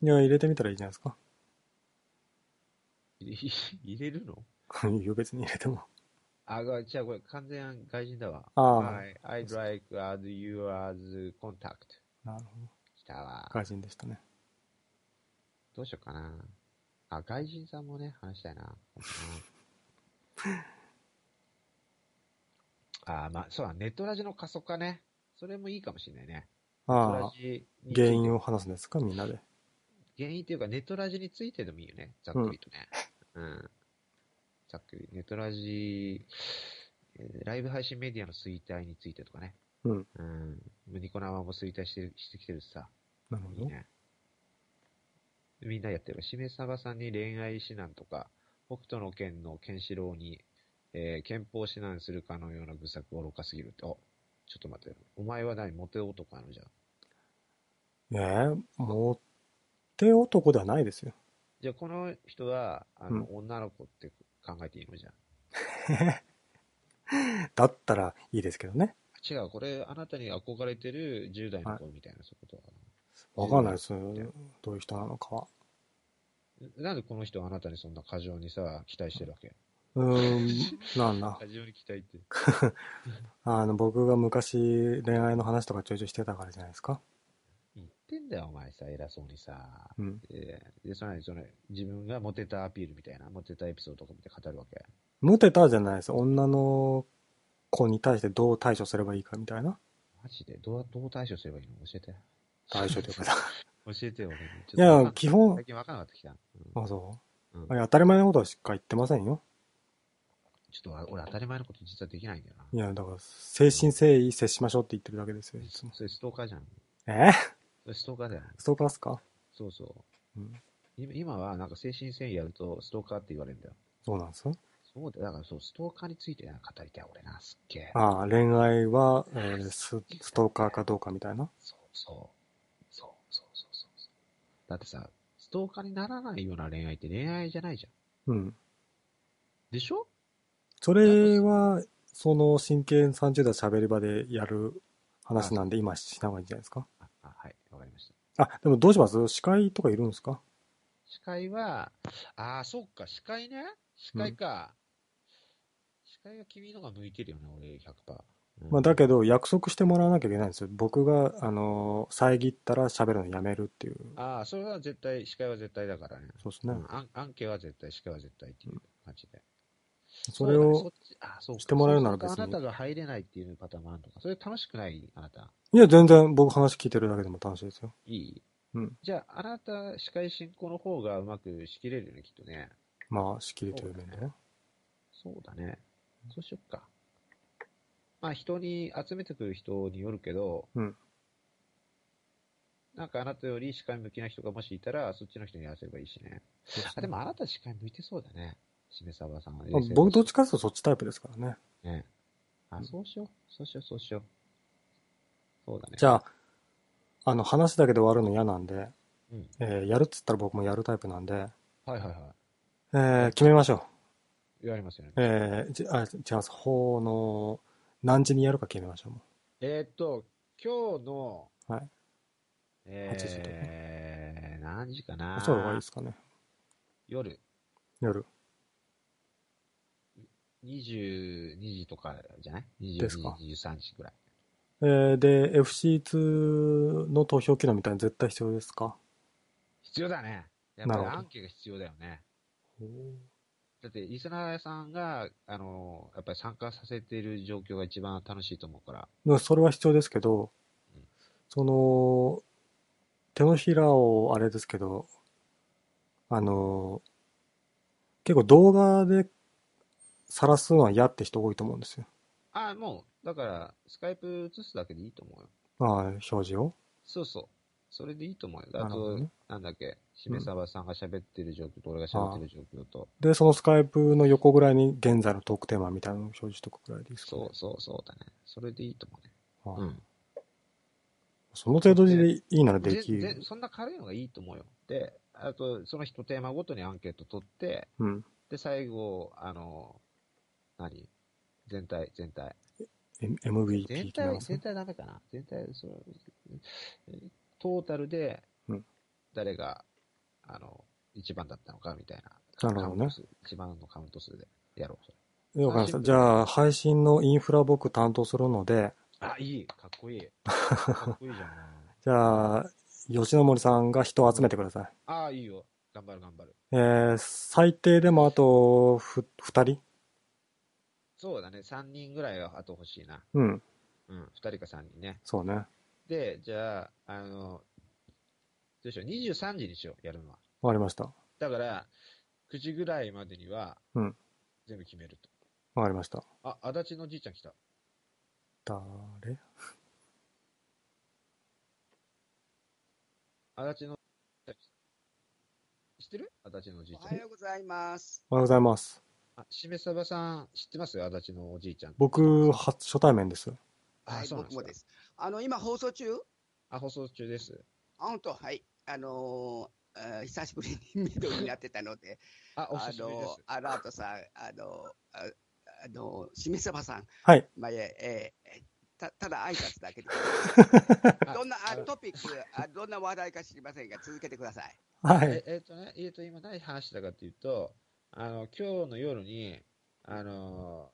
いや、入れてみたらいいじゃないですか。 う。い入れるのいいよ、別に入れても。あ、ごめん違う、これ完全外人だわ。ああ I, I like as you as contact. なるほど。来たわ。外人でしたね。どうしようかな。あ、外人さんもね、話したいな。 あー、まあ、そうだ、ネットラジの過疎化ね。それもいいかもしれないね。ネットああラ、ジについて原因を話すんですか、みんなで。原因っていうか、ネットラジについてでもいいよね。ざっくりとね。うん。ざっくり。ネットラジ、えーライブ配信メディアの衰退についてとかね。うん。うん。ニコ生も衰退してるしてきてるしさ。なるほいいど。ね。みんなやってる。しめさばさんに恋愛指南とか、北斗の拳のケンシロウに、えー憲法指南するかのような愚策愚かすぎるって。お、ちょっと待って。お前は何モテ男なのじゃあ。ねえ、モテ男ではないですよ。じゃあこの人は、あの、女の子って考えていいのじゃあ。だったらいいですけどね。違う、これ、あなたに憧れてる10代の子みたいな、そういうことは。わかんないです。どういう人なのかは。なんでこの人はあなたにそんな過剰にさ、期待してるわけうーん、なん だ。過剰に期待って。あの、僕が昔恋愛の話とかちょいちょいしてたからじゃないですか。言ってんだよ、お前さ、偉そうにさ。うん。えーで、そのその自分がモテたアピールみたいな、モテたエピソードとか見て語るわけ。モテたじゃないです。女の子に対してどう対処すればいいかみたいな。マジでどう、どう対処すればいいの教えて。対処というかさ。教えてよ、俺に。いちょっとわかんやな、基本最、近わかんなかってきた。うんあ、そう。うんあれ当たり前のことしか言ってませんよ。ちょっとわ俺当たり前のこと実はできないんだよな。いや、だから、誠心誠意接しましょうって言ってるだけですよ、いつも。それストーカーじゃん。えそれストーカーだよ。ストーカーっすかそうそう。うん。今今は、なんか精神繊維やるとストーカーって言われるんだよ。そうなんですそうだ、だからそう、ストーカーについてな語りたい、俺な、すっげえ。ああ、恋愛は、えース、ストーカーかどうかみたいな。そうそう。そうそうそうそうそう。だってさ、ストーカーにならないような恋愛って恋愛じゃないじゃん。うん。でしょそれは、その、真剣30代喋り場でやる話なんで、今しない方がいいんじゃないですか。あ、あはい、わかりました。あ、でもどうします司会とかいるんですか司会は、ああ、そっか、司会ね。司会か。司会は君のが向いてるよね、俺100%。うんまあ、だけど、約束してもらわなきゃいけないんですよ。僕が、あのー遮ったら喋るのやめるっていう。ああ、それは絶対、司会は絶対だからね。そうですね。うん、アンアンケは絶対、司会は絶対っていう感じで。それうだねそをっ、ちあそうかしてもらえるなら別にそうすとあなたが入れないっていうパターンもあるのか。それ楽しくないあなた。いや、全然僕話聞いてるだけでも楽しいですよ。いいうんじゃあ、あなた、司会進行の方がうまく仕切れるよね、きっとね。まあ、仕切りという面でね。そうだね。そうしよっか。まあ、人に、集めてくる人によるけど、うんなんかあなたより司会向きな人がもしいたら、そっちの人に合わせればいいしね。そうですあ、ねでもあなた司会向いてそうだね。しめさばさんは。まあ僕どっちかというとそっちタイプですからね。ね。あ、そうしよう。そうしよう、そうしよう。そうだね。じゃあ、あの、話だけで終わるの嫌なんで、うん。えーやるっつったら僕もやるタイプなんで、はいはいはえー決めましょい。やりますよねう。。えーじあ、違います。法の、何時にやるか決めましょう。もえーっと、今日の、はい。8時とかえー、何時かうなそうがいいですかね。夜、夜。 22時とかじゃない ?22 ですか時、23時ぐらい。えーで、FC2 の投票機能みたいに絶対必要ですか必要だね。やっぱなりるほどアンケが必要だよね。だって、リスナーさんが、あの、やっぱり参加させている状況が一番楽しいと思うから。まあそれは必要ですけどうん、その、手のひらをあれですけど、あの、結構動画で晒すのは嫌って人多いと思うんですよ。あ、もう、だから、スカイプ映すだけでいいと思うよ。ああ、表示を。そうそう。それでいいと思うよ。なあるほどと、ねなんだっけ、しめさばさんが喋ってる状況と、俺が喋ってる状況と、で、そのスカイプの横ぐらいに現在のトークテーマみたいなのを表示しとくぐらいでいいですか、ねそ、うそうそうだね。それでいいと思うね。ああうん。その程度でいいならできぜぜる。そんな軽いのがいいと思うよ。で、あと、その一テーマごとにアンケート取って、うん。で、最後、あの、何全体、全体。 M- MVP 全的な体、やつね全体ダメかな全体、その、トータルでうん、誰が、あの、一番だったのかみたいな。なるほどねカウント数一番のカウント数でやろう。それわかりましシた。ンプルじゃあ、配信のインフラ僕担当するので、あ、いい。かっ こいい。かっこいいじゃん。じゃあ、吉野森さんが人を集めてください。ああ、いいよ。頑張る、頑張る。えー、最低でもあと、ふ、二人そうだね。3人ぐらいはあと欲しいな。うん。うん。2人か3人ね。そうね。で、じゃあ、あの、どうしよう、23時にしよう、やるのは。わかりました。だから、9時ぐらいまでには、うん全部決めると。わかりました。あ、足立のじいちゃん来た。誰足立のじいちゃん来た。知ってる足立のじいおちゃはんよ。うございます。おはようございます。あ、しめさばさん、知ってます足立のおじいちゃん。僕、は初対面です。あはい、そうなん僕もでですかす。あの、今放送中あ、放送中です。あ、本当はい。あのーあー久しぶりにメドになってたので、あ、 おあ久しぶりでのす、。アラートさん、あのああのしめさばさん、はい。まあ、えーえーたただ挨拶 だけで、どんなああトピックあ、どんな話題か知りませんが、続けてください。はいえ。えっとね、えっと、今何話したかというと、あの、今日の夜に、あの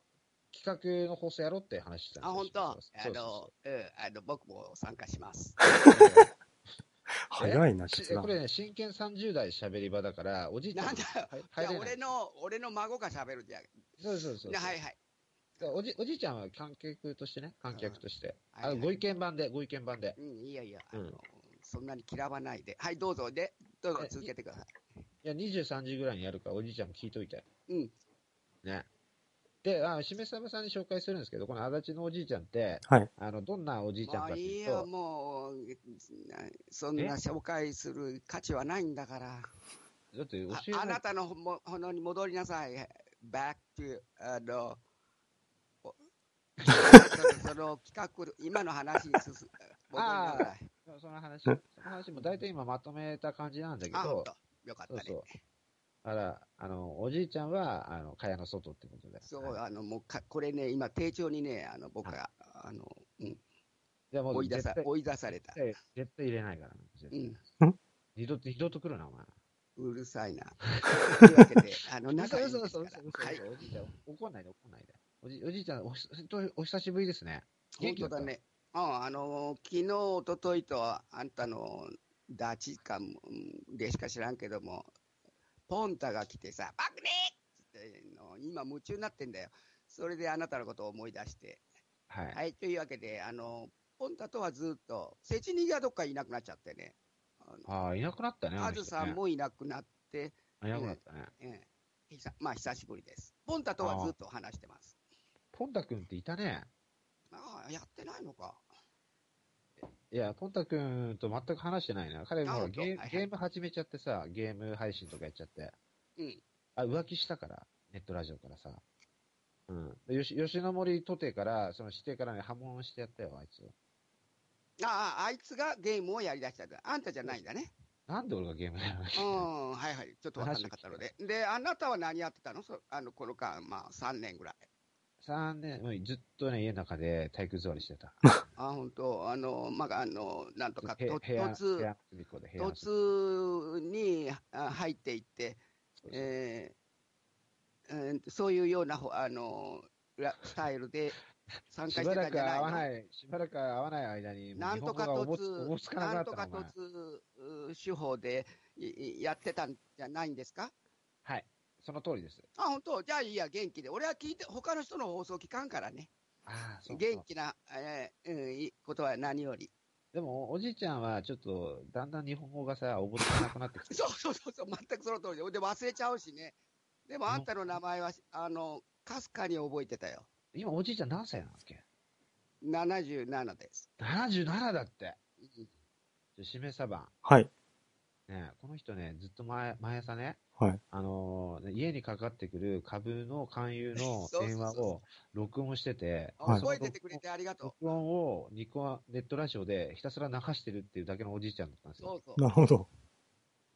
ー企画の放送やろうって話してたんあ、ですよ本当あそうそうのそ、うん、あの、僕も参加します。うそう早いな、し決断 こ。れね、真剣30代喋り場だから、おじいちゃん。なんだよはいじゃあ入れない俺の、俺の孫が喋るじゃん。そうそうそうそう。はいはい。だからおじおじいちゃんは観客としてね、観客として。うんはいあはいご意見版で、ご意見版で。うん、いやいや、あうんの、そんなに嫌わないで。はい、どうぞ、で、どうぞえ続けてください。いや、23時ぐらいにやるから、おじいちゃんも聞いといて。うん。ね。で、あ、しめさばさんに紹介するんですけど、この足立のおじいちゃんって、はい。あの、どんなおじいちゃんもかっうていいいうと、よ、もう、そんな紹介する価値はないんだから。だって教あえないあなたのほもほのに戻りなさい。back to, あの、お そのその企画、今の話に進む。あー戻りなさいその話、その話も大体今まとめた感じなんだけあ、ほどんと、。よかったそうね。そう。あら、あの、おじいちゃんは、あの、蚊帳の外ってことで。そう、はいあの、もうか、これね、今、丁重にね、あの、僕が、あの、うん、じゃあも追うい出絶さ対、、追い出された。絶対絶対入れないから、ね。絶う対ん。二度と、二度と来るな、お前。うるさいな。というわけ で、あの、仲いいですそかうそうそうそう。ら。はい。おじいちゃん、怒んないで、怒んないで。おじおじいちゃん、おひ本当にお久しぶりですね。本当だ。ね。ああの、昨日、一昨日と、あんたの、ダチかも、うんでしか知らんけども、ポンタが来てさ、バクねーっての今夢中になってんだよ。それであなたのことを思い出して。はい。はい。というわけで、あの、ポンタとはずっと、セチニがどっかいなくなっちゃってね。あのああ、いなくなったね。ああの人ずねさん。もいなくなって、いなくなったね。ええ、久まあ、久しぶりです。ポンタとはずっと話してます。ポンタ君っていたね。ああ、やってないのか。いや、ポンタ君と全く話してないな。彼もほあら本当ゲーはいはいゲーム始めちゃってさ、ゲーム配信とかやっちゃって。うん。あ、浮気したから、ネットラジオからさ。うん。でよし吉野森徒弟から、その指定からね、破門してやったよ、あいつ。ああ、あいつがゲームをやりだしたんだ。あんたじゃないんだね。なんで俺がゲームやらなきゃういけないん、はいはい。ちょっとわかんなかったので。で、あなたは何やってたのそあの、この間、まあ、3年ぐらい。 3年、うんずっとね、家の中で体育座りしてた。あ、本当あの、まあ、あの、なんとか、へと部屋、部突屋、隅っこで部屋の隅っ突にあ入っていって、こで。えーえーそういうようなほ、あの、らスタイルで参加ししてばたらんじくゃない会のわない、しばらく会わない間に、もうなんとか日本語がおぼつおぼつ突、かななんくとなかったのお前突手法でいいやってたんじゃないんですかはい。その通りです。あ、本当じゃあいいや、元気で。俺は聞いて、他の人の放送聞かんからね。ああ、そうそ元う。気な、えーうん、いいことは何より。でも、おじいちゃんは、ちょっと、だんだん日本語がさ、おぼつかなくなってきて。 そうそうそうそう、全くその通りで。で、忘れちゃうしね。でもあんたの名前は、あの、かすかに覚えてたよ。今、おじいちゃん何歳なんだっけ77です。 ?77 だって。しめさばはい。ん。ね、この人ね、ずっと前、毎朝ね、はい。あのー家にかかってくる株の勧誘の そうそうそう電話を録音してて、あはい覚えててくれてありがと録音をニコネットラジオでひたすら流してるっていうだけのおじいちゃんだったんですよ。う。そうそう。なるほど。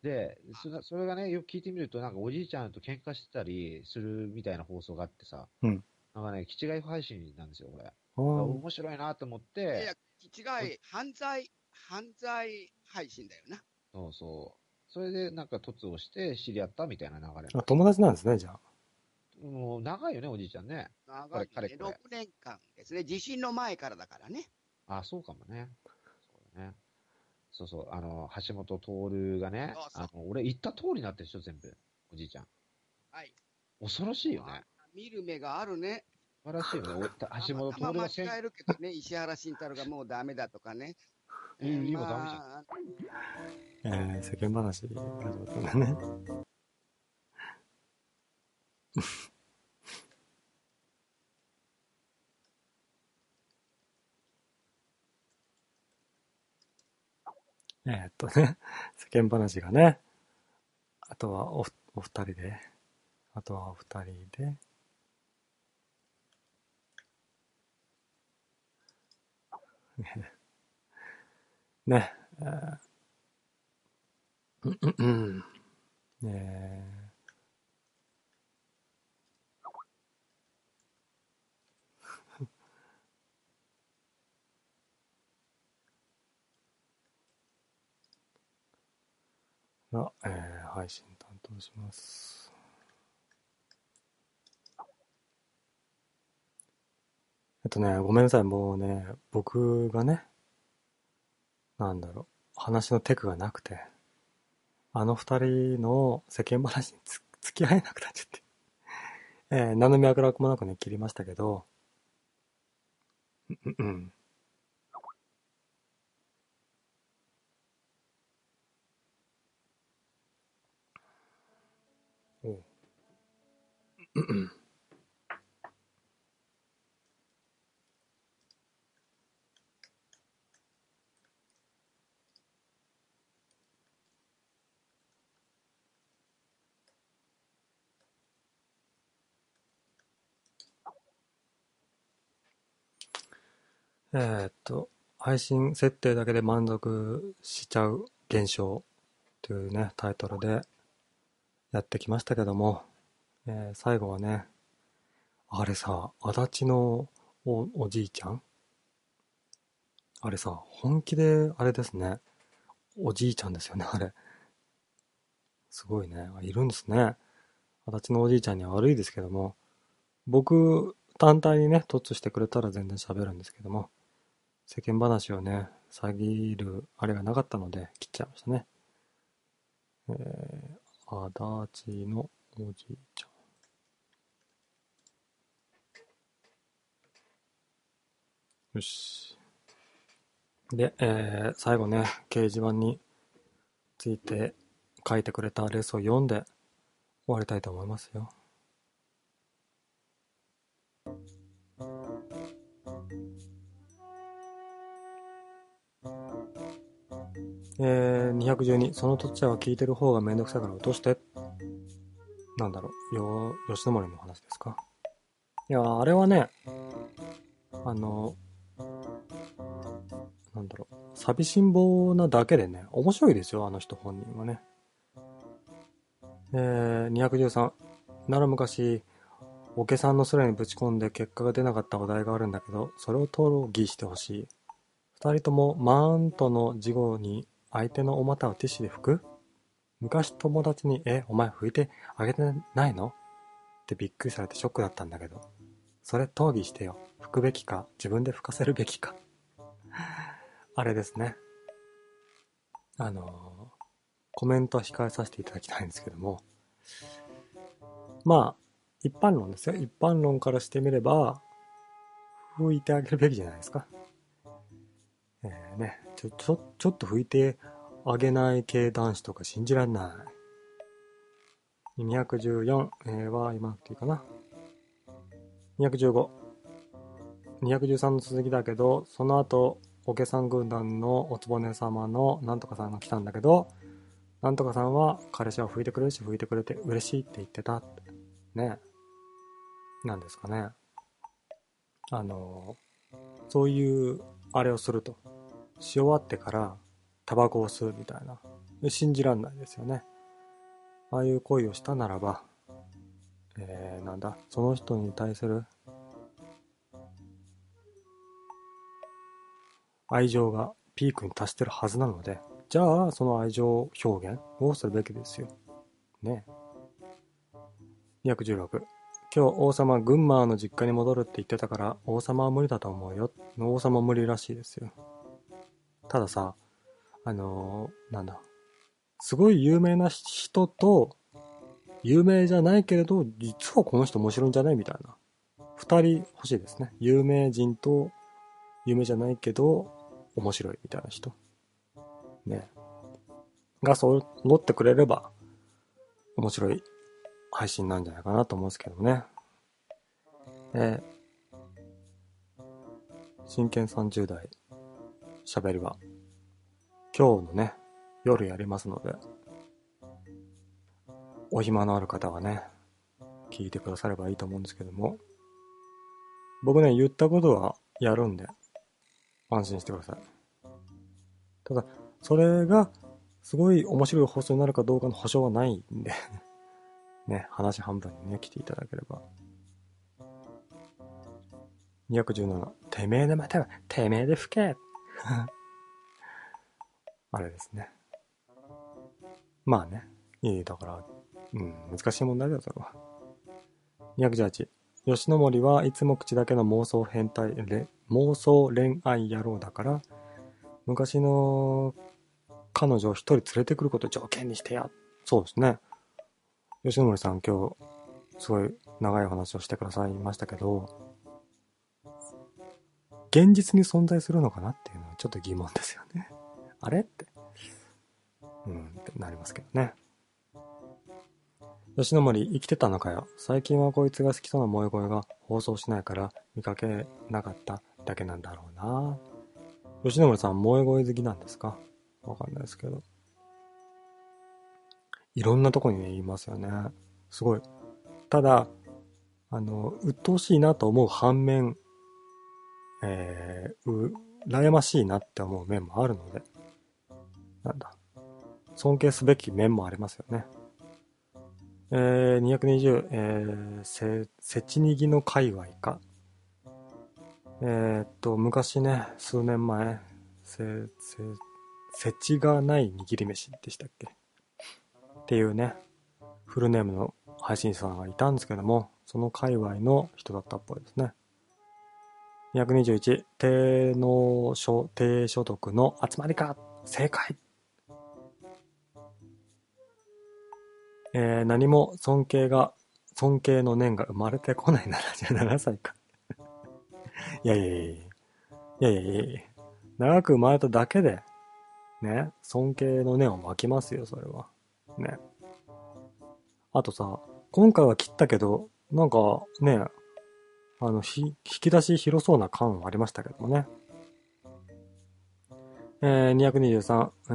で、それそれがね、よく聞いてみると、なんかおじいちゃんと喧嘩してたりするみたいな放送があってさ、うんなんかね、気違い配信なんですよ、これ。あー面白いなと思っいやいてや、、違い、犯罪、犯罪配信だよな。そうそう。それでなんか突をして知り合ったみたいな流れ。あ、友達なんですね、じゃあ。もう長いよね、おじいちゃんね。長い、これね。これ6年間ですね。地震の前からだからね。あ、そうかもね。そうだね。そうそう、あの、橋本徹がねそう、そうあの俺言った通りになってるでしょ、全部。おじいちゃん。はい。恐ろしいよね。見る目があるね。素晴らしいよね。お橋本徹まあまあが間違えるけどね、石原慎太郎がもうダメだとかね。いい今ダメじゃんまあえー、世間話、なるほどね。 えーっとね、世間話がね、あとはおお二人で、あとはお二人で、ね、ね、えーうんうんうん。ね え。が、えー配信担当します。えっとね、ごめんなさい、もうね、僕がね、なんだろう、話のテクがなくて。あの二人の世間話につ付き合えなくなっちゃって。 えー何の脈絡もなくね、切りましたけど。うんうんうん。おううんうんえーっと、配信設定だけで満足しちゃう現象というね、タイトルでやってきましたけども、えー最後はね、あれさ、足立のおおじいちゃんあれさ、本気であれですね、おじいちゃんですよね、あれ。すごいね、あいるんですね。足立のおじいちゃんには悪いですけども、僕単体にね、突してくれたら全然喋るんですけども、世間話をね、遮るあれがなかったので切っちゃいましたね。えー、足立のおじいちゃん。よし。で、えー最後ね、掲示板について書いてくれたレースを読んで終わりたいと思いますよ。えー、212、その土地は聞いてる方がめんどくさいから落として。なんだろう、よ、吉野森の話ですか。いやー、あれはね、あの、なんだろう、寂しん坊なだけでね、面白いですよ、あの人本人はね。えー、213、なら昔、おけさんのスラにぶち込んで結果が出なかったお題があるんだけど、それを討議してほしい。二人ともマーンとの事後に相手のお股をティッシュで拭く昔友達に、え、お前拭いてあげてないのってびっくりされてショックだったんだけど。それ討議してよ。拭くべきか、自分で拭かせるべきか。あれですね。あのーコメントは控えさせていただきたいんですけども。まあ、一般論ですよ。一般論からしてみれば、拭いてあげるべきじゃないですか。えーね、ちょ、ちょ、ちょっと拭いてあげない系男子とか信じらんない。214、えーは今なくていいかな。215。213の続きだけど、その後、おけさん軍団のおつぼね様のなんとかさんが来たんだけど、なんとかさんは彼氏は拭いてくれるし拭いてくれて嬉しいって言ってたって。ね。なんですかね。あの、そういうあれをすると。し終わってからタバコを吸うみたいな。信じらんないですよね。ああいう恋をしたならば、えー、なんだ、その人に対する愛情がピークに達してるはずなので、じゃあその愛情表現をするべきですよ。ねえ。216。今日王様群馬の実家に戻るって言ってたから王様は無理だと思うよ。王様無理らしいですよ。たださ、あのーなんだ。すごい有名な人と、有名じゃないけれど、実はこの人面白いんじゃないみたいな。二人欲しいですね。有名人と有名じゃないけど面白いみたいな人ねがそう乗ってくれれば面白い配信なんじゃないかなと思うんですけどねえー真剣30代喋りは今日のね夜やりますのでお暇のある方はね聞いてくださればいいと思うんですけども僕ね言ったことはやるんで安心してください。ただ、それが、すごい面白い放送になるかどうかの保証はないんで、 ね、話半分にね、来ていただければ。217、てめえで待てば、てめえで吹けあれですね。まあね、いい、だから、うん、難しい問題だよ、それは。218、吉野森はいつも口だけの妄想変態れ妄想恋愛野郎だから昔の彼女を一人連れてくることを条件にしてやそうですね吉野森さん今日すごい長いお話をしてくださいましたけど現実に存在するのかなっていうのはちょっと疑問ですよねあれってうんってなりますけどね吉野森生きてたのかよ最近はこいつが好きそうな萌え声が放送しないから見かけなかっただけなんだろうな吉野森さん萌え声好きなんですかわかんないですけどいろんなとこにね言いますよねすごいただあの鬱陶しいなと思う反面えー、う羨ましいなって思う面もあるのでなんだ尊敬すべき面もありますよねえー、220、えー、せ、せちにぎの界隈か。えーっと、昔ね、数年前、せ、せ、せちがない握り飯でしたっけっていうね、フルネームの配信者さんがいたんですけども、その界隈の人だったっぽいですね。221、低能所、低所得の集まりか正解えー何も尊敬が、尊敬の念が生まれてこない77歳か。 いやいやいやいやいやいやいやいや長く生まれただけで、ね、尊敬の念を湧きますよ、それは。ね。あとさ、今回は切ったけど、なんかね、あの、ひ引き出し広そうな感はありましたけどもね。えー、223、え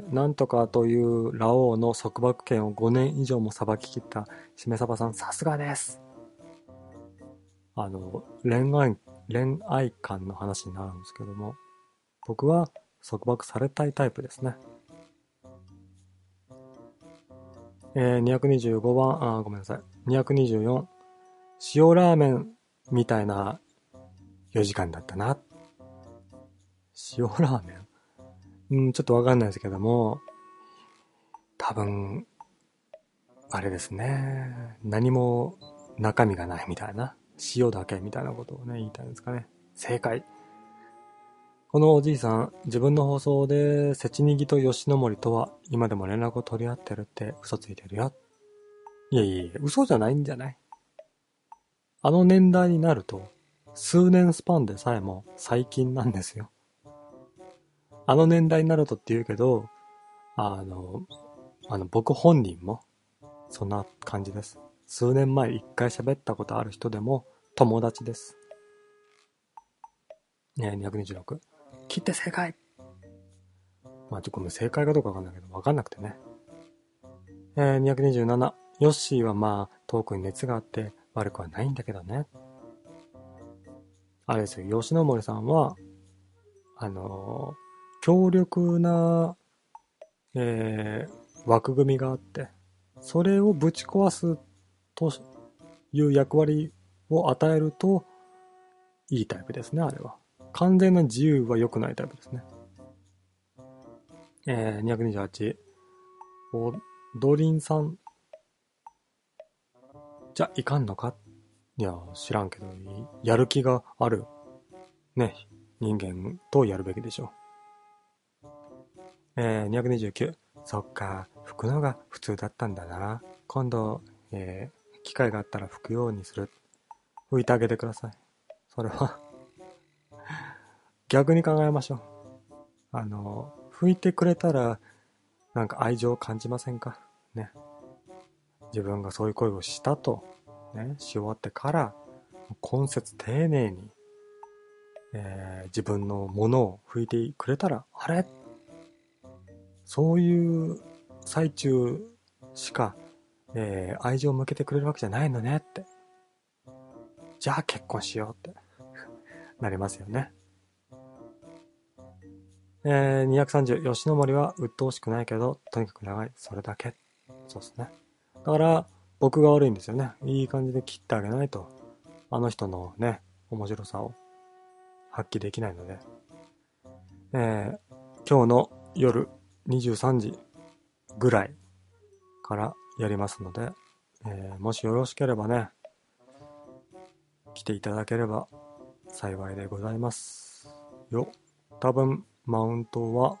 ー、なんとかというラオウの束縛権を5年以上も裁ききったしめさばさん、さすがです。あの、恋愛、恋愛観の話になるんですけども、僕は束縛されたいタイプですね。えー、225番、あー、ごめんなさい。224、塩ラーメンみたいな4時間だったな塩ラーメンうん、ちょっとわかんないですけども、多分、あれですね。何も中身がないみたいな。塩だけみたいなことをね、言いたいんですかね。正解。このおじいさん、自分の放送で、セチニギと吉野森とは、今でも連絡を取り合ってるって嘘ついてるよ。いやいやいや、嘘じゃないんじゃないあの年代になると、数年スパンでさえも最近なんですよ。あの年代になるとって言うけど、あの、あの、僕本人も、そんな感じです。数年前一回喋ったことある人でも、友達です。ねえ、226。切って正解まあ、ちょごめん、正解かどうかわかんないけど、わかんなくてね。えー、227。ヨッシーはまあ、トークに熱があって、悪くはないんだけどね。あれですよ、吉野森さんは、あのー強力な、えー枠組みがあって、それをぶち壊すという役割を与えると、いいタイプですね、あれは。完全な自由は良くないタイプですね。えー、228。お、ドリンさん。じゃ、いかんのかいや、知らんけど、いやる気がある、ね、人間とやるべきでしょう。えー、229。そっか、拭くのが普通だったんだな。今度、えー機会があったら拭くようにする。拭いてあげてください。それは、 逆に考えましょう。あの、拭いてくれたら、なんか愛情を感じませんかね。自分がそういう恋をしたと、ね、し終わってから、今節丁寧に、えー自分のものを拭いてくれたら、あれそういう最中しか、えー愛情を向けてくれるわけじゃないのねって。じゃあ結婚しようって なりますよね。えー、230、吉野森は鬱陶しくないけど、とにかく長い。それだけ。そうですね。だから、僕が悪いんですよね。いい感じで切ってあげないと、あの人のね、面白さを発揮できないので。えー、今日の夜23時ぐらいからやりますので、えーもしよろしければね、来ていただければ幸いでございますよ。多分、マウントは、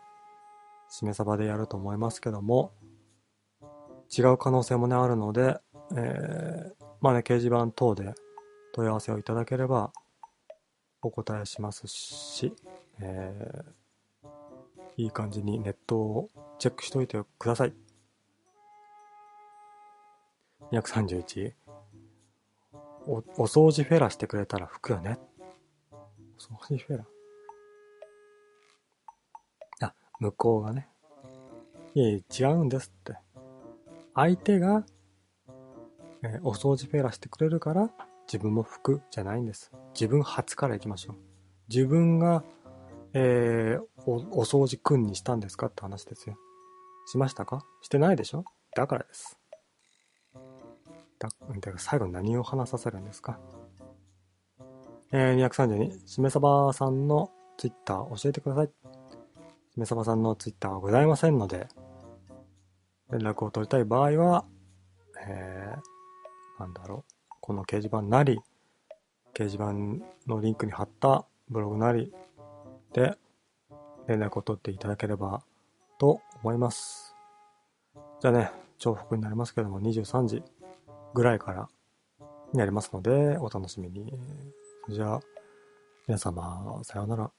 しめさばでやると思いますけども、違う可能性もね、あるので、えーまあね、掲示板等で問い合わせをいただければ、お答えしますし、えーいい感じにネットをチェックしといてください。231。お、お掃除フェラしてくれたら拭くよね。お掃除フェラあ、向こうがね。いえいえ、違うんですって。相手が、えーお掃除フェラしてくれるから、自分も拭くじゃないんです。自分初から行きましょう。自分が、えーお、お掃除くんにしたんですかって話ですよ。しましたかしてないでしょだからです。だ、だから最後に何を話させるんですかえー、232、しめさばさんのツイッター教えてください。しめさばさんのツイッターはございませんので、連絡を取りたい場合は、えー、なんだろう、この掲示板なり、掲示板のリンクに貼ったブログなりで連絡を取っていただければと思います。じゃあね、重複になりますけども、23時ぐらいからになりますので、お楽しみに。それじゃあ、皆様、さようなら。